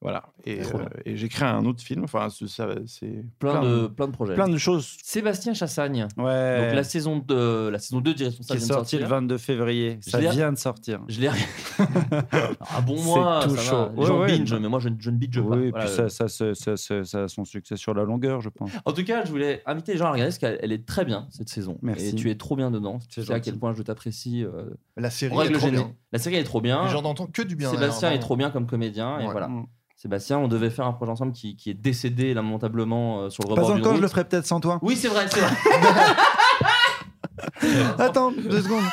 Speaker 9: Voilà. Et,
Speaker 7: Trop
Speaker 9: euh,
Speaker 7: bien.
Speaker 9: et j'écris un autre film. Enfin, ce- ça, c'est.
Speaker 7: Plein, de, plein de projets.
Speaker 9: Plein de choses.
Speaker 7: Sébastien Chassagne.
Speaker 10: Ouais.
Speaker 7: Donc la saison 2, la saison 2 Direction ça
Speaker 10: qui est
Speaker 7: vient de
Speaker 10: sorti
Speaker 7: sortir.
Speaker 10: le 22 février.
Speaker 7: Je
Speaker 10: Ça
Speaker 7: l'ai-
Speaker 10: vient de sortir.
Speaker 7: Je l'ai.
Speaker 10: *laughs*
Speaker 7: Ah bon moi,
Speaker 10: C'est tout
Speaker 7: ça
Speaker 10: chaud.
Speaker 7: va. Les
Speaker 10: Ouais,
Speaker 7: gens
Speaker 10: ouais.
Speaker 7: binge, mais moi je, ne- je ne binge pas.
Speaker 10: Oui, et
Speaker 7: Voilà.
Speaker 10: puis ça, ça, se- ça, se- ça a son succès sur la longueur, je pense.
Speaker 7: En tout cas, je voulais inviter les gens à regarder parce qu'elle elle est très bien cette saison.
Speaker 10: Merci.
Speaker 7: Et tu es trop bien dedans. Tu sais à
Speaker 10: gentil.
Speaker 7: quel point je t'apprécie. euh,
Speaker 8: La série
Speaker 7: en règle
Speaker 8: est trop
Speaker 7: générale.
Speaker 8: bien.
Speaker 7: La série elle est trop bien.
Speaker 8: Les gens n'entendent que du bien,
Speaker 7: Sébastien
Speaker 8: d'ailleurs,
Speaker 7: est trop bien comme comédien et
Speaker 8: Ouais.
Speaker 7: voilà.
Speaker 10: hein, Mm.
Speaker 7: Sébastien, on devait faire un projet ensemble qui, qui est décédé lamentablement euh, sur le
Speaker 10: Pas
Speaker 7: rebord d'une
Speaker 10: encore, je
Speaker 7: route.
Speaker 10: le ferai peut-être sans toi.
Speaker 7: Oui, c'est vrai, c'est vrai. *laughs*
Speaker 10: Attends, *laughs* deux secondes.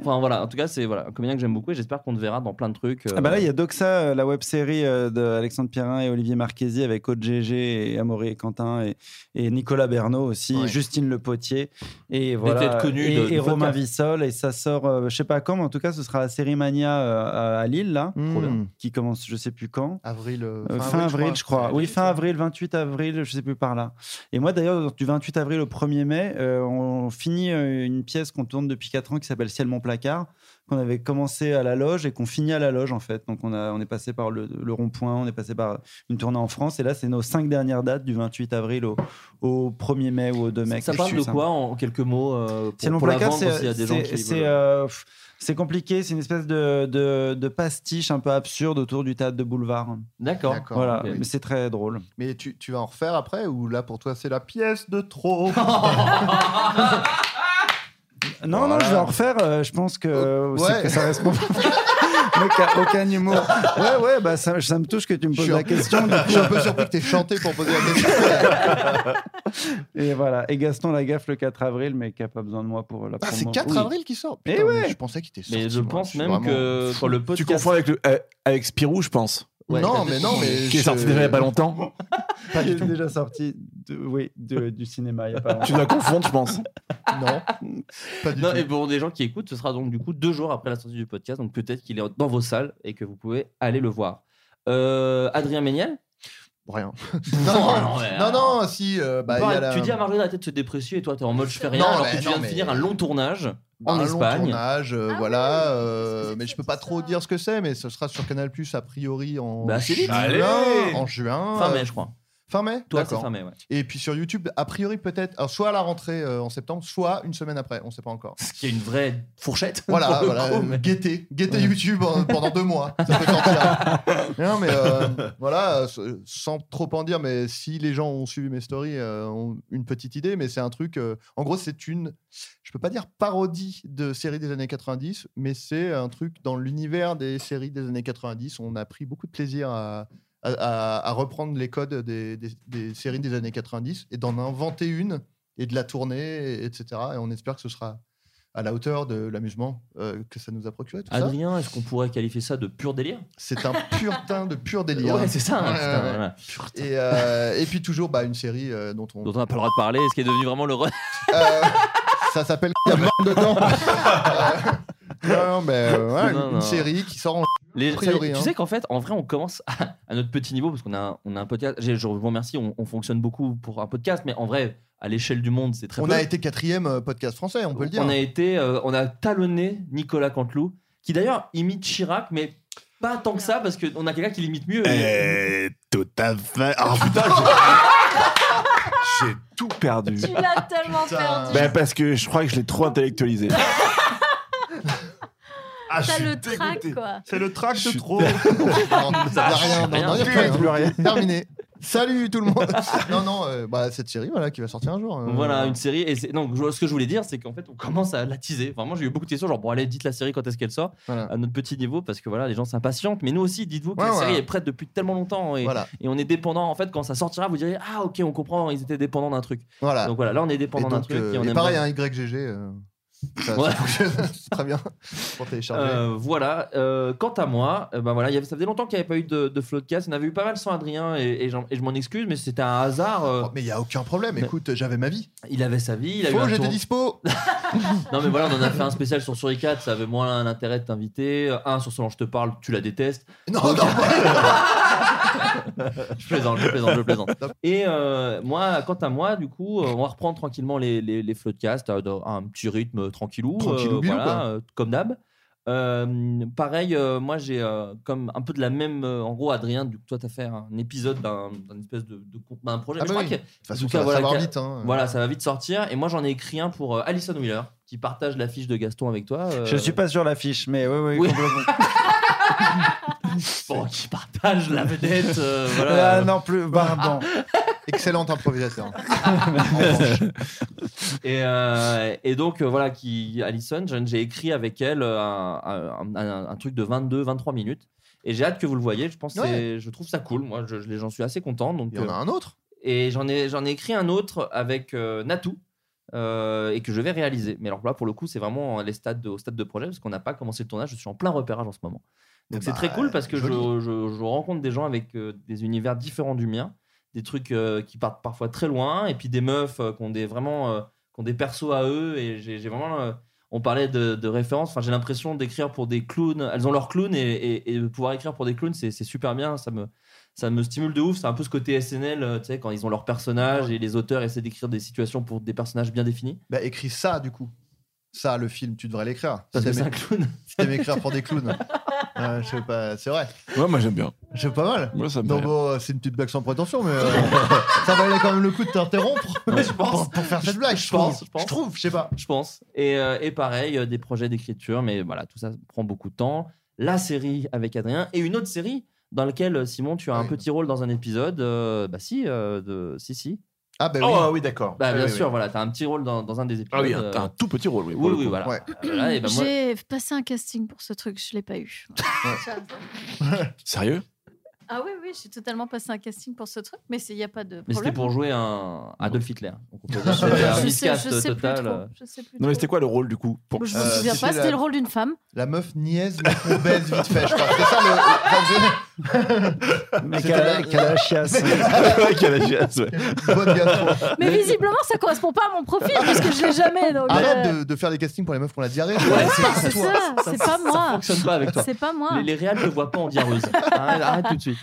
Speaker 7: Enfin voilà, en tout cas, c'est voilà, un comédien que j'aime beaucoup et j'espère qu'on te verra dans plein de trucs. euh,
Speaker 10: Ah bah là, il y a Doxa, euh, la web série d'Alexandre Pierrin et Olivier Marchesi avec OGG et Amaury et Quentin et, et Nicolas Bernot aussi, Justine Le Potier et voilà,
Speaker 7: têtes connues
Speaker 10: et,
Speaker 7: de- hein.
Speaker 10: et
Speaker 7: du podcast.
Speaker 10: Romain Vissol. Et ça sort, euh, je sais pas quand, mais en tout cas, ce sera la série Mania euh, à- à Lille là,
Speaker 8: Trop bien.
Speaker 10: qui commence, je sais plus quand.
Speaker 8: Avril. euh,
Speaker 10: Euh, fin avril, je crois. Oui, fin avril, 28 avril, je sais plus par là. Et moi, d'ailleurs, du 28 avril au 1er mai, euh, on finit euh, une pièce qu'on tourne depuis 4 ans qui s'appelle Ciel mon placard, qu'on avait commencé à la loge et qu'on finit à la loge, en fait. Donc, on, a, on est passé par le, le rond-point, on est passé par une tournée en France. Et là, c'est nos 5 dernières dates du 28 avril au, au 1er mai ou au 2 mai.
Speaker 7: Ça
Speaker 10: quelque
Speaker 7: parle de
Speaker 10: chose comme ça.
Speaker 7: quoi en quelques mots euh,
Speaker 10: C'est
Speaker 7: pour,
Speaker 10: mon
Speaker 7: pour la
Speaker 10: placard,
Speaker 7: vendre
Speaker 10: c'est
Speaker 7: s'il y a des gens
Speaker 10: c'est-
Speaker 7: qui
Speaker 10: c'est,
Speaker 7: veulent-
Speaker 10: euh, pff, c'est compliqué, c'est une espèce de, de, de pastiche un peu absurde autour du théâtre de boulevard.
Speaker 7: D'accord.
Speaker 10: Voilà,
Speaker 8: ok.
Speaker 10: mais c'est très drôle.
Speaker 8: Mais tu, tu vas en refaire après ou là pour toi c'est la pièce de
Speaker 7: *laughs*
Speaker 8: trop
Speaker 10: Non, non, je vais en refaire. euh, je pense que, euh, c'est
Speaker 8: Oh, ouais.
Speaker 10: que ça reste mon- *laughs* Mec, a aucun humour. Ouais, ouais, bah ça, ça me touche que tu me
Speaker 8: Je
Speaker 10: poses
Speaker 8: suis un-
Speaker 10: la question. du
Speaker 8: *laughs* je suis
Speaker 10: coup.
Speaker 8: un peu surpris que t'aies chanté pour poser la question.
Speaker 10: Et voilà. Et Gaston Lagaffe le 4 avril, mais qui a pas besoin de moi pour la
Speaker 8: Ah, c'est
Speaker 10: promo.
Speaker 8: 4
Speaker 10: Oui.
Speaker 8: avril qui sort.
Speaker 10: Eh
Speaker 8: Putain, mais
Speaker 10: ouais.
Speaker 8: Je pensais qu'il était sorti.
Speaker 10: Mais je
Speaker 8: moi.
Speaker 10: pense
Speaker 8: suis
Speaker 10: même
Speaker 8: vraiment
Speaker 10: que
Speaker 8: fou.
Speaker 10: pour le
Speaker 12: Tu
Speaker 10: podcast-
Speaker 12: confonds avec, le, euh, avec Spirou, je pense.
Speaker 10: Ouais.
Speaker 8: Non, mais non, mais.
Speaker 12: Qui est sorti
Speaker 8: je-
Speaker 12: déjà il y a pas longtemps.
Speaker 8: *laughs*
Speaker 10: Pas du tout. déjà sorti de- oui, de- du cinéma il y a pas longtemps. Euh,
Speaker 12: Tu dois confondre, je pense.
Speaker 8: Non.
Speaker 7: non, et pour des gens qui écoutent, ce sera donc du coup deux jours après la sortie du podcast. Donc peut-être qu'il est dans vos salles et que vous pouvez aller le voir. Euh, Adrien Méniel
Speaker 8: Rien.
Speaker 7: *laughs* non,
Speaker 8: non,
Speaker 7: mais,
Speaker 8: non,
Speaker 7: euh,
Speaker 8: non, si. euh, bah, il y a la-
Speaker 7: Tu dis à Marjorie d'arrêter de se déprécier et toi t'es en mode je fais rien
Speaker 8: Non,
Speaker 7: alors
Speaker 8: mais
Speaker 7: que tu
Speaker 8: non,
Speaker 7: viens
Speaker 8: mais- Bah,
Speaker 7: de finir un long tournage en
Speaker 8: un long
Speaker 7: Espagne.
Speaker 8: tournage, euh, voilà. euh, mais je peux pas trop dire ce que c'est, mais ce sera sur Canal Plus a priori en
Speaker 7: Bah, c'est vite.
Speaker 8: juin.
Speaker 7: Allez.
Speaker 8: En juin.
Speaker 7: Fin
Speaker 8: euh,
Speaker 7: mai, je crois.
Speaker 8: Fin mai
Speaker 7: Toi,
Speaker 8: D'accord.
Speaker 7: c'est fin mai, ouais.
Speaker 8: Et puis sur YouTube, a priori peut-être, alors, soit à la rentrée euh, en septembre, soit une semaine après, on sait pas
Speaker 7: *laughs*
Speaker 8: encore.
Speaker 7: Ce qui est une vraie fourchette. *laughs*
Speaker 8: Voilà,
Speaker 7: pour le
Speaker 8: voilà,
Speaker 7: coup,
Speaker 8: euh,
Speaker 7: mais-
Speaker 8: guettez, guettez YouTube euh, pendant deux mois. Ça peut tenter là. Non, mais euh, voilà, euh, sans trop en dire, mais si les gens ont suivi mes stories, euh, ont une petite idée, mais c'est un truc. euh, en gros, c'est une, je peux pas dire parodie de séries des années 90, mais c'est un truc dans l'univers des séries des années 90. On a pris beaucoup de plaisir à. à- à- à reprendre les codes des, des- des séries des années 90 et d'en inventer une et de la tourner, etc. Et on espère que ce sera à la hauteur de l'amusement euh, que ça nous a procuré. tout ça.
Speaker 7: *laughs* Adrien, est-ce qu'on pourrait qualifier ça de pur délire
Speaker 8: C'est un puretin de pur *laughs* délire.
Speaker 7: Ouais, c'est ça, hein, putain, voilà.
Speaker 8: Et, euh, et puis toujours bah, une série euh, dont on.
Speaker 7: dont on n'a pas le droit de parler, ce qui est devenu vraiment le run.
Speaker 8: Ça s'appelle. Il y a mort
Speaker 7: *laughs*
Speaker 8: dedans. Euh, non, mais euh, voilà,
Speaker 7: Non,
Speaker 8: une,
Speaker 7: non.
Speaker 8: série qui sort en.
Speaker 7: Les-
Speaker 8: a priori,
Speaker 7: ça y est,
Speaker 8: hein.
Speaker 7: Tu sais qu'en fait, en vrai, on commence à, à notre petit niveau parce qu'on a, un- on a un podcast. j'ai- Je vous remercie, on, on fonctionne beaucoup pour un podcast, mais en vrai, à l'échelle du monde, c'est très
Speaker 8: On
Speaker 7: peu.
Speaker 8: a été quatrième euh, podcast français, on peut le dire.
Speaker 7: On a été, euh, on a talonné Nicolas Canteloup, qui d'ailleurs imite Chirac, mais pas tant que ça parce qu'on a quelqu'un qui l'imite mieux.
Speaker 9: Eh,
Speaker 12: Euh, tout à fait. Oh *laughs* putain, j'ai- j'ai tout perdu.
Speaker 11: Tu l'as tellement perdu.
Speaker 12: Ben, parce que je crois que je l'ai trop intellectualisé.
Speaker 8: Ah,
Speaker 11: T'as le trac, quoi.
Speaker 12: C'est le track de
Speaker 8: *laughs*
Speaker 12: trop.
Speaker 8: Non, il y a rien, non, non, il y a plus rien.
Speaker 12: Plus rien.
Speaker 8: *laughs* Terminé. Salut tout le monde. *laughs* non, non, euh, bah, cette série voilà, qui va sortir un jour. euh,
Speaker 7: Voilà, une série. Et c'est- non, je- ce que je voulais dire, c'est qu'en fait, on commence à la teaser. Vraiment, j'ai eu beaucoup de questions, genre, bon, allez, dites la série quand est-ce qu'elle sort, à notre petit niveau, parce que voilà, les gens s'impatientent. Mais nous aussi, dites-vous que
Speaker 8: Ouais,
Speaker 7: la série
Speaker 8: ouais.
Speaker 7: est prête depuis tellement longtemps. Et,
Speaker 8: Voilà.
Speaker 7: et on est dépendant, en fait, quand ça sortira, vous direz, ah, ok, on comprend, ils étaient dépendants d'un truc.
Speaker 8: Voilà.
Speaker 7: Donc voilà, là, on est
Speaker 8: Et
Speaker 7: dépendant d'un
Speaker 8: donc,
Speaker 7: truc.
Speaker 8: euh,
Speaker 7: et on
Speaker 8: et
Speaker 7: aime
Speaker 8: pareil,
Speaker 7: bien.
Speaker 8: un YGG. euh, ça-
Speaker 7: Ouais.
Speaker 8: ça *laughs* fonctionne très bien pour télécharger.
Speaker 7: Euh, voilà. Euh, quant à moi, euh, ben voilà, il y avait- ça faisait longtemps qu'il n'y avait pas eu de, de floodcast. On avait eu pas mal sans Adrien et, et j'en- et je m'en excuse, mais c'était un hasard.
Speaker 8: Oh, mais il y a aucun problème. Écoute, j'avais ma vie.
Speaker 7: Il avait sa vie. Il a eu
Speaker 8: Faux,
Speaker 7: un
Speaker 8: j'étais
Speaker 7: tour-
Speaker 8: dispo.
Speaker 7: Non mais voilà, on en a fait un spécial sur Suricat. Ça avait moins l'intérêt de t'inviter. Un sur Solange je te parle, tu la détestes.
Speaker 8: Non,
Speaker 7: Donc-
Speaker 8: non,
Speaker 7: je plaisante, je plaisante, je plaisante. Et euh, moi, quant à moi, du coup, euh, on va reprendre tranquillement les, les, les floodcasts euh, dans un petit rythme euh, tranquillou.
Speaker 8: Tranquillou, bilou,
Speaker 7: voilà,
Speaker 8: quoi.
Speaker 7: euh, comme d'hab. Euh, pareil, euh, moi j'ai euh, comme un peu de la même. euh, en gros, Adrien, du coup, toi, t'as fait un épisode d'un d'un espèce de, de con- d'un projet.
Speaker 8: Ah
Speaker 7: mais
Speaker 8: bah
Speaker 7: je
Speaker 8: oui.
Speaker 7: crois que,
Speaker 8: De toute façon,
Speaker 7: en tout
Speaker 8: ça va savoir
Speaker 7: qu'a-
Speaker 8: vite, hein.
Speaker 7: Voilà, ça va vite sortir. Et moi, j'en ai écrit un pour euh, Alison Wheeler, qui partage l'affiche de Gaston avec toi. euh,
Speaker 10: Je suis pas sur l'affiche, mais oui, oui,
Speaker 7: Oui.
Speaker 10: complètement.
Speaker 7: *laughs* Bon, qui partage la vedette. euh,
Speaker 8: *laughs*
Speaker 7: voilà.
Speaker 10: Ah, non plus, pardon.
Speaker 8: Excellent
Speaker 7: *laughs*
Speaker 8: improvisateur.
Speaker 7: et, euh, et donc euh, voilà qui Alison Jeanne, j'ai écrit avec elle euh, un, un- un- un truc de 22 23 minutes et j'ai hâte que vous le voyez je pense que
Speaker 8: Ouais.
Speaker 7: c'est- je trouve ça cool moi je- je- j'en suis assez content donc euh,
Speaker 8: Il y en a un autre.
Speaker 7: et j'en ai j'en ai écrit un autre avec euh, Natou euh, et que je vais réaliser mais alors là pour le coup c'est vraiment les stades de- au stade de projet parce qu'on n'a pas commencé le tournage je suis en plein repérage en ce moment donc
Speaker 8: Eh
Speaker 7: c'est
Speaker 8: bah,
Speaker 7: très cool parce que je,
Speaker 8: joli.
Speaker 7: je- je rencontre des gens avec euh, des univers différents du mien, des trucs euh, qui partent parfois très loin, et puis des meufs euh, qui ont des vraiment euh, qui ont des persos à eux. Et j'ai j'ai vraiment, euh, on parlait de, de références. Enfin, j'ai l'impression d'écrire pour des clowns. Elles ont leurs clowns et, et- et de pouvoir écrire pour des clowns, c'est c'est super bien. Ça me ça me stimule de ouf. C'est un peu ce côté SNL, euh, tu sais, quand ils ont leurs personnages et les auteurs essaient d'écrire des situations pour des personnages bien définis.
Speaker 8: Bah, écris ça, du coup. Ça, le film, tu devrais l'écrire.
Speaker 7: Parce que
Speaker 8: t'aimes-
Speaker 7: c'est un clown.
Speaker 8: Si t'aimes écrire pour des
Speaker 7: *laughs*
Speaker 8: clowns. Euh, je sais pas, c'est vrai.
Speaker 12: Ouais, moi j'aime bien.
Speaker 8: C'est pas mal.
Speaker 12: Moi, ça me
Speaker 8: Non,
Speaker 12: plaît.
Speaker 8: bon, euh, c'est une petite blague sans prétention, mais euh, *laughs* ça valait quand même le coup de t'interrompre pour, pour faire cette blague. Je, trouve.
Speaker 7: pense, je pense.
Speaker 8: trouve, je sais pas.
Speaker 7: Je pense. Et, euh, et pareil, euh, des projets d'écriture, mais voilà, tout ça prend beaucoup de temps. La série avec Adrien et une autre série dans laquelle, euh, Simon, tu as un petit rôle dans un épisode. euh, bah si, euh, de, si, si.
Speaker 8: Ah, bah
Speaker 9: oui.
Speaker 7: Ah
Speaker 9: Ah oui, d'accord.
Speaker 7: Bah,
Speaker 9: Ah
Speaker 7: bien
Speaker 9: oui,
Speaker 7: sûr,
Speaker 9: oui. Ah
Speaker 7: voilà, t'as un petit rôle dans, dans un des épisodes. euh,
Speaker 9: oui, un- t'as un tout petit rôle, oui. pour
Speaker 7: Oui,
Speaker 9: le
Speaker 7: oui,
Speaker 9: coup.
Speaker 7: voilà.
Speaker 9: Ouais.
Speaker 7: Euh, là, et ben, moi-
Speaker 11: J'ai passé un casting pour ce truc, je l'ai pas eu.
Speaker 7: *laughs*
Speaker 9: Sérieux
Speaker 11: ah oui, oui, j'ai totalement passé un casting pour ce truc, mais il n'y a pas de
Speaker 7: Mais c'était
Speaker 11: problème.
Speaker 7: pour jouer un Adolf Hitler. Donc, on peut
Speaker 11: *laughs*
Speaker 7: dire que c'était
Speaker 11: Je
Speaker 7: un
Speaker 11: sais-
Speaker 7: miscast
Speaker 11: je sais plus
Speaker 7: total.
Speaker 11: trop,
Speaker 7: euh.
Speaker 11: je sais plus
Speaker 9: Non, mais c'était quoi le rôle du coup pour...
Speaker 11: Je me souviens pas, c'était le rôle d'une
Speaker 7: *laughs*
Speaker 11: femme.
Speaker 8: La meuf niaise, mais on baise vite fait, je crois. C'est ça le. *laughs*
Speaker 10: Mais
Speaker 8: C'était la-
Speaker 10: qu'elle a
Speaker 8: *laughs*
Speaker 10: la chiasse.
Speaker 9: Ouais, qu'elle a la chiasse, ouais.
Speaker 8: Bonne gastro.
Speaker 11: Mais visiblement, ça correspond pas à mon profil parce que je l'ai jamais. Donc,
Speaker 8: Arrête
Speaker 11: euh,
Speaker 8: de, de faire des castings pour les meufs qui ont la diarrhée.
Speaker 11: c'est ça, c'est pas
Speaker 7: Ça
Speaker 11: moi.
Speaker 7: fonctionne pas avec toi.
Speaker 11: C'est pas moi.
Speaker 7: Les, les réals ne voient pas en diarrheuse. Arrête, arrête tout de suite.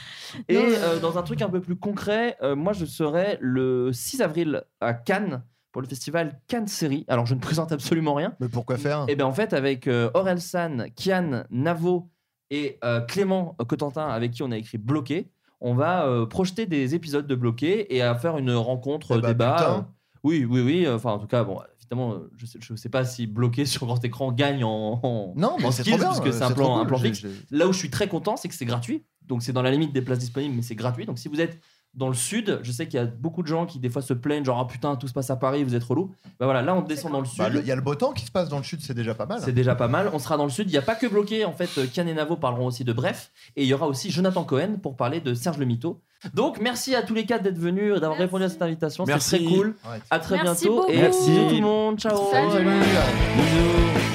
Speaker 7: Et euh, dans un truc un peu plus concret, euh, moi je serai le 6 avril à Cannes pour le festival Cannes Série. Alors je ne présente absolument rien.
Speaker 8: Mais pourquoi faire
Speaker 7: Et bien en fait, avec euh, Aurel San, Kian, Navo et euh, Clément Cotentin, avec qui on a écrit Bloqué, on va euh, projeter des épisodes de Bloqué et à faire une rencontre, débat.
Speaker 8: Eh ben, putain.
Speaker 7: euh, oui, oui, oui. Enfin, en tout cas, bon, évidemment, euh, je sais, je sais pas si Bloqué sur grand écran gagne en, en-
Speaker 8: Non, mais
Speaker 7: en
Speaker 8: c'est
Speaker 7: skills,
Speaker 8: trop bien,
Speaker 7: parce que c'est
Speaker 8: c'est
Speaker 7: un
Speaker 8: trop
Speaker 7: plan,
Speaker 8: cool.
Speaker 7: un plan
Speaker 8: J'ai-
Speaker 7: fixe. Là où je suis très content, c'est que c'est gratuit. Donc c'est dans la limite des places disponibles, mais c'est gratuit. Donc si vous êtes dans le sud, je sais qu'il y a beaucoup de gens qui des fois se plaignent, genre ah putain, tout se passe à Paris, vous êtes relou. Bah voilà, là on descend dans le sud.
Speaker 8: Bah, le- Il y a le beau temps qui se passe dans le sud, c'est déjà pas mal.
Speaker 7: C'est déjà pas mal. On sera dans le sud. Il n'y a pas que bloqué. En fait, euh, Kian et Navo parleront aussi de Bref. Et il y aura aussi Jonathan Cohen pour parler de Serge Le Mito. Donc, merci à tous les quatre d'être venus et d'avoir répondu à cette invitation. C'est très
Speaker 9: Merci.
Speaker 7: cool.
Speaker 9: Ouais.
Speaker 7: À très
Speaker 9: Merci
Speaker 7: bientôt.
Speaker 9: beaucoup.
Speaker 7: Et
Speaker 9: Merci.
Speaker 7: bisous tout le monde. Ciao.
Speaker 9: Salut. Salut.
Speaker 7: Bisous.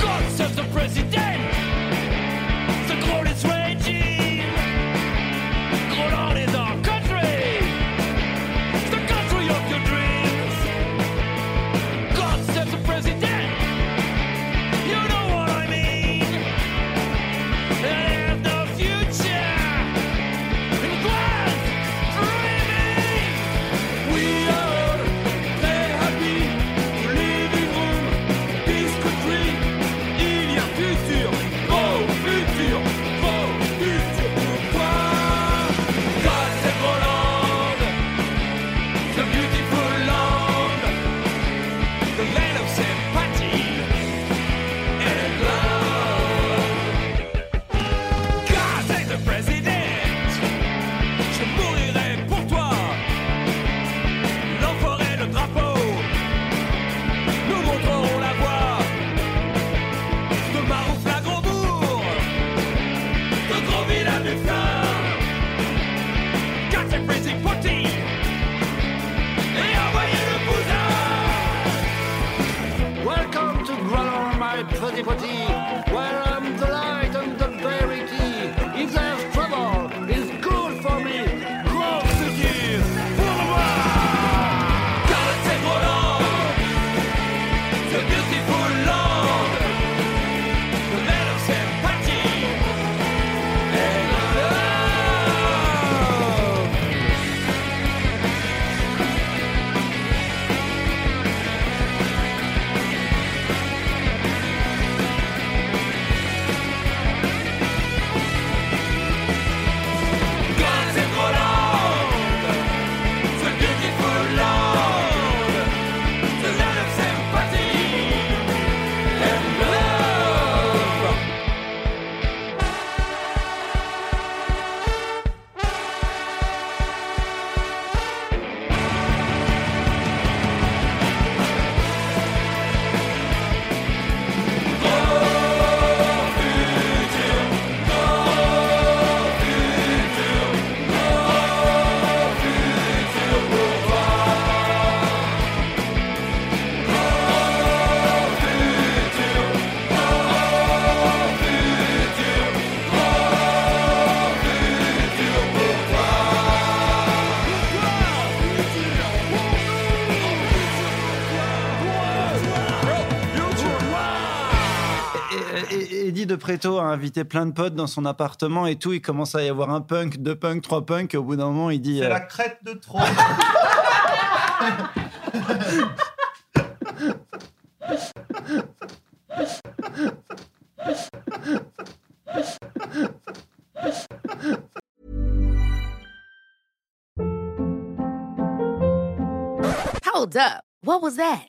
Speaker 14: God save the president The glorious regime Colon is our country The country of your dreams God save the president You know what I mean They have no future In grand dreaming We are very happy Living room This country il y a futur, beau futur, beau futur pour toi. God save Hollande, the beautiful land, the land of sympathy and love. God save the president, je mourrai pour toi. L'enfoiré, le drapeau, nous montrerons la voie de Marouf à Grosbourg, de Grosville à Muffin, Quatre Freezing Potty, et envoyez le cousin. Welcome to Granola, my pretty potty, where I'm the light and the very key. If there's trouble, it's good for me. Gros futur, pour moi. Car c'est Roland, ce beautiful land. The man of sympathy and love. God save Roland, the beautiful land, the land of sympathy and love.
Speaker 10: Et- et- Eddie de Preto a invité plein de potes dans son appartement et tout. Il commence à y avoir un punk, deux punks, trois punks. Et au bout d'un moment, il dit. euh,
Speaker 12: crête de trop.
Speaker 15: Hold up. What was that?